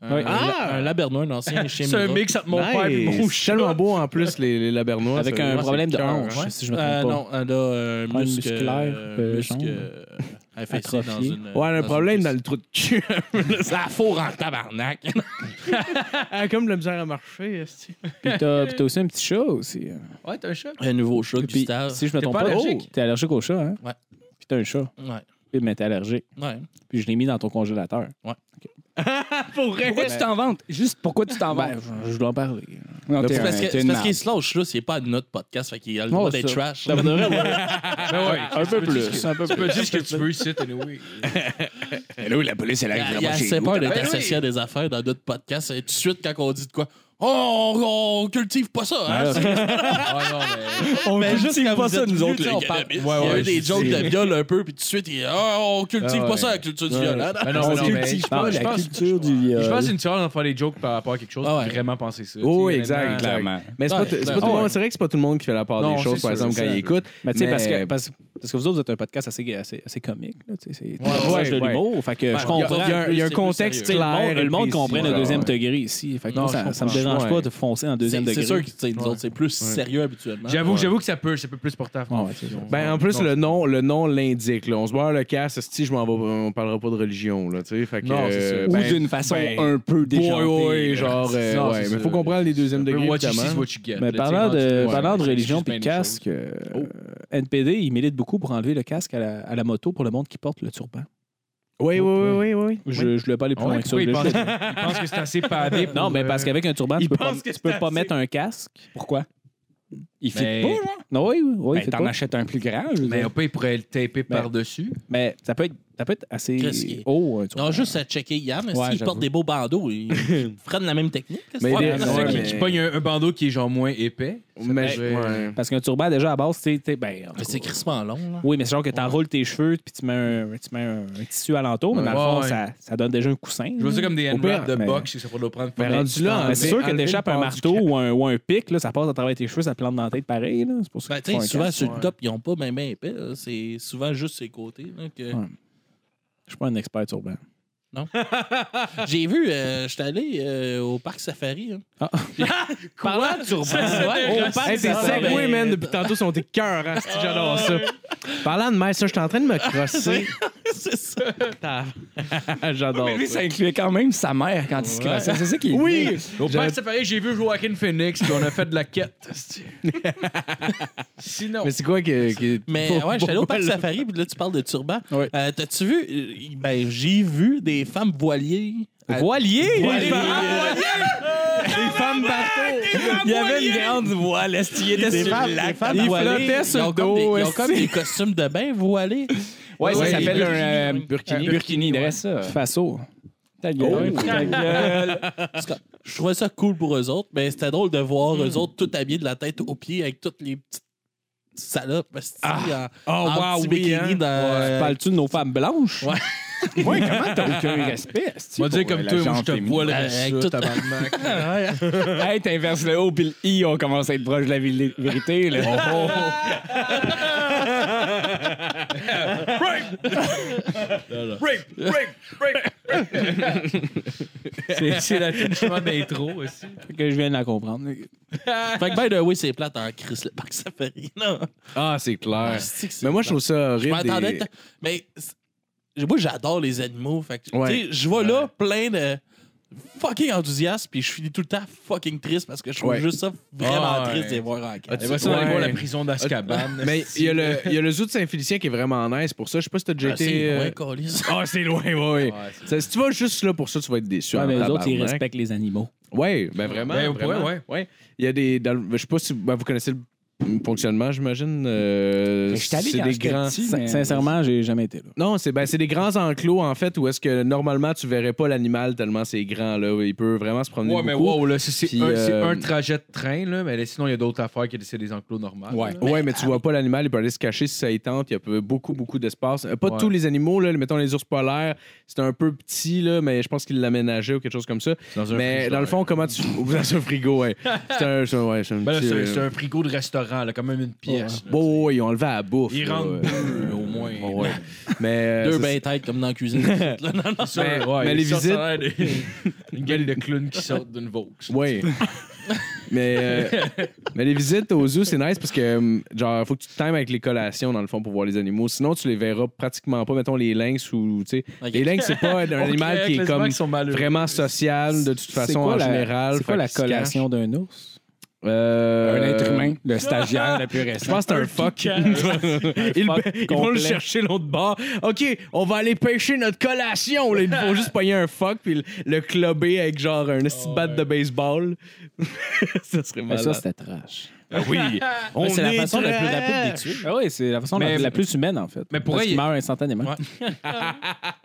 S6: Un,
S5: Ouais.
S4: Ah!
S6: ah! un Labernois, un ancien chien.
S3: C'est un
S6: Mira.
S3: mix entre mon
S4: Nice.
S3: père et mon
S4: C'est
S3: chien.
S4: tellement beau en plus, les, les Labernois.
S5: Avec
S4: ça.
S5: un
S4: Moi,
S5: problème
S4: c'est
S5: de
S4: cœur,
S5: hanche,
S4: ouais.
S5: si je me
S6: Euh,
S5: trompe pas.
S6: non, elle a un
S5: Problème
S6: muscle
S5: musculaire, euh,
S6: euh, muscle,
S5: jambe.
S6: euh, affaissé
S5: Atrophié.
S6: dans une. euh,
S4: Ouais, elle a un
S6: dans
S4: problème
S6: une-
S4: dans le trou de cul.
S6: Ça fourre en tabarnak.
S4: Elle a comme de la misère à marcher. esti.
S5: Puis t'as puis t'as aussi un petit chat aussi.
S3: Ouais, t'as un chat.
S6: un nouveau chat,
S5: Puis,
S6: Gustave.
S5: si je me
S3: T'es
S5: trompe
S3: pas
S5: pas,
S3: allergique?
S5: oh, t'es allergique au chat, hein?
S6: Ouais.
S5: Puis t'as un chat.
S6: Ouais.
S5: Puis, mais t'es allergique.
S6: Ouais.
S5: Puis je l'ai mis dans ton congélateur.
S8: Pourquoi tu t'en vantes? Juste pourquoi tu t'en
S5: Ben,
S8: vantes?
S5: je, je dois en parler.
S8: Non, t'es
S6: C'est parce
S8: un-
S6: que-
S8: t'es
S6: c'est
S8: une
S6: parce qu'il
S8: marde.
S6: se lâche, là. C'est pas notre podcast. Fait qu'il a le
S5: Oh,
S6: droit d'être
S5: ça-
S6: trash.
S5: Ça voudrait, ouais.
S4: Ah,
S3: un
S5: peu plus, un peu
S3: Ah, Tu peux dire ce que tu veux ici, anyway.
S6: Il y a, il y a assez peur d'être
S3: Ben oui.
S6: associé à des affaires dans d'autres podcasts. Et tout de suite, quand on dit de quoi, oh, on, on cultive pas ça. Hein,
S5: Ouais,
S3: Ah non, mais.
S5: On
S6: Mais juste quand
S5: pas
S6: vous
S5: ça,
S6: êtes
S5: nous
S6: vieux,
S5: autres.
S6: tu sais,
S5: les
S6: on
S5: gars.
S6: parle- Il y
S3: Ouais,
S6: a
S3: ouais,
S6: eu des
S3: je
S6: jokes
S3: sais.
S6: de viol un peu, puis tout de suite, il, Ah, on cultive
S3: Ah
S6: pas
S3: ouais.
S6: ça, la culture du viol. hein.
S3: Ben non, mais non, mais.
S5: cultive
S3: Je
S5: pas
S3: pense, je
S5: la
S3: pense,
S5: culture du viol.
S3: je pense que c'est une erreur d'en faire des jokes par rapport à quelque chose,
S6: Ah ouais.
S3: puis vraiment penser ça.
S4: Oh,
S3: Tu sais,
S4: exact,
S3: honnêtement.
S4: exact.
S8: Clairement.
S4: Mais c'est pas,
S6: Ouais,
S4: c'est pas
S6: ouais.
S4: tout le monde. C'est vrai que c'est pas tout le monde qui fait la part
S3: Non,
S4: des
S3: c'est
S4: choses, par
S3: sûr,
S4: exemple,
S3: c'est
S4: quand
S3: ça.
S4: il écoute.
S5: Mais tu sais,
S4: Mais-
S5: parce, que, parce, parce que vous autres, vous êtes un podcast assez, assez, assez comique. Là, tu sais, c'est
S4: Ouais,
S5: c'est
S4: ouais,
S5: de
S4: ouais.
S5: l'humour. Fait que je
S6: on
S4: Il y a-
S5: comprends.
S4: il y a, un- il y a un
S6: C'est plus
S4: contexte
S5: Tu sais,
S6: sérieux.
S5: le
S4: clair.
S5: monde, le
S4: et
S5: monde
S4: précis.
S5: comprend le
S4: Ouais,
S5: deuxième
S4: ouais.
S5: degré ici. Fait que
S3: Non,
S5: moi,
S3: je
S5: ça, ça me
S3: comprends.
S5: dérange
S4: Ouais.
S5: pas de foncer en deuxième
S6: C'est
S5: degré.
S6: c'est sûr que tu sais, nous autres, c'est plus
S4: Ouais.
S6: sérieux habituellement.
S3: J'avoue, j'avoue que ça peut, ça peut plus porter à
S5: Ouais,
S3: fond.
S5: ouais, c'est sûr.
S4: Ben, en plus,
S3: Non.
S4: le nom le nom l'indique. là. On se barre le casse, si je m'en vais, on parlera pas de religion. Là, tu sais, fait que,
S3: Non, c'est
S4: euh,
S3: sûr.
S8: Ou
S4: ben,
S8: d'une façon
S4: ben,
S8: un peu
S4: Ouais,
S8: déjantée.
S4: ouais, ouais, genre. euh,
S3: Non,
S4: ouais,
S3: c'est
S4: mais
S3: ça.
S4: faut comprendre les deuxièmes degrés.
S3: What you see is
S4: évidemment.
S3: what you get.
S5: Mais
S3: là,
S5: parlant
S3: tu sais,
S5: de,
S3: rendu-
S5: parlant de
S3: ouais,
S5: religion
S3: c'est
S5: puis de
S3: bien des choses. Oh.
S5: casque, euh, NPD, il milite beaucoup pour enlever le casque à la, à la moto pour le monde qui porte le turban.
S4: Oui, oui, oui, oui.
S5: Je ne voulais pas aller plus
S3: Ah ouais,
S5: loin que ça.
S3: pourquoi il
S5: je voulais
S3: pense, il pense que c'est assez pavé. pour,
S5: Non, mais parce
S3: euh,
S5: qu'avec un turban, tu
S4: il
S5: peux pas,
S4: pense que
S5: tu peux
S4: c'est
S5: pas
S4: assez.
S5: mettre un casque.
S8: Pourquoi? Il fit
S3: Mais-
S8: pas.
S5: Non, oui, oui, oui.
S8: Ben,
S5: c'est
S8: t'en
S5: pas.
S8: achètes un plus grand. je veux
S3: Mais
S8: dire.
S3: on peut, il pourrait le taper
S5: Mais-
S3: par-dessus.
S5: Mais ça peut être, ça peut être
S6: Qu'est-ce qui
S5: assez
S6: est-
S5: haut, un
S6: Ils
S5: turban.
S6: ont juste à checker Yann.
S8: Ouais,
S6: S'ils
S8: j'avoue.
S6: portent des beaux bandeaux, ils prennent la même technique. qu'est-ce
S4: Mais
S6: que
S4: des-
S6: tu
S3: C'est
S6: fais?
S4: ouais,
S3: ça qui,
S4: mais-
S3: qui pogne un, un bandeau qui est genre moins épais.
S4: Mais je-
S3: Ouais.
S4: ouais.
S5: Parce qu'un turban, déjà, à base, tu sais, ben, en tout
S6: Mais C'est
S5: cas,
S6: crissement long. là.
S5: Oui, mais c'est genre que t'enroules tes cheveux puis tu mets un, tu mets un, un tissu alentour, mais dans le
S3: Ouais,
S5: fond,
S3: ouais.
S5: ça, ça donne déjà un coussin.
S3: Je vois ça
S5: là.
S3: comme des
S5: Au
S3: hand wraps
S5: pire,
S3: de
S5: mais-
S3: boxe, ça pourrait le prendre.
S4: Mais rendu là,
S5: Mais c'est sûr que
S4: enlever
S5: t'échappes
S4: le
S5: un
S4: bord
S5: marteau
S4: du
S5: ou un, ou un pic, là, ça passe à travers tes cheveux, ça te plante dans la tête pareil. là. C'est pour ça
S6: Ben,
S5: que
S6: tu sais, souvent, sur
S3: ouais.
S6: le top, ils n'ont pas bien ben épais. là. C'est souvent juste ses côtés. là, que-
S5: Ouais. Je suis pas un expert turban.
S6: J'ai vu, euh, j'étais allé euh, au parc Safari. hein.
S5: Parlant de turban,
S4: Ouais, on parle
S5: Hey,
S4: hey,
S5: t'es
S4: tes
S5: segway,
S3: ben.
S4: segways, man, depuis tantôt, sont tes cœurs, hein, si j'adore
S3: Ah,
S4: ça. Parlant de merde, ça, je suis en train de me crosser.
S6: C'est ça.
S4: j'adore.
S8: Mais lui, ça incluait quand même sa mère quand il se crossait. C'est ça qui est
S4: Oui!
S3: Au parc Safari, j'ai vu Joaquin Phoenix, puis on a fait de la quête. Sinon.
S4: Mais c'est quoi que. que-
S6: Mais
S4: pour-
S6: ouais, j'étais allé au parc
S4: pour-
S6: Safari, puis là, tu parles de turban.
S5: Ouais.
S6: Euh, T'as-tu vu? euh, Ben, j'ai vu des femmes voiliers
S5: Voilier!
S8: Ah,
S4: Les femmes bateaux!
S9: Il y avait une grande voile, est-ce qu'il était
S5: Des
S9: sur
S5: femmes-
S9: le lac?
S5: des femmes
S9: Il
S5: voilées.
S9: flottait.
S5: Ils
S6: Ils
S5: ont
S6: ont
S5: comme des-
S6: comme, des, costumes de bain voilés.
S9: Ouais, ça
S3: Ouais,
S9: s'appelle
S3: les
S9: un euh,
S8: Un
S9: burkini.
S8: Burkini, il reste ça.
S5: Faso.
S8: Ta gueule. Ta gueule.
S6: Je trouvais ça cool pour eux autres, mais c'était drôle de voir
S4: Hmm.
S6: eux autres tout habillés de la tête aux pieds avec toutes les petites salopes esti,
S4: Ah.
S6: en,
S4: Oh,
S6: en
S9: wow, oui,
S6: petit bikini
S9: hein.
S6: dans- Euh,
S5: Parles-tu de nos femmes blanches?
S8: Ouais, comment t'as aucun respect? esti,
S3: Moi, dire
S8: pour,
S3: comme
S8: euh,
S3: toi,
S8: la
S3: moi, je
S8: gente
S3: te
S8: féminine?
S3: poil
S6: avec
S3: ça,
S6: tout-
S3: tabarnak.
S8: Hey, t'inverses le O puis le I, on commence à être proche de la vil- vérité. Là.
S3: C'est c'est la tune justement d'intro aussi.
S5: Fait que je viens de la comprendre.
S6: Fait que, by the way, c'est plate en Chris, le parc safari. Non.
S4: Ah, c'est clair.
S6: Esti que c'est
S4: Mais moi, je trouve ça
S6: Je
S4: horrible.
S6: m'attendais.
S4: des-
S6: que t'a- Mais c'est- moi, j'adore les animaux. Fait que,
S4: Ouais.
S6: tu sais, je vois là plein de fucking enthousiastes, puis je finis tout le temps fucking triste parce que je trouve
S4: Ouais.
S6: juste ça vraiment
S3: Ah, ouais.
S6: triste de les voir en cage.
S3: Et voici, on va
S4: Ouais.
S3: aller voir la prison d'Azkaban.
S4: Mais il y, a le- il y a le zoo de Saint-Félicien qui est vraiment nice pour ça. Je sais pas si t'as déjà
S6: Ah,
S4: été.
S6: c'est
S4: euh,
S6: loin, câlisse.
S4: Ah, c'est loin, ouais. ouais. Ça, Si tu vas juste là pour ça, tu vas être déçu.
S5: Ouais,
S4: en
S5: mais les autres, ils
S4: tabarnak.
S5: respectent les animaux.
S4: Ouais, ben vraiment.
S3: Ben, ouais,
S4: vraiment.
S3: ouais.
S4: Il y a des. dans le- je sais pas si ben, vous connaissez le fonctionnement, j'imagine.
S5: Ben,
S4: euh,
S8: Je suis allé
S4: c'est
S8: quand
S4: des
S8: j'étais
S4: grands.
S8: petit,
S5: Sin-
S8: mais-
S5: Sincèrement, j'ai jamais été là.
S4: Non, c'est ben, c'est des grands enclos, en fait, où est-ce que normalement tu verrais pas l'animal tellement c'est grand, là. Il peut vraiment se promener.
S3: Ouais, mais
S4: beaucoup.
S3: wow, là, c'est- c'est
S4: Puis,
S3: un,
S4: euh,
S3: c'est un trajet de train, là, mais là, sinon, il y a d'autres affaires que c'est des enclos normaux.
S8: Ouais.
S4: Ouais,
S3: ah
S4: mais tu vois pas l'animal, il peut aller se cacher si ça y tente. Il y a peu- beaucoup, beaucoup d'espace. Euh, Pas
S3: Ouais.
S4: tous les animaux, là, mettons les ours polaires, c'est un peu petit, là, mais je pense qu'ils l'aménageaient ou quelque chose comme ça.
S3: Dans un
S4: mais
S3: frigo,
S4: dans le fond, comment tu. Ou Dans un frigo, ouais. C'est un, c'est un- ouais, c'est un
S3: Ben là,
S4: petit,
S3: c'est
S4: euh,
S3: un- c'est un frigo de restaurant, là, quand même une pièce. là.
S4: Ouais, ouais, ouais, ils ont enlevé à la bouffe.
S3: Ils
S4: là,
S3: rentrent
S4: ouais.
S3: deux, au moins.
S4: Ouais, ouais. Mais, euh,
S6: Deux
S4: c'est-
S6: bains têtes comme dans la cuisine. Là, non, non.
S3: Ça,
S4: mais-
S3: ouais,
S4: mais les
S3: ça, ça a l'air de- une gueule de clowns qui sortent d'une Vaux.
S4: Oui. mais, euh, mais les visites aux zoos, c'est nice parce que, hum, genre, faut que tu te times avec les collations, dans le fond, pour voir les animaux. Sinon, tu les verras pratiquement pas. Mettons les lynx ou, tu sais.
S6: Ok.
S4: Les lynx, c'est pas un animal qui est comme vraiment social, de toute
S5: C'est
S4: façon,
S5: quoi
S4: en
S5: la-
S4: général.
S5: C'est quoi
S4: Fait
S5: la
S4: qu'il se
S5: collation d'un ours?
S4: cache. Euh,
S8: Un être humain, le stagiaire le plus récent.
S4: Je pense que c'est un fuck. ils,
S5: fuck
S4: ils vont le
S5: complet.
S4: chercher l'autre bord. OK, on va aller pêcher notre collation. là. Ils vont juste payer un fuck puis le, le clubber avec genre un petit bat de baseball. ça serait
S5: Mais
S4: malade.
S5: ça, c'était trash.
S4: oui.
S5: Mais C'est la
S4: est
S5: façon la plus
S4: trash.
S5: rapide de les tuer. Ah Oui, c'est la façon la-
S3: Mais-
S5: la plus humaine, en fait.
S3: Mais pour
S5: Parce
S3: eux,
S5: qu'ils
S3: il-
S5: meurent instantanément.
S6: Ouais.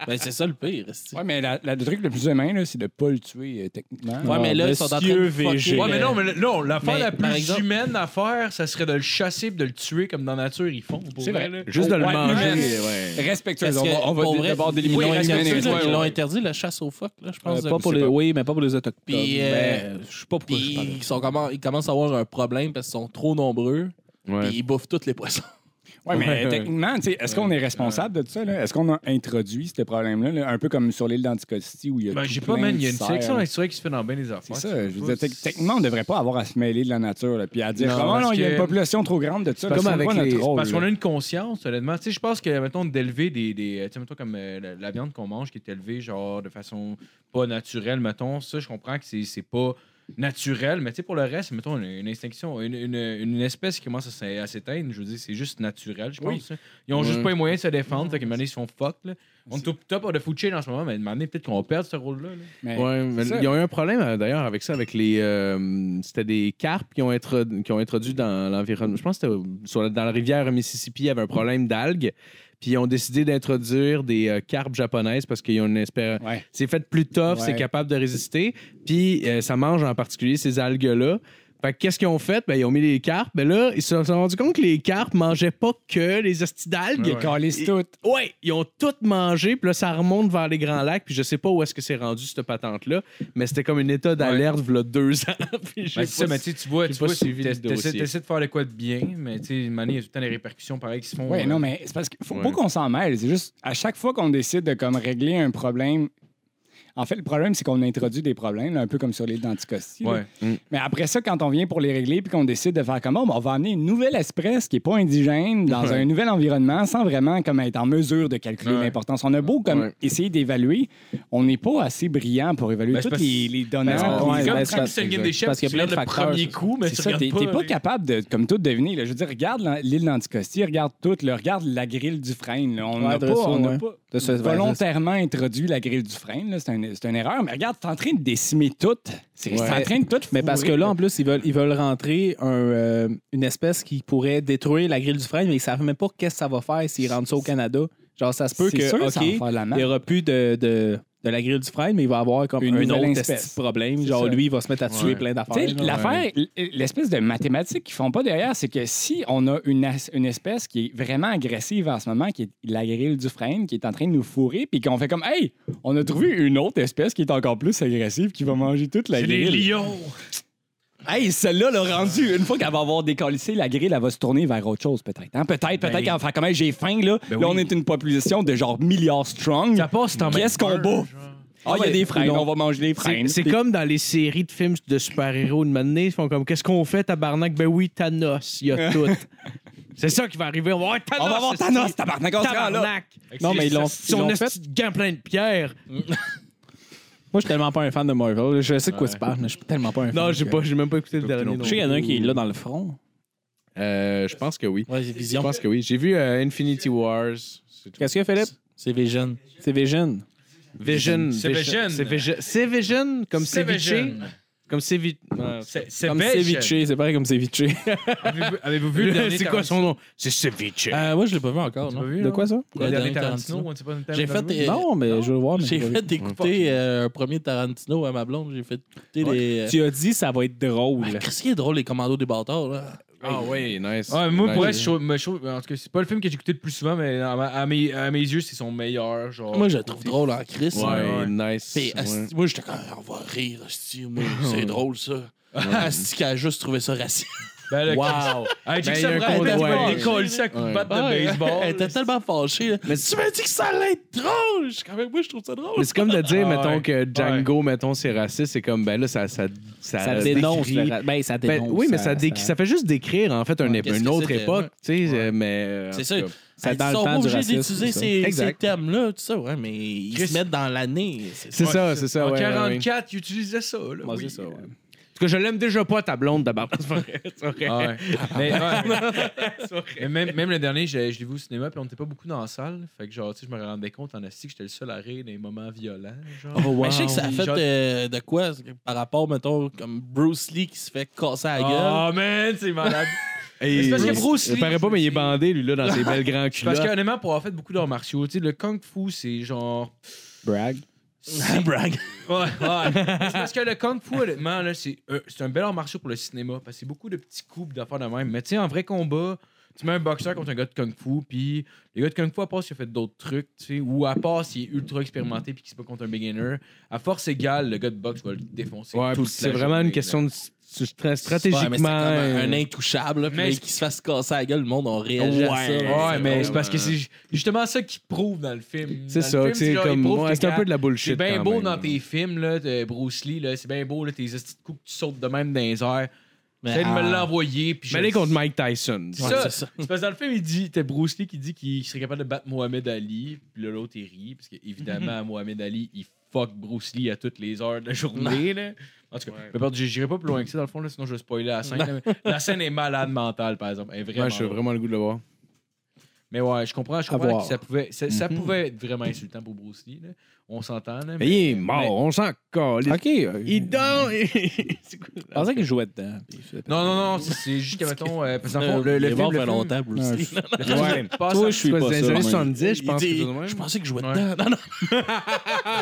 S6: Ben, c'est ça le pire. esti.
S8: Ouais, mais la- la- le truc le plus humain, là, c'est de pas le tuer euh, techniquement.
S6: Ouais, mais là, ils sont en train de.
S5: Monsieur
S6: fucker-
S5: VG.
S3: Ouais, mais non, mais le- non, l'affaire
S6: Mais,
S3: la
S6: par
S3: plus
S6: exemple-
S3: humaine à faire, ça serait de le chasser et de le tuer comme dans la nature, ils font. pour
S8: C'est vrai.
S3: là.
S4: Juste de le
S8: Ouais,
S4: manger.
S8: mais-
S4: ouais.
S8: Respectueux.
S6: Parce
S8: On
S6: que,
S8: va, on va
S6: pour
S8: dé-
S6: vrai,
S8: d'abord
S6: ils
S8: délimiter
S6: l'ont
S8: les humains
S6: interdit,
S8: les
S6: là,
S8: humains.
S6: Ils l'ont interdit la chasse aux phoques, là, je
S5: Euh,
S6: pense.
S5: pas pour les... Oui, mais pas pour les autochtones.
S6: Puis, euh,
S5: Ben, je sais pas pourquoi je
S6: Puis
S5: parle de
S6: ils, sont comment- ils commencent à avoir un problème parce qu'ils sont trop nombreux.
S4: Ouais.
S6: Puis ils bouffent tous les poissons.
S8: Oui, mais techniquement, tu sais, est-ce qu'on est responsable de tout ça? là? Est-ce qu'on a introduit ce problème-là? là? Un peu comme sur l'île d'Anticosti où il y a.
S3: Ben,
S8: tout
S3: j'ai pas,
S8: plein
S3: man,
S8: de
S3: il y a une
S8: cerfs,
S3: sélection
S8: là.
S3: naturelle qui se fait dans bien des
S8: C'est
S3: affaires.
S8: ça. Je
S3: pas-
S8: veux dire, tec- techniquement, on devrait pas avoir à se mêler de la nature. là, puis à dire,
S3: Non,
S8: comment
S3: parce
S8: non, il y a
S3: que-
S8: une population trop grande de tout ça.
S4: Comme
S8: là, c'est
S4: avec
S8: quoi notre
S4: les-
S8: rôle,
S3: Parce
S8: là?
S3: qu'on a une conscience, honnêtement. Tu sais, je pense que, mettons, d'élever des. des tu sais, mettons, comme euh, la, la viande qu'on mange qui est élevée, genre, de façon pas naturelle, mettons, ça, je comprends que c'est c'est pas naturel, mais tu sais, pour le reste, mettons, une, une extinction, une, une- une espèce qui commence à s'é- à s'éteindre, je veux dire, c'est juste naturel, je pense.
S8: Oui.
S3: ça. Ils ont juste
S4: Ouais.
S3: pas les moyens de se défendre, fait qu'à un moment donné, ils se font fuck, là. On est au top de food chain en ce moment, mais à un moment donné, peut-être qu'on va perdre ce rôle-là. là.
S8: Mais-
S4: Ouais, mais
S8: ça.
S4: ils ont eu un problème euh, d'ailleurs avec ça, avec les. euh, c'était des carpes qui ont, être, qui ont introduit dans l'environnement. Je pense que c'était sur la- dans la rivière Mississippi, il y avait un problème d'algues. Puis ils ont décidé d'introduire des euh, carpes japonaises parce qu'ils ont une espèce.
S8: Ouais.
S4: C'est fait plus tough,
S8: Ouais.
S4: c'est capable de résister. Puis euh, ça mange en particulier ces algues-là. Fait que qu'est-ce qu'ils ont fait? Ben, ils ont mis les carpes. Ben là, ils se sont rendus compte que les carpes mangeaient pas que les hosties d'algues.
S8: Ils calissent
S4: Et-
S8: tout.
S4: Ouais, ils ont tout mangé, puis là, ça remonte vers les Grands Lacs, puis je sais pas où est-ce que c'est rendu, cette patente-là, mais c'était comme une état d'alerte, v'là deux ans. puis j'ai
S3: Ben,
S4: pas
S3: c'est ça, mais tu sais, tu vois,
S4: j'ai
S3: tu
S4: pas
S3: vois,
S4: suivi le
S3: t'essaies t'essaies-
S4: dossier.
S3: t'essaies de faire le quoi de bien, mais tu sais, une manière, il y a tout le temps des répercussions pareilles qui se font.
S8: Oui,
S3: euh,
S8: non, mais c'est parce qu'il faut pas
S4: Ouais.
S8: qu'on s'en mêle. C'est juste, à chaque fois qu'on décide de comme régler un problème, en fait, le problème, c'est qu'on introduit des problèmes, là, un peu comme sur l'île d'Anticosti. là.
S3: Ouais.
S8: Mais après ça, quand on vient pour les régler puis qu'on décide de faire comme oh, ben, on va amener une nouvelle espèce qui n'est pas indigène dans un nouvel environnement sans vraiment comme être en mesure de calculer
S3: Ouais.
S8: l'importance. On a beau comme
S4: Ouais.
S8: essayer d'évaluer, on n'est pas assez brillant pour évaluer
S3: Ben, c'est
S8: toutes
S3: parce-
S8: les, les données.
S5: Ben, c'est parce-
S8: puis
S5: ouais,
S8: les-
S5: ben,
S3: comme
S5: c'est
S3: quand
S5: parce-
S3: tu gagnes des
S5: exact.
S3: chefs,
S5: Parce
S3: tu
S5: qu'il y a
S3: regardes
S5: plein
S3: le
S5: de facteurs,
S3: premier
S5: ça.
S3: coup, mais
S8: C'est
S3: tu
S8: ça, t'es
S3: regardes
S8: t'es
S3: pas.
S8: pas,
S5: euh,
S8: capable de, comme tout, deviner. là. Je veux dire, regarde l'île d'Anticosti, regarde tout, là, regarde la grille du frein. là. On
S5: Ouais,
S8: n'a
S5: de
S8: pas,
S5: ça,
S8: on n'a
S5: ouais.
S8: pas-
S5: de ce
S8: volontairement introduit la grille du frein. là. C'est un- c'est une erreur. Mais regarde, t'es en train de décimer tout. C'est c'est en train de tout.
S5: Mais parce que
S8: fourrer.
S5: là, en plus, ils veulent, ils veulent rentrer un, euh, une espèce qui pourrait détruire la grille du frein, mais ils ne savent même pas qu'est-ce que ça va faire s'ils rentrent ça au Canada. Genre, ça se peut
S8: C'est
S5: que,
S8: sûr que ça va
S5: OK,
S8: faire de la
S5: il n'y
S8: merde.
S5: aura plus de, de, de la grille du frein, mais il va avoir comme
S8: Une
S5: un
S8: nouvelle
S5: autre
S8: espèce.
S5: petit problème. Genre,
S8: ça.
S5: lui, il va se mettre à tuer
S6: Ouais.
S5: plein d'affaires.
S8: Tu sais,
S5: là.
S8: L'affaire, l- l'espèce de mathématique qu'ils font pas derrière, c'est que si on a une, as- une espèce qui est vraiment agressive en ce moment, qui est la grille du frein, qui est en train de nous fourrer, puis qu'on fait comme, hey, on a trouvé une autre espèce qui est encore plus agressive, qui va manger toute la grille.
S6: lions!
S8: Hey, celle-là l'a rendu. Une fois qu'elle va avoir décollissé la grille, elle va se tourner vers autre chose, peut-être. hein? Peut-être, peut-être qu'elle va faire comme Hey, j'ai faim, là.
S3: Ben
S8: là,
S3: oui.
S8: on est une population de genre milliards strong.
S3: Ça passe en
S8: Qu'est-ce qu'on bouffe? Ah, il y a des freins,
S4: Non.
S8: on va manger des
S4: C'est-
S8: freins.
S4: C'est comme dans les séries de films de super-héros de Mané, ils font comme qu'est-ce qu'on fait tabarnak Ben oui, Thanos, il y a tout. c'est ça qui va arriver. On va avoir Thanos.
S8: On va avoir
S4: c'est-
S8: Thanos, tabarnak, on se rend là.
S4: Tabarnak.
S5: Non, mais ils l'ont ils
S4: Son
S5: l'ont fait.
S4: petit gant plein de pierres.
S5: Moi, je suis tellement pas un fan de Marvel. Je sais de quoi tu parles, mais je suis tellement pas un fan.
S4: Non, j'ai pas, j'ai même pas écouté le dernier.
S5: Je sais qu'il y en a un qui est là dans le front.
S4: Euh, je pense que oui.
S6: Ouais, c'est
S4: Je
S6: Vision.
S4: pense que oui. J'ai vu euh, Infinity Wars. C'est tout.
S5: Qu'est-ce qu'il y a, Philippe?
S6: C'est Vision.
S5: C'est Vision.
S4: Vision.
S3: C'est Vision.
S4: C'est Vision. C'est Vision comme
S3: C'est
S4: ceviche.
S3: Vision.
S4: Comme ceviche. Ouais.
S3: C'est
S5: Comme Ceviche. C'est pareil comme Ceviche.
S3: Avez-vous avez-vous vu le dernier
S4: C'est quoi
S3: Tarantino?
S4: son nom? C'est ceviche.
S6: Euh, moi, je l'ai pas vu encore,
S3: Tu l'as
S6: non?
S3: vu,
S5: De
S3: non?
S5: quoi ça?
S6: Le
S3: Le dernier
S6: dernier
S3: Tarantino,
S6: Tarantino.
S3: on sait pas une
S6: J'ai fait, euh,
S5: Non, mais je veux le voir. mais
S6: j'ai
S5: j'ai pas vu.
S6: fait écouter euh, un premier Tarantino à ma blonde. J'ai fait écouter les. euh,
S5: Tu as dit ça va être drôle.
S6: Ah, Qu'est-ce qui est drôle, les commandos des bâtards, là?
S4: Ah oui, nice.
S3: Ouais, moi, pour
S4: Nice.
S3: vrai, je trouve- me trouve- en tout cas, c'est pas le film que j'ai écouté le plus souvent, mais à, ma- à mes, à mes yeux, c'est son meilleur.
S5: Oh,
S3: Genre,
S6: Moi, je le trouve drôle en Chris.
S4: Ouais,
S3: Ouais, ouais.
S4: nice.
S6: Puis,
S4: Ouais.
S6: asti, moi, j'étais comme, Ah, on va rire, asti, moi, c'est drôle, ça. Asti qui a juste trouvé ça raciste.
S3: Ben, le-
S4: Wow.
S3: Hey,
S4: Ben,
S3: Jack
S4: il y a un
S3: Sabra,
S4: convoi,
S3: elle
S4: ouais.
S3: décolle ça avec une
S4: Ouais.
S3: batte de
S6: Elle
S3: baseball.
S6: était tellement fâchée. là.
S4: Mais-
S6: tu m'as dit que ça allait être drôle. Je suis quand même, moi, je trouve ça drôle.
S4: Mais c'est comme de dire,
S3: Ah ouais.
S4: mettons, que Django, mettons, c'est raciste, c'est comme, ben là, ça. Ça, ça,
S5: Ça dénonce.
S4: décrit-
S5: le ra- Ben, ça
S4: Ben,
S5: dénonce.
S4: oui, mais ça, dé- ça fait juste décrire, en fait, un-
S6: Ouais,
S4: une
S6: qu'est-ce que
S4: autre
S6: c'était,
S4: époque,
S6: ouais.
S4: tu sais, euh, mais. euh,
S6: C'est
S4: en
S6: ça.
S4: tout cas.
S5: Ça
S6: Ils
S5: dans le
S6: sont
S5: temps
S6: pas
S5: du
S6: obligés
S5: racisme,
S6: d'utiliser
S5: c'est ça.
S6: ces, ces
S4: Exact.
S6: termes-là, tout ça, ouais, mais ils se mettent dans l'année. c'est ça.
S4: C'est ça, c'est ça.
S3: En
S4: ouais, ouais, ouais.
S3: 44, il utilisait ça. Là,
S5: Ouais,
S3: oui.
S5: c'est ça, ouais.
S4: En tout cas, je l'aime déjà pas, ta blonde, d'abord. C'est pas vrai, c'est pas vrai.
S3: Ah ouais. Mais, ouais. Mais même, même le dernier, je, je l'ai vu au cinéma, puis on n'était pas beaucoup dans la salle. Fait que, genre, tu sais, je me rendais compte en assis que j'étais le seul à rire dans les moments violents. Genre.
S4: Oh,
S6: Mais je sais que ça a
S3: Puis
S6: fait
S3: genre-
S6: euh, de quoi par rapport, mettons, comme Bruce Lee qui se fait casser la gueule.
S3: Oh man, c'est malade.
S4: Et-
S3: c'est parce que Bruce
S4: Il
S3: Lee,
S4: paraît pas, mais il est
S3: c'est-
S4: bandé, lui, là, dans ses belles grands culottes.
S3: Parce que honnêtement, pour avoir fait beaucoup d'arts martiaux, tu sais, le kung fu, c'est genre.
S8: Brag.
S6: Ça brague.
S3: Ouais, ouais. C'est parce que le kung fu, honnêtement, là, c'est euh, c'est un bel art martial pour le cinéma. Parce que c'est beaucoup de petits coups d'affaires de même. Mais tu sais, en vrai combat, tu mets un boxeur contre un gars de kung fu, puis le gars de kung fu, à part s'il a fait d'autres trucs, tu sais, ou à part s'il est ultra expérimenté puis qu'il se bat contre un beginner, à force égale, le gars de boxe va le défoncer.
S4: Ouais,
S3: toute
S4: puis c'est
S3: la
S4: vraiment
S3: journée,
S4: une question de s- s- stratégiquement.
S6: Ouais, mais c'est comme un, un
S4: euh,
S6: intouchable, là, puis
S3: Mais
S6: là,
S3: c'est-
S6: qu'il se fasse casser la gueule, le monde, on réagit à ça.
S3: là. Ouais, mais c'est parce que c'est ju- justement ça qui prouve dans le film.
S4: C'est
S3: Dans le
S4: ça,
S3: film,
S4: tu sais,
S3: genre, il
S4: comme.
S3: prouve
S4: ouais,
S3: que
S4: C'est un peu
S3: quand-
S4: de la bullshit.
S3: C'est bien
S4: quand
S3: beau
S4: même,
S3: dans
S4: là.
S3: tes films, là, de Bruce Lee, là, c'est bien beau, là, tes petits coups que tu sautes de même dans les airs.
S6: Mais
S3: Essaye de
S6: en-
S3: me l'envoyer. puis
S4: ah. Mais
S3: je-
S4: aller contre Mike Tyson.
S3: C'est
S6: Ouais,
S3: ça.
S6: c'est ça.
S3: C'est parce que dans le film, il dit, t'as Bruce Lee qui dit qu'il serait capable de battre Mohamed Ali, puis là, l'autre, il rit, parce qu'évidemment, Mohamed Ali, il fuck Bruce Lee à toutes les heures de la journée, là. En tout cas, peu importe, j'irai pas plus loin que ça, dans le fond, là, sinon je vais spoiler la scène. là, mais la scène est malade mentale, par exemple. Elle est vraiment
S4: Ouais, j'ai vraiment le goût de le voir.
S3: Mais ouais, je comprends, je
S5: À
S3: comprends
S5: voir.
S3: que ça pouvait, ça, ça pouvait être vraiment insultant pour Bruce Lee, là. On s'entend, là.
S4: Mm-hmm. Mais il est mort, on s'en calisse.
S5: Ok. euh,
S4: Il dort. C'est quoi?
S5: Je pensais qu'il jouait dedans.
S3: Non, non, non, c'est- c'est juste que, mettons, euh, parce que dans le fond, le,
S6: il
S3: le
S6: est
S3: film,
S6: mort
S3: le
S6: fait
S3: film-
S6: longtemps, Bruce Lee.
S3: le film
S4: Ouais.
S3: se passe
S5: Toi,
S3: en-
S5: je suis
S4: C'est
S5: pas
S4: dans les
S5: ça,
S4: années
S5: moi.
S4: 70, je
S6: Il
S4: pense.
S6: dit,
S4: que c'est de même.
S6: je pensais que je jouais
S3: Ouais.
S6: dedans. Non, non.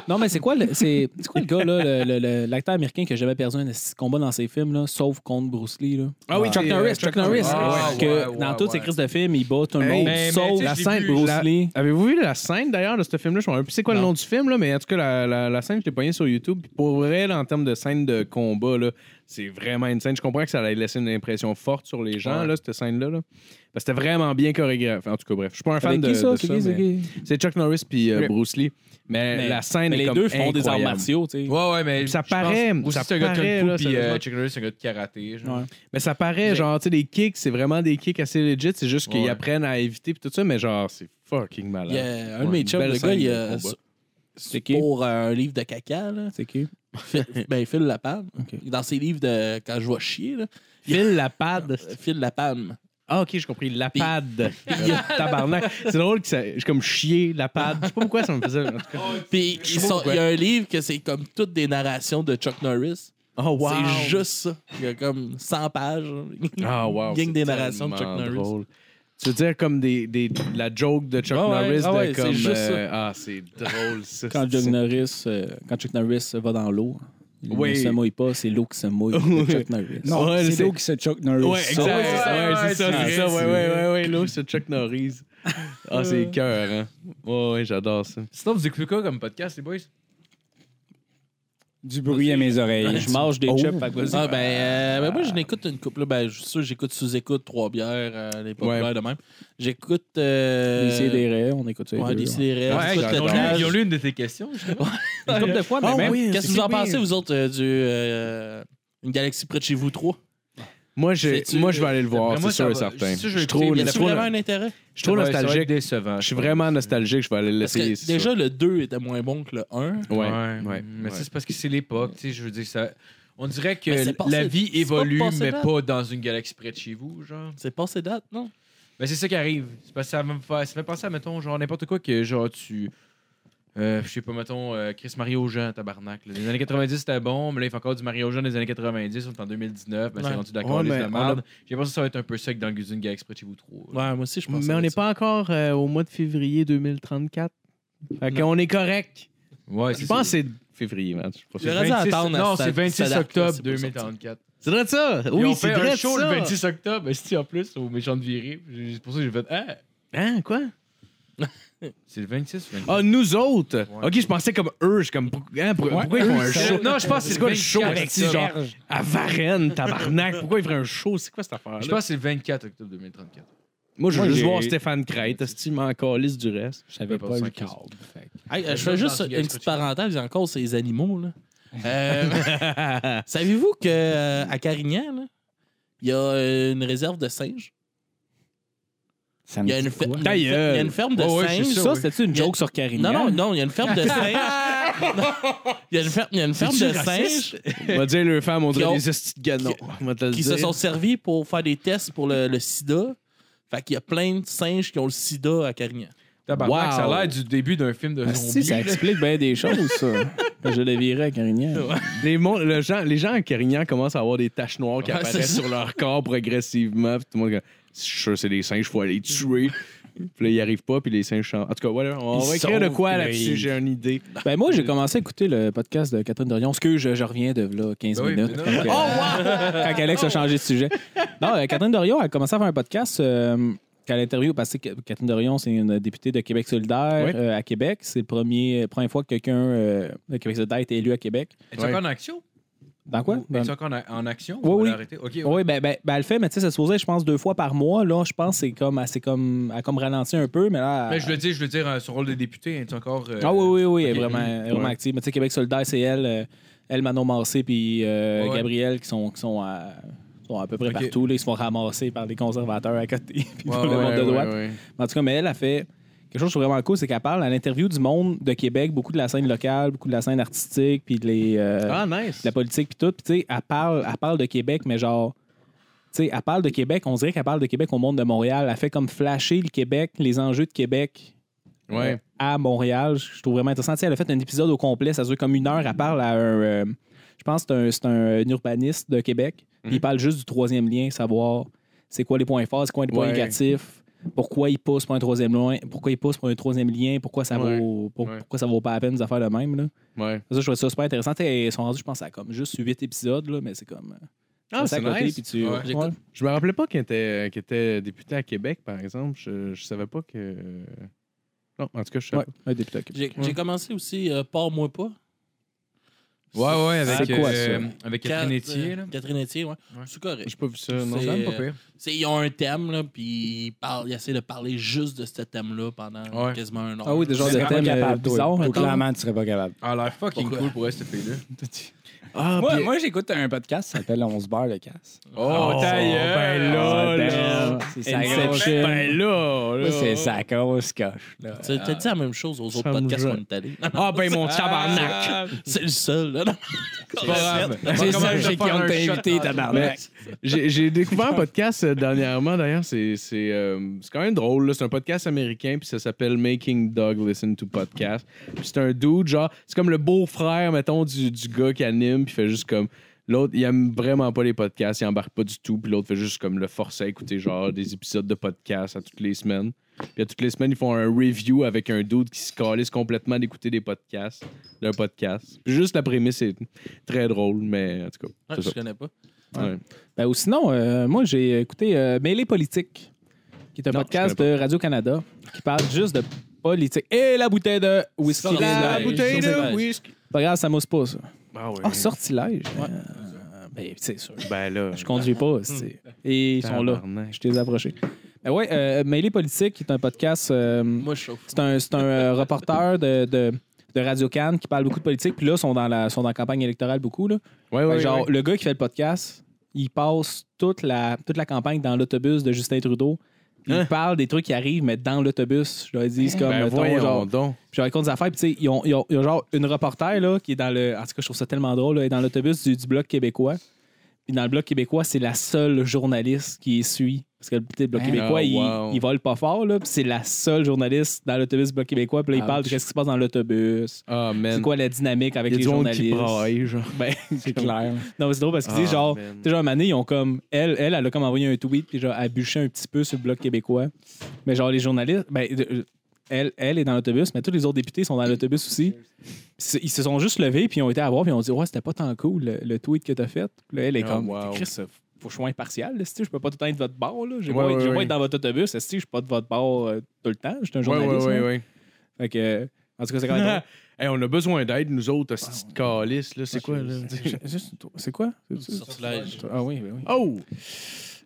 S5: Non, mais c'est quoi, le- c'est c'est quoi le gars, là, le- le- le- l'acteur américain qui a jamais perdu un esti de combat dans ses films, là, sauf contre Bruce Lee? Là.
S4: Ah oui,
S5: Chuck
S4: c'est, euh,
S5: Norris.
S4: Chuck
S5: Chuck Norris.
S3: Norris.
S5: que
S3: Ah, ouais,
S5: dans
S3: ouais,
S5: toutes ses
S3: ouais.
S5: crises de films, il bat tout le
S4: Hey,
S5: monde,
S3: mais- mais tu
S5: sauf
S3: sais,
S5: la
S3: j'ai
S5: scène
S3: vu
S5: Bruce
S4: la-
S5: Lee.
S4: Avez-vous vu la scène d'ailleurs de ce film-là Je ne sais plus c'est quoi le nom du film, là, mais en tout cas, la, la, la scène, je l'ai pognée sur YouTube. Puis pour vrai, là, en termes de scène de combat, là, c'est vraiment une scène. Je comprends que ça allait laisser une impression forte sur les gens,
S3: Ouais.
S4: là, cette scène-là. là. Parce que c'était vraiment bien chorégraphe. En tout cas, bref, je suis pas un fan
S5: Avec
S4: de,
S5: qui, ça?
S4: de
S5: C'est
S4: ça,
S5: qui, c'est
S4: mais-
S5: qui?
S4: C'est Chuck Norris puis euh,
S5: Ouais.
S4: Bruce Lee. Mais,
S5: Mais-
S4: la scène
S5: Mais
S4: est
S5: les
S4: comme
S5: deux font des arts
S4: incroyable.
S5: martiaux, tu sais.
S3: Ouais, ouais, mais.
S4: Ça
S3: je pense-
S4: paraît,
S3: Bruce
S4: ça
S3: Lee, c'est un gars de
S4: paraît,
S3: kung
S4: là,
S3: fu, puis
S4: sérieusement.
S3: euh, Chuck Norris, c'est un gars de karaté. genre.
S5: Ouais.
S4: Mais ça paraît, genre, tu sais, les kicks, c'est vraiment des kicks assez legit. C'est juste qu'ils
S3: Ouais.
S4: apprennent à éviter puis tout ça, mais genre, c'est fucking malade.
S6: Il y a un de
S4: Ouais,
S6: mes
S4: une
S6: chums,
S4: belle
S6: le
S4: scène
S6: gars, il
S4: de
S6: a.
S4: combat.
S5: C'est qui?
S6: Pour euh, un livre de caca, là.
S5: C'est qui?
S6: ben, Phil Lapalme.
S5: Ok.
S6: Dans ses livres de Quand je vois chier, là, Euh,
S4: File la pad.
S6: Phil Lapalme.
S4: Ah, ok, j'ai compris. La pad. Tabarnak. C'est drôle que ça. J'ai comme chier, la pad. Je sais pas pourquoi ça me faisait. en tout cas.
S6: Puis ils sont- il y a un livre que c'est comme toutes des narrations de Chuck Norris.
S4: Oh, wow.
S6: C'est juste ça. Il y a comme 100 pages.
S4: Ah, wow.
S6: Gang
S4: c'est
S6: des narrations de Chuck
S4: tellement
S6: Norris.
S4: drôle. Tu veux dire comme des, des, la joke de Chuck
S6: Ah ouais,
S4: Norris
S6: ah
S4: de
S6: ouais, c'est
S4: comme.
S6: juste
S4: euh, ah, c'est drôle ça.
S5: Quand
S4: c'est-
S5: Chuck Norris, euh, quand Chuck Norris va dans l'eau, il
S4: Oui.
S5: ne se mouille pas, c'est l'eau qui se mouille. de Chuck Norris.
S4: Non,
S8: Non,
S4: Ouais, c'est
S8: c'est
S4: c'est- l'eau
S8: l'eau qui se choque Norris.
S4: Ouais, exact.
S3: Ouais,
S4: c'est ça,
S3: ouais,
S4: ouais, c'est ça,
S3: ouais,
S4: c'est
S3: c'est
S4: ça. Ouais, ouais, ouais, ouais. Là, c'est Chuck Norris. Ah, c'est cœur,
S3: euh,
S4: hein. Ouais, ouais, j'adore ça.
S3: Sinon, vous écoutez quoi comme podcast, les boys?
S8: Du bruit à mes oreilles.
S5: Je mange des chips. fait que vas-y.
S6: Ah, ben, euh, ben, moi, je n'écoute une couple. là. Ben, je suis sûr, j'écoute sous-écoute, trois bières, euh, les populaires de même. J'écoute. Euh,
S5: Des sidérés, on écoute ça. les
S6: Ouais,
S5: deux,
S6: des
S5: ouais.
S6: sidérés.
S3: ils,
S6: j'écoute
S3: ont
S6: le
S3: lu,
S6: Trash.
S3: ils ont lu une de tes questions. justement.
S6: Une couple de fois, mais
S4: Ah
S6: même.
S4: oui,
S6: Qu'est-ce que
S4: c'est
S6: vous en
S4: bien.
S6: pensez, vous autres, euh, du. euh, Une galaxie près de chez vous, trois?
S4: Moi, j'ai-
S6: C'est-tu-
S4: moi, je vais aller le voir,
S3: D'après moi,
S4: c'est sûr
S3: ça va-
S4: et certain.
S3: c'est sûr, je
S4: Je
S3: vais
S4: suis trop,
S3: écouter,
S6: Y
S4: je
S6: a
S4: suis
S6: t
S4: trop,
S6: vraiment un intérêt?
S4: je suis trop
S3: Ouais, ça va être
S4: nostalgique.
S3: décevant.
S4: Je suis vraiment nostalgique, je vais aller
S6: Parce que
S4: l'essayer. c'est
S6: déjà, le 2 était moins bon que le 1.
S4: sûr. ouais,
S3: ouais,
S4: ouais,
S3: Mais
S4: ouais.
S3: c'est parce que c'est l'époque, tu sais, je veux dire, ça... On dirait que
S6: Mais c'est passé-
S3: la vie
S6: c'est pas
S3: évolue,
S6: passé
S3: mais
S6: date.
S3: pas dans une galaxie près de chez vous, genre.
S6: C'est pas ses dates, non?
S3: Mais c'est ça qui arrive. C'est parce que ça me fait, ça fait penser à, mettons, genre n'importe quoi que, genre, tu. euh, je sais pas, mettons, euh, Chris Mario Jean, tabarnak. là. Les années 90, c'était bon, mais là, il fait encore du Mario Jean des années 90, on est en 2019, ben, c'est
S6: Ouais.
S3: rendu d'accord,
S4: Ouais,
S3: les
S4: mais
S3: de
S4: on
S3: merde. J'ai l'impression que ça va être un peu sec dans le Guzun Galaxy près de chez vous trop. là.
S6: Ouais, moi aussi, je pense.
S4: Mais on n'est pas encore euh, au mois de février 2034. Fait qu'on est correct.
S3: Ouais,
S4: Je pense que c'est février, man. Je suis pas sûr.
S6: Le reste à
S3: 26
S6: attendre à
S3: Non,
S6: cette-
S3: c'est 26
S6: cette date-là,
S3: octobre
S6: c'est pour sortir.
S3: 2044.
S4: C'est vrai de ça.
S3: Ils
S4: Oui,
S3: ont
S4: c'est
S3: fait
S4: vrai
S3: un
S4: de
S3: show
S4: ça.
S3: le 26 octobre, esti, en plus, aux méchants de virée. J'ai- C'est pour ça que j'ai fait Ah,
S4: Hein, quoi?
S3: c'est le 26 ou 24
S4: Ah, nous autres.
S3: Ouais.
S4: OK, je pensais comme eux. Je suis comme, pour- hein, pour- pourquoi ils font un show?
S3: Non, je pense que
S4: C'est
S3: c'est
S4: quoi
S3: le
S4: le show
S3: 24
S4: avec genre à Varennes, tabarnak? Pourquoi ils feraient un show? C'est quoi cette affaire-là?
S3: Je pense que c'est le 24 octobre 2034.
S4: Moi, je veux
S8: Moi,
S4: juste
S8: j'ai-
S4: voir Stéphane Crête. Est-ce qu'il m'en calisse du reste?
S8: Je savais
S3: pas
S8: pas
S3: ça,
S8: le
S3: Chris.
S8: câble. fait que-
S6: Hey, euh, je fais juste une petite parenthèse, il y a encore ces animaux. là. Euh, Savez-vous qu'à Carignan, là, il y a euh, une réserve de singes?
S8: Ça me
S6: Il y a une,
S8: dit
S6: fer-
S8: quoi?
S6: il y a une fer- il y a une ferme de
S4: Oh,
S3: Ouais, ouais, c'est
S6: singes.
S3: ça,
S5: Ça,
S3: oui.
S5: c'était-tu une
S6: Il y a-
S5: joke sur Karine?
S6: Non, non, non, il y a une ferme de singes. Non, Il y a une ferme, il y a une ferme de singes
S4: On va dire, les femmes, on
S6: Qui
S4: dirait
S6: ont-
S4: des hosties de ganons. On va te le
S6: qui se
S4: dire.
S6: sont servis pour faire des tests pour le, le sida. Fait qu'il y a plein de singes qui ont le sida à Carignan.
S3: Tabarnak,
S4: Wow.
S3: ça a l'air du début d'un film de
S5: Ah, si,
S3: zombies.
S5: ça explique bien des choses, ça. Je le virais à Carignan.
S4: Les, mon- le gens, les gens à Carignan commencent à avoir des taches noires qui
S6: Ouais,
S4: apparaissent
S6: c'est ça.
S4: sur leur corps progressivement. Puis tout le monde est comme, je suis sûr, que c'est des singes, faut aller les tuer. puis là, ils arrivent pas, puis les singes chantent. En tout cas, voilà, on
S8: Ils
S4: va écrire de
S8: sautent,
S4: quoi
S8: puis là,
S4: là-dessus,
S8: ils-
S4: j'ai une idée.
S5: Ben moi, j'ai commencé à écouter le podcast de Catherine Dorion. Ce que je, je reviens de là, 15
S3: Ben oui,
S5: minutes.
S3: mais
S5: Quand,
S3: non.
S5: euh, quand Alex a changé de sujet. Non, euh, Catherine Dorion a commencé à faire un podcast euh, qu'elle interview parce que Catherine Dorion, c'est une députée de Québec solidaire
S4: Oui.
S5: euh, à Québec. C'est la première, première fois que quelqu'un euh, de Québec solidaire a été élu à Québec.
S3: Es-tu encore en action?
S5: Dans quoi? Dans-
S3: Es-tu encore en, en action? On
S5: Oui,
S3: va
S5: oui.
S3: l'arrêter? Ok, ouais.
S5: Oui, ben, ben, ben, elle fait, mais tu sais, ça se posait, je pense, deux fois par mois. Là, je pense que c'est comme, elle s'est comme, elle a comme ralenti un peu, mais là.
S3: Mais
S5: elle-
S3: je veux dire, je veux dire, euh, son rôle de député, est encore. euh,
S5: Ah oui, oui, oui, elle
S3: ok.
S5: est vraiment, elle est vraiment
S4: Ouais.
S5: active. Mais tu sais, Québec solidaire, c'est elle, euh, elle, Manon Massé, puis euh,
S3: Ouais.
S5: Gabriel, qui sont, qui sont, à, sont à peu près
S3: Ok.
S5: partout. Là, ils se font ramasser par les conservateurs à côté, puis
S3: Ouais,
S5: par le
S3: ouais,
S5: monde de
S4: Ah, ouais,
S5: droite.
S4: ouais.
S5: Mais En tout cas, mais elle a fait quelque chose que je trouve vraiment cool, c'est qu'elle parle à l'interview du monde de Québec, beaucoup de la scène locale, beaucoup de la scène artistique, puis de les. euh,
S4: Ah, nice.
S5: de la politique puis tout. Puis tu sais, elle parle, elle parle de Québec, mais genre, tu sais, elle parle de Québec, on dirait qu'elle parle de Québec au monde de Montréal. Elle fait comme flasher le Québec, les enjeux de Québec
S4: Ouais.
S5: euh, à Montréal. Je je trouve vraiment intéressant. Tu sais, elle a fait un épisode au complet, ça dure comme une heure. Elle parle à un, euh, je pense que c'est un, c'est un, un urbaniste de Québec.
S4: Mhm.
S5: Puis Il parle juste du troisième lien, savoir c'est quoi les points forts, c'est quoi les points
S4: Ouais.
S5: négatifs. Pourquoi il pousse pour un troisième lien Pourquoi il pousse pour un troisième lien Pourquoi ça
S4: Ouais.
S5: vaut pour-
S4: Ouais.
S5: pourquoi ça vaut pas la peine de faire le même là
S4: ouais.
S5: ça, je trouvais ça super intéressant. Tu sais, Ils sont rendus, je pense, à comme juste 8 épisodes, là, mais c'est comme. euh,
S4: Ah,
S5: passes
S4: c'est
S5: à côté,
S4: nice.
S5: puis tu...
S3: Ouais,
S6: j'écoute.
S5: Ouais.
S4: Je me rappelais pas qu'il était, euh, qu'il était député à Québec, par exemple. Je, je savais pas que. euh, Non, en tout cas, je savais
S5: Ouais, un député occupé.
S6: J'ai j'ai commencé aussi euh, Pars-moi pas.
S3: Ouais, ouais, avec,
S5: C'est quoi,
S3: euh, avec Catherine Etier. là.
S6: Catherine Etier, ouais.
S3: Ouais.
S6: C'est correct.
S4: pas. J'ai pas vu ça, Euh, non.
S6: euh, C'est-
S3: Ça me pas pire.
S6: C'est- Ils ont un thème, là, puis ils, parlent, ils essaient de parler juste de ce thème-là pendant
S3: Ouais.
S6: quasiment un an.
S5: Ah oui, des genres
S8: Tu
S5: de
S8: serais pas
S5: thèmes euh,
S8: capable, toi.
S5: bizarres.
S8: Toi,
S5: mettons.
S8: Clairement, tu serais pas capable.
S3: Ah, l'air fucking
S6: Pourquoi?
S3: cool pour elle, cette fille-là.
S4: Ah,
S8: Moi,
S4: puis-
S8: moi j'écoute un podcast qui s'appelle On se barre le casse.
S3: Oh, ta gueule!
S4: Ah, ben là, là.
S8: C'est sa grosse-
S5: Inception.
S4: Ben là, là.
S8: Moi, c'est sa grosse coche. là.
S6: Tu as dit la même chose aux autres
S4: ça me
S6: podcasts
S4: gêne.
S6: qu'on est allés.
S4: Ah, ben mon tabarnak.
S6: C'est le seul, là.
S3: C'est pas grave.
S8: C'est ça, j'ai qui ont
S3: t'inviter,
S8: invité, tabarnak.
S4: J'ai j'ai découvert un podcast euh, dernièrement, d'ailleurs. C'est c'est, euh, c'est quand même drôle. là. C'est un podcast américain, puis ça s'appelle Making Dog Listen to Podcast. Puis c'est un dude, genre, c'est comme le beau-frère, mettons, du, du gars qui anime, puis fait juste comme. L'autre, il aime vraiment pas les podcasts, il embarque pas du tout, puis l'autre fait juste comme le forcer à écouter, genre, des épisodes de podcast à toutes les semaines. Puis à toutes les semaines, ils font un review avec un dude qui se calisse complètement d'écouter des podcasts, d'un podcast. Puis juste la prémisse, c'est très drôle, mais en tout cas.
S6: Ouais,
S4: c'est
S6: je
S4: ça.
S6: connais pas.
S4: Ouais.
S5: Ben, ou sinon, euh, moi, j'ai écouté euh, Mêlée politique, qui est un
S4: Non, je
S5: podcast de Radio-Canada qui parle juste de politique. Et la bouteille de whisky.
S6: Sortilège.
S5: La bouteille de-
S6: Sortilège.
S5: Pas grave, ça mousse pas, ça.
S4: Ah ouais.
S5: Ah, sortilège. Euh, ben, c'est sûr.
S4: Ben là.
S5: Je conduis pas. c'est- Et ils sont là.
S4: Tabarnak.
S5: Je t'ai approché. Ben ouais, euh, Mêlée politique, qui est un podcast. euh,
S6: Moi, je chauffe.
S5: C'est un, c'est un, euh, reporter de, de, de Radio Cannes qui parle beaucoup de politique. Puis là, ils sont dans la, sont dans la campagne électorale beaucoup. Là.
S4: Ouais,
S5: Fait
S4: ouais,
S5: que genre,
S4: ouais.
S5: le gars qui fait le podcast, il passe toute la, toute la campagne dans l'autobus de Justin Trudeau. Puis
S4: Hein?
S5: Il parle des trucs qui arrivent, mais dans l'autobus. Je leur dis, c'est comme,
S4: Ben
S5: mettons,
S4: voyons
S5: genre,
S4: donc.
S5: puis je raconte des affaires, puis tu sais, ils ont, ils ont- ils ont genre une reporter là, qui est dans le. En tout cas, je trouve ça tellement drôle, là, elle est dans l'autobus du, du Bloc québécois. Puis dans le Bloc québécois, c'est la seule journaliste qui est suit. Parce que le petit Bloc québécois,
S4: Ah,
S5: il,
S4: wow.
S5: il vole pas fort, là. Puis c'est la seule journaliste dans l'autobus du Bloc québécois. Puis là, il parle de ce qui se passe dans l'autobus.
S4: Ah, man.
S5: C'est quoi la dynamique avec
S4: Il y a
S5: les
S4: du monde qui
S5: journalistes?
S4: braille, genre.
S5: Ben,
S8: C'est clair.
S5: non, mais c'est drôle parce qu'ils disent
S4: Ah,
S5: genre, tu
S4: man.
S5: sais, genre, Mané, ils ont comme, elle, elle, elle a comme envoyé un tweet, puis genre, elle a bûché un petit peu sur le bloc québécois. Mais genre, les journalistes, ben, euh, elle, elle est dans l'autobus, mais tous les autres députés sont dans l'autobus aussi. C'est- Ils se sont juste levés, puis ils ont été à voir, puis ils ont dit, ouais, c'était pas tant cool le, le tweet que t'as fait. Puis Là, elle est
S4: Ah,
S5: comme,
S4: wow.
S5: Chris, faut que je sois impartial, là, c'ti, je peux pas tout le temps être de votre bord, là. J'ai
S4: Ouais,
S5: pas,
S4: ouais,
S5: j'ai pas
S4: ouais.
S5: être dans votre autobus, c'ti, je suis pas de votre bord euh, tout le temps, je suis un
S4: Ouais,
S5: journaliste.
S4: ouais, ouais,
S5: là.
S4: ouais.
S5: Fait que, en tout cas, c'est quand même drôle.
S4: Hey, on a besoin d'aide, nous autres, ce
S8: Ah,
S4: petit calice, là. C'est quoi, là?
S5: Juste- C'est quoi?
S6: Sortilège.
S5: Ah oui, ben oui.
S4: Oh!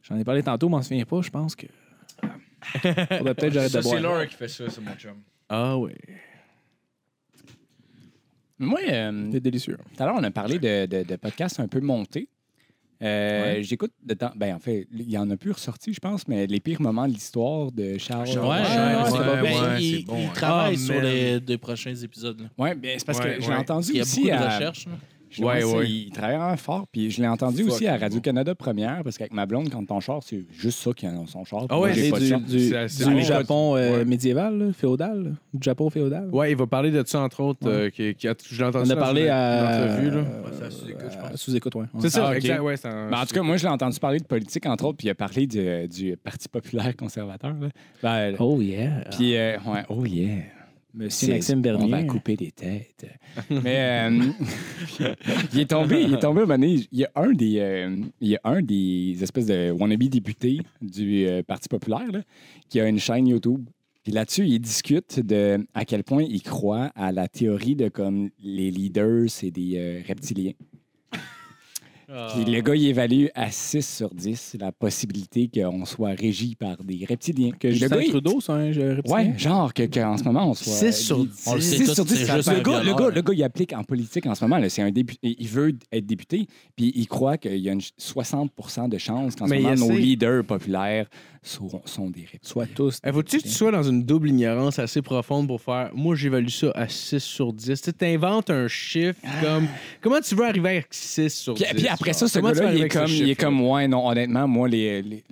S5: J'en ai parlé tantôt, mais on se souvient pas, je pense que. Faudrait peut-être que j'arrête
S3: Ça,
S5: de
S3: c'est
S5: boire.
S3: Laura qui fait ça, c'est mon chum.
S4: Ah, ouais.
S8: Moi, euh,
S5: C'est délicieux.
S8: Tout à l'heure, on a parlé de, de, de podcasts un peu montés. Euh, J'écoute de temps. Ben, en fait, il y en a plus ressorti, je pense, mais les pires moments de l'histoire de Charles. euh,
S6: Ouais,
S8: Ouais,
S6: ouais,
S8: c'est
S6: ouais,
S8: pas-
S6: ben,
S3: ouais,
S6: il,
S3: c'est bon,
S6: il
S3: hein.
S6: travaille
S4: Ah,
S6: sur
S4: man.
S6: les, des prochains épisodes. là.
S8: Ouais, ben, c'est parce
S4: Ouais,
S8: que je l'ai
S4: ouais.
S8: entendu
S6: Il y a
S8: aussi
S6: beaucoup de
S8: à-
S6: recherches. là.
S8: je pense
S4: Ouais,
S8: que
S4: ouais.
S8: Il travaille vraiment fort. Puis je l'ai entendu aussi à Radio-Canada première, parce qu'avec ma blonde, quand ton char, c'est juste ça qu'il y a dans son char.
S4: Ah
S8: Moi,
S4: ouais,
S8: j'ai
S4: c'est
S8: pas de
S5: du,
S8: char.
S5: du-
S4: C'est- c'est
S5: du
S4: bon.
S5: Japon euh,
S4: Ouais.
S5: médiéval, là, féodal. là. Du Japon féodal.
S4: Ouais, il va parler de ça, entre autres. euh, qui, qui a, je l'ai entendu
S5: On a
S4: dans
S5: parlé
S4: une-
S5: à.
S4: une entrevue, là.
S5: euh, à Sous-écoute, ouais.
S4: C'est ça,
S8: Ah, ok.
S4: exact. Ouais, c'est un-
S8: Ben, en tout cas, moi, je l'ai entendu parler de politique, entre autres, puis il a parlé du, du Parti populaire conservateur. là. Ben,
S5: Oh yeah.
S8: Puis, euh, ouais, oh yeah.
S5: Monsieur
S8: C'est-
S5: Maxime Bernier.
S8: On va couper des têtes. Mais euh, il est tombé, il est tombé un moment donné, Il y a un des, euh, il y a un des espèces de wannabe députés du euh, Parti populaire là, qui a une chaîne YouTube. Puis là-dessus, il discute de à quel point il croit à la théorie de comme les leaders, c'est des euh, reptiliens. Puis le gars, il évalue à 6 sur 10 la possibilité qu'on soit régi par des reptiliens.
S5: Que
S8: Le
S5: Justin
S8: gars, il-
S5: Trudeau, c'est un jeu reptilien.
S8: Ouais, genre que- qu'en ce moment, on soit.
S4: Six sur
S8: il-
S4: dix.
S8: on le sait
S6: C'est
S8: tous,
S6: tout,
S8: c'est
S6: c'est
S8: ça.
S6: juste
S8: le,
S6: un
S8: gars, le,
S6: violeur.
S8: gars, le gars, il applique en politique en ce moment. là. C'est un député. Il veut être député, puis il croit qu'il y a une ch- 60 de chances qu'en ce
S4: Mais il
S8: moment, nos
S4: essaie.
S8: leaders populaires sont, sont des reptiles.
S5: Soit tous.
S4: Eh, Faut-tu que tu sois dans une double ignorance assez profonde pour faire Moi, j'évalue ça à 6 sur 10. Tu sais, t'inventes un chiffre comme. Comment tu veux arriver à 6 sur
S8: Ah. Puis,
S4: 10
S8: puis après ça, ce
S4: Comment tu vas
S8: gars-là,
S4: arriver
S8: il, est
S4: avec ce
S8: comme- il est
S4: chiffre-là?
S8: comme, ouais, non, honnêtement, moi, les. les-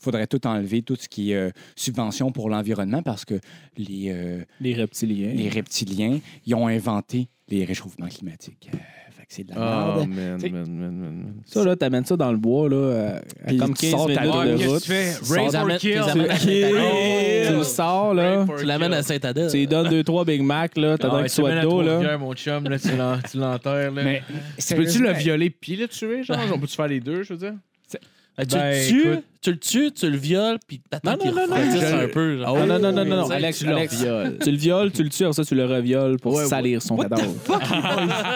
S8: faudrait tout enlever, tout ce qui est euh, subvention pour l'environnement, parce que les, euh,
S5: Les reptiliens.
S8: les reptiliens, ils ont inventé les réchauffements climatiques. Euh, fait que c'est de la merde.
S4: Oh, man,
S8: T'sais-
S4: man, man, man, man.
S5: Ça, là, t'amènes ça dans le bois, là, à- à
S8: Puis
S5: comme
S8: tu
S5: 15
S8: sors
S5: minutes
S8: ta langue,
S5: de
S8: qu'est-ce
S5: route.
S3: tu fais?
S5: Tu
S3: Raise
S5: sors-
S3: or
S6: Tu les
S3: kill?
S6: amènes à Saint-Adèle.
S5: Tu le sors, là.
S6: Tu l'amènes à Saint-Adèle.
S5: Tu lui donnes 2-3 Big Mac, là.
S3: Ah,
S5: T'attends
S3: il
S5: qu'il
S3: se
S5: soit
S3: met à
S5: de dos,
S3: trois
S5: là.
S3: bières, mon chum, là, tu l'en- tu l'enterres, là.
S8: Mais
S4: Peux-tu le
S8: sérieusement,
S4: violer puis le tuer, genre On peut-tu faire les deux, je veux dire
S6: Ah, tu,
S3: Ben,
S6: le tues,
S3: écoute.
S6: tu le tues, tu le violes, puis t'attends
S5: Non, non,
S6: qu'il
S5: non, non,
S6: refroidisse
S4: je-
S6: un peu. genre.
S5: non, non, non, non, non.
S6: Tu sais,
S5: Ah Alex,
S6: tu le
S5: Alex.
S6: violes.
S5: Tu le violes, tu le tues, alors ça, tu le revioles pour
S4: Ouais, ouais.
S5: salir son cadavre.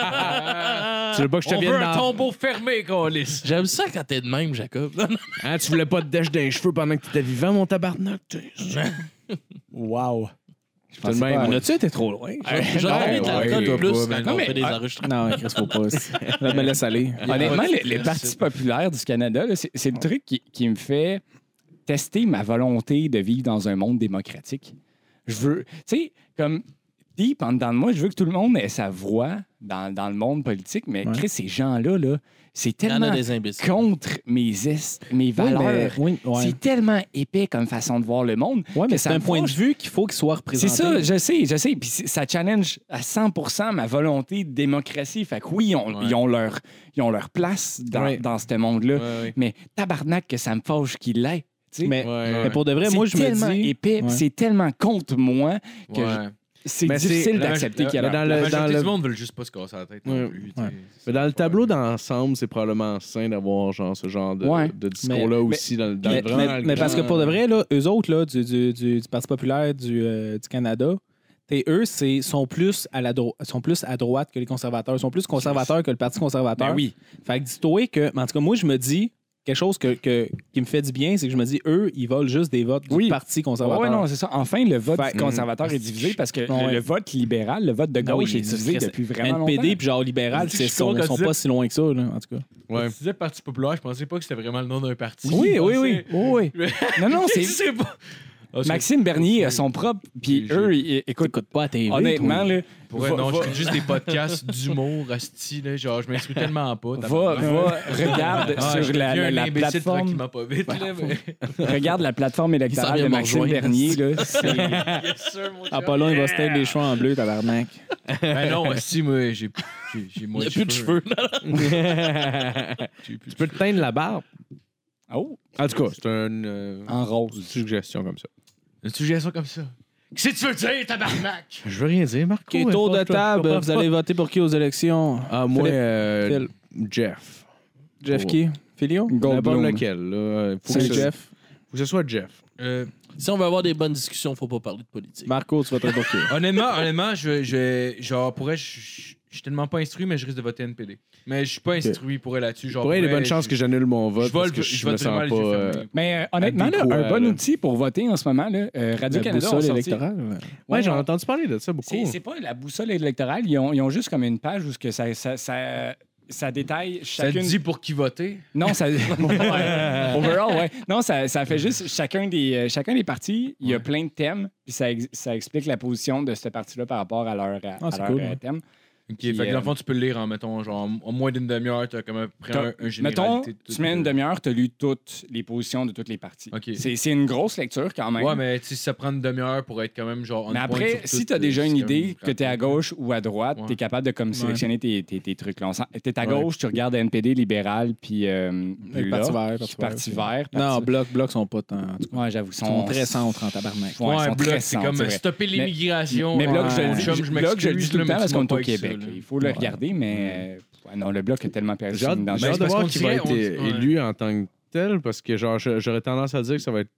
S4: Tu veux pas que je te
S3: On
S4: vienne
S3: veut un
S4: dans.
S3: tombeau fermé, Colis.
S6: J'aime ça quand t'es de même, Jacob. Non, non.
S4: Hein, tu voulais pas te dèche d'un cheveu pendant que t'étais vivant, mon tabarnak. t'es-
S8: Wow. Je
S4: pensais pas à-
S5: On a-tu été trop loin?
S6: J'ai envie de
S4: ouais,
S6: l'alcool
S4: ouais,
S6: plus
S4: ouais,
S6: quand on
S8: mais-
S6: fait des enregistrements.
S5: Non, ah, Chris, faut pas. Je me laisse aller.
S8: Honnêtement, les, les partis populaires du Canada, là, c'est c'est le truc qui, qui me fait tester ma volonté de vivre dans un monde démocratique. Je veux, tu sais, comme deep en dedans de moi. Je veux que tout le monde ait sa voix dans, dans le monde politique, mais
S5: Ouais.
S8: Chris, ces gens-là, là, c'est
S6: Il y en a
S8: tellement
S6: des imbéciles.
S8: contre mes, est- mes valeurs.
S5: Oui, mais- ouais.
S8: C'est tellement épais comme façon de voir le monde.
S5: Ouais, mais
S8: que ça
S5: c'est un
S8: me
S5: point de
S8: fâche.
S5: vue qu'il faut qu'il soit représenté.
S8: C'est ça, je sais, je sais. Puis c'est- ça challenge à 100 ma volonté de démocratie. Fait que oui, ils ont,
S6: Ouais.
S8: ils ont leur, ils ont leur place dans,
S5: Ouais.
S8: dans ce monde-là.
S3: ouais.
S8: Mais tabarnak que ça me fâche qu'il l'ait. tu sais.
S5: Mais,
S3: Ouais,
S5: mais pour de vrai,
S8: C'est
S5: moi, je
S8: tellement
S5: me dis.
S8: épais,
S5: Ouais.
S8: c'est tellement contre moi que
S3: Ouais.
S8: je- c'est
S4: Mais c'est-
S8: difficile
S3: la-
S8: d'accepter
S3: la-
S8: qu'il y a
S4: la-
S8: leur
S4: dans
S3: La
S4: le-
S3: majorité
S4: le-
S3: du monde veut juste pas se casser la tête non
S4: Ouais.
S3: plus.
S5: Ouais.
S3: t'sais.
S4: Mais dans le tableau d'ensemble, c'est probablement sain d'avoir genre ce genre de,
S8: Ouais.
S4: de discours-là aussi dans, le- dans le-
S5: Mais,
S4: vraiment
S5: mais-
S4: dans le
S5: mais
S4: grand-
S5: parce que pour de vrai, là, eux autres là, du, du- du- du Parti populaire du, euh, du Canada, t'es- eux c'est, sont, plus à la dro- sont plus à droite que les conservateurs, sont plus conservateurs que le Parti conservateur.
S8: Ben oui.
S5: Fait que dis-toi que, mais en tout cas, moi je me dis quelque chose que, que- qui me fait du bien, c'est que je me dis, eux, ils volent juste des votes du
S8: Oui.
S5: Parti conservateur.
S8: Oui, non, c'est ça. Enfin, le vote
S5: Fait-
S8: du conservateur est divisé parce que le-
S5: Ouais.
S8: le vote libéral, le vote de
S5: Ben
S8: gauche
S5: oui,
S8: est divisé
S5: c'est-
S8: depuis vraiment longtemps.
S5: NPD puis genre libéral,
S3: Je
S5: c'est,
S3: suis con
S5: sont,
S3: quand
S5: sont
S3: tu dis-
S5: pas si loin que ça, là, en tout cas.
S3: Quand Tu disais Parti populaire, je pensais pas que c'était vraiment le nom d'un parti.
S8: Oui, oui, oui.
S3: Je
S5: Oh, oui.
S8: Non, non,
S3: pensais-
S8: c'est
S3: Je sais pas. Ah, c'est-
S8: Maxime Bernier a son propre. Puis
S3: J'ai-
S8: eux, ils- écoute,
S5: T'écoutes pas à TV.
S8: honnêtement,
S5: toi.
S8: là,
S3: Pour vrai, non, j'écoute juste des podcasts d'humour, asti, là, genre, je m'inscris tellement pas.
S8: va,
S3: tabarnak.
S8: va, regarde
S3: Ah, je
S8: sur la,
S3: deviens
S8: la-
S3: un
S8: la
S3: imbécile
S8: plateforme,
S3: tranquillement pas vite, là, mais-
S8: regarde la plateforme
S6: Il s'en
S8: électorale
S6: vient
S8: de
S6: me
S8: Maxime
S6: rejoindre.
S8: Bernier. Là, c'est-
S3: Yes, sir, mon
S5: Ah,
S3: chum.
S5: pas loin, il va se teindre les cheveux en bleu, tabarnak.
S3: Ben non, asti, moi, j'ai j'ai- j'ai
S6: Il
S3: moins
S6: n'y a plus de cheveux.
S3: J'ai plus de
S4: Tu peux te teindre la barbe.
S8: Oh,
S4: En tout cas, c'est une, euh,
S8: en
S4: une
S8: rose.
S4: suggestion comme ça.
S3: Une suggestion comme ça. Qu'est-ce que tu veux dire, tabarnak?
S4: Je veux rien dire, Marco. hein.
S5: OK, tour de table, vous allez voter pour qui aux élections?
S4: Ah, moi,
S5: Philippe.
S4: euh, Jeff.
S5: Jeff
S4: Oh.
S5: qui? Filio?
S4: N'importe
S8: Goldblum.
S4: lequel. Là. Faut, que
S5: C'est
S4: ce-
S5: Jeff.
S4: faut que ce soit Jeff.
S3: Euh,
S6: Si on veut avoir des bonnes discussions, faut pas parler de politique.
S5: Marco, tu vas te pour qui?
S4: Ah,
S3: honnêtement, honnêtement, je, je, genre, pourrais, je, je- je suis tellement pas instruit, mais je risque de voter NPD. Mais je suis pas instruit pour elle là-dessus. Genre,
S4: Pour vrai, il y a des
S3: pourrais,
S4: bonnes chances
S3: je-
S4: que j'annule mon vote
S3: je
S4: parce
S3: vole-
S4: que je,
S3: je
S4: me
S3: vote vraiment
S4: sens
S3: les
S4: pas...
S3: yeux
S4: euh,
S3: fermés.
S8: Mais euh, honnêtement, là,
S4: Adéquat,
S8: un bon
S4: là.
S8: outil pour voter en ce moment, là, euh, Radio-Canada. ont
S5: boussole
S8: sorti-
S5: électorale.
S4: Ouais,
S8: Ouais,
S4: j'ai
S8: ouais.
S4: entendu parler de ça beaucoup.
S8: C'est c'est pas la boussole électorale. Ils ont, ils ont juste comme une page où ce que ça, ça, ça, ça détaille
S3: Ça te
S8: chacune.
S3: dit pour qui voter?
S8: Non, ça. Ouais. Overall, ouais. Non, ça, ça fait juste chacun des, euh, chacun des partis, il y a plein de thèmes, puis ça, ex- ça explique la position de ce parti-là par rapport à leur, à,
S5: Ah, c'est
S8: à leur,
S5: cool,
S8: euh,
S5: ouais.
S8: thème.
S3: Ok, fait
S8: Puis,
S3: que dans
S8: euh,
S3: le fond, tu peux le lire en, mettons, genre, en en moins d'une demi-heure, t'as comme à peu près un, un
S8: Mettons,
S3: généralité de tout-
S8: tu mets une demi-heure, tu as lu toutes les positions de toutes les parties.
S3: Ok.
S8: C'est c'est une grosse lecture quand même.
S3: Ouais, mais tu sais, ça prend une demi-heure pour être quand même, genre, on
S8: Mais
S3: point
S8: après,
S3: sur
S8: si
S3: tout,
S8: tu as
S3: euh,
S8: déjà une
S3: c'est comme
S8: idée que tu es à gauche ou à droite,
S3: Ouais.
S8: tu es capable de comme sélectionner tes, tes, tes trucs. Tu es à
S3: Ouais.
S8: gauche, tu regardes NPD, libéral, puis. euh,
S5: Le
S8: Bula,
S5: Parti vert.
S8: puis Parti vert.
S5: Non,
S8: Parti-
S5: Bloc, Bloc sont pas tant. en tout cas.
S8: Ouais, j'avoue,
S5: Ils sont très centres en tabarnak.
S8: Ouais, ils
S3: Ouais,
S8: sont
S3: bloc,
S8: très
S3: c'est
S8: centres,
S3: comme
S8: c'est vrai.
S3: stopper l'immigration.
S8: Mais
S3: Ouais.
S8: Bloc, je
S3: Mon
S8: le dis,
S3: chum,
S8: je- Bloc, je le dis
S3: m'excuse,
S8: tout le
S3: là,
S8: temps
S3: mais
S8: parce
S3: tu
S8: qu'on
S3: m'as
S8: est au
S3: pas avec
S8: Québec.
S3: ça,
S8: là.
S3: là.
S8: Il faut le regarder, mais euh, ouais, non, le Bloc a tellement perdu
S4: J'ai
S8: son
S4: hâte, j'ai
S8: identité.
S4: hâte de
S3: parce
S4: voir
S3: qu'on
S4: qui va
S3: dirait-
S4: être
S3: on-
S4: é- élu en tant que tel parce que genre je- j'aurais tendance à dire que ça va être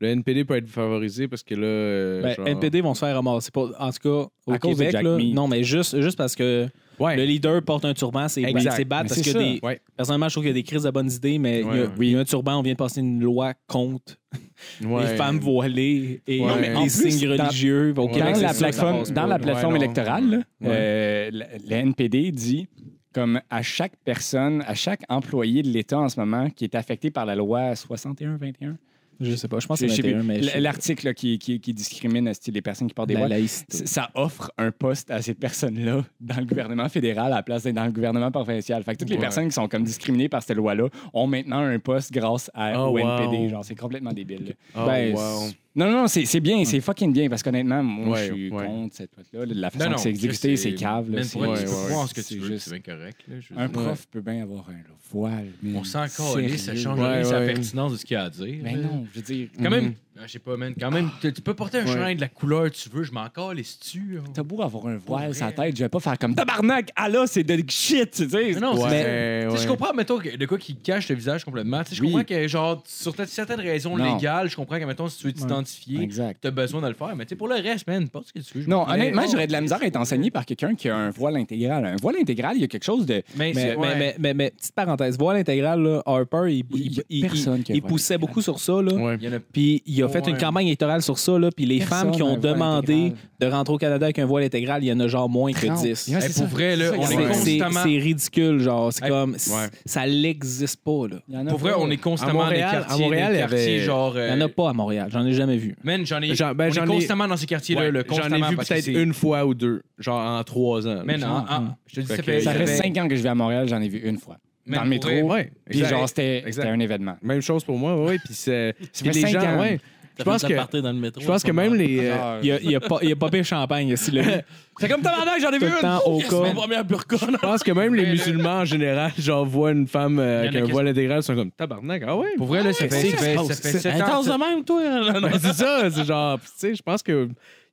S4: le NPD peut être favorisé parce que là euh,
S5: Ben,
S4: genre-
S5: NPD vont se faire ramasser. Pas, en tout cas, au
S8: À cause de
S5: Québec,
S8: Jack
S5: là,
S8: Meat.
S5: non, mais juste, juste parce que
S4: ouais
S5: le leader porte un turban, c'est
S4: Exact.
S5: c'est bad.
S4: Mais
S5: Parce
S4: c'est ça.
S5: que des,
S4: ouais,
S5: personnellement, je trouve qu'il y a des crises de bonnes idées, mais il y a-
S4: Ouais, ouais.
S5: il y a un turban, on vient de passer une loi contre
S4: ouais.
S5: les femmes voilées et
S4: Ouais. Non, mais
S5: les
S4: en
S8: plus,
S5: signes
S8: dans-
S5: religieux. Au
S4: dans
S5: Québec,
S8: dans
S5: c'est sûr
S8: la
S5: que ça
S8: plateforme,
S5: passe
S8: dans
S5: pas.
S8: la plateforme
S4: Ouais, non.
S8: électorale, là,
S4: Ouais.
S8: euh, la, la NPD dit comme à chaque personne, à chaque employé de l'État en ce moment qui est affecté par la loi 61-21.
S5: Je sais pas, je pense que
S8: Je
S5: c'est
S8: sais plus.
S5: 21, mais je sais
S8: L'article là, qui, qui, qui discrimine c'est-à-dire, les personnes qui portent
S5: pas.
S8: des
S5: la
S8: voiles.
S5: laïcité.
S8: c- Ça offre un poste à ces personnes-là dans le gouvernement fédéral à la place d'être dans le gouvernement provincial. Fait que toutes les
S3: Ouais.
S8: personnes qui sont comme discriminées par cette loi-là ont maintenant un poste grâce à,
S4: Oh,
S8: au
S4: wow.
S8: NPD. Genre, c'est complètement débile. là.
S4: Oh,
S5: ben,
S4: wow.
S8: Non, non, non, c'est c'est bien, c'est fucking bien, parce qu'honnêtement, moi,
S4: Ouais,
S8: je suis
S4: ouais.
S8: contre cette loi-là. La façon
S3: Non, non,
S8: que c'est exécuté,
S3: ça,
S8: c'est cave. là,
S3: Man,
S8: c'est-
S3: pour vrai,
S4: Ouais,
S3: tu
S4: ouais,
S3: peux croire ce que
S8: c'est
S3: tu veux,
S8: juste-
S3: c'est bien correct. là, je veux
S8: Un
S3: dire.
S8: prof peut bien avoir un voile. mais
S3: On s'en
S8: sérieux.
S3: calisse, ça change
S4: Ouais,
S3: rien, sa
S4: ouais.
S3: pertinence de ce qu'il a à dire.
S8: Mais
S3: là.
S8: non, Mm-hmm. je veux dire,
S4: Mm.
S3: Quand même, ah, je sais pas, man, quand même, tu tu peux porter un
S4: Ouais.
S3: chandail de la couleur que tu veux, je m'en calisse-tu.
S8: t'as beau avoir un voile
S3: vrai.
S8: sur la tête, je vais pas faire comme tabarnak, ah là, c'est de shit, tu sais.
S3: Mais non, c'est
S4: Ouais,
S3: ça.
S4: ouais.
S3: Tu sais, Je comprends, mettons, que- de quoi qui cache le visage complètement. Tu sais, Je
S8: Oui.
S3: comprends que, genre, sur t- certaines raisons
S8: Non.
S3: légales, je comprends que, mettons, si tu veux t'identifier,
S8: Exact.
S3: t'as besoin de le faire. Mais tu sais, pour le reste, man, porte ce que tu veux. je
S8: Non,
S3: m'en
S8: honnêtement,
S3: calisse.
S8: j'aurais de la misère à être enseigné par quelqu'un qui a un voile intégral. Un voile intégral, il y a quelque chose de.
S3: Mais,
S5: Mais,
S3: c'est-
S5: mais,
S3: ouais.
S5: mais, mais, mais, petite parenthèse, voile intégrale, là, Harper, il, il,
S8: Il y a
S5: il-
S8: personne qui a
S5: il
S8: voile
S5: poussait
S8: intégral.
S5: beaucoup sur ça. Là.
S4: Ouais.
S3: Il y en a
S5: Puis il a a fait une campagne électorale sur ça, là, puis les
S7: Personne
S5: femmes qui
S7: a
S5: ont
S7: un voile
S5: demandé
S7: intégral.
S5: de rentrer au Canada avec un voile intégral, il y en a genre moins que 10.
S7: Ouais,
S3: Hey,
S7: c'est
S3: pour
S7: ça.
S3: vrai, là,
S7: C'est
S3: on
S7: ça,
S5: C'est-
S3: est
S7: exactement.
S5: C'est
S3: constamment.
S5: c'est ridicule, genre. C'est
S3: Hey,
S5: comme. c-
S3: ouais.
S5: Ça n'existe pas, là.
S7: Il y en a
S3: Pour vrai,
S7: pas.
S3: on est constamment
S4: À Montréal-
S3: dans des quartiers,
S4: à Montréal,
S3: des
S4: il y
S3: quartiers
S4: avait-
S3: genre.
S5: Il
S3: euh,
S5: n'y en a pas à Montréal. J'en ai jamais vu.
S3: Man, j'en ai.
S4: J'en- ben,
S3: on
S4: j'en ai-
S3: est constamment dans ces quartiers-là.
S4: Ouais,
S3: là,
S4: J'en
S3: constamment,
S4: ai vu
S3: parce que
S4: peut-être
S3: c'est-
S4: une fois ou deux, genre en trois ans.
S3: Man, en- en- je te dis, ça
S4: Fait
S3: fait.
S4: que-
S8: Ça fait
S3: fait-
S8: cinq ans que je vais à Montréal, j'en ai vu une fois.
S3: man,
S8: dans le métro.
S3: pour vrai,
S4: Ouais,
S8: Puis
S4: exact.
S8: genre, c'était
S4: Exact.
S8: c'était un événement.
S4: Même chose pour moi, oui. Puis c'est. puis
S8: fait
S4: les
S8: cinq
S4: gens,
S8: ans.
S4: ouais.
S6: Je
S4: pense que-
S6: dans le métro.
S4: Je pense que même les. euh,
S8: Genre,
S5: Il n'y a, il y a pas- il y a pas pire champagne ici, là.
S9: C'est comme tabarnak, j'en ai
S5: Tout
S9: vu
S5: le
S9: une.
S5: temps au
S6: C'est ma
S5: cas.
S6: première burqa. non?
S4: Je pense que même les musulmans en général, genre, voient une femme
S3: Il
S4: euh,
S3: y en
S4: avec
S3: a
S4: un
S3: qui-
S4: voile intégral, ils sont comme tabarnak. Ah ouais?
S3: Pour vrai, là, ça fait- ça fait ça fait sept ans.
S6: de même, toi. hein?
S4: Ben, c'est ça, c'est genre, tu sais, je pense que.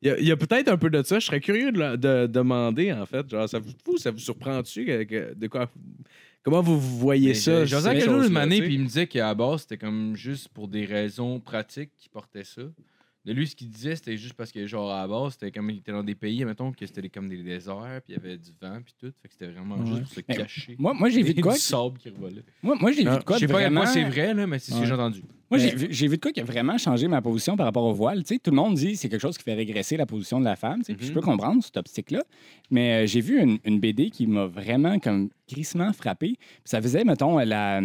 S4: Il y a, il y a peut-être un peu de ça. Je serais curieux de, la- de demander, en fait. Genre, ça vous, vous, ça vous surprend-tu? que- que- de quoi, comment vous voyez
S3: Mais
S4: ça?
S3: j'ai- J'ai entendu
S4: ces
S3: quelque chose une
S4: choses-là,
S3: année,
S4: tu sais?
S3: puis il me disait qu'à la base, c'était comme juste pour des raisons pratiques qu'il portait ça. De lui, ce qu'il disait, c'était juste parce que, genre, à la base, c'était comme il était dans des pays, mettons, que c'était comme des déserts, puis il y avait du vent, puis tout. Fait que c'était vraiment juste pour se
S8: Mais
S3: cacher.
S8: Moi, moi j'ai vu de
S3: du
S8: quoi.
S3: sable qui revolait.
S8: Moi, moi j'ai vu
S4: Ah,
S8: de quoi.
S3: Je sais
S8: de
S3: pas à quel
S8: vraiment-
S3: point c'est vrai, là, mais c'est ce que j'ai entendu.
S8: Moi,
S7: Mais-
S8: j'ai vu, j'ai vu de quoi qui a vraiment changé ma position par rapport au voile. Tu sais, tout le monde dit que c'est quelque chose qui fait régresser la position de la femme. tu sais, puis Je peux comprendre cette optique-là. Mais euh, j'ai vu une, une BD qui m'a vraiment comme crissement frappé. Puis ça faisait, mettons, euh, la,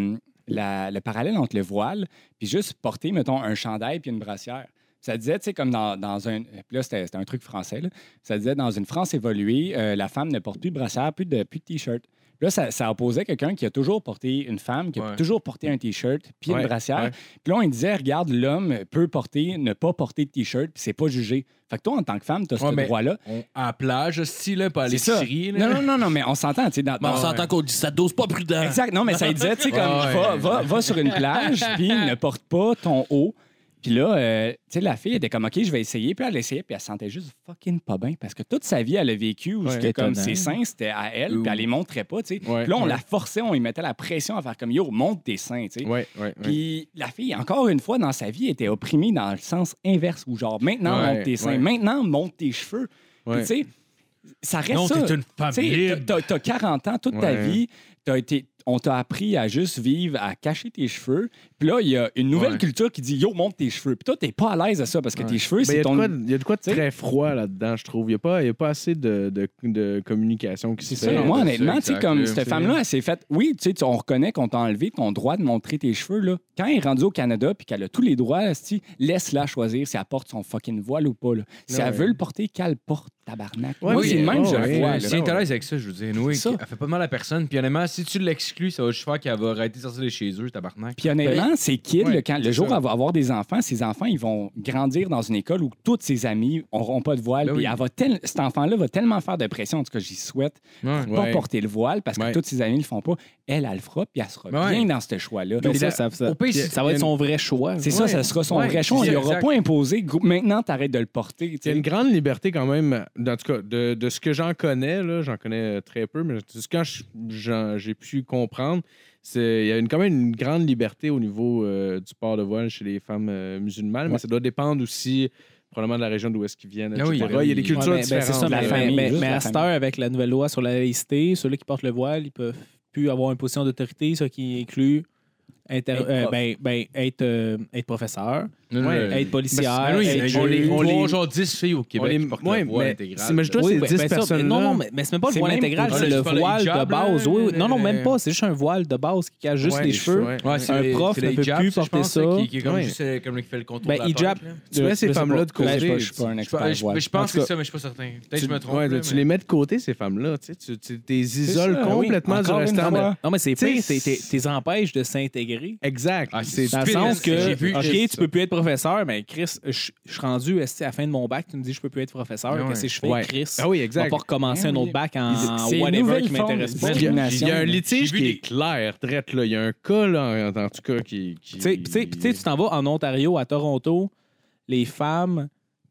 S8: la- le parallèle entre le voile puis juste porter, mettons, un chandail puis une brassière. Ça disait, tu sais, comme dans, dans un... Puis là, c'était c'était un truc français, là. Ça disait, dans une France évoluée, euh, la femme ne porte plus de brassière, plus de, plus de T-shirt. Puis Là, ça, ça opposait quelqu'un qui a toujours porté une femme, qui a
S3: Ouais.
S8: toujours porté un T-shirt, puis
S4: Ouais,
S8: une brassière.
S4: ouais.
S8: Puis là, on disait, regarde, l'homme peut porter, ne pas porter de T-shirt, puis c'est pas jugé. Fait que toi, en tant que femme, t'as
S3: Ouais,
S8: ce
S3: mais-
S8: droit-là.
S3: On- à la plage, style, là, pas à
S8: C'est ça.
S3: l'épicerie, là.
S8: Non, non, non, non, mais on s'entend, tu sais, dans-
S3: hein?
S6: Mais on
S8: dans-
S6: s'entend qu'on dit ça dose pas prudent.
S8: Exact. Non, mais ça disait, tu sais, comme,
S3: Ouais,
S8: va,
S3: ouais.
S8: va- va sur une plage, puis ne porte pas ton haut. Puis là, euh, tu sais, la fille était comme, OK, je vais essayer. Puis elle essayait, puis elle se sentait juste fucking pas bien. Parce que toute sa vie, elle a vécu où c'était comme
S5: étonnant.
S8: ses seins, c'était à elle, puis elle les montrait pas, tu sais.
S4: Ouais,
S8: Puis là, on
S4: ouais.
S8: la forçait, on lui mettait la pression à faire comme, yo, monte tes seins, tu sais.
S4: Ouais, ouais, ouais.
S8: Puis la fille, encore une fois, dans sa vie, était opprimée dans le sens inverse, où genre, maintenant,
S4: Ouais,
S8: monte tes seins,
S4: ouais.
S8: maintenant, monte tes cheveux. Puis,
S4: Ouais.
S8: tu sais, ça reste
S3: Non,
S8: ça.
S3: t'es une femme
S8: Tu sais,
S3: libre.
S8: t'as- t'as 40 ans toute ta
S4: Ouais.
S8: vie, t'as été, on t'a appris à juste vivre, à cacher tes cheveux. Puis là, il y a une nouvelle
S3: Ouais.
S8: culture qui dit Yo, monte tes cheveux. Puis toi, t'es pas à l'aise à ça parce que tes cheveux,
S4: Ben, Il y,
S8: c'est
S4: a
S8: ton.
S4: de quoi- il y a de quoi de
S8: T'sais?
S4: très froid là-dedans, je trouve. Il n'y a, pas- il y a pas assez de, de- de communication qui se
S8: C'est ça.
S4: fait.
S8: Moi,
S3: c'est
S8: honnêtement,
S3: ça,
S8: tu sais,
S3: exact,
S8: comme
S3: là,
S8: cette
S3: c'est-
S8: femme-là, elle s'est faite. Oui, tu sais, tu- on reconnaît qu'on t'a enlevé ton droit de montrer tes cheveux, là. Quand elle est rendue au Canada puis qu'elle a tous les droits, asti, laisse-la choisir si elle porte son fucking voile ou pas, là. Si
S4: Ouais.
S8: elle veut le porter, qu'elle le porte, tabarnak.
S4: Ouais,
S8: Moi,
S4: oui,
S8: c'est le même,
S4: oh,
S8: je le
S4: ouais,
S8: vois,
S4: ouais,
S8: là.
S3: Si elle est à l'aise avec ça, je veux dire, Noé,
S8: Ça.
S3: elle fait pas mal à personne. Puis honnêtement, si tu l'exclus, ça va juste faire qu'elle va arrêter de sortir de chez eux, tabarnak.
S8: Puis honnêtement, ces kids,
S4: Ouais,
S8: le, quand, le
S4: c'est
S8: jour où
S4: ça.
S8: elle va avoir des enfants, ces enfants, ils vont grandir dans une école où toutes ses amies n'auront pas de voile.
S3: Ben
S8: puis
S3: oui.
S8: elle va tel- cet enfant-là va tellement faire de pression, en tout cas, j'y souhaite,
S3: Ouais.
S8: pour pas
S4: Ouais.
S8: porter le voile parce que
S4: Ouais.
S8: toutes ses amies ne le font pas. Elle, elle le fera, puis elle sera
S3: Ouais.
S8: bien dans ce choix-là.
S5: Mais ça,
S8: C'est
S5: ça, ça-
S3: au pire, si-
S5: ça va être son vrai choix.
S8: c'est ça, ça sera son
S3: Ouais,
S8: vrai choix.
S3: c'est
S8: On ne
S3: ça,
S8: aura
S3: exact.
S8: pas imposé. Gou- Maintenant, t'arrêtes de le porter. tu
S4: Il y
S8: sais.
S4: a une grande liberté quand même, en tout cas, de, de ce que j'en connais, là, j'en connais euh, très peu, mais de ce que je- j'en- j'ai pu comprendre, c'est il y a une- quand même une grande liberté au niveau euh, du port de voile chez les femmes euh, musulmanes, mais ça doit dépendre aussi probablement de la région d'où est-ce qu'ils viennent,
S3: Ah oui,
S4: etc.
S3: il y a-
S4: il y a des cultures
S5: Ouais, mais- ben,
S4: différentes.
S5: c'est ça,
S8: la
S5: mais,
S8: famille,
S5: mais-
S8: juste
S5: mais
S8: la
S5: à cette
S8: famille.
S5: heure, avec la nouvelle loi sur la laïcité, ceux-là qui portent le voile, ils peuvent plus avoir une position d'autorité, ce qui inclut inter-
S8: Être
S5: euh,
S8: prof.
S5: ben- ben, être, euh, être professeur,
S3: Non, non,
S4: Ouais,
S3: non,
S5: être policière,
S4: Ben, oui,
S5: être
S4: mais
S5: juge.
S4: on les-
S3: on
S4: on
S3: les...
S4: les-
S3: genre 10 filles au
S4: On
S3: Québec
S4: les-
S3: qui portent
S4: ouais,
S3: le voile
S4: mais
S3: intégral.
S4: c'est- mais je dois-
S5: Oui,
S4: ces
S5: ben,
S4: 10
S5: ben, ça,
S4: personnes-là-
S5: Non, non, mais, mais c'est même pas le
S8: C'est
S5: voile
S8: même
S5: intégral,
S8: pas-
S5: c'est
S3: Ah,
S5: le
S3: c'est pas le
S5: voile de
S3: hijab,
S5: base.
S3: là,
S5: Oui, oui.
S3: le-
S5: Non, non, même
S3: le-
S5: pas. C'est juste un voile de base qui cache juste
S4: Ouais,
S5: les
S4: les
S5: cheveux.
S4: cheveux, ouais.
S3: Ouais, c'est
S5: Un
S3: les-
S5: prof
S3: c'est
S5: ne
S3: les
S5: peut
S3: hijabs,
S5: plus
S3: ça, je
S5: porter
S3: pense,
S5: ça.
S3: Qui, qui est comme
S4: Ouais.
S3: juste euh, comme qui fait le contour
S5: Ben,
S3: de la
S5: hijab,
S3: tête, là.
S4: Tu mets ces
S5: Je sais
S4: femmes-là
S5: pas.
S4: de
S8: Ouais, je
S4: côté.
S8: ne suis pas un
S3: Je, pense-
S8: expert.
S3: je-
S8: voile.
S3: je pense
S5: En
S3: que
S5: tout
S3: c'est ça, mais je suis pas certain. Peut-être que
S4: Tu,
S3: je me trompe.
S4: ouais,
S3: là,
S4: tu
S3: mais-
S4: les mets de côté, ces femmes-là. Tu, sais, tu, tu les isoles
S8: ça,
S4: complètement
S8: oui.
S4: du
S8: Encore une
S4: restant.
S8: fois.
S4: de-
S5: Non, mais c'est
S4: T'sais,
S5: pire, t'es- t'es-
S4: c'est-
S5: t'es empêches de s'intégrer.
S4: Exact.
S3: Ah, c'est
S5: Dans le
S3: stupide,
S5: sens
S3: là, j'ai vu-
S5: que,
S3: j'ai-
S5: OK, tu peux plus être professeur, mais Chris, je je suis rendu esti, à la fin de mon bac, tu me dis je peux plus être professeur,
S3: Ouais.
S5: qu'est-ce que je fais,
S4: Ouais.
S5: Chris?
S4: Ah oui,
S5: Je vais
S4: exact.
S5: pas recommencer un autre bac en
S8: C'est une
S5: whatever
S8: nouvelle
S5: qui m'intéresse
S8: forme
S5: pas.
S8: de
S4: Il y, a,
S8: discrimination.
S4: il y a un litige
S3: J'ai vu
S4: qui
S3: des-
S4: est clair, drette, là. Il y a un cas, là, en, en tout cas, qui. qui...
S5: Tu sais, puis tu sais- puis tu sais, tu t'en vas en Ontario, à Toronto, les femmes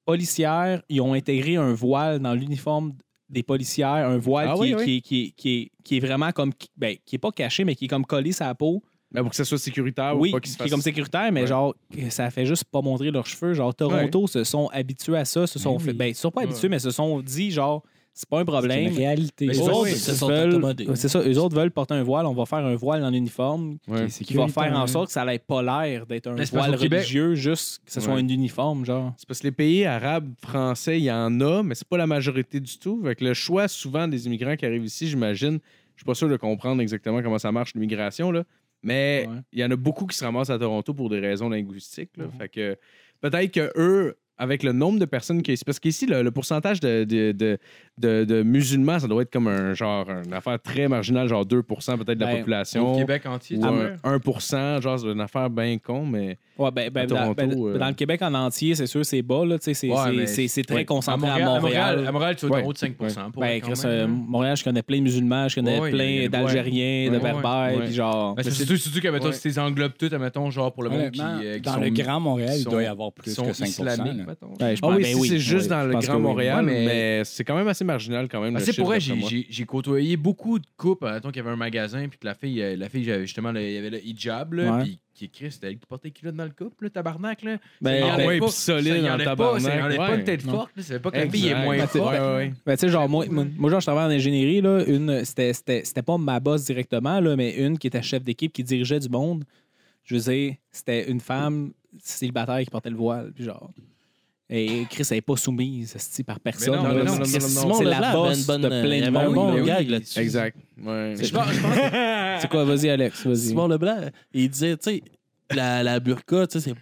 S5: policières, ils ont intégré un voile dans l'uniforme des policières, un voile
S4: Ah
S5: qui,
S4: oui,
S5: est-
S4: oui.
S5: Qui, est- qui est- qui est, qui est vraiment comme, qui- ben, qui est pas caché, mais qui est comme collé sur la peau.
S4: Mais pour que ça soit sécuritaire
S5: oui,
S4: ou Ah, pas
S5: qui
S4: qu'il se
S5: est
S4: fasse-
S5: comme sécuritaire, mais
S4: Ouais.
S5: genre, que ça fait juste pas montrer leurs cheveux. Genre, Toronto se sont habitués à ça, se sont fait. Ben, ils se sont pas habitués, mais se sont dit, genre, C'est pas un
S8: C'est une
S5: problème.
S8: réalité.
S6: Mais
S5: Eux
S6: c'est-
S5: autres,
S6: oui, ils se sont
S5: veulent-
S6: accommodés.
S5: C'est ça, eux autres veulent porter un voile. On va faire un voile dans l'uniforme
S4: Ouais.
S5: qui va faire en sorte que ça n'ait pas l'air d'être un
S3: Mais c'est parce
S5: voile
S3: qu'au Québec-
S5: religieux, juste que ce soit
S4: Ouais.
S5: un uniforme, genre.
S4: C'est parce que les pays arabes, français, il y en a, mais c'est pas la majorité du tout. Fait que le choix souvent des immigrants qui arrivent ici, j'imagine, je suis pas sûr de comprendre exactement comment ça marche l'immigration, là. Mais
S5: Ouais.
S4: il y en a beaucoup qui se ramassent à Toronto pour des raisons linguistiques. là. Fait que peut-être que eux, avec le nombre de personnes qui. Parce qu'ici, le, le pourcentage de, de, de, de- de musulmans, ça doit être comme un genre une affaire très marginale, genre 2 peut-être de la
S5: Ben,
S4: population.
S3: Au Québec entier,
S4: Ou
S3: tu
S4: un-
S3: veux?
S4: 1 genre c'est une affaire ben, bien con, mais.
S5: Ouais, ben, ben,
S4: À
S5: dans,
S4: Toronto,
S5: ben,
S4: euh,
S5: dans le Québec en entier, c'est sûr, c'est bas. là, tu sais, C'est
S3: Ouais,
S5: c'est-
S3: mais-
S5: c'est- c'est très
S3: Ouais.
S5: concentré à
S3: À
S5: Montréal.
S3: Montréal, à Montréal, tu vas être en
S4: Ouais.
S3: haut de 5 pour
S5: Ben,
S3: vrai, quand
S5: Chris,
S3: même,
S5: euh,
S4: hein.
S3: là.
S5: Montréal, je connais plein de musulmans, je connais
S3: Ouais, il y
S5: plein
S3: a-
S5: d'Algériens, de
S3: Ouais.
S5: Berbères,
S4: Ouais.
S5: puis genre.
S3: Ben, c'est surtout, surtout que, mettons,
S8: Ouais.
S3: si t'es englobes tout, mettons, genre, pour le monde qui,
S8: Honnêtement,
S3: euh, qui
S8: dans
S3: sont,
S8: le Grand Montréal,
S3: qui
S8: il
S3: sont-
S8: doit y avoir plus
S3: qui
S8: que
S3: sont
S8: 5
S3: islamiques,
S8: là.
S3: mettons.
S5: Ben, je
S4: Ah
S5: pense-
S4: oui,
S5: ben
S4: si c'est juste
S5: Oui,
S4: dans
S5: je
S4: le
S5: pense
S4: Grand
S5: que oui. Ben,
S3: Ouais,
S4: Montréal,
S3: mais-
S4: mais, c'est quand même assez marginal quand même.
S3: Ah,
S4: le
S3: c'est
S4: chiffre,
S3: pour vrai,
S4: d'après
S3: j'ai-
S4: moi.
S3: j'ai j'ai côtoyé beaucoup de couples. Mettons qu'il y avait un magasin, puis que la fille, euh, la fille j'avais justement, là, il y avait le hijab, là,
S5: Ouais.
S3: puis qui Chris, c'était elle qui portait qui là dans le couple, là, tabarnak, là.
S5: Ben,
S3: Ça y
S4: ah
S5: ben,
S3: enlève
S4: ouais,
S3: pas-
S4: puis solide
S3: ça y
S4: en
S3: enlève
S4: tabarnak,
S3: Pas, ça y enlève pas
S4: ouais.
S3: une tête
S5: Non.
S3: forte, là, ça fait pas que la fille est
S4: Exact.
S3: moins
S5: Ben, c'est-
S3: forte.
S4: Ouais, ouais, ouais.
S5: Ben, tu sais, genre, moi, moi, moi, genre, je travaillais en ingénierie, là, une, c'était, c'était, c'était pas ma boss directement, là, mais une qui était chef d'équipe, qui dirigeait du monde. Je veux dire, c'était une femme célibataire qui portait le voile, puis genre. Et Chris, elle n'est pas soumise esti, par personne.
S3: non,
S5: là.
S3: mais non,
S5: C'est-
S4: non,
S5: c'est-
S4: non, non.
S5: c'est-
S9: Simon
S5: c'est
S9: Leblanc
S5: la
S9: avait
S5: boss
S9: une bonne,
S5: de plein
S9: avait
S5: de
S9: un
S5: monde.
S9: bon
S5: là.
S9: gag là-dessus.
S4: Exact. Ouais.
S9: Je
S6: Je pense- je pense
S5: C'est quoi, vas-y, Alex, vas-y.
S6: Simon Leblanc, il disait, tu sais, la, la burqa, tu sais, c'est. tu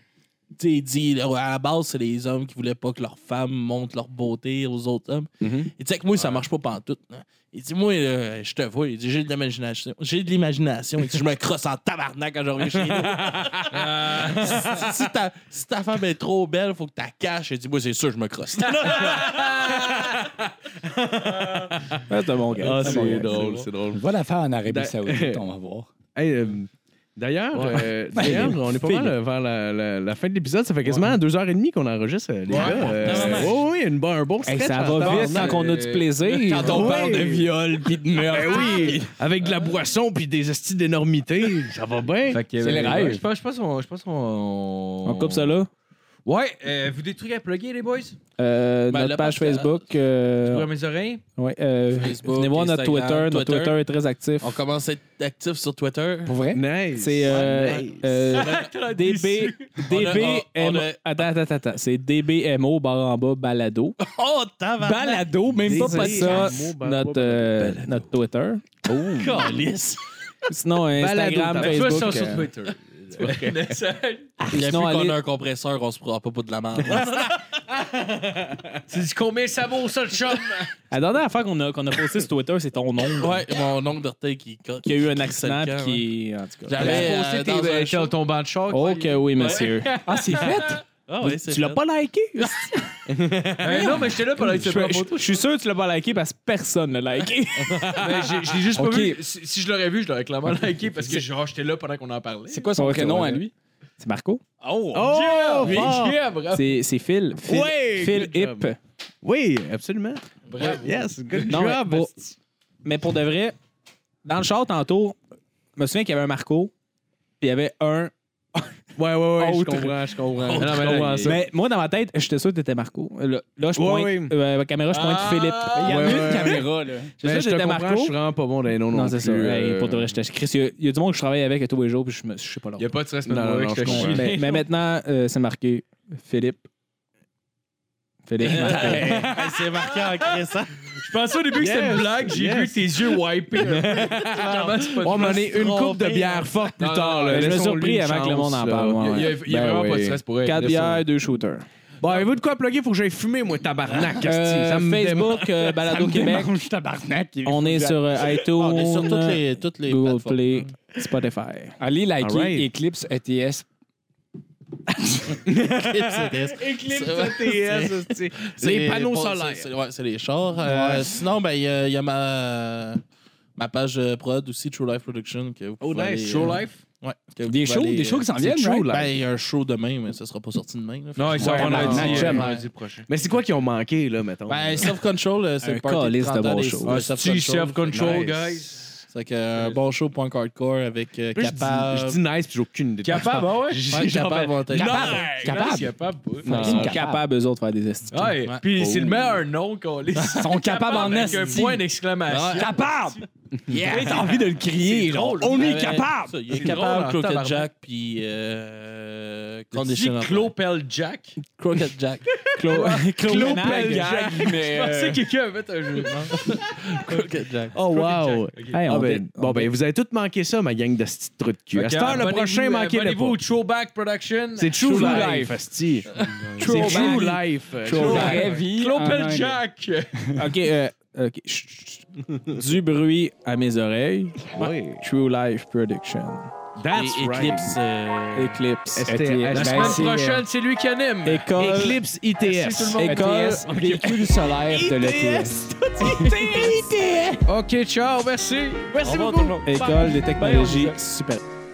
S6: sais, il dit, là, ouais, à la base, c'est les hommes qui voulaient pas que leurs femmes montrent leur beauté aux autres hommes.
S4: Mhm.
S6: Il disait que moi, ça marche pas pantoute. là. Il dit, moi, là, je te vois. Il dit, j'ai de l'imagination. J'ai de l'imagination. Il dit, je me crosse en tabarnak quand je reviens chez nous. si, si ta, si ta femme est trop belle, faut que tu la caches. Il dit, moi, c'est sûr, je me crosse.
S5: Ah, c'est un bon
S4: Ah,
S5: gars. C'est un bon
S4: c'est
S5: gars.
S4: drôle, c'est drôle.
S8: Va la faire en Arabie
S3: Ben,
S4: Da-
S8: Saoudite, on va voir.
S4: Hey, euh, D'ailleurs, euh, d'ailleurs, on est pas mal euh, vers la, la- la fin de l'épisode. Ça fait quasiment deux heures et demie qu'on enregistre, euh, les gars. Euh, oh, oui, une, bo- un bon
S5: Hey,
S4: stretch.
S5: ça
S4: en
S5: va vite
S4: tabarnak.
S5: quand on a
S3: Euh,
S5: du plaisir.
S4: Quand on parle de
S5: viol puis de meurtre.
S4: Ben oui, avec
S5: Euh.
S4: de la boisson puis des estis d'énormité, ça va bien.
S3: Fait que,
S8: C'est les
S3: euh,
S8: rêves.
S3: Je pense, je pense qu'on. Je pense qu'on-
S5: On coupe ça là.
S3: Ouais, euh, vous des trucs à plugger, les boys
S5: Euh,
S6: Ben,
S5: notre
S6: le
S5: page
S6: podcast.
S5: Facebook.
S4: Ah.
S5: euh,
S3: Pour mes oreilles
S5: ouais, euh,
S6: Facebook,
S5: venez voir notre Twitter.
S6: Instagram,
S5: Notre
S6: Twitter.
S5: Twitter est très actif.
S6: On commence à être actif sur Twitter.
S8: Pour vrai?
S4: Nice.
S5: C'est euh, euh, DB, DB,
S6: On a- on a-
S5: attends, attends, attends, attends. C'est DBMO barre en bas balado.
S6: Oh, tabarnak!
S9: Balado, même pas
S5: C'est
S9: pas
S5: ça,
S4: barre en bas,
S5: notre, euh, notre Twitter.
S6: Calice.
S5: Sinon,
S3: Ben,
S5: Instagram,
S4: t'as-
S5: Facebook.
S3: Soit sur
S5: euh,
S3: Twitter.
S6: Il a vu
S5: Sinon,
S6: qu'on
S5: allez-
S6: a un compresseur, on se prend pas pour de la merde.
S3: Tu dis combien ça vaut, ça, le chum
S5: La dernière affaire qu'on a, qu'on a postée sur Twitter, c'est ton nom.
S6: ouais, mon oncle d'orteil qui,
S5: Qui a eu un
S6: crissait le
S5: accident
S6: camp,
S5: puis qui. En tout cas.
S6: J'avais euh,
S3: Posté
S6: dans un
S3: tes-
S6: show.
S3: Ah, euh, ton banc de char.
S5: Ok, oui, monsieur.
S9: Ah, c'est fait?
S6: Ah ouais, c'est
S5: Tu l'as
S6: fait.
S5: pas liké?
S3: Euh, Non, mais j'étais là pendant que
S5: Je
S3: tu prends
S5: je- je suis sûr que tu l'as pas liké parce que personne l'a liké.
S3: Mais Ben, j'ai- je l'ai juste
S5: Ok.
S3: pas vu. Si, si je l'aurais vu, je l'aurais clairement liké parce que genre, j'étais là pendant qu'on en parlait.
S8: C'est quoi son
S5: Ouais,
S8: prénom
S5: ouais.
S8: à lui?
S5: C'est Marco?
S3: Oh,
S4: Oh,
S3: yeah, mais
S5: fort.
S3: yeah, bravo.
S5: C'est c'est Phil. Phil,
S4: Ouais,
S5: Phil
S4: good job.
S5: Hip.
S4: Oui, absolument.
S3: bravo.
S4: Yes, good
S5: Non, mais
S4: job.
S5: pour- Mais pour de vrai, dans le chat tantôt, je me souviens qu'il y avait un Marco, puis il y avait un.
S4: Ouais, ouais, ouais, je
S5: Autre.
S4: comprends, je comprends.
S3: Autre.
S4: Non, mais là,
S3: Comprends ça.
S5: Mais moi, dans ma tête, j'étais sûr que t'étais Marco. Là, là, je pointe.
S4: Ouais, ouais.
S5: euh, la caméra, je pointe
S3: Ah,
S5: Philippe.
S3: il y en a
S5: Ouais,
S4: une
S5: ouais, ouais.
S4: caméra,
S5: là.
S4: Mais
S5: J'étais
S4: je
S5: sûr
S4: te
S5: que t'étais
S4: comprends,
S5: Marco.
S4: je suis vraiment pas bon dans les noms non,
S5: Non, c'est
S4: plus,
S5: ça. Hey,
S4: euh,
S5: pour de vrai, j'étais. Chris, il y a- il y, a du monde que je travaille avec à tous les jours, puis je, me, je sais pas leur
S3: Il n'y a pas de stress,
S4: Non,
S3: mais
S4: non,
S3: ouais,
S4: non,
S3: je te
S4: je comprends.
S3: chie.
S5: Mais, mais maintenant, euh, c'est marqué Philippe. Philippe. Martin.
S6: Hey, c'est marqué en crissant.
S3: Je pensais au début que c'était une
S4: Yes,
S3: blague, j'ai
S4: yes.
S3: vu tes yeux wiper. Clairement, c'est pas
S4: On m'en
S3: de
S4: est une coupe de bière forte plus
S3: Non,
S4: tard.
S3: non,
S4: là.
S5: mais je me suis
S4: Laissons-lui
S5: surpris
S4: une
S5: avant que le
S4: chance,
S5: monde en
S4: là.
S5: parle, ouais.
S3: Il y a, il y a
S4: Ben
S3: vraiment pas de
S4: oui.
S3: stress pour elle.
S5: Quatre
S3: Laisse-le.
S5: bières, deux shooters.
S4: Bon, avez-vous de quoi plugger? Faut que j'aille fumer, moi, tabarnak. esti.
S5: Euh,
S4: ça me démange.
S5: Facebook, euh, Balado Québec.
S8: Mange tabarnak.
S5: On est sur euh, iTunes.
S6: On est Ah, sur toutes les, toutes les
S5: Google
S6: plateformes.
S5: Play, Spotify.
S8: Allez
S4: All
S8: liker
S4: right.
S8: Eclipse E ETS.
S6: Eclipse ETS.
S4: esti.
S6: C'est
S4: Les panneaux
S6: pas-
S4: solaires.
S6: c'est- c'est- Ouais, c'est les chars. Euh, Sinon, ben, il y a- il y a ma. Ma page euh, prod aussi, True Life Production, que vous pouvez
S4: Oh,
S6: aller,
S4: nice.
S6: euh,
S4: Show life.
S6: Ouais. que vous
S8: Des
S6: pouvez
S8: shows,
S6: aller,
S8: des shows qui s'en
S6: euh,
S8: viennent,
S6: c'est
S8: right?
S6: True Life. Ben, il y a un show demain, mais ça sera pas sorti demain. là.
S3: Non, ils sont
S8: Ouais,
S3: vendredi,
S8: non,
S3: euh,
S8: j'aime.
S3: vendredi prochain.
S4: Mais c'est quoi qu'ils ont manqué, là, mettons?
S6: Ben, Self Control, euh, c'est
S5: Un
S6: le party
S5: calice de
S6: 30 ans
S5: bon
S6: des-
S5: show.
S6: de Self Control.
S3: self-control,
S4: Nice.
S3: guys.
S6: Fait que euh, bon show punk hardcore avec euh,
S4: Puis je dis-
S6: Capable.
S4: Je dis nice, puis j'ai aucune idée. de quoi je
S3: Capable,
S4: parle.
S3: ah ouais?
S6: Ouais, capable, on t'a-
S3: Capable! Capable!
S5: Ils sont capables, eux autres, de faire des estimes.
S3: Ouais,
S6: Ouais.
S3: puis c'est le meilleur nom qu'on les.
S9: Ils sont capables en
S3: avec un
S9: esti.
S3: point d'exclamation.
S9: Capable!
S6: Yeah!
S9: T'as envie de le crier, genre. On est
S6: Ouais,
S9: capable!
S6: ça, Il est
S3: C'est drôle,
S6: capable,
S3: en
S6: Crooked
S3: tabarnak.
S6: Jack, puis euh,
S3: Dis
S6: Condition
S3: Clopel Jack.
S6: Crooked Jack.
S9: Clopel Jack, mais.
S3: Je pensais
S9: euh,
S3: que quelqu'un avait fait un jeu.
S6: Crooked Jack.
S4: Oh, wow.
S5: Hey, on
S4: Ah, ben,
S5: dé- on
S4: bon, ben, vous avez tous manqué ça, ma gang de petits trous de cul. À cette heure, le prochain, manquez-le
S3: vous
S4: pas.
S3: Throwback Production.
S4: C'est True,
S8: True
S4: Life,
S8: Life.
S4: asti. C'est
S9: Throwback.
S4: True Life. euh,
S5: True
S4: True
S5: Life.
S4: Life.
S9: Vraie vie. en un
S3: Clopel
S9: des-
S3: Jack.
S5: OK, euh, OK. Chut, chut, chut. Du bruit à mes oreilles.
S4: Oui.
S5: True Life Prediction.
S4: That's
S6: Et
S4: right.
S6: Eclipse. euh,
S5: Eclipse.
S4: STS.
S8: STS.
S3: La
S8: Ben,
S3: semaine
S8: c'est,
S3: prochaine, c'est lui qui anime.
S5: École.
S4: Eclipse
S3: Merci tout le
S4: ITS.
S3: monde.
S8: E
S5: École.
S3: Euh,
S9: ETS, véhicule solaire de
S3: E
S9: l'ETS.
S3: Ok, ciao, merci.
S5: École des technologies super.